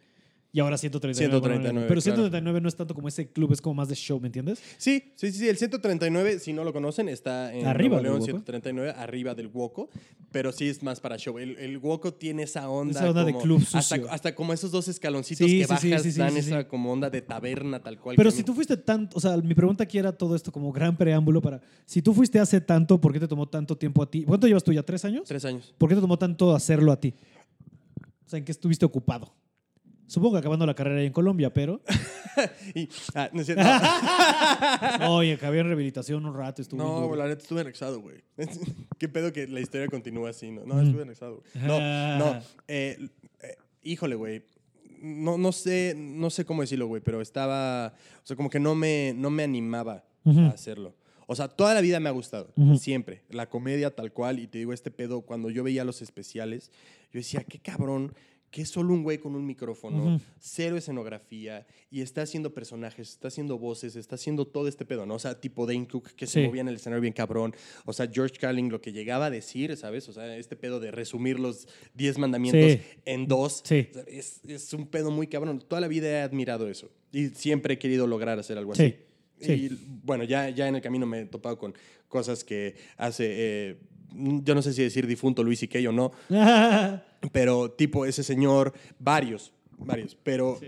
[SPEAKER 1] Y ahora 139.
[SPEAKER 2] 139,
[SPEAKER 1] Pero
[SPEAKER 2] claro.
[SPEAKER 1] 139 no es tanto como ese club, es como más de show, ¿me entiendes?
[SPEAKER 2] Sí, sí, sí, sí, el 139, si no lo conocen, está en
[SPEAKER 1] Arriba
[SPEAKER 2] Nuevo
[SPEAKER 1] del
[SPEAKER 2] León
[SPEAKER 1] Huoco.
[SPEAKER 2] 139, arriba del Huoco, pero sí es más para show. El, el Huoco tiene esa onda,
[SPEAKER 1] Esa onda de
[SPEAKER 2] como,
[SPEAKER 1] club
[SPEAKER 2] hasta,
[SPEAKER 1] sucio.
[SPEAKER 2] hasta como esos dos escaloncitos
[SPEAKER 1] Sí,
[SPEAKER 2] que
[SPEAKER 1] sí, sí,
[SPEAKER 2] bajas
[SPEAKER 1] sí, sí,
[SPEAKER 2] dan
[SPEAKER 1] sí, sí.
[SPEAKER 2] esa como onda de taberna tal cual.
[SPEAKER 1] Pero
[SPEAKER 2] que a
[SPEAKER 1] si
[SPEAKER 2] mí-
[SPEAKER 1] tú fuiste tanto, o sea, mi pregunta aquí era todo esto como gran preámbulo para, si tú fuiste hace tanto, ¿por qué te tomó tanto tiempo a ti? ¿Cuánto llevas tú ya? ¿Tres años?
[SPEAKER 2] Tres años.
[SPEAKER 1] ¿Por qué te tomó tanto hacerlo a ti? O sea, ¿en qué estuviste ocupado? Supongo que acabando la carrera ahí en Colombia, pero...
[SPEAKER 2] Y, ah, no es cierto.
[SPEAKER 1] Oye, acabé en rehabilitación un rato, estuve... bien
[SPEAKER 2] No,
[SPEAKER 1] duro.
[SPEAKER 2] la neta estuve anexado, güey. Qué pedo que la historia continúa así, ¿no? No, estuve anexado. güey.
[SPEAKER 1] Ah.
[SPEAKER 2] No, no. eh, eh, híjole, güey. No, no sé, no sé cómo decirlo, güey, pero estaba. O sea, como que no me, no me animaba a hacerlo. O sea, toda la vida me ha gustado,
[SPEAKER 1] Ujú.
[SPEAKER 2] siempre. La comedia tal cual, y te digo, este pedo, cuando yo veía los especiales, yo decía, qué cabrón, que es solo un güey con un micrófono,
[SPEAKER 1] Ujú.
[SPEAKER 2] cero escenografía, y está haciendo personajes, está haciendo voces, está haciendo todo este pedo, ¿no? O sea, tipo Dane Cook, que se
[SPEAKER 1] Sí.
[SPEAKER 2] movía en el escenario bien cabrón. O sea, George Carlin, lo que llegaba a decir, ¿sabes? O sea, este pedo de resumir los 10 mandamientos
[SPEAKER 1] Sí.
[SPEAKER 2] en dos.
[SPEAKER 1] Sí.
[SPEAKER 2] O sea, Es, es un pedo muy cabrón. Toda la vida he admirado eso. Y siempre he querido lograr hacer algo
[SPEAKER 1] Sí,
[SPEAKER 2] así.
[SPEAKER 1] sí.
[SPEAKER 2] Y bueno, ya, ya en el camino me he topado con cosas que hace, eh, yo no sé si decir difunto Luis y o no, pero tipo ese señor, varios, varios, pero...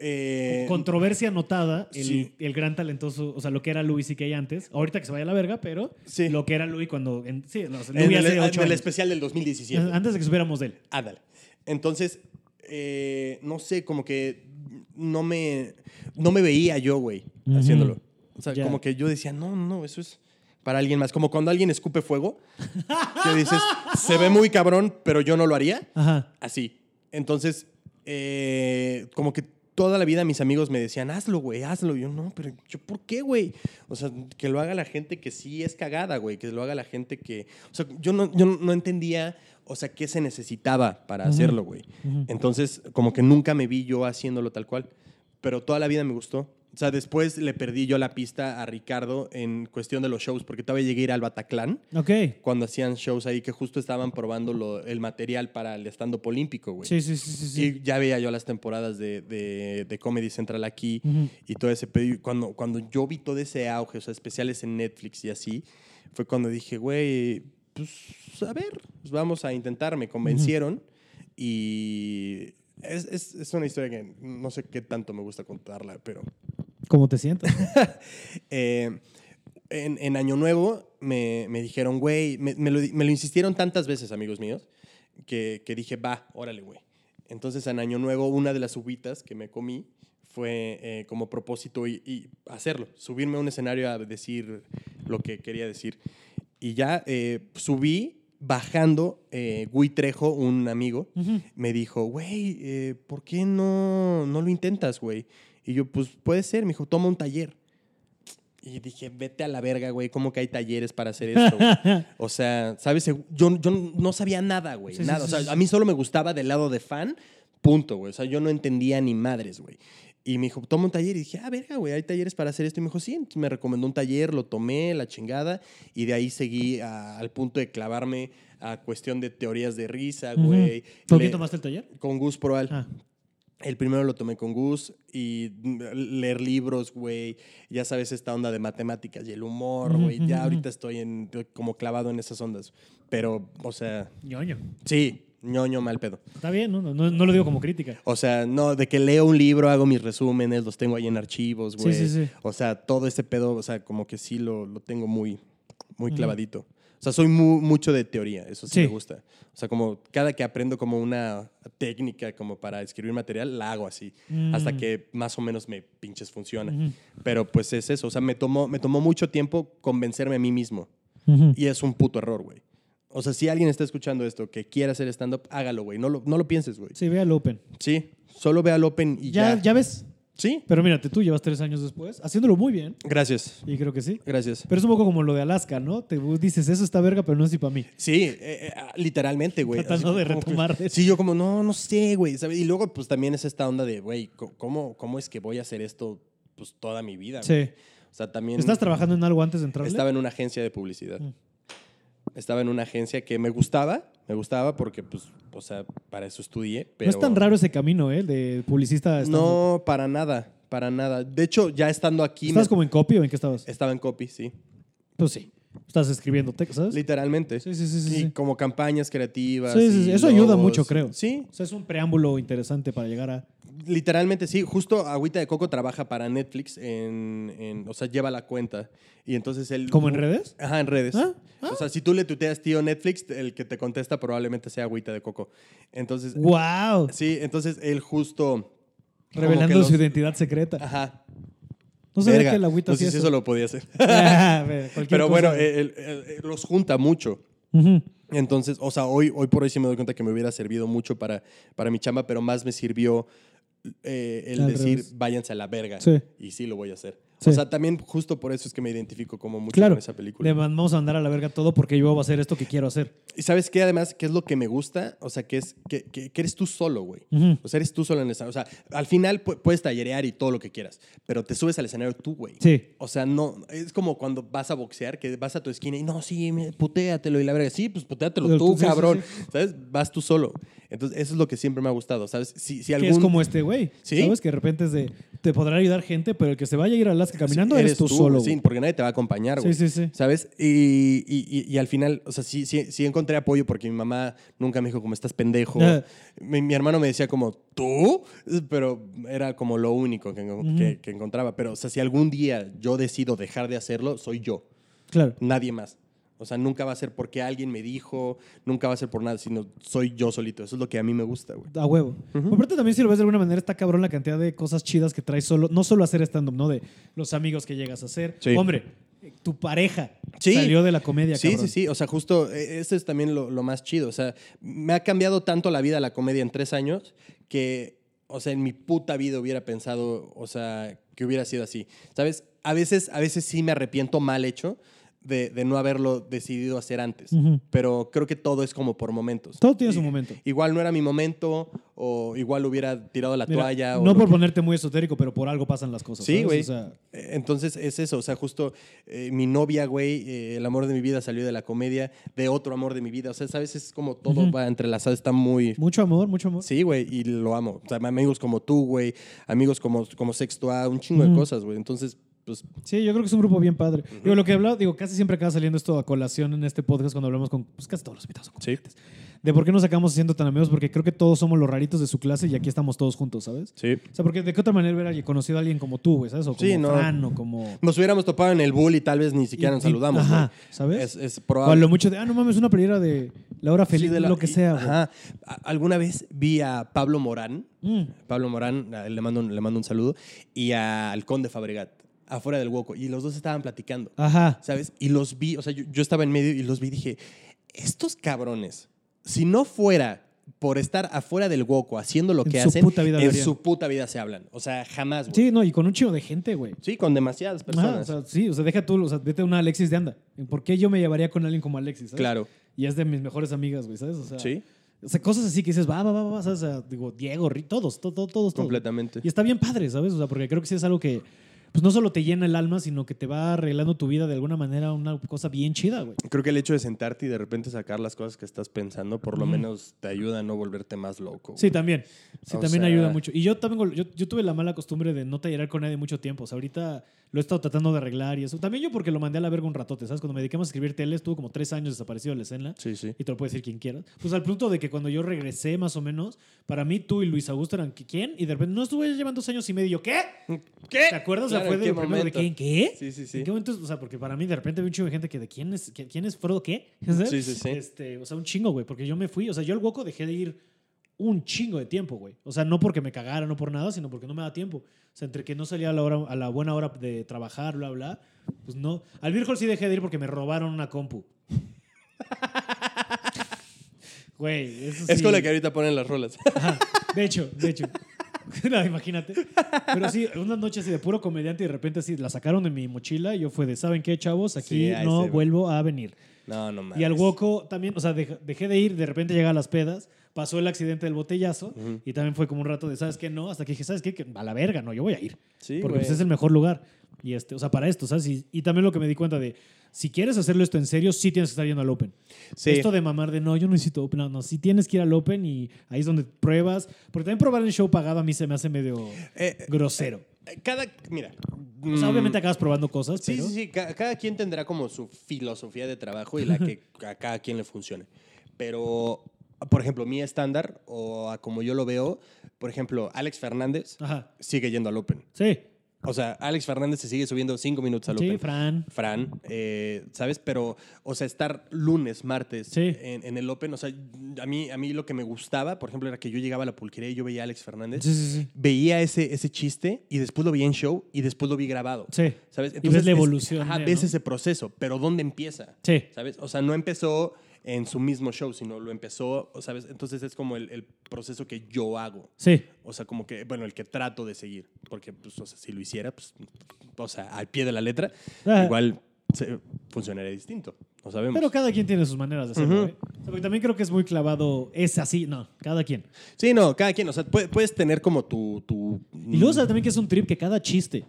[SPEAKER 2] eh,
[SPEAKER 1] Controversia anotada, el,
[SPEAKER 2] sí.
[SPEAKER 1] el gran talentoso, o sea, lo que era Louis y que antes, ahorita que se vaya a la verga, pero
[SPEAKER 2] Sí.
[SPEAKER 1] lo que era Louis cuando. en- sí, no, o sea,
[SPEAKER 2] en
[SPEAKER 1] Louis
[SPEAKER 2] el, e,
[SPEAKER 1] hace
[SPEAKER 2] en
[SPEAKER 1] ocho
[SPEAKER 2] el
[SPEAKER 1] años. Ah,
[SPEAKER 2] especial del 2017.
[SPEAKER 1] Antes de que supiéramos de él.
[SPEAKER 2] Ándale. Entonces, eh, no sé, como que no me, no me veía yo, güey,
[SPEAKER 1] Ujú.
[SPEAKER 2] haciéndolo. O sea,
[SPEAKER 1] Ya.
[SPEAKER 2] como que yo decía, no, no, eso es para alguien más. Como cuando alguien escupe fuego, que dices, se ve muy cabrón, pero yo no lo haría.
[SPEAKER 1] Ajá.
[SPEAKER 2] Así. Entonces, eh, como que toda la vida mis amigos me decían, hazlo, güey, hazlo. Y yo, no, pero yo, ¿por qué, güey? O sea, que lo haga la gente que sí es cagada, güey, que lo haga la gente que... O sea, yo no, yo no entendía, o sea, qué se necesitaba para hacerlo, güey. Entonces, como que nunca me vi yo haciéndolo tal cual, pero toda la vida me gustó. O sea, después le perdí yo la pista a Ricardo en cuestión de los shows, porque todavía llegué a ir al Bataclan
[SPEAKER 1] Ok.
[SPEAKER 2] cuando hacían shows ahí que justo estaban probando lo- el material para el stand-up olímpico, güey.
[SPEAKER 1] Sí, sí, sí, sí. sí.
[SPEAKER 2] Y ya veía yo las temporadas de, de- de Comedy Central aquí
[SPEAKER 1] Ujú.
[SPEAKER 2] y todo ese pedo. Y cuando, cuando yo vi todo ese auge, o sea, especiales en Netflix y así, fue cuando dije, güey, pues a ver, pues, vamos a intentar. Me convencieron y es, es- es una historia que no sé qué tanto me gusta contarla, pero
[SPEAKER 1] ¿Cómo te sientes?
[SPEAKER 2] eh, en, en Año Nuevo me, me dijeron, güey, me, me lo, di- me lo insistieron tantas veces, amigos míos, que, que dije, va, órale, güey. Entonces, en Año Nuevo, una de las uvitas que me comí fue eh, como propósito y, y hacerlo, subirme a un escenario a decir lo que quería decir. Y ya eh, subí bajando, eh, Gui Trejo, un amigo,
[SPEAKER 1] Ujú.
[SPEAKER 2] me dijo, güey, eh, ¿por qué no, no lo intentas, güey? Y yo, pues puede ser, me dijo, toma un taller. Y dije, vete a la verga, güey, ¿cómo que hay talleres para hacer esto? güey?" o sea, ¿sabes? Yo, yo no sabía nada, güey,
[SPEAKER 1] Sí, sí,
[SPEAKER 2] nada.
[SPEAKER 1] sí,
[SPEAKER 2] o
[SPEAKER 1] sí.
[SPEAKER 2] sea, a mí solo me gustaba del lado de fan, punto, güey. O sea, yo no entendía ni madres, güey. Y me dijo, toma un taller. Y dije, ah, verga, güey, hay talleres para hacer esto. Y me dijo, sí, Entonces me recomendó un taller, lo tomé, la chingada. Y de ahí seguí a- al punto de clavarme a cuestión de teorías de risa,
[SPEAKER 1] Ujú.
[SPEAKER 2] güey.
[SPEAKER 1] ¿Por qué
[SPEAKER 2] Le-
[SPEAKER 1] tomaste el taller?
[SPEAKER 2] con Gus Proal.
[SPEAKER 1] Ah,
[SPEAKER 2] El primero lo tomé con Gus y mm, leer libros, güey. Ya sabes esta onda de matemáticas y el humor,
[SPEAKER 1] Ujú,
[SPEAKER 2] güey.
[SPEAKER 1] ujú,
[SPEAKER 2] Ya ahorita estoy en, como clavado en esas ondas. Pero, o sea,
[SPEAKER 1] ñoño.
[SPEAKER 2] sí, ñoño mal pedo.
[SPEAKER 1] Está bien, no, no, no- no lo digo como crítica.
[SPEAKER 2] O sea, no, de que leo un libro, hago mis resúmenes, los tengo ahí en archivos,
[SPEAKER 1] Sí,
[SPEAKER 2] güey.
[SPEAKER 1] sí, sí.
[SPEAKER 2] O sea, todo ese pedo, o sea, como que sí lo, lo tengo muy, muy
[SPEAKER 1] Ujú.
[SPEAKER 2] clavadito. O sea, soy mu- mucho de teoría, eso sí,
[SPEAKER 1] Sí.
[SPEAKER 2] me gusta. O sea, como cada que aprendo como una técnica como para escribir material, la hago así,
[SPEAKER 1] Mm.
[SPEAKER 2] hasta que más o menos me pinches funciona.
[SPEAKER 1] Ujú.
[SPEAKER 2] Pero pues es eso, o sea, me tomó, me tomó mucho tiempo convencerme a mí mismo.
[SPEAKER 1] Ujú.
[SPEAKER 2] Y es un puto error, güey. O sea, si alguien está escuchando esto que quiera hacer stand-up, hágalo, güey. No lo, no lo pienses, güey.
[SPEAKER 1] Sí, ve al Open.
[SPEAKER 2] Sí, solo ve al Open y
[SPEAKER 1] Ya,
[SPEAKER 2] ya.
[SPEAKER 1] ya. ves.
[SPEAKER 2] Sí,
[SPEAKER 1] Pero mírate, tú llevas tres años después haciéndolo muy bien.
[SPEAKER 2] gracias,
[SPEAKER 1] Y creo que sí.
[SPEAKER 2] gracias.
[SPEAKER 1] Pero es un poco como lo de Alaska, ¿no? Te bu- dices, eso está verga, pero no es ni para mí.
[SPEAKER 2] Sí, eh, eh, ah, literalmente, güey. Así
[SPEAKER 1] Tratando de
[SPEAKER 2] como que-
[SPEAKER 1] retomar eso.
[SPEAKER 2] Sí, yo como, no, no sé, güey. ¿sabes? Y luego, pues también es esta onda de, güey, co- ¿cómo, ¿cómo es que voy a hacer esto pues toda mi vida? güey?
[SPEAKER 1] Sí.
[SPEAKER 2] O sea, también...
[SPEAKER 1] ¿Estás trabajando en algo antes de entrar?
[SPEAKER 2] Estaba en una agencia de publicidad.
[SPEAKER 1] Mm.
[SPEAKER 2] Estaba en una agencia que me gustaba, me gustaba porque, pues, o sea, para eso estudié. Pero...
[SPEAKER 1] No es tan raro ese camino, ¿eh? De publicista. a stand-up.
[SPEAKER 2] No, para nada, para nada. De hecho, ya estando aquí...
[SPEAKER 1] ¿Estabas
[SPEAKER 2] me- Eh,
[SPEAKER 1] como en copy o en qué estabas?
[SPEAKER 2] Estaba en copy, sí.
[SPEAKER 1] Pues sí. Estás escribiendo textos, ¿sabes?
[SPEAKER 2] Literalmente.
[SPEAKER 1] Sí, sí, sí, sí,
[SPEAKER 2] Y
[SPEAKER 1] sí.
[SPEAKER 2] como campañas creativas.
[SPEAKER 1] Sí, sí, sí.
[SPEAKER 2] y
[SPEAKER 1] Eso ayuda
[SPEAKER 2] logos.
[SPEAKER 1] mucho, creo.
[SPEAKER 2] Sí,
[SPEAKER 1] O sea, es un preámbulo interesante para llegar a...
[SPEAKER 2] literalmente sí. Justo Agüita de Coco trabaja para Netflix en, en- o sea, lleva la cuenta. Y entonces él...
[SPEAKER 1] ¿Como en redes?
[SPEAKER 2] Ajá, en redes.
[SPEAKER 1] Ah, ah.
[SPEAKER 2] O sea, si tú le tuteas tío Netflix, el que te contesta probablemente sea Agüita de Coco. Entonces,
[SPEAKER 1] ¡Wow!
[SPEAKER 2] sí, entonces él justo... como
[SPEAKER 1] Revelando
[SPEAKER 2] que los-
[SPEAKER 1] su identidad secreta.
[SPEAKER 2] Ajá.
[SPEAKER 1] No sabía
[SPEAKER 2] Verga,
[SPEAKER 1] que la agüita
[SPEAKER 2] no sé
[SPEAKER 1] hacía
[SPEAKER 2] si
[SPEAKER 1] eso.
[SPEAKER 2] eso lo podía hacer.
[SPEAKER 1] Ah, ver, cualquier
[SPEAKER 2] Pero
[SPEAKER 1] cosa.
[SPEAKER 2] bueno, él- él- él los junta mucho.
[SPEAKER 1] Ujú.
[SPEAKER 2] Entonces, o sea, hoy, hoy por hoy sí me doy cuenta que me hubiera servido mucho para, para mi chamba, pero más me sirvió eh, el
[SPEAKER 1] Al
[SPEAKER 2] decir,
[SPEAKER 1] revés.
[SPEAKER 2] váyanse a la verga.
[SPEAKER 1] Sí.
[SPEAKER 2] Y sí lo voy a hacer.
[SPEAKER 1] Sí.
[SPEAKER 2] O sea, también justo por eso es que me identifico como mucho
[SPEAKER 1] Claro.
[SPEAKER 2] con esa película.
[SPEAKER 1] Le mandamos a andar a la verga todo porque yo voy a hacer esto que quiero hacer.
[SPEAKER 2] y sabes qué, además, qué es lo que me gusta, o sea, que es que, que- que eres tú solo, güey.
[SPEAKER 1] Ujú.
[SPEAKER 2] O sea, eres tú solo en el escenario. O sea, al final pu- puedes tallerear y todo lo que quieras, pero te subes al escenario tú, güey.
[SPEAKER 1] Sí.
[SPEAKER 2] O sea, no, es como cuando vas a boxear, que vas a tu esquina y no, sí, me- putéatelo y la verga, sí, pues putéatelo
[SPEAKER 1] Pero
[SPEAKER 2] tú,
[SPEAKER 1] tú, sí, sí,
[SPEAKER 2] cabrón.
[SPEAKER 1] sí.
[SPEAKER 2] ¿Sabes? Vas tú solo. Entonces, eso es lo que siempre me ha gustado, ¿sabes? Si, si algún...
[SPEAKER 1] Que es como este güey.
[SPEAKER 2] Sí.
[SPEAKER 1] ¿Sabes? Que de repente es de... Te podrá ayudar gente, pero el que se vaya a ir a Alaska caminando
[SPEAKER 2] Sí,
[SPEAKER 1] eres, tú, solo.
[SPEAKER 2] Sí,
[SPEAKER 1] güey.
[SPEAKER 2] porque nadie te va a acompañar,
[SPEAKER 1] Sí,
[SPEAKER 2] güey.
[SPEAKER 1] sí, sí.
[SPEAKER 2] ¿Sabes? Y, y- y- y al final, o sea, sí, sí, sí encontré apoyo porque mi mamá nunca me dijo como estás pendejo.
[SPEAKER 1] Ah.
[SPEAKER 2] mi, mi hermano me decía como tú, pero era como lo único que, que- que encontraba. Pero, o sea, si algún día yo decido dejar de hacerlo, soy yo,
[SPEAKER 1] Claro.
[SPEAKER 2] nadie más. O sea, nunca va a ser porque alguien me dijo, nunca va a ser por nada, sino soy yo solito. Eso es lo que a mí me gusta, güey.
[SPEAKER 1] A huevo. Aparte también si lo ves de alguna manera está cabrón la cantidad de cosas chidas que traes solo, no solo hacer stand-up, ¿no? De los amigos que llegas a hacer.
[SPEAKER 2] Sí.
[SPEAKER 1] Hombre, eh, tu pareja
[SPEAKER 2] Sí.
[SPEAKER 1] salió de la comedia,
[SPEAKER 2] Sí,
[SPEAKER 1] cabrón.
[SPEAKER 2] sí, sí. O sea, justo eh, eso es también lo, lo más chido. O sea, me ha cambiado tanto la vida la comedia en tres años que, o sea, en mi puta vida hubiera pensado, o sea, que hubiera sido así. ¿Sabes? A veces, a veces sí me arrepiento mal hecho de, de no haberlo decidido hacer antes.
[SPEAKER 1] Ujú.
[SPEAKER 2] Pero creo que todo es como por momentos.
[SPEAKER 1] Todo tiene su
[SPEAKER 2] Y-
[SPEAKER 1] momento.
[SPEAKER 2] Igual no era mi momento, o igual hubiera tirado la
[SPEAKER 1] Mira,
[SPEAKER 2] toalla. o
[SPEAKER 1] no
[SPEAKER 2] lo
[SPEAKER 1] por
[SPEAKER 2] que-
[SPEAKER 1] ponerte muy esotérico, pero por algo pasan las cosas.
[SPEAKER 2] Sí,
[SPEAKER 1] ¿sabes?
[SPEAKER 2] güey.
[SPEAKER 1] O sea,
[SPEAKER 2] Eh, Entonces es eso, o sea, justo eh, mi novia, güey, eh, el amor de mi vida salió de la comedia, de otro amor de mi vida, o sea, sabes, es como todo
[SPEAKER 1] Ujú.
[SPEAKER 2] va entrelazado, está muy...
[SPEAKER 1] mucho amor, mucho amor.
[SPEAKER 2] Sí, güey, y lo amo. O sea, amigos como tú, güey, amigos como, como Sexto A, un chingo
[SPEAKER 1] Ujú.
[SPEAKER 2] de cosas, güey. Entonces, pues,
[SPEAKER 1] Sí, yo creo que es un grupo bien padre. Digo, lo que he hablado, digo, casi siempre acaba saliendo esto a colación en este podcast cuando hablamos con pues, casi todos los invitados. son
[SPEAKER 2] Sí.
[SPEAKER 1] comediantes. De por qué nos acabamos siendo tan amigos, porque creo que todos somos los raritos de su clase y aquí estamos todos juntos, ¿sabes?
[SPEAKER 2] sí.
[SPEAKER 1] O sea, porque de qué otra manera hubiera conocido a alguien como tú, güey, ¿sabes? O como
[SPEAKER 2] Sí, no.
[SPEAKER 1] Fran, o como...
[SPEAKER 2] Nos hubiéramos topado en el bull y tal vez ni siquiera nos
[SPEAKER 1] Y- y-
[SPEAKER 2] saludamos.
[SPEAKER 1] Ajá,
[SPEAKER 2] güey.
[SPEAKER 1] ¿sabes?
[SPEAKER 2] Es, es
[SPEAKER 1] o a
[SPEAKER 2] probable.
[SPEAKER 1] lo mucho de, ah, no mames, una playera de la hora feliz,
[SPEAKER 2] Sí, de la-
[SPEAKER 1] lo que
[SPEAKER 2] y-
[SPEAKER 1] sea, güey.
[SPEAKER 2] Ajá. A- Alguna vez vi a Pablo Morán,
[SPEAKER 1] Mm.
[SPEAKER 2] Pablo Morán, a él le mando, un- le mando un saludo, y a- al Conde Fabregat, afuera del hueco, y los dos estaban platicando,
[SPEAKER 1] Ajá.
[SPEAKER 2] ¿sabes? Y los vi, o sea, yo, yo estaba en medio y los vi y dije, estos cabrones, si no fuera por estar afuera del hueco haciendo lo
[SPEAKER 1] En
[SPEAKER 2] que
[SPEAKER 1] su
[SPEAKER 2] hacen,
[SPEAKER 1] puta vida lo
[SPEAKER 2] en
[SPEAKER 1] harían.
[SPEAKER 2] su puta vida se hablan. O sea, jamás, güey.
[SPEAKER 1] Sí, no, y con un chido de gente, güey.
[SPEAKER 2] Sí, con demasiadas personas.
[SPEAKER 1] Ajá, o sea, sí, o sea, deja tú, o sea, vete a una Alexis de anda. ¿Por qué yo me llevaría con alguien como Alexis? ¿sabes?
[SPEAKER 2] claro.
[SPEAKER 1] Y es de mis mejores amigas, güey, ¿sabes? O sea,
[SPEAKER 2] Sí,
[SPEAKER 1] o sea, cosas así que dices, va, va, va, va, ¿sabes? O sea, digo, Diego, Ri- todos, to- to- todos, todos.
[SPEAKER 2] completamente.
[SPEAKER 1] Y está bien padre, ¿sabes? O sea, porque creo que sí es algo que, pues no solo te llena el alma, sino que te va arreglando tu vida de alguna manera, una cosa bien chida, güey.
[SPEAKER 2] Creo que el hecho de sentarte y de repente sacar las cosas que estás pensando, por lo
[SPEAKER 1] Ujú.
[SPEAKER 2] menos te ayuda a no volverte más loco.
[SPEAKER 1] Sí, también. Sí,
[SPEAKER 2] O
[SPEAKER 1] también
[SPEAKER 2] sea-
[SPEAKER 1] ayuda mucho. Y yo también, yo, yo tuve la mala costumbre de no tallerar con nadie mucho tiempo. O sea, ahorita lo he estado tratando de arreglar y eso. También yo porque lo mandé a la verga un ratote, ¿sabes? Cuando me dedicamos a escribir tele, estuvo como tres años desaparecido de la escena.
[SPEAKER 2] sí, sí.
[SPEAKER 1] Y te lo puede decir quien quieras. Pues al punto de que cuando yo regresé, más o menos, para mí tú y Luis Augusto eran ¿qui- ¿quién? Y de repente, no estuve llevando dos años y medio. Y yo, ¿Qué?
[SPEAKER 2] ¿Qué?
[SPEAKER 1] ¿Te acuerdas? O sea,
[SPEAKER 2] Claro,
[SPEAKER 1] fue
[SPEAKER 2] ¿en
[SPEAKER 1] de
[SPEAKER 2] qué
[SPEAKER 1] primero de
[SPEAKER 2] momento?
[SPEAKER 1] quién, ¿qué?
[SPEAKER 2] Sí, sí,
[SPEAKER 1] ¿En
[SPEAKER 2] sí.
[SPEAKER 1] qué momento? O sea, porque para mí de repente vi un chingo de gente que de quién es, qui- quién es Frodo qué. ¿Sabes?
[SPEAKER 2] Sí, sí, sí.
[SPEAKER 1] Este, o sea, un chingo, güey, porque yo me fui, o sea, yo al Woco dejé de ir un chingo de tiempo, güey. O sea, no porque me cagara, no por nada, sino porque no me da tiempo. O sea, entre que no salía a la, hora, a la buena hora de trabajar, bla, bla, pues no. Al Virgol sí dejé de ir porque me robaron una compu. Güey, eso
[SPEAKER 2] Es
[SPEAKER 1] sí.
[SPEAKER 2] con la que ahorita ponen las rolas.
[SPEAKER 1] Ajá, de hecho, de hecho. No, imagínate. Pero sí, una noche así de puro comediante y de repente así la sacaron de mi mochila y yo fue de, ¿saben qué, chavos? Aquí
[SPEAKER 2] Sí, ahí
[SPEAKER 1] no
[SPEAKER 2] se ve".
[SPEAKER 1] vuelvo a venir.
[SPEAKER 2] No, no mames.
[SPEAKER 1] Y al Woco también, o sea, dej- dejé de ir, de repente llegaba a las pedas, pasó el accidente del botellazo
[SPEAKER 2] Ujú.
[SPEAKER 1] y también fue como un rato de, ¿sabes qué? No, hasta que dije, ¿sabes qué? Que a la verga, no, yo voy a ir.
[SPEAKER 2] Sí,
[SPEAKER 1] porque pues,
[SPEAKER 2] güey.
[SPEAKER 1] es el mejor lugar. Y este, o sea, para esto, ¿sabes? Y, y también lo que me di cuenta de, si quieres hacerlo esto en serio, sí tienes que estar yendo al Open.
[SPEAKER 2] Sí.
[SPEAKER 1] Esto de mamar de no, yo no necesito Open. No, no, sí tienes que ir al Open y ahí es donde pruebas. Porque también probar el show pagado a mí se me hace medio
[SPEAKER 2] Eh,
[SPEAKER 1] grosero.
[SPEAKER 2] eh, cada. Mira.
[SPEAKER 1] O sea,
[SPEAKER 2] mm,
[SPEAKER 1] obviamente acabas probando cosas,
[SPEAKER 2] Sí,
[SPEAKER 1] pero
[SPEAKER 2] sí, sí. ca- Cada, quien tendrá como su filosofía de trabajo y la que a cada quien le funcione. Pero, por ejemplo, mi estándar, o a como yo lo veo, por ejemplo, Alex Fernández
[SPEAKER 1] Ajá.
[SPEAKER 2] sigue yendo al Open.
[SPEAKER 1] Sí.
[SPEAKER 2] O sea, Alex Fernández se sigue subiendo cinco minutos al
[SPEAKER 1] Sí,
[SPEAKER 2] Open.
[SPEAKER 1] Fran.
[SPEAKER 2] Fran, eh, ¿sabes? Pero, o sea, estar lunes, martes
[SPEAKER 1] Sí.
[SPEAKER 2] en, en el Open, o sea, a mí, a mí lo que me gustaba, por ejemplo, era que yo llegaba a la pulquería y yo veía a Alex Fernández,
[SPEAKER 1] Sí, sí, sí.
[SPEAKER 2] veía ese, ese chiste y después lo vi en show y después lo vi grabado.
[SPEAKER 1] Sí.
[SPEAKER 2] ¿Sabes?
[SPEAKER 1] ves la
[SPEAKER 2] es-
[SPEAKER 1] evolución
[SPEAKER 2] ajá,
[SPEAKER 1] de,
[SPEAKER 2] ves
[SPEAKER 1] ¿no?
[SPEAKER 2] ese proceso, pero ¿dónde empieza?
[SPEAKER 1] Sí.
[SPEAKER 2] ¿Sabes? O sea, no empezó en su mismo show, sino lo empezó, o ¿sabes? Entonces es como el, el proceso que yo hago.
[SPEAKER 1] Sí.
[SPEAKER 2] O sea, como que, bueno, el que trato de seguir. Porque, pues, o sea, si lo hiciera, pues, o sea, al pie de la letra,
[SPEAKER 1] Ah.
[SPEAKER 2] igual se- funcionaría distinto. No sabemos.
[SPEAKER 1] Pero cada quien tiene sus maneras de hacerlo,
[SPEAKER 2] Ujú.
[SPEAKER 1] ¿eh? O sea, porque también creo que es muy clavado, es así, no, cada quien.
[SPEAKER 2] sí, no, cada quien, o sea, puede- puedes tener como tu. tu
[SPEAKER 1] Y luego sabes también que es un trip que cada chiste,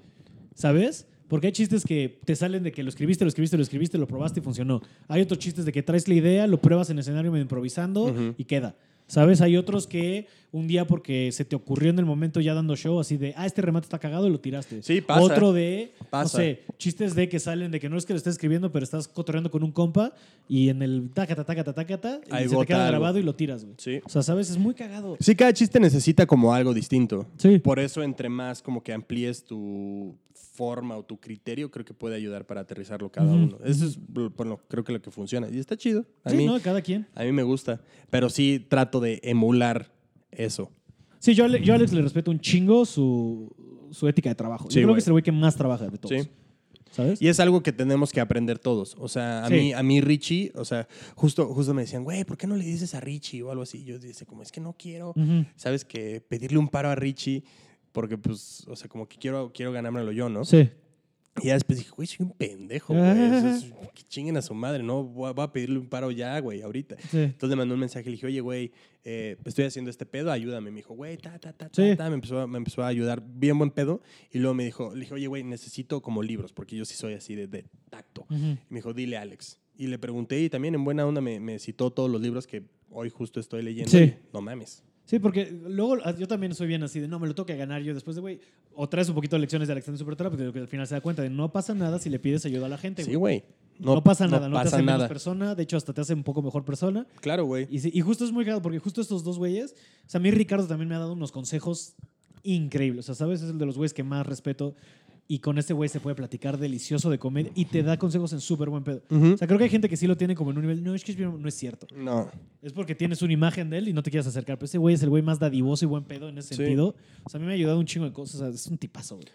[SPEAKER 1] ¿sabes? Porque hay chistes que te salen de que lo escribiste, lo escribiste, lo escribiste, lo probaste y funcionó. Hay otros chistes de que traes la idea, lo pruebas en escenario medio improvisando
[SPEAKER 2] Ujú.
[SPEAKER 1] y queda. ¿Sabes? Hay otros que un día porque se te ocurrió en el momento ya dando show, así de, ah, este remate está cagado y lo tiraste.
[SPEAKER 2] Sí, pasa.
[SPEAKER 1] Otro de,
[SPEAKER 2] Pasa.
[SPEAKER 1] no sé, chistes de que salen de que no es que lo estés escribiendo, pero estás cotorreando con un compa y en el tacata, tacata, tacata, y
[SPEAKER 2] Ahí
[SPEAKER 1] se te
[SPEAKER 2] bota
[SPEAKER 1] queda
[SPEAKER 2] algo.
[SPEAKER 1] grabado y lo tiras, güey.
[SPEAKER 2] Sí.
[SPEAKER 1] O sea, ¿sabes? Es muy cagado.
[SPEAKER 2] Sí, Pues, cada chiste necesita como algo distinto.
[SPEAKER 1] Sí.
[SPEAKER 2] Por eso, entre más como que amplíes tu forma o tu criterio, creo que puede ayudar para aterrizarlo cada
[SPEAKER 1] Ujú.
[SPEAKER 2] uno. Eso es, bueno, creo que lo que funciona. Y está chido. A
[SPEAKER 1] sí,
[SPEAKER 2] mí,
[SPEAKER 1] ¿no? Cada quien.
[SPEAKER 2] a mí me gusta. Pero sí trato de emular eso.
[SPEAKER 1] Sí, yo, a Ale- yo a Alex le respeto un chingo su, su ética de trabajo. yo
[SPEAKER 2] Sí,
[SPEAKER 1] creo que
[SPEAKER 2] güey.
[SPEAKER 1] es el güey que más trabaja de todos.
[SPEAKER 2] Sí.
[SPEAKER 1] ¿Sabes?
[SPEAKER 2] Y es algo que tenemos que aprender todos. O sea, a,
[SPEAKER 1] Sí.
[SPEAKER 2] mí, a mí Richie, o sea, justo, justo me decían, güey, ¿por qué no le dices a Richie o algo así? Yo decía, como, es que no quiero,
[SPEAKER 1] Ujú.
[SPEAKER 2] ¿sabes? Que pedirle un paro a Richie porque, pues, o sea, como que quiero, quiero ganármelo yo, ¿no?
[SPEAKER 1] Sí.
[SPEAKER 2] Y ya después dije, güey, soy un pendejo,
[SPEAKER 1] Ah.
[SPEAKER 2] güey. Eso es- que chinguen a su madre, ¿no? Voy a, voy a pedirle un paro ya, güey, ahorita.
[SPEAKER 1] Sí.
[SPEAKER 2] Entonces le mandó un mensaje, le dije, oye, güey, eh, estoy haciendo este pedo, ayúdame. Me dijo, güey, ta, ta, ta, ta,
[SPEAKER 1] Sí.
[SPEAKER 2] ta. Me, empezó, a- me empezó a ayudar, bien buen pedo. Y luego me dijo, le dije, oye, güey, necesito como libros, porque yo sí soy así de, de tacto.
[SPEAKER 1] Ujú.
[SPEAKER 2] Y me dijo, dile Alex. Y le pregunté, y también en buena onda me, me citó todos los libros que hoy justo estoy leyendo.
[SPEAKER 1] Sí.
[SPEAKER 2] Y, no mames.
[SPEAKER 1] Sí, porque luego ah, yo también soy bien así de no, me lo toca ganar yo después de güey. O traes un poquito de lecciones de Alexander Supertramp, pero que al final se da cuenta de no pasa nada si le pides ayuda a la gente.
[SPEAKER 2] Sí,
[SPEAKER 1] güey.
[SPEAKER 2] güey.
[SPEAKER 1] no, pasa nada, no, te
[SPEAKER 2] pasa
[SPEAKER 1] hace menos
[SPEAKER 2] nada.
[SPEAKER 1] persona, de hecho hasta te hace un poco mejor persona.
[SPEAKER 2] Claro, güey.
[SPEAKER 1] Y, sí, y justo es muy cagado porque justo estos dos güeyes, o sea, a mí Ricardo también me ha dado unos consejos increíbles. O sea, sabes, es el de los güeyes que más respeto y con este güey se puede platicar delicioso de comedia y te da consejos en súper buen pedo.
[SPEAKER 2] Ujú.
[SPEAKER 1] O sea, creo que hay gente que sí lo tiene como en un nivel, no, es que es bien- no es cierto.
[SPEAKER 2] No.
[SPEAKER 1] Es porque tienes una imagen de él y no te quieres acercar. Pero ese güey es el güey más dadivoso y buen pedo en ese
[SPEAKER 2] Sí.
[SPEAKER 1] sentido. O sea, a mí me ha ayudado un chingo de cosas. O sea, es un tipazo, güey.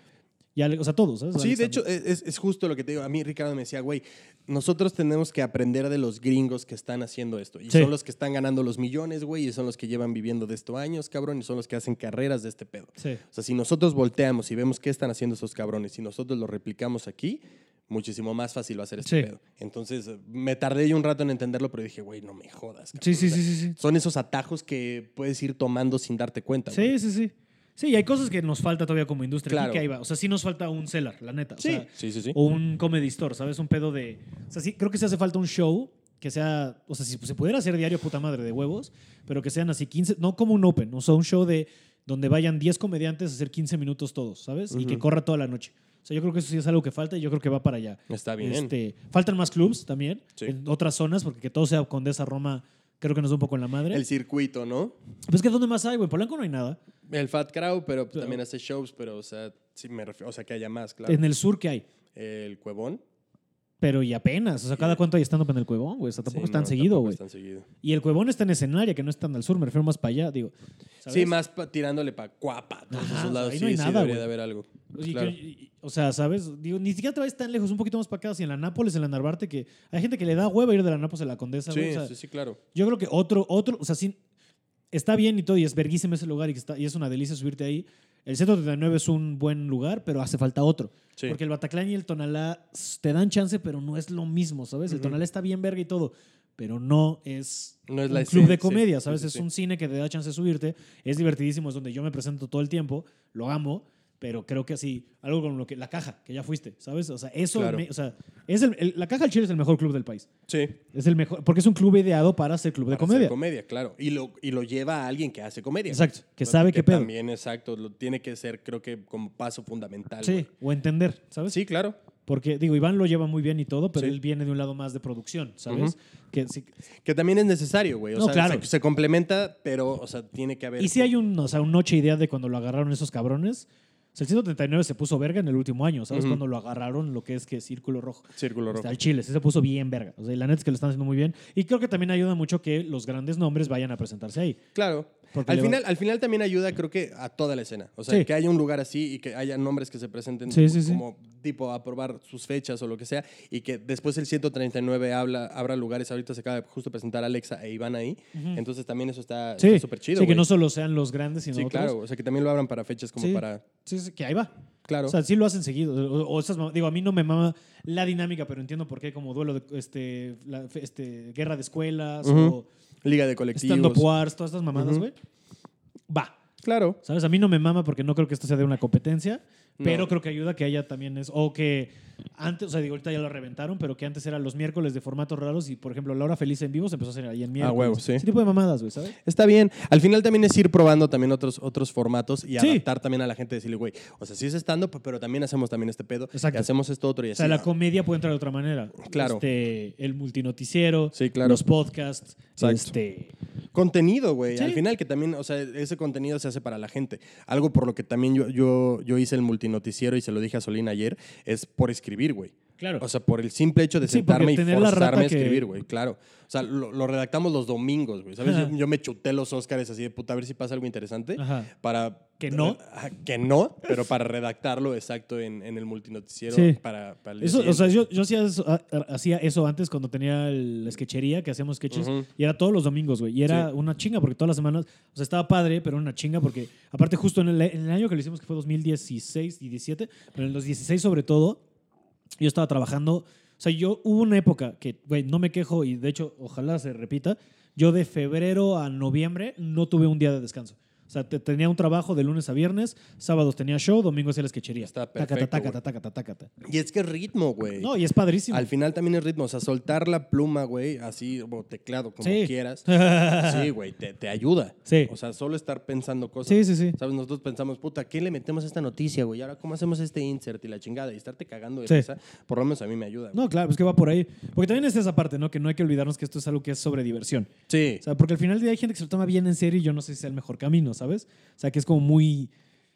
[SPEAKER 1] Y Ale- o sea, todos, ¿sabes?
[SPEAKER 2] Sí, de
[SPEAKER 1] Alexander.
[SPEAKER 2] hecho, e, es, es justo lo que te digo. A mí Ricardo me decía, güey, nosotros tenemos que aprender de los gringos que están haciendo esto. Y
[SPEAKER 1] Sí.
[SPEAKER 2] son los que están ganando los millones, güey, y son los que llevan viviendo de esto años, cabrón, y son los que hacen carreras de este pedo.
[SPEAKER 1] Sí.
[SPEAKER 2] O sea, si nosotros volteamos y vemos qué están haciendo esos cabrones y nosotros lo replicamos aquí, muchísimo más fácil va a ser este
[SPEAKER 1] Sí.
[SPEAKER 2] pedo. Entonces, eh, me tardé yo un rato en entenderlo, pero dije, güey, no me jodas. cabrón.
[SPEAKER 1] Sí, sí,
[SPEAKER 2] O sea,
[SPEAKER 1] sí, sí, sí.
[SPEAKER 2] Son esos atajos que puedes ir tomando sin darte cuenta. güey.
[SPEAKER 1] Sí, sí, sí. Sí, y hay cosas que nos falta todavía como industria.
[SPEAKER 2] Claro.
[SPEAKER 1] Aquí que ahí va. O sea, sí nos falta un seller, la neta. O
[SPEAKER 2] Sí,
[SPEAKER 1] sea,
[SPEAKER 2] sí, sí, sí.
[SPEAKER 1] O un comedy store, ¿sabes? Un pedo de. O sea, sí, creo que se hace falta un show que sea. O sea, si se pudiera hacer diario, puta madre de huevos, pero que sean así 15. No como un open, o sea, un show de donde vayan 10 comediantes a hacer 15 minutos todos, ¿sabes? Y que
[SPEAKER 2] Ujú.
[SPEAKER 1] corra toda la noche. O sea, yo creo que eso sí es algo que falta y yo creo que va para allá.
[SPEAKER 2] Está bien.
[SPEAKER 1] Este, faltan más clubs también
[SPEAKER 2] Sí.
[SPEAKER 1] en otras zonas, porque que todo sea Condesa, Roma, creo que nos da un poco en la madre.
[SPEAKER 2] El circuito, ¿no?
[SPEAKER 1] Pues que ¿dónde más hay, güey? En Polanco no hay nada.
[SPEAKER 2] El Fat Crow, pero
[SPEAKER 1] Pero-
[SPEAKER 2] también hace shows, pero, o sea, sí me refiero, o sea, que haya más, claro.
[SPEAKER 1] En el sur que hay.
[SPEAKER 2] El Cuevón.
[SPEAKER 1] Pero y apenas, o sea, cada
[SPEAKER 2] Sí.
[SPEAKER 1] cuánto hay stand-up en el cuevón, güey. O sea, tampoco
[SPEAKER 2] Sí,
[SPEAKER 1] es tan
[SPEAKER 2] no,
[SPEAKER 1] seguido,
[SPEAKER 2] tampoco
[SPEAKER 1] güey.
[SPEAKER 2] es tan seguido.
[SPEAKER 1] Y el cuevón está en escenaria, que no es tan al sur, me refiero más para allá, digo. ¿sabes?
[SPEAKER 2] Sí, más pa- tirándole para Cuapa, todos
[SPEAKER 1] Ajá, o sea,
[SPEAKER 2] esos lados.
[SPEAKER 1] ahí
[SPEAKER 2] Sí,
[SPEAKER 1] no hay
[SPEAKER 2] sí,
[SPEAKER 1] nada,
[SPEAKER 2] debería
[SPEAKER 1] güey.
[SPEAKER 2] de haber algo.
[SPEAKER 1] Y que-
[SPEAKER 2] Claro.
[SPEAKER 1] y- o sea, ¿sabes? Digo, ni siquiera te vayas tan lejos, un poquito más para acá, así en la Nápoles, en la Narvarte, que hay gente que le da hueva ir de la Nápoles a la Condesa,
[SPEAKER 2] Sí,
[SPEAKER 1] güey. O sea,
[SPEAKER 2] sí, sí, claro.
[SPEAKER 1] Yo creo que otro, otro, o sea, sí, está bien y todo, y es verguísimo ese lugar y, que está, y es una delicia subirte ahí. El 139 es un buen lugar, pero hace falta otro.
[SPEAKER 2] Sí.
[SPEAKER 1] Porque el Bataclan y el Tonalá s- te dan chance, pero no es lo mismo, ¿sabes? El
[SPEAKER 2] Ujú.
[SPEAKER 1] Tonalá está bien verga y todo, pero no es
[SPEAKER 2] No es
[SPEAKER 1] un
[SPEAKER 2] la
[SPEAKER 1] club de
[SPEAKER 2] esencia,
[SPEAKER 1] comedia,
[SPEAKER 2] sí,
[SPEAKER 1] ¿sabes?
[SPEAKER 2] sí,
[SPEAKER 1] es
[SPEAKER 2] sí.
[SPEAKER 1] un cine que te da chance de subirte, es divertidísimo, es donde yo me presento todo el tiempo, lo amo, pero creo que así, algo con lo que, la caja, que ya fuiste, ¿sabes? O sea, eso,
[SPEAKER 2] Claro.
[SPEAKER 1] me- o sea, es el- el- la caja del Chile es el mejor club del país.
[SPEAKER 2] Sí.
[SPEAKER 1] Es el mejor, porque es un club ideado para ser club de
[SPEAKER 2] para
[SPEAKER 1] comedia.
[SPEAKER 2] hacer comedia, claro. Y lo, y lo lleva a alguien que hace comedia.
[SPEAKER 1] Exacto, que
[SPEAKER 2] Porque
[SPEAKER 1] sabe qué pedo.
[SPEAKER 2] También, exacto. Lo tiene que ser, creo que, como paso fundamental.
[SPEAKER 1] Sí,
[SPEAKER 2] güey.
[SPEAKER 1] o entender, ¿sabes?
[SPEAKER 2] Sí, claro.
[SPEAKER 1] Porque, digo, Iván lo lleva muy bien y todo, pero
[SPEAKER 2] Sí.
[SPEAKER 1] él viene de un lado más de producción, ¿sabes? que sí-
[SPEAKER 2] Que también es necesario, güey. O
[SPEAKER 1] No,
[SPEAKER 2] sea,
[SPEAKER 1] claro.
[SPEAKER 2] se, se complementa, pero, o sea, tiene que haber.
[SPEAKER 1] Y si hay un, o sea, un noche idea de cuando lo agarraron esos cabrones. O sea, el 139 se puso verga en el último año, ¿sabes?
[SPEAKER 2] Ujú.
[SPEAKER 1] Cuando lo agarraron, lo que es que Círculo Rojo.
[SPEAKER 2] Círculo rojo.
[SPEAKER 1] Está el Chile, sí se puso bien verga. O sea, y la neta es que lo están haciendo muy bien. Y creo que también ayuda mucho que los grandes nombres vayan a presentarse ahí.
[SPEAKER 2] Claro.
[SPEAKER 1] Porque
[SPEAKER 2] Al
[SPEAKER 1] le
[SPEAKER 2] final, al final también ayuda, creo que, a toda la escena. O sea,
[SPEAKER 1] Sí.
[SPEAKER 2] que haya un lugar así y que haya nombres que se presenten
[SPEAKER 1] Sí, sí, sí.
[SPEAKER 2] como tipo a probar sus fechas o lo que sea. Y que después el 139 habla, abra lugares. Ahorita se acaba de justo presentar Alexa e Iván ahí. Entonces también eso está
[SPEAKER 1] Sí,
[SPEAKER 2] está súper chido.
[SPEAKER 1] Sí, que
[SPEAKER 2] güey.
[SPEAKER 1] no solo sean los grandes, sino
[SPEAKER 2] Sí,
[SPEAKER 1] otros.
[SPEAKER 2] claro. O sea, que también lo abran para fechas como
[SPEAKER 1] Sí.
[SPEAKER 2] para...
[SPEAKER 1] Sí, sí, que ahí va.
[SPEAKER 2] Claro.
[SPEAKER 1] O sea, sí lo hacen seguido. O, o esas mam- digo, a mí no me mama la dinámica, pero entiendo por qué, como duelo de este, la- este, guerra de escuelas
[SPEAKER 2] Ujú.
[SPEAKER 1] o
[SPEAKER 2] Liga de colectivos.
[SPEAKER 1] stand-up wars, todas estas mamadas,
[SPEAKER 2] Ujú.
[SPEAKER 1] güey. Va.
[SPEAKER 2] Claro.
[SPEAKER 1] ¿Sabes? A mí no me mama porque no creo que esto sea de una competencia,
[SPEAKER 2] No.
[SPEAKER 1] pero creo que ayuda que haya también es. O que antes, o sea, digo, ahorita ya lo reventaron, pero que antes eran los miércoles de formatos raros y, por ejemplo, La Hora Feliz en vivo se empezó a hacer ahí en miércoles.
[SPEAKER 2] Ah, huevo, sí.
[SPEAKER 1] Ese tipo de mamadas, güey, ¿sabes?
[SPEAKER 2] Está bien. Al final también es ir probando también otros, otros formatos
[SPEAKER 1] Sí.
[SPEAKER 2] y adaptar también a la gente. Decirle, güey, o sea, sí es stand-up, pero también hacemos también este pedo.
[SPEAKER 1] Exacto.
[SPEAKER 2] Y hacemos esto otro y
[SPEAKER 1] O
[SPEAKER 2] así.
[SPEAKER 1] sea, la
[SPEAKER 2] Ah,
[SPEAKER 1] comedia puede entrar de otra manera.
[SPEAKER 2] Claro.
[SPEAKER 1] Este, el multinoticiero,
[SPEAKER 2] Sí, claro.
[SPEAKER 1] los podcasts,
[SPEAKER 2] Exacto.
[SPEAKER 1] este,
[SPEAKER 2] Contenido, güey.
[SPEAKER 1] Sí.
[SPEAKER 2] Al final que también, o sea, ese contenido se hace para la gente. Algo por lo que también yo, yo, yo hice el multinoticiero y se lo dije a Solín ayer, es por escribir, güey.
[SPEAKER 1] Claro.
[SPEAKER 2] O sea, por el simple hecho de
[SPEAKER 1] Sí, porque
[SPEAKER 2] sentarme y
[SPEAKER 1] tener la rata
[SPEAKER 2] forzarme a
[SPEAKER 1] que-
[SPEAKER 2] escribir, güey. Claro. O sea, lo, lo redactamos los domingos, güey. ¿Sabes?
[SPEAKER 1] Ajá.
[SPEAKER 2] Yo, yo me chuté los Óscares así de puta, a ver si pasa algo interesante.
[SPEAKER 1] Ajá.
[SPEAKER 2] Para...
[SPEAKER 1] Que no.
[SPEAKER 2] Ajá, Que no, pero para redactarlo exacto en, en el multinoticiero.
[SPEAKER 1] Sí.
[SPEAKER 2] Para, para el día
[SPEAKER 1] Eso, o sea,
[SPEAKER 2] siguiente.
[SPEAKER 1] yo, yo hacía, eso, ah, ah, hacía eso antes cuando tenía el- la sketchería, que hacíamos sketches,
[SPEAKER 2] Ujú.
[SPEAKER 1] y era todos los domingos, güey. Y era
[SPEAKER 2] Sí.
[SPEAKER 1] una chinga, porque todas las semanas, o sea, estaba padre, pero era una chinga, porque aparte justo en el, en el año que lo hicimos, que fue 2016 y 17, pero en los 16 sobre todo, yo estaba trabajando, o sea, yo hubo una época que, güey, no me quejo y de hecho, ojalá se repita. Yo de febrero a noviembre no tuve un día de descanso. O sea, te- tenía un trabajo de lunes a viernes, sábados tenía show, domingo hacía la esquechería.
[SPEAKER 2] Está
[SPEAKER 1] Tácata,
[SPEAKER 2] perfecto,
[SPEAKER 1] tácata,
[SPEAKER 2] güey.
[SPEAKER 1] tácata, tácata.
[SPEAKER 2] Y es que es ritmo, güey.
[SPEAKER 1] No, y es padrísimo.
[SPEAKER 2] eh, Al final también es ritmo, o sea, soltar la pluma, güey, así como teclado, como
[SPEAKER 1] Sí.
[SPEAKER 2] quieras. Sí, güey, te, te ayuda.
[SPEAKER 1] Sí.
[SPEAKER 2] O sea, solo estar pensando cosas.
[SPEAKER 1] Sí, sí, sí.
[SPEAKER 2] ¿Sabes? Nosotros pensamos, puta, ¿qué le metemos a esta noticia, güey? Ahora, ¿cómo hacemos este insert y la chingada? Y estarte cagando de
[SPEAKER 1] Sí.
[SPEAKER 2] risa, por lo menos a mí me ayuda. güey.
[SPEAKER 1] No, claro, es que va por ahí. Porque también es esa parte, ¿no? Que no hay que olvidarnos que esto es algo que es sobre diversión.
[SPEAKER 2] Sí.
[SPEAKER 1] O sea, porque al final del día hay gente que se lo toma bien en serio y yo no sé si sea el mejor camino, ¿sabes? O sea, que es como muy...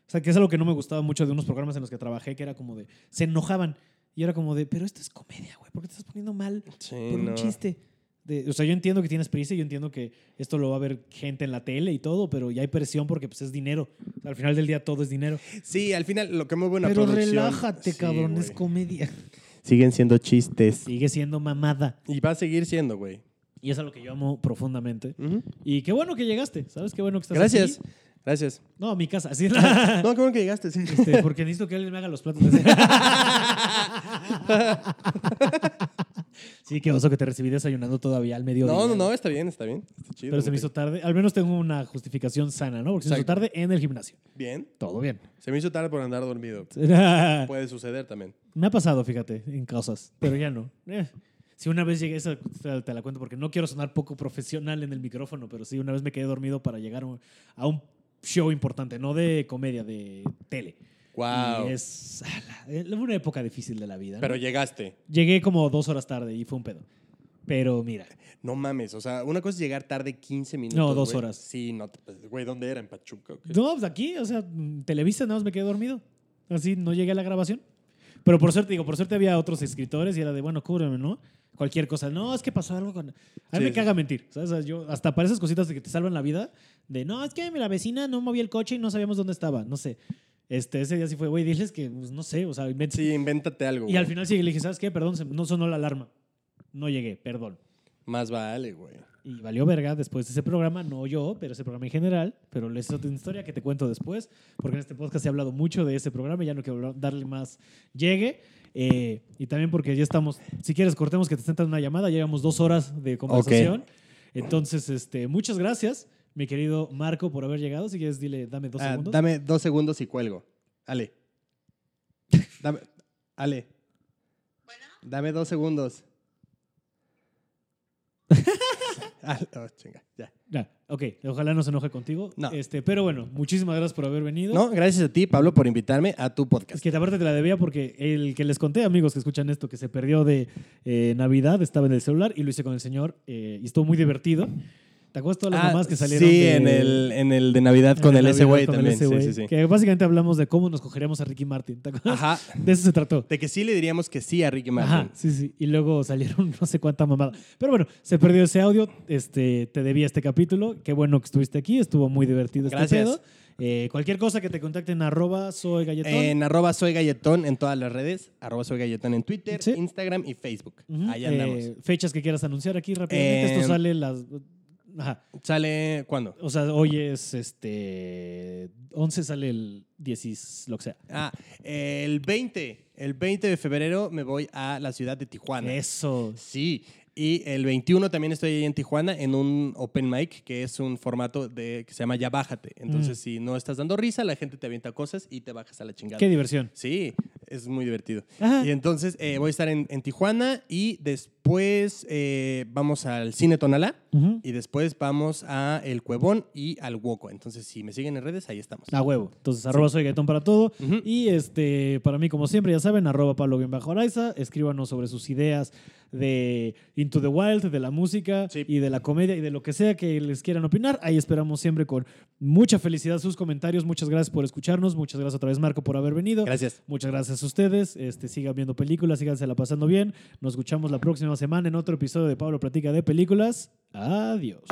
[SPEAKER 1] O sea, que es algo que no me gustaba mucho de unos programas en los que trabajé, que era como de... Se enojaban. Y era como de, pero esto es comedia, güey. ¿Por qué te estás poniendo mal
[SPEAKER 2] Sí,
[SPEAKER 1] por
[SPEAKER 2] no.
[SPEAKER 1] un chiste? De- o sea, yo entiendo que tienes prisa y yo entiendo que esto lo va a ver gente en la tele y todo, pero ya hay presión porque pues es dinero. O sea, al final del día todo es dinero.
[SPEAKER 2] Sí, al final lo que mueve una
[SPEAKER 1] pero
[SPEAKER 2] producción.
[SPEAKER 1] relájate,
[SPEAKER 2] Sí,
[SPEAKER 1] cabrón,
[SPEAKER 2] güey.
[SPEAKER 1] es comedia.
[SPEAKER 2] Siguen siendo chistes.
[SPEAKER 1] Sigue siendo mamada.
[SPEAKER 2] Y va a seguir siendo, güey.
[SPEAKER 1] Y es a lo que yo amo profundamente.
[SPEAKER 2] Ujú.
[SPEAKER 1] Y qué bueno que llegaste, ¿sabes? Qué bueno que estás
[SPEAKER 2] Gracias.
[SPEAKER 1] aquí.
[SPEAKER 2] Gracias.
[SPEAKER 1] No, a mi casa. Así
[SPEAKER 2] No, qué bueno que llegaste. sí.
[SPEAKER 1] Este, porque necesito que alguien me haga los platos. sí, qué oso que te recibí desayunando todavía al mediodía.
[SPEAKER 2] No, no, no, está bien, está bien. Está chido.
[SPEAKER 1] Pero se
[SPEAKER 2] no
[SPEAKER 1] me
[SPEAKER 2] te-
[SPEAKER 1] hizo tarde. Al menos tengo una justificación sana, ¿no? Porque se me hizo
[SPEAKER 2] Exacto.
[SPEAKER 1] tarde en el gimnasio.
[SPEAKER 2] Bien.
[SPEAKER 1] Todo bien.
[SPEAKER 2] Se me hizo tarde por andar dormido. Puede suceder también.
[SPEAKER 1] me ha pasado, fíjate, en cosas, pero ya no. Eh, Si una vez llegué, esa te te la cuento porque no quiero sonar poco profesional en el micrófono, pero sí, una vez me quedé dormido para llegar a un- a un show importante, no de comedia, de tele.
[SPEAKER 2] Wow.
[SPEAKER 1] Y es ala, eh, una época difícil de la vida. ¿no?
[SPEAKER 2] Pero llegaste.
[SPEAKER 1] Llegué como dos horas tarde y fue un pedo. Pero mira,
[SPEAKER 2] No mames, o sea, una cosa es llegar tarde 15 minutos.
[SPEAKER 1] No, dos
[SPEAKER 2] güey.
[SPEAKER 1] horas.
[SPEAKER 2] Sí, no te pases. Güey, ¿dónde era? ¿En Pachuca? o qué?
[SPEAKER 1] no, pues aquí, o sea, mm, Televisa nada más me quedé dormido. Así no llegué a la grabación. Pero por suerte, digo, por suerte había otros escritores y era de, bueno, cúbreme, ¿no? Cualquier cosa. No, es que pasó algo con... A mí
[SPEAKER 2] Sí,
[SPEAKER 1] me
[SPEAKER 2] sí.
[SPEAKER 1] caga mentir, ¿sabes? O sea, yo, hasta para esas cositas de que te salvan la vida, de, no, es que la vecina no movía el coche y no sabíamos dónde estaba, no sé. Este, ese día sí fue, güey, diles que, pues, no sé, o sea, inventa-
[SPEAKER 2] Sí, invéntate algo.
[SPEAKER 1] Y
[SPEAKER 2] güey.
[SPEAKER 1] al final sí le dije, ¿sabes qué? Perdón, se- no sonó la alarma. No llegué, perdón.
[SPEAKER 2] Más vale, güey.
[SPEAKER 1] Y valió verga después de ese programa, no yo, pero ese programa en general, pero es otra historia que te cuento después, porque en este podcast he hablado mucho de ese programa y ya no quiero hablar- darle más llegue. eh, y también porque ya estamos, si quieres cortemos que te sentan una llamada, ya llevamos dos horas de conversación. Entonces, este, muchas gracias, mi querido Marco, por haber llegado. Si quieres, dile, dame dos
[SPEAKER 2] Ah,
[SPEAKER 1] segundos.
[SPEAKER 2] dame dos segundos y cuelgo. Ale. Dame, Ale. Dame dos segundos. Ah, oh, chinga, ya.
[SPEAKER 1] Ya, ok, ojalá no se enoje contigo.
[SPEAKER 2] No.
[SPEAKER 1] Este, pero bueno, muchísimas gracias por haber venido.
[SPEAKER 2] No, gracias a ti, Pablo, por invitarme a tu
[SPEAKER 1] Es
[SPEAKER 2] podcast.
[SPEAKER 1] que aparte te la debía porque el que les conté, amigos que escuchan esto, que se perdió de eh, Navidad, estaba en el celular y lo hice con el señor eh, y estuvo muy divertido. ¿Te acuerdas todas las
[SPEAKER 2] Ah,
[SPEAKER 1] mamás que salieron?
[SPEAKER 2] sí,
[SPEAKER 1] de-
[SPEAKER 2] en, el, en el de Navidad
[SPEAKER 1] en
[SPEAKER 2] con el
[SPEAKER 1] Navidad
[SPEAKER 2] ese güey
[SPEAKER 1] con el
[SPEAKER 2] también.
[SPEAKER 1] ese
[SPEAKER 2] Sí,
[SPEAKER 1] güey?
[SPEAKER 2] sí, sí.
[SPEAKER 1] Que básicamente hablamos de cómo nos cogeríamos a Ricky Martin. ¿Te acuerdas?
[SPEAKER 2] Ajá.
[SPEAKER 1] De eso se trató.
[SPEAKER 2] De que sí le diríamos que sí a Ricky
[SPEAKER 1] Ajá,
[SPEAKER 2] Martin.
[SPEAKER 1] sí, sí. Y luego salieron no sé cuánta mamada. Pero bueno, se perdió ese audio. Este, te debía este capítulo. Qué bueno que estuviste aquí. Estuvo muy divertido este
[SPEAKER 2] Gracias.
[SPEAKER 1] pedo. Eh, cualquier cosa que te contacten arroba soy galletón.
[SPEAKER 2] En arroba soy galletón en todas las redes, arroba soy galletón en Twitter,
[SPEAKER 1] Sí.
[SPEAKER 2] Instagram y Facebook.
[SPEAKER 1] Ujú.
[SPEAKER 2] Ahí andamos.
[SPEAKER 1] Eh, fechas que quieras anunciar aquí rápidamente.
[SPEAKER 2] Eh,
[SPEAKER 1] Esto sale las. Ajá.
[SPEAKER 2] ¿Sale cuándo?
[SPEAKER 1] O sea, hoy es este. 11 sale el 10, lo que sea.
[SPEAKER 2] Ah, el 20. El 20 de febrero me voy a la ciudad de Tijuana.
[SPEAKER 1] Eso.
[SPEAKER 2] Sí. Y el 21 también estoy ahí en Tijuana en un open mic que es un formato de, que se llama Ya Bájate.
[SPEAKER 1] Mm.
[SPEAKER 2] Entonces, si no estás dando risa, la gente te avienta cosas y te bajas a la chingada.
[SPEAKER 1] Qué diversión.
[SPEAKER 2] Sí, es muy divertido.
[SPEAKER 1] Ajá.
[SPEAKER 2] Y entonces eh, voy a estar en, en Tijuana y después eh, vamos al Cine Tonalá
[SPEAKER 1] Ujú.
[SPEAKER 2] y después vamos a El Cuevón y al Woco. Entonces, si me siguen en redes, ahí estamos.
[SPEAKER 1] A huevo. Entonces, arroba soy Gaetón para todo.
[SPEAKER 2] Ujú.
[SPEAKER 1] Y este, para mí, como siempre, ya saben, arroba Pablo bien bajo Araiza. Escríbanos sobre sus ideas de Into the Wild, de la música
[SPEAKER 2] Sí.
[SPEAKER 1] y de la comedia y de lo que sea que les quieran opinar. Ahí esperamos siempre con mucha felicidad sus comentarios. Muchas gracias por escucharnos. Muchas gracias otra vez, Marco, por haber venido.
[SPEAKER 2] Gracias.
[SPEAKER 1] Muchas gracias a ustedes. Este, sigan viendo películas, síganse la pasando bien. Nos escuchamos la próxima semana en otro episodio de Pablo Platica de Películas. Adiós.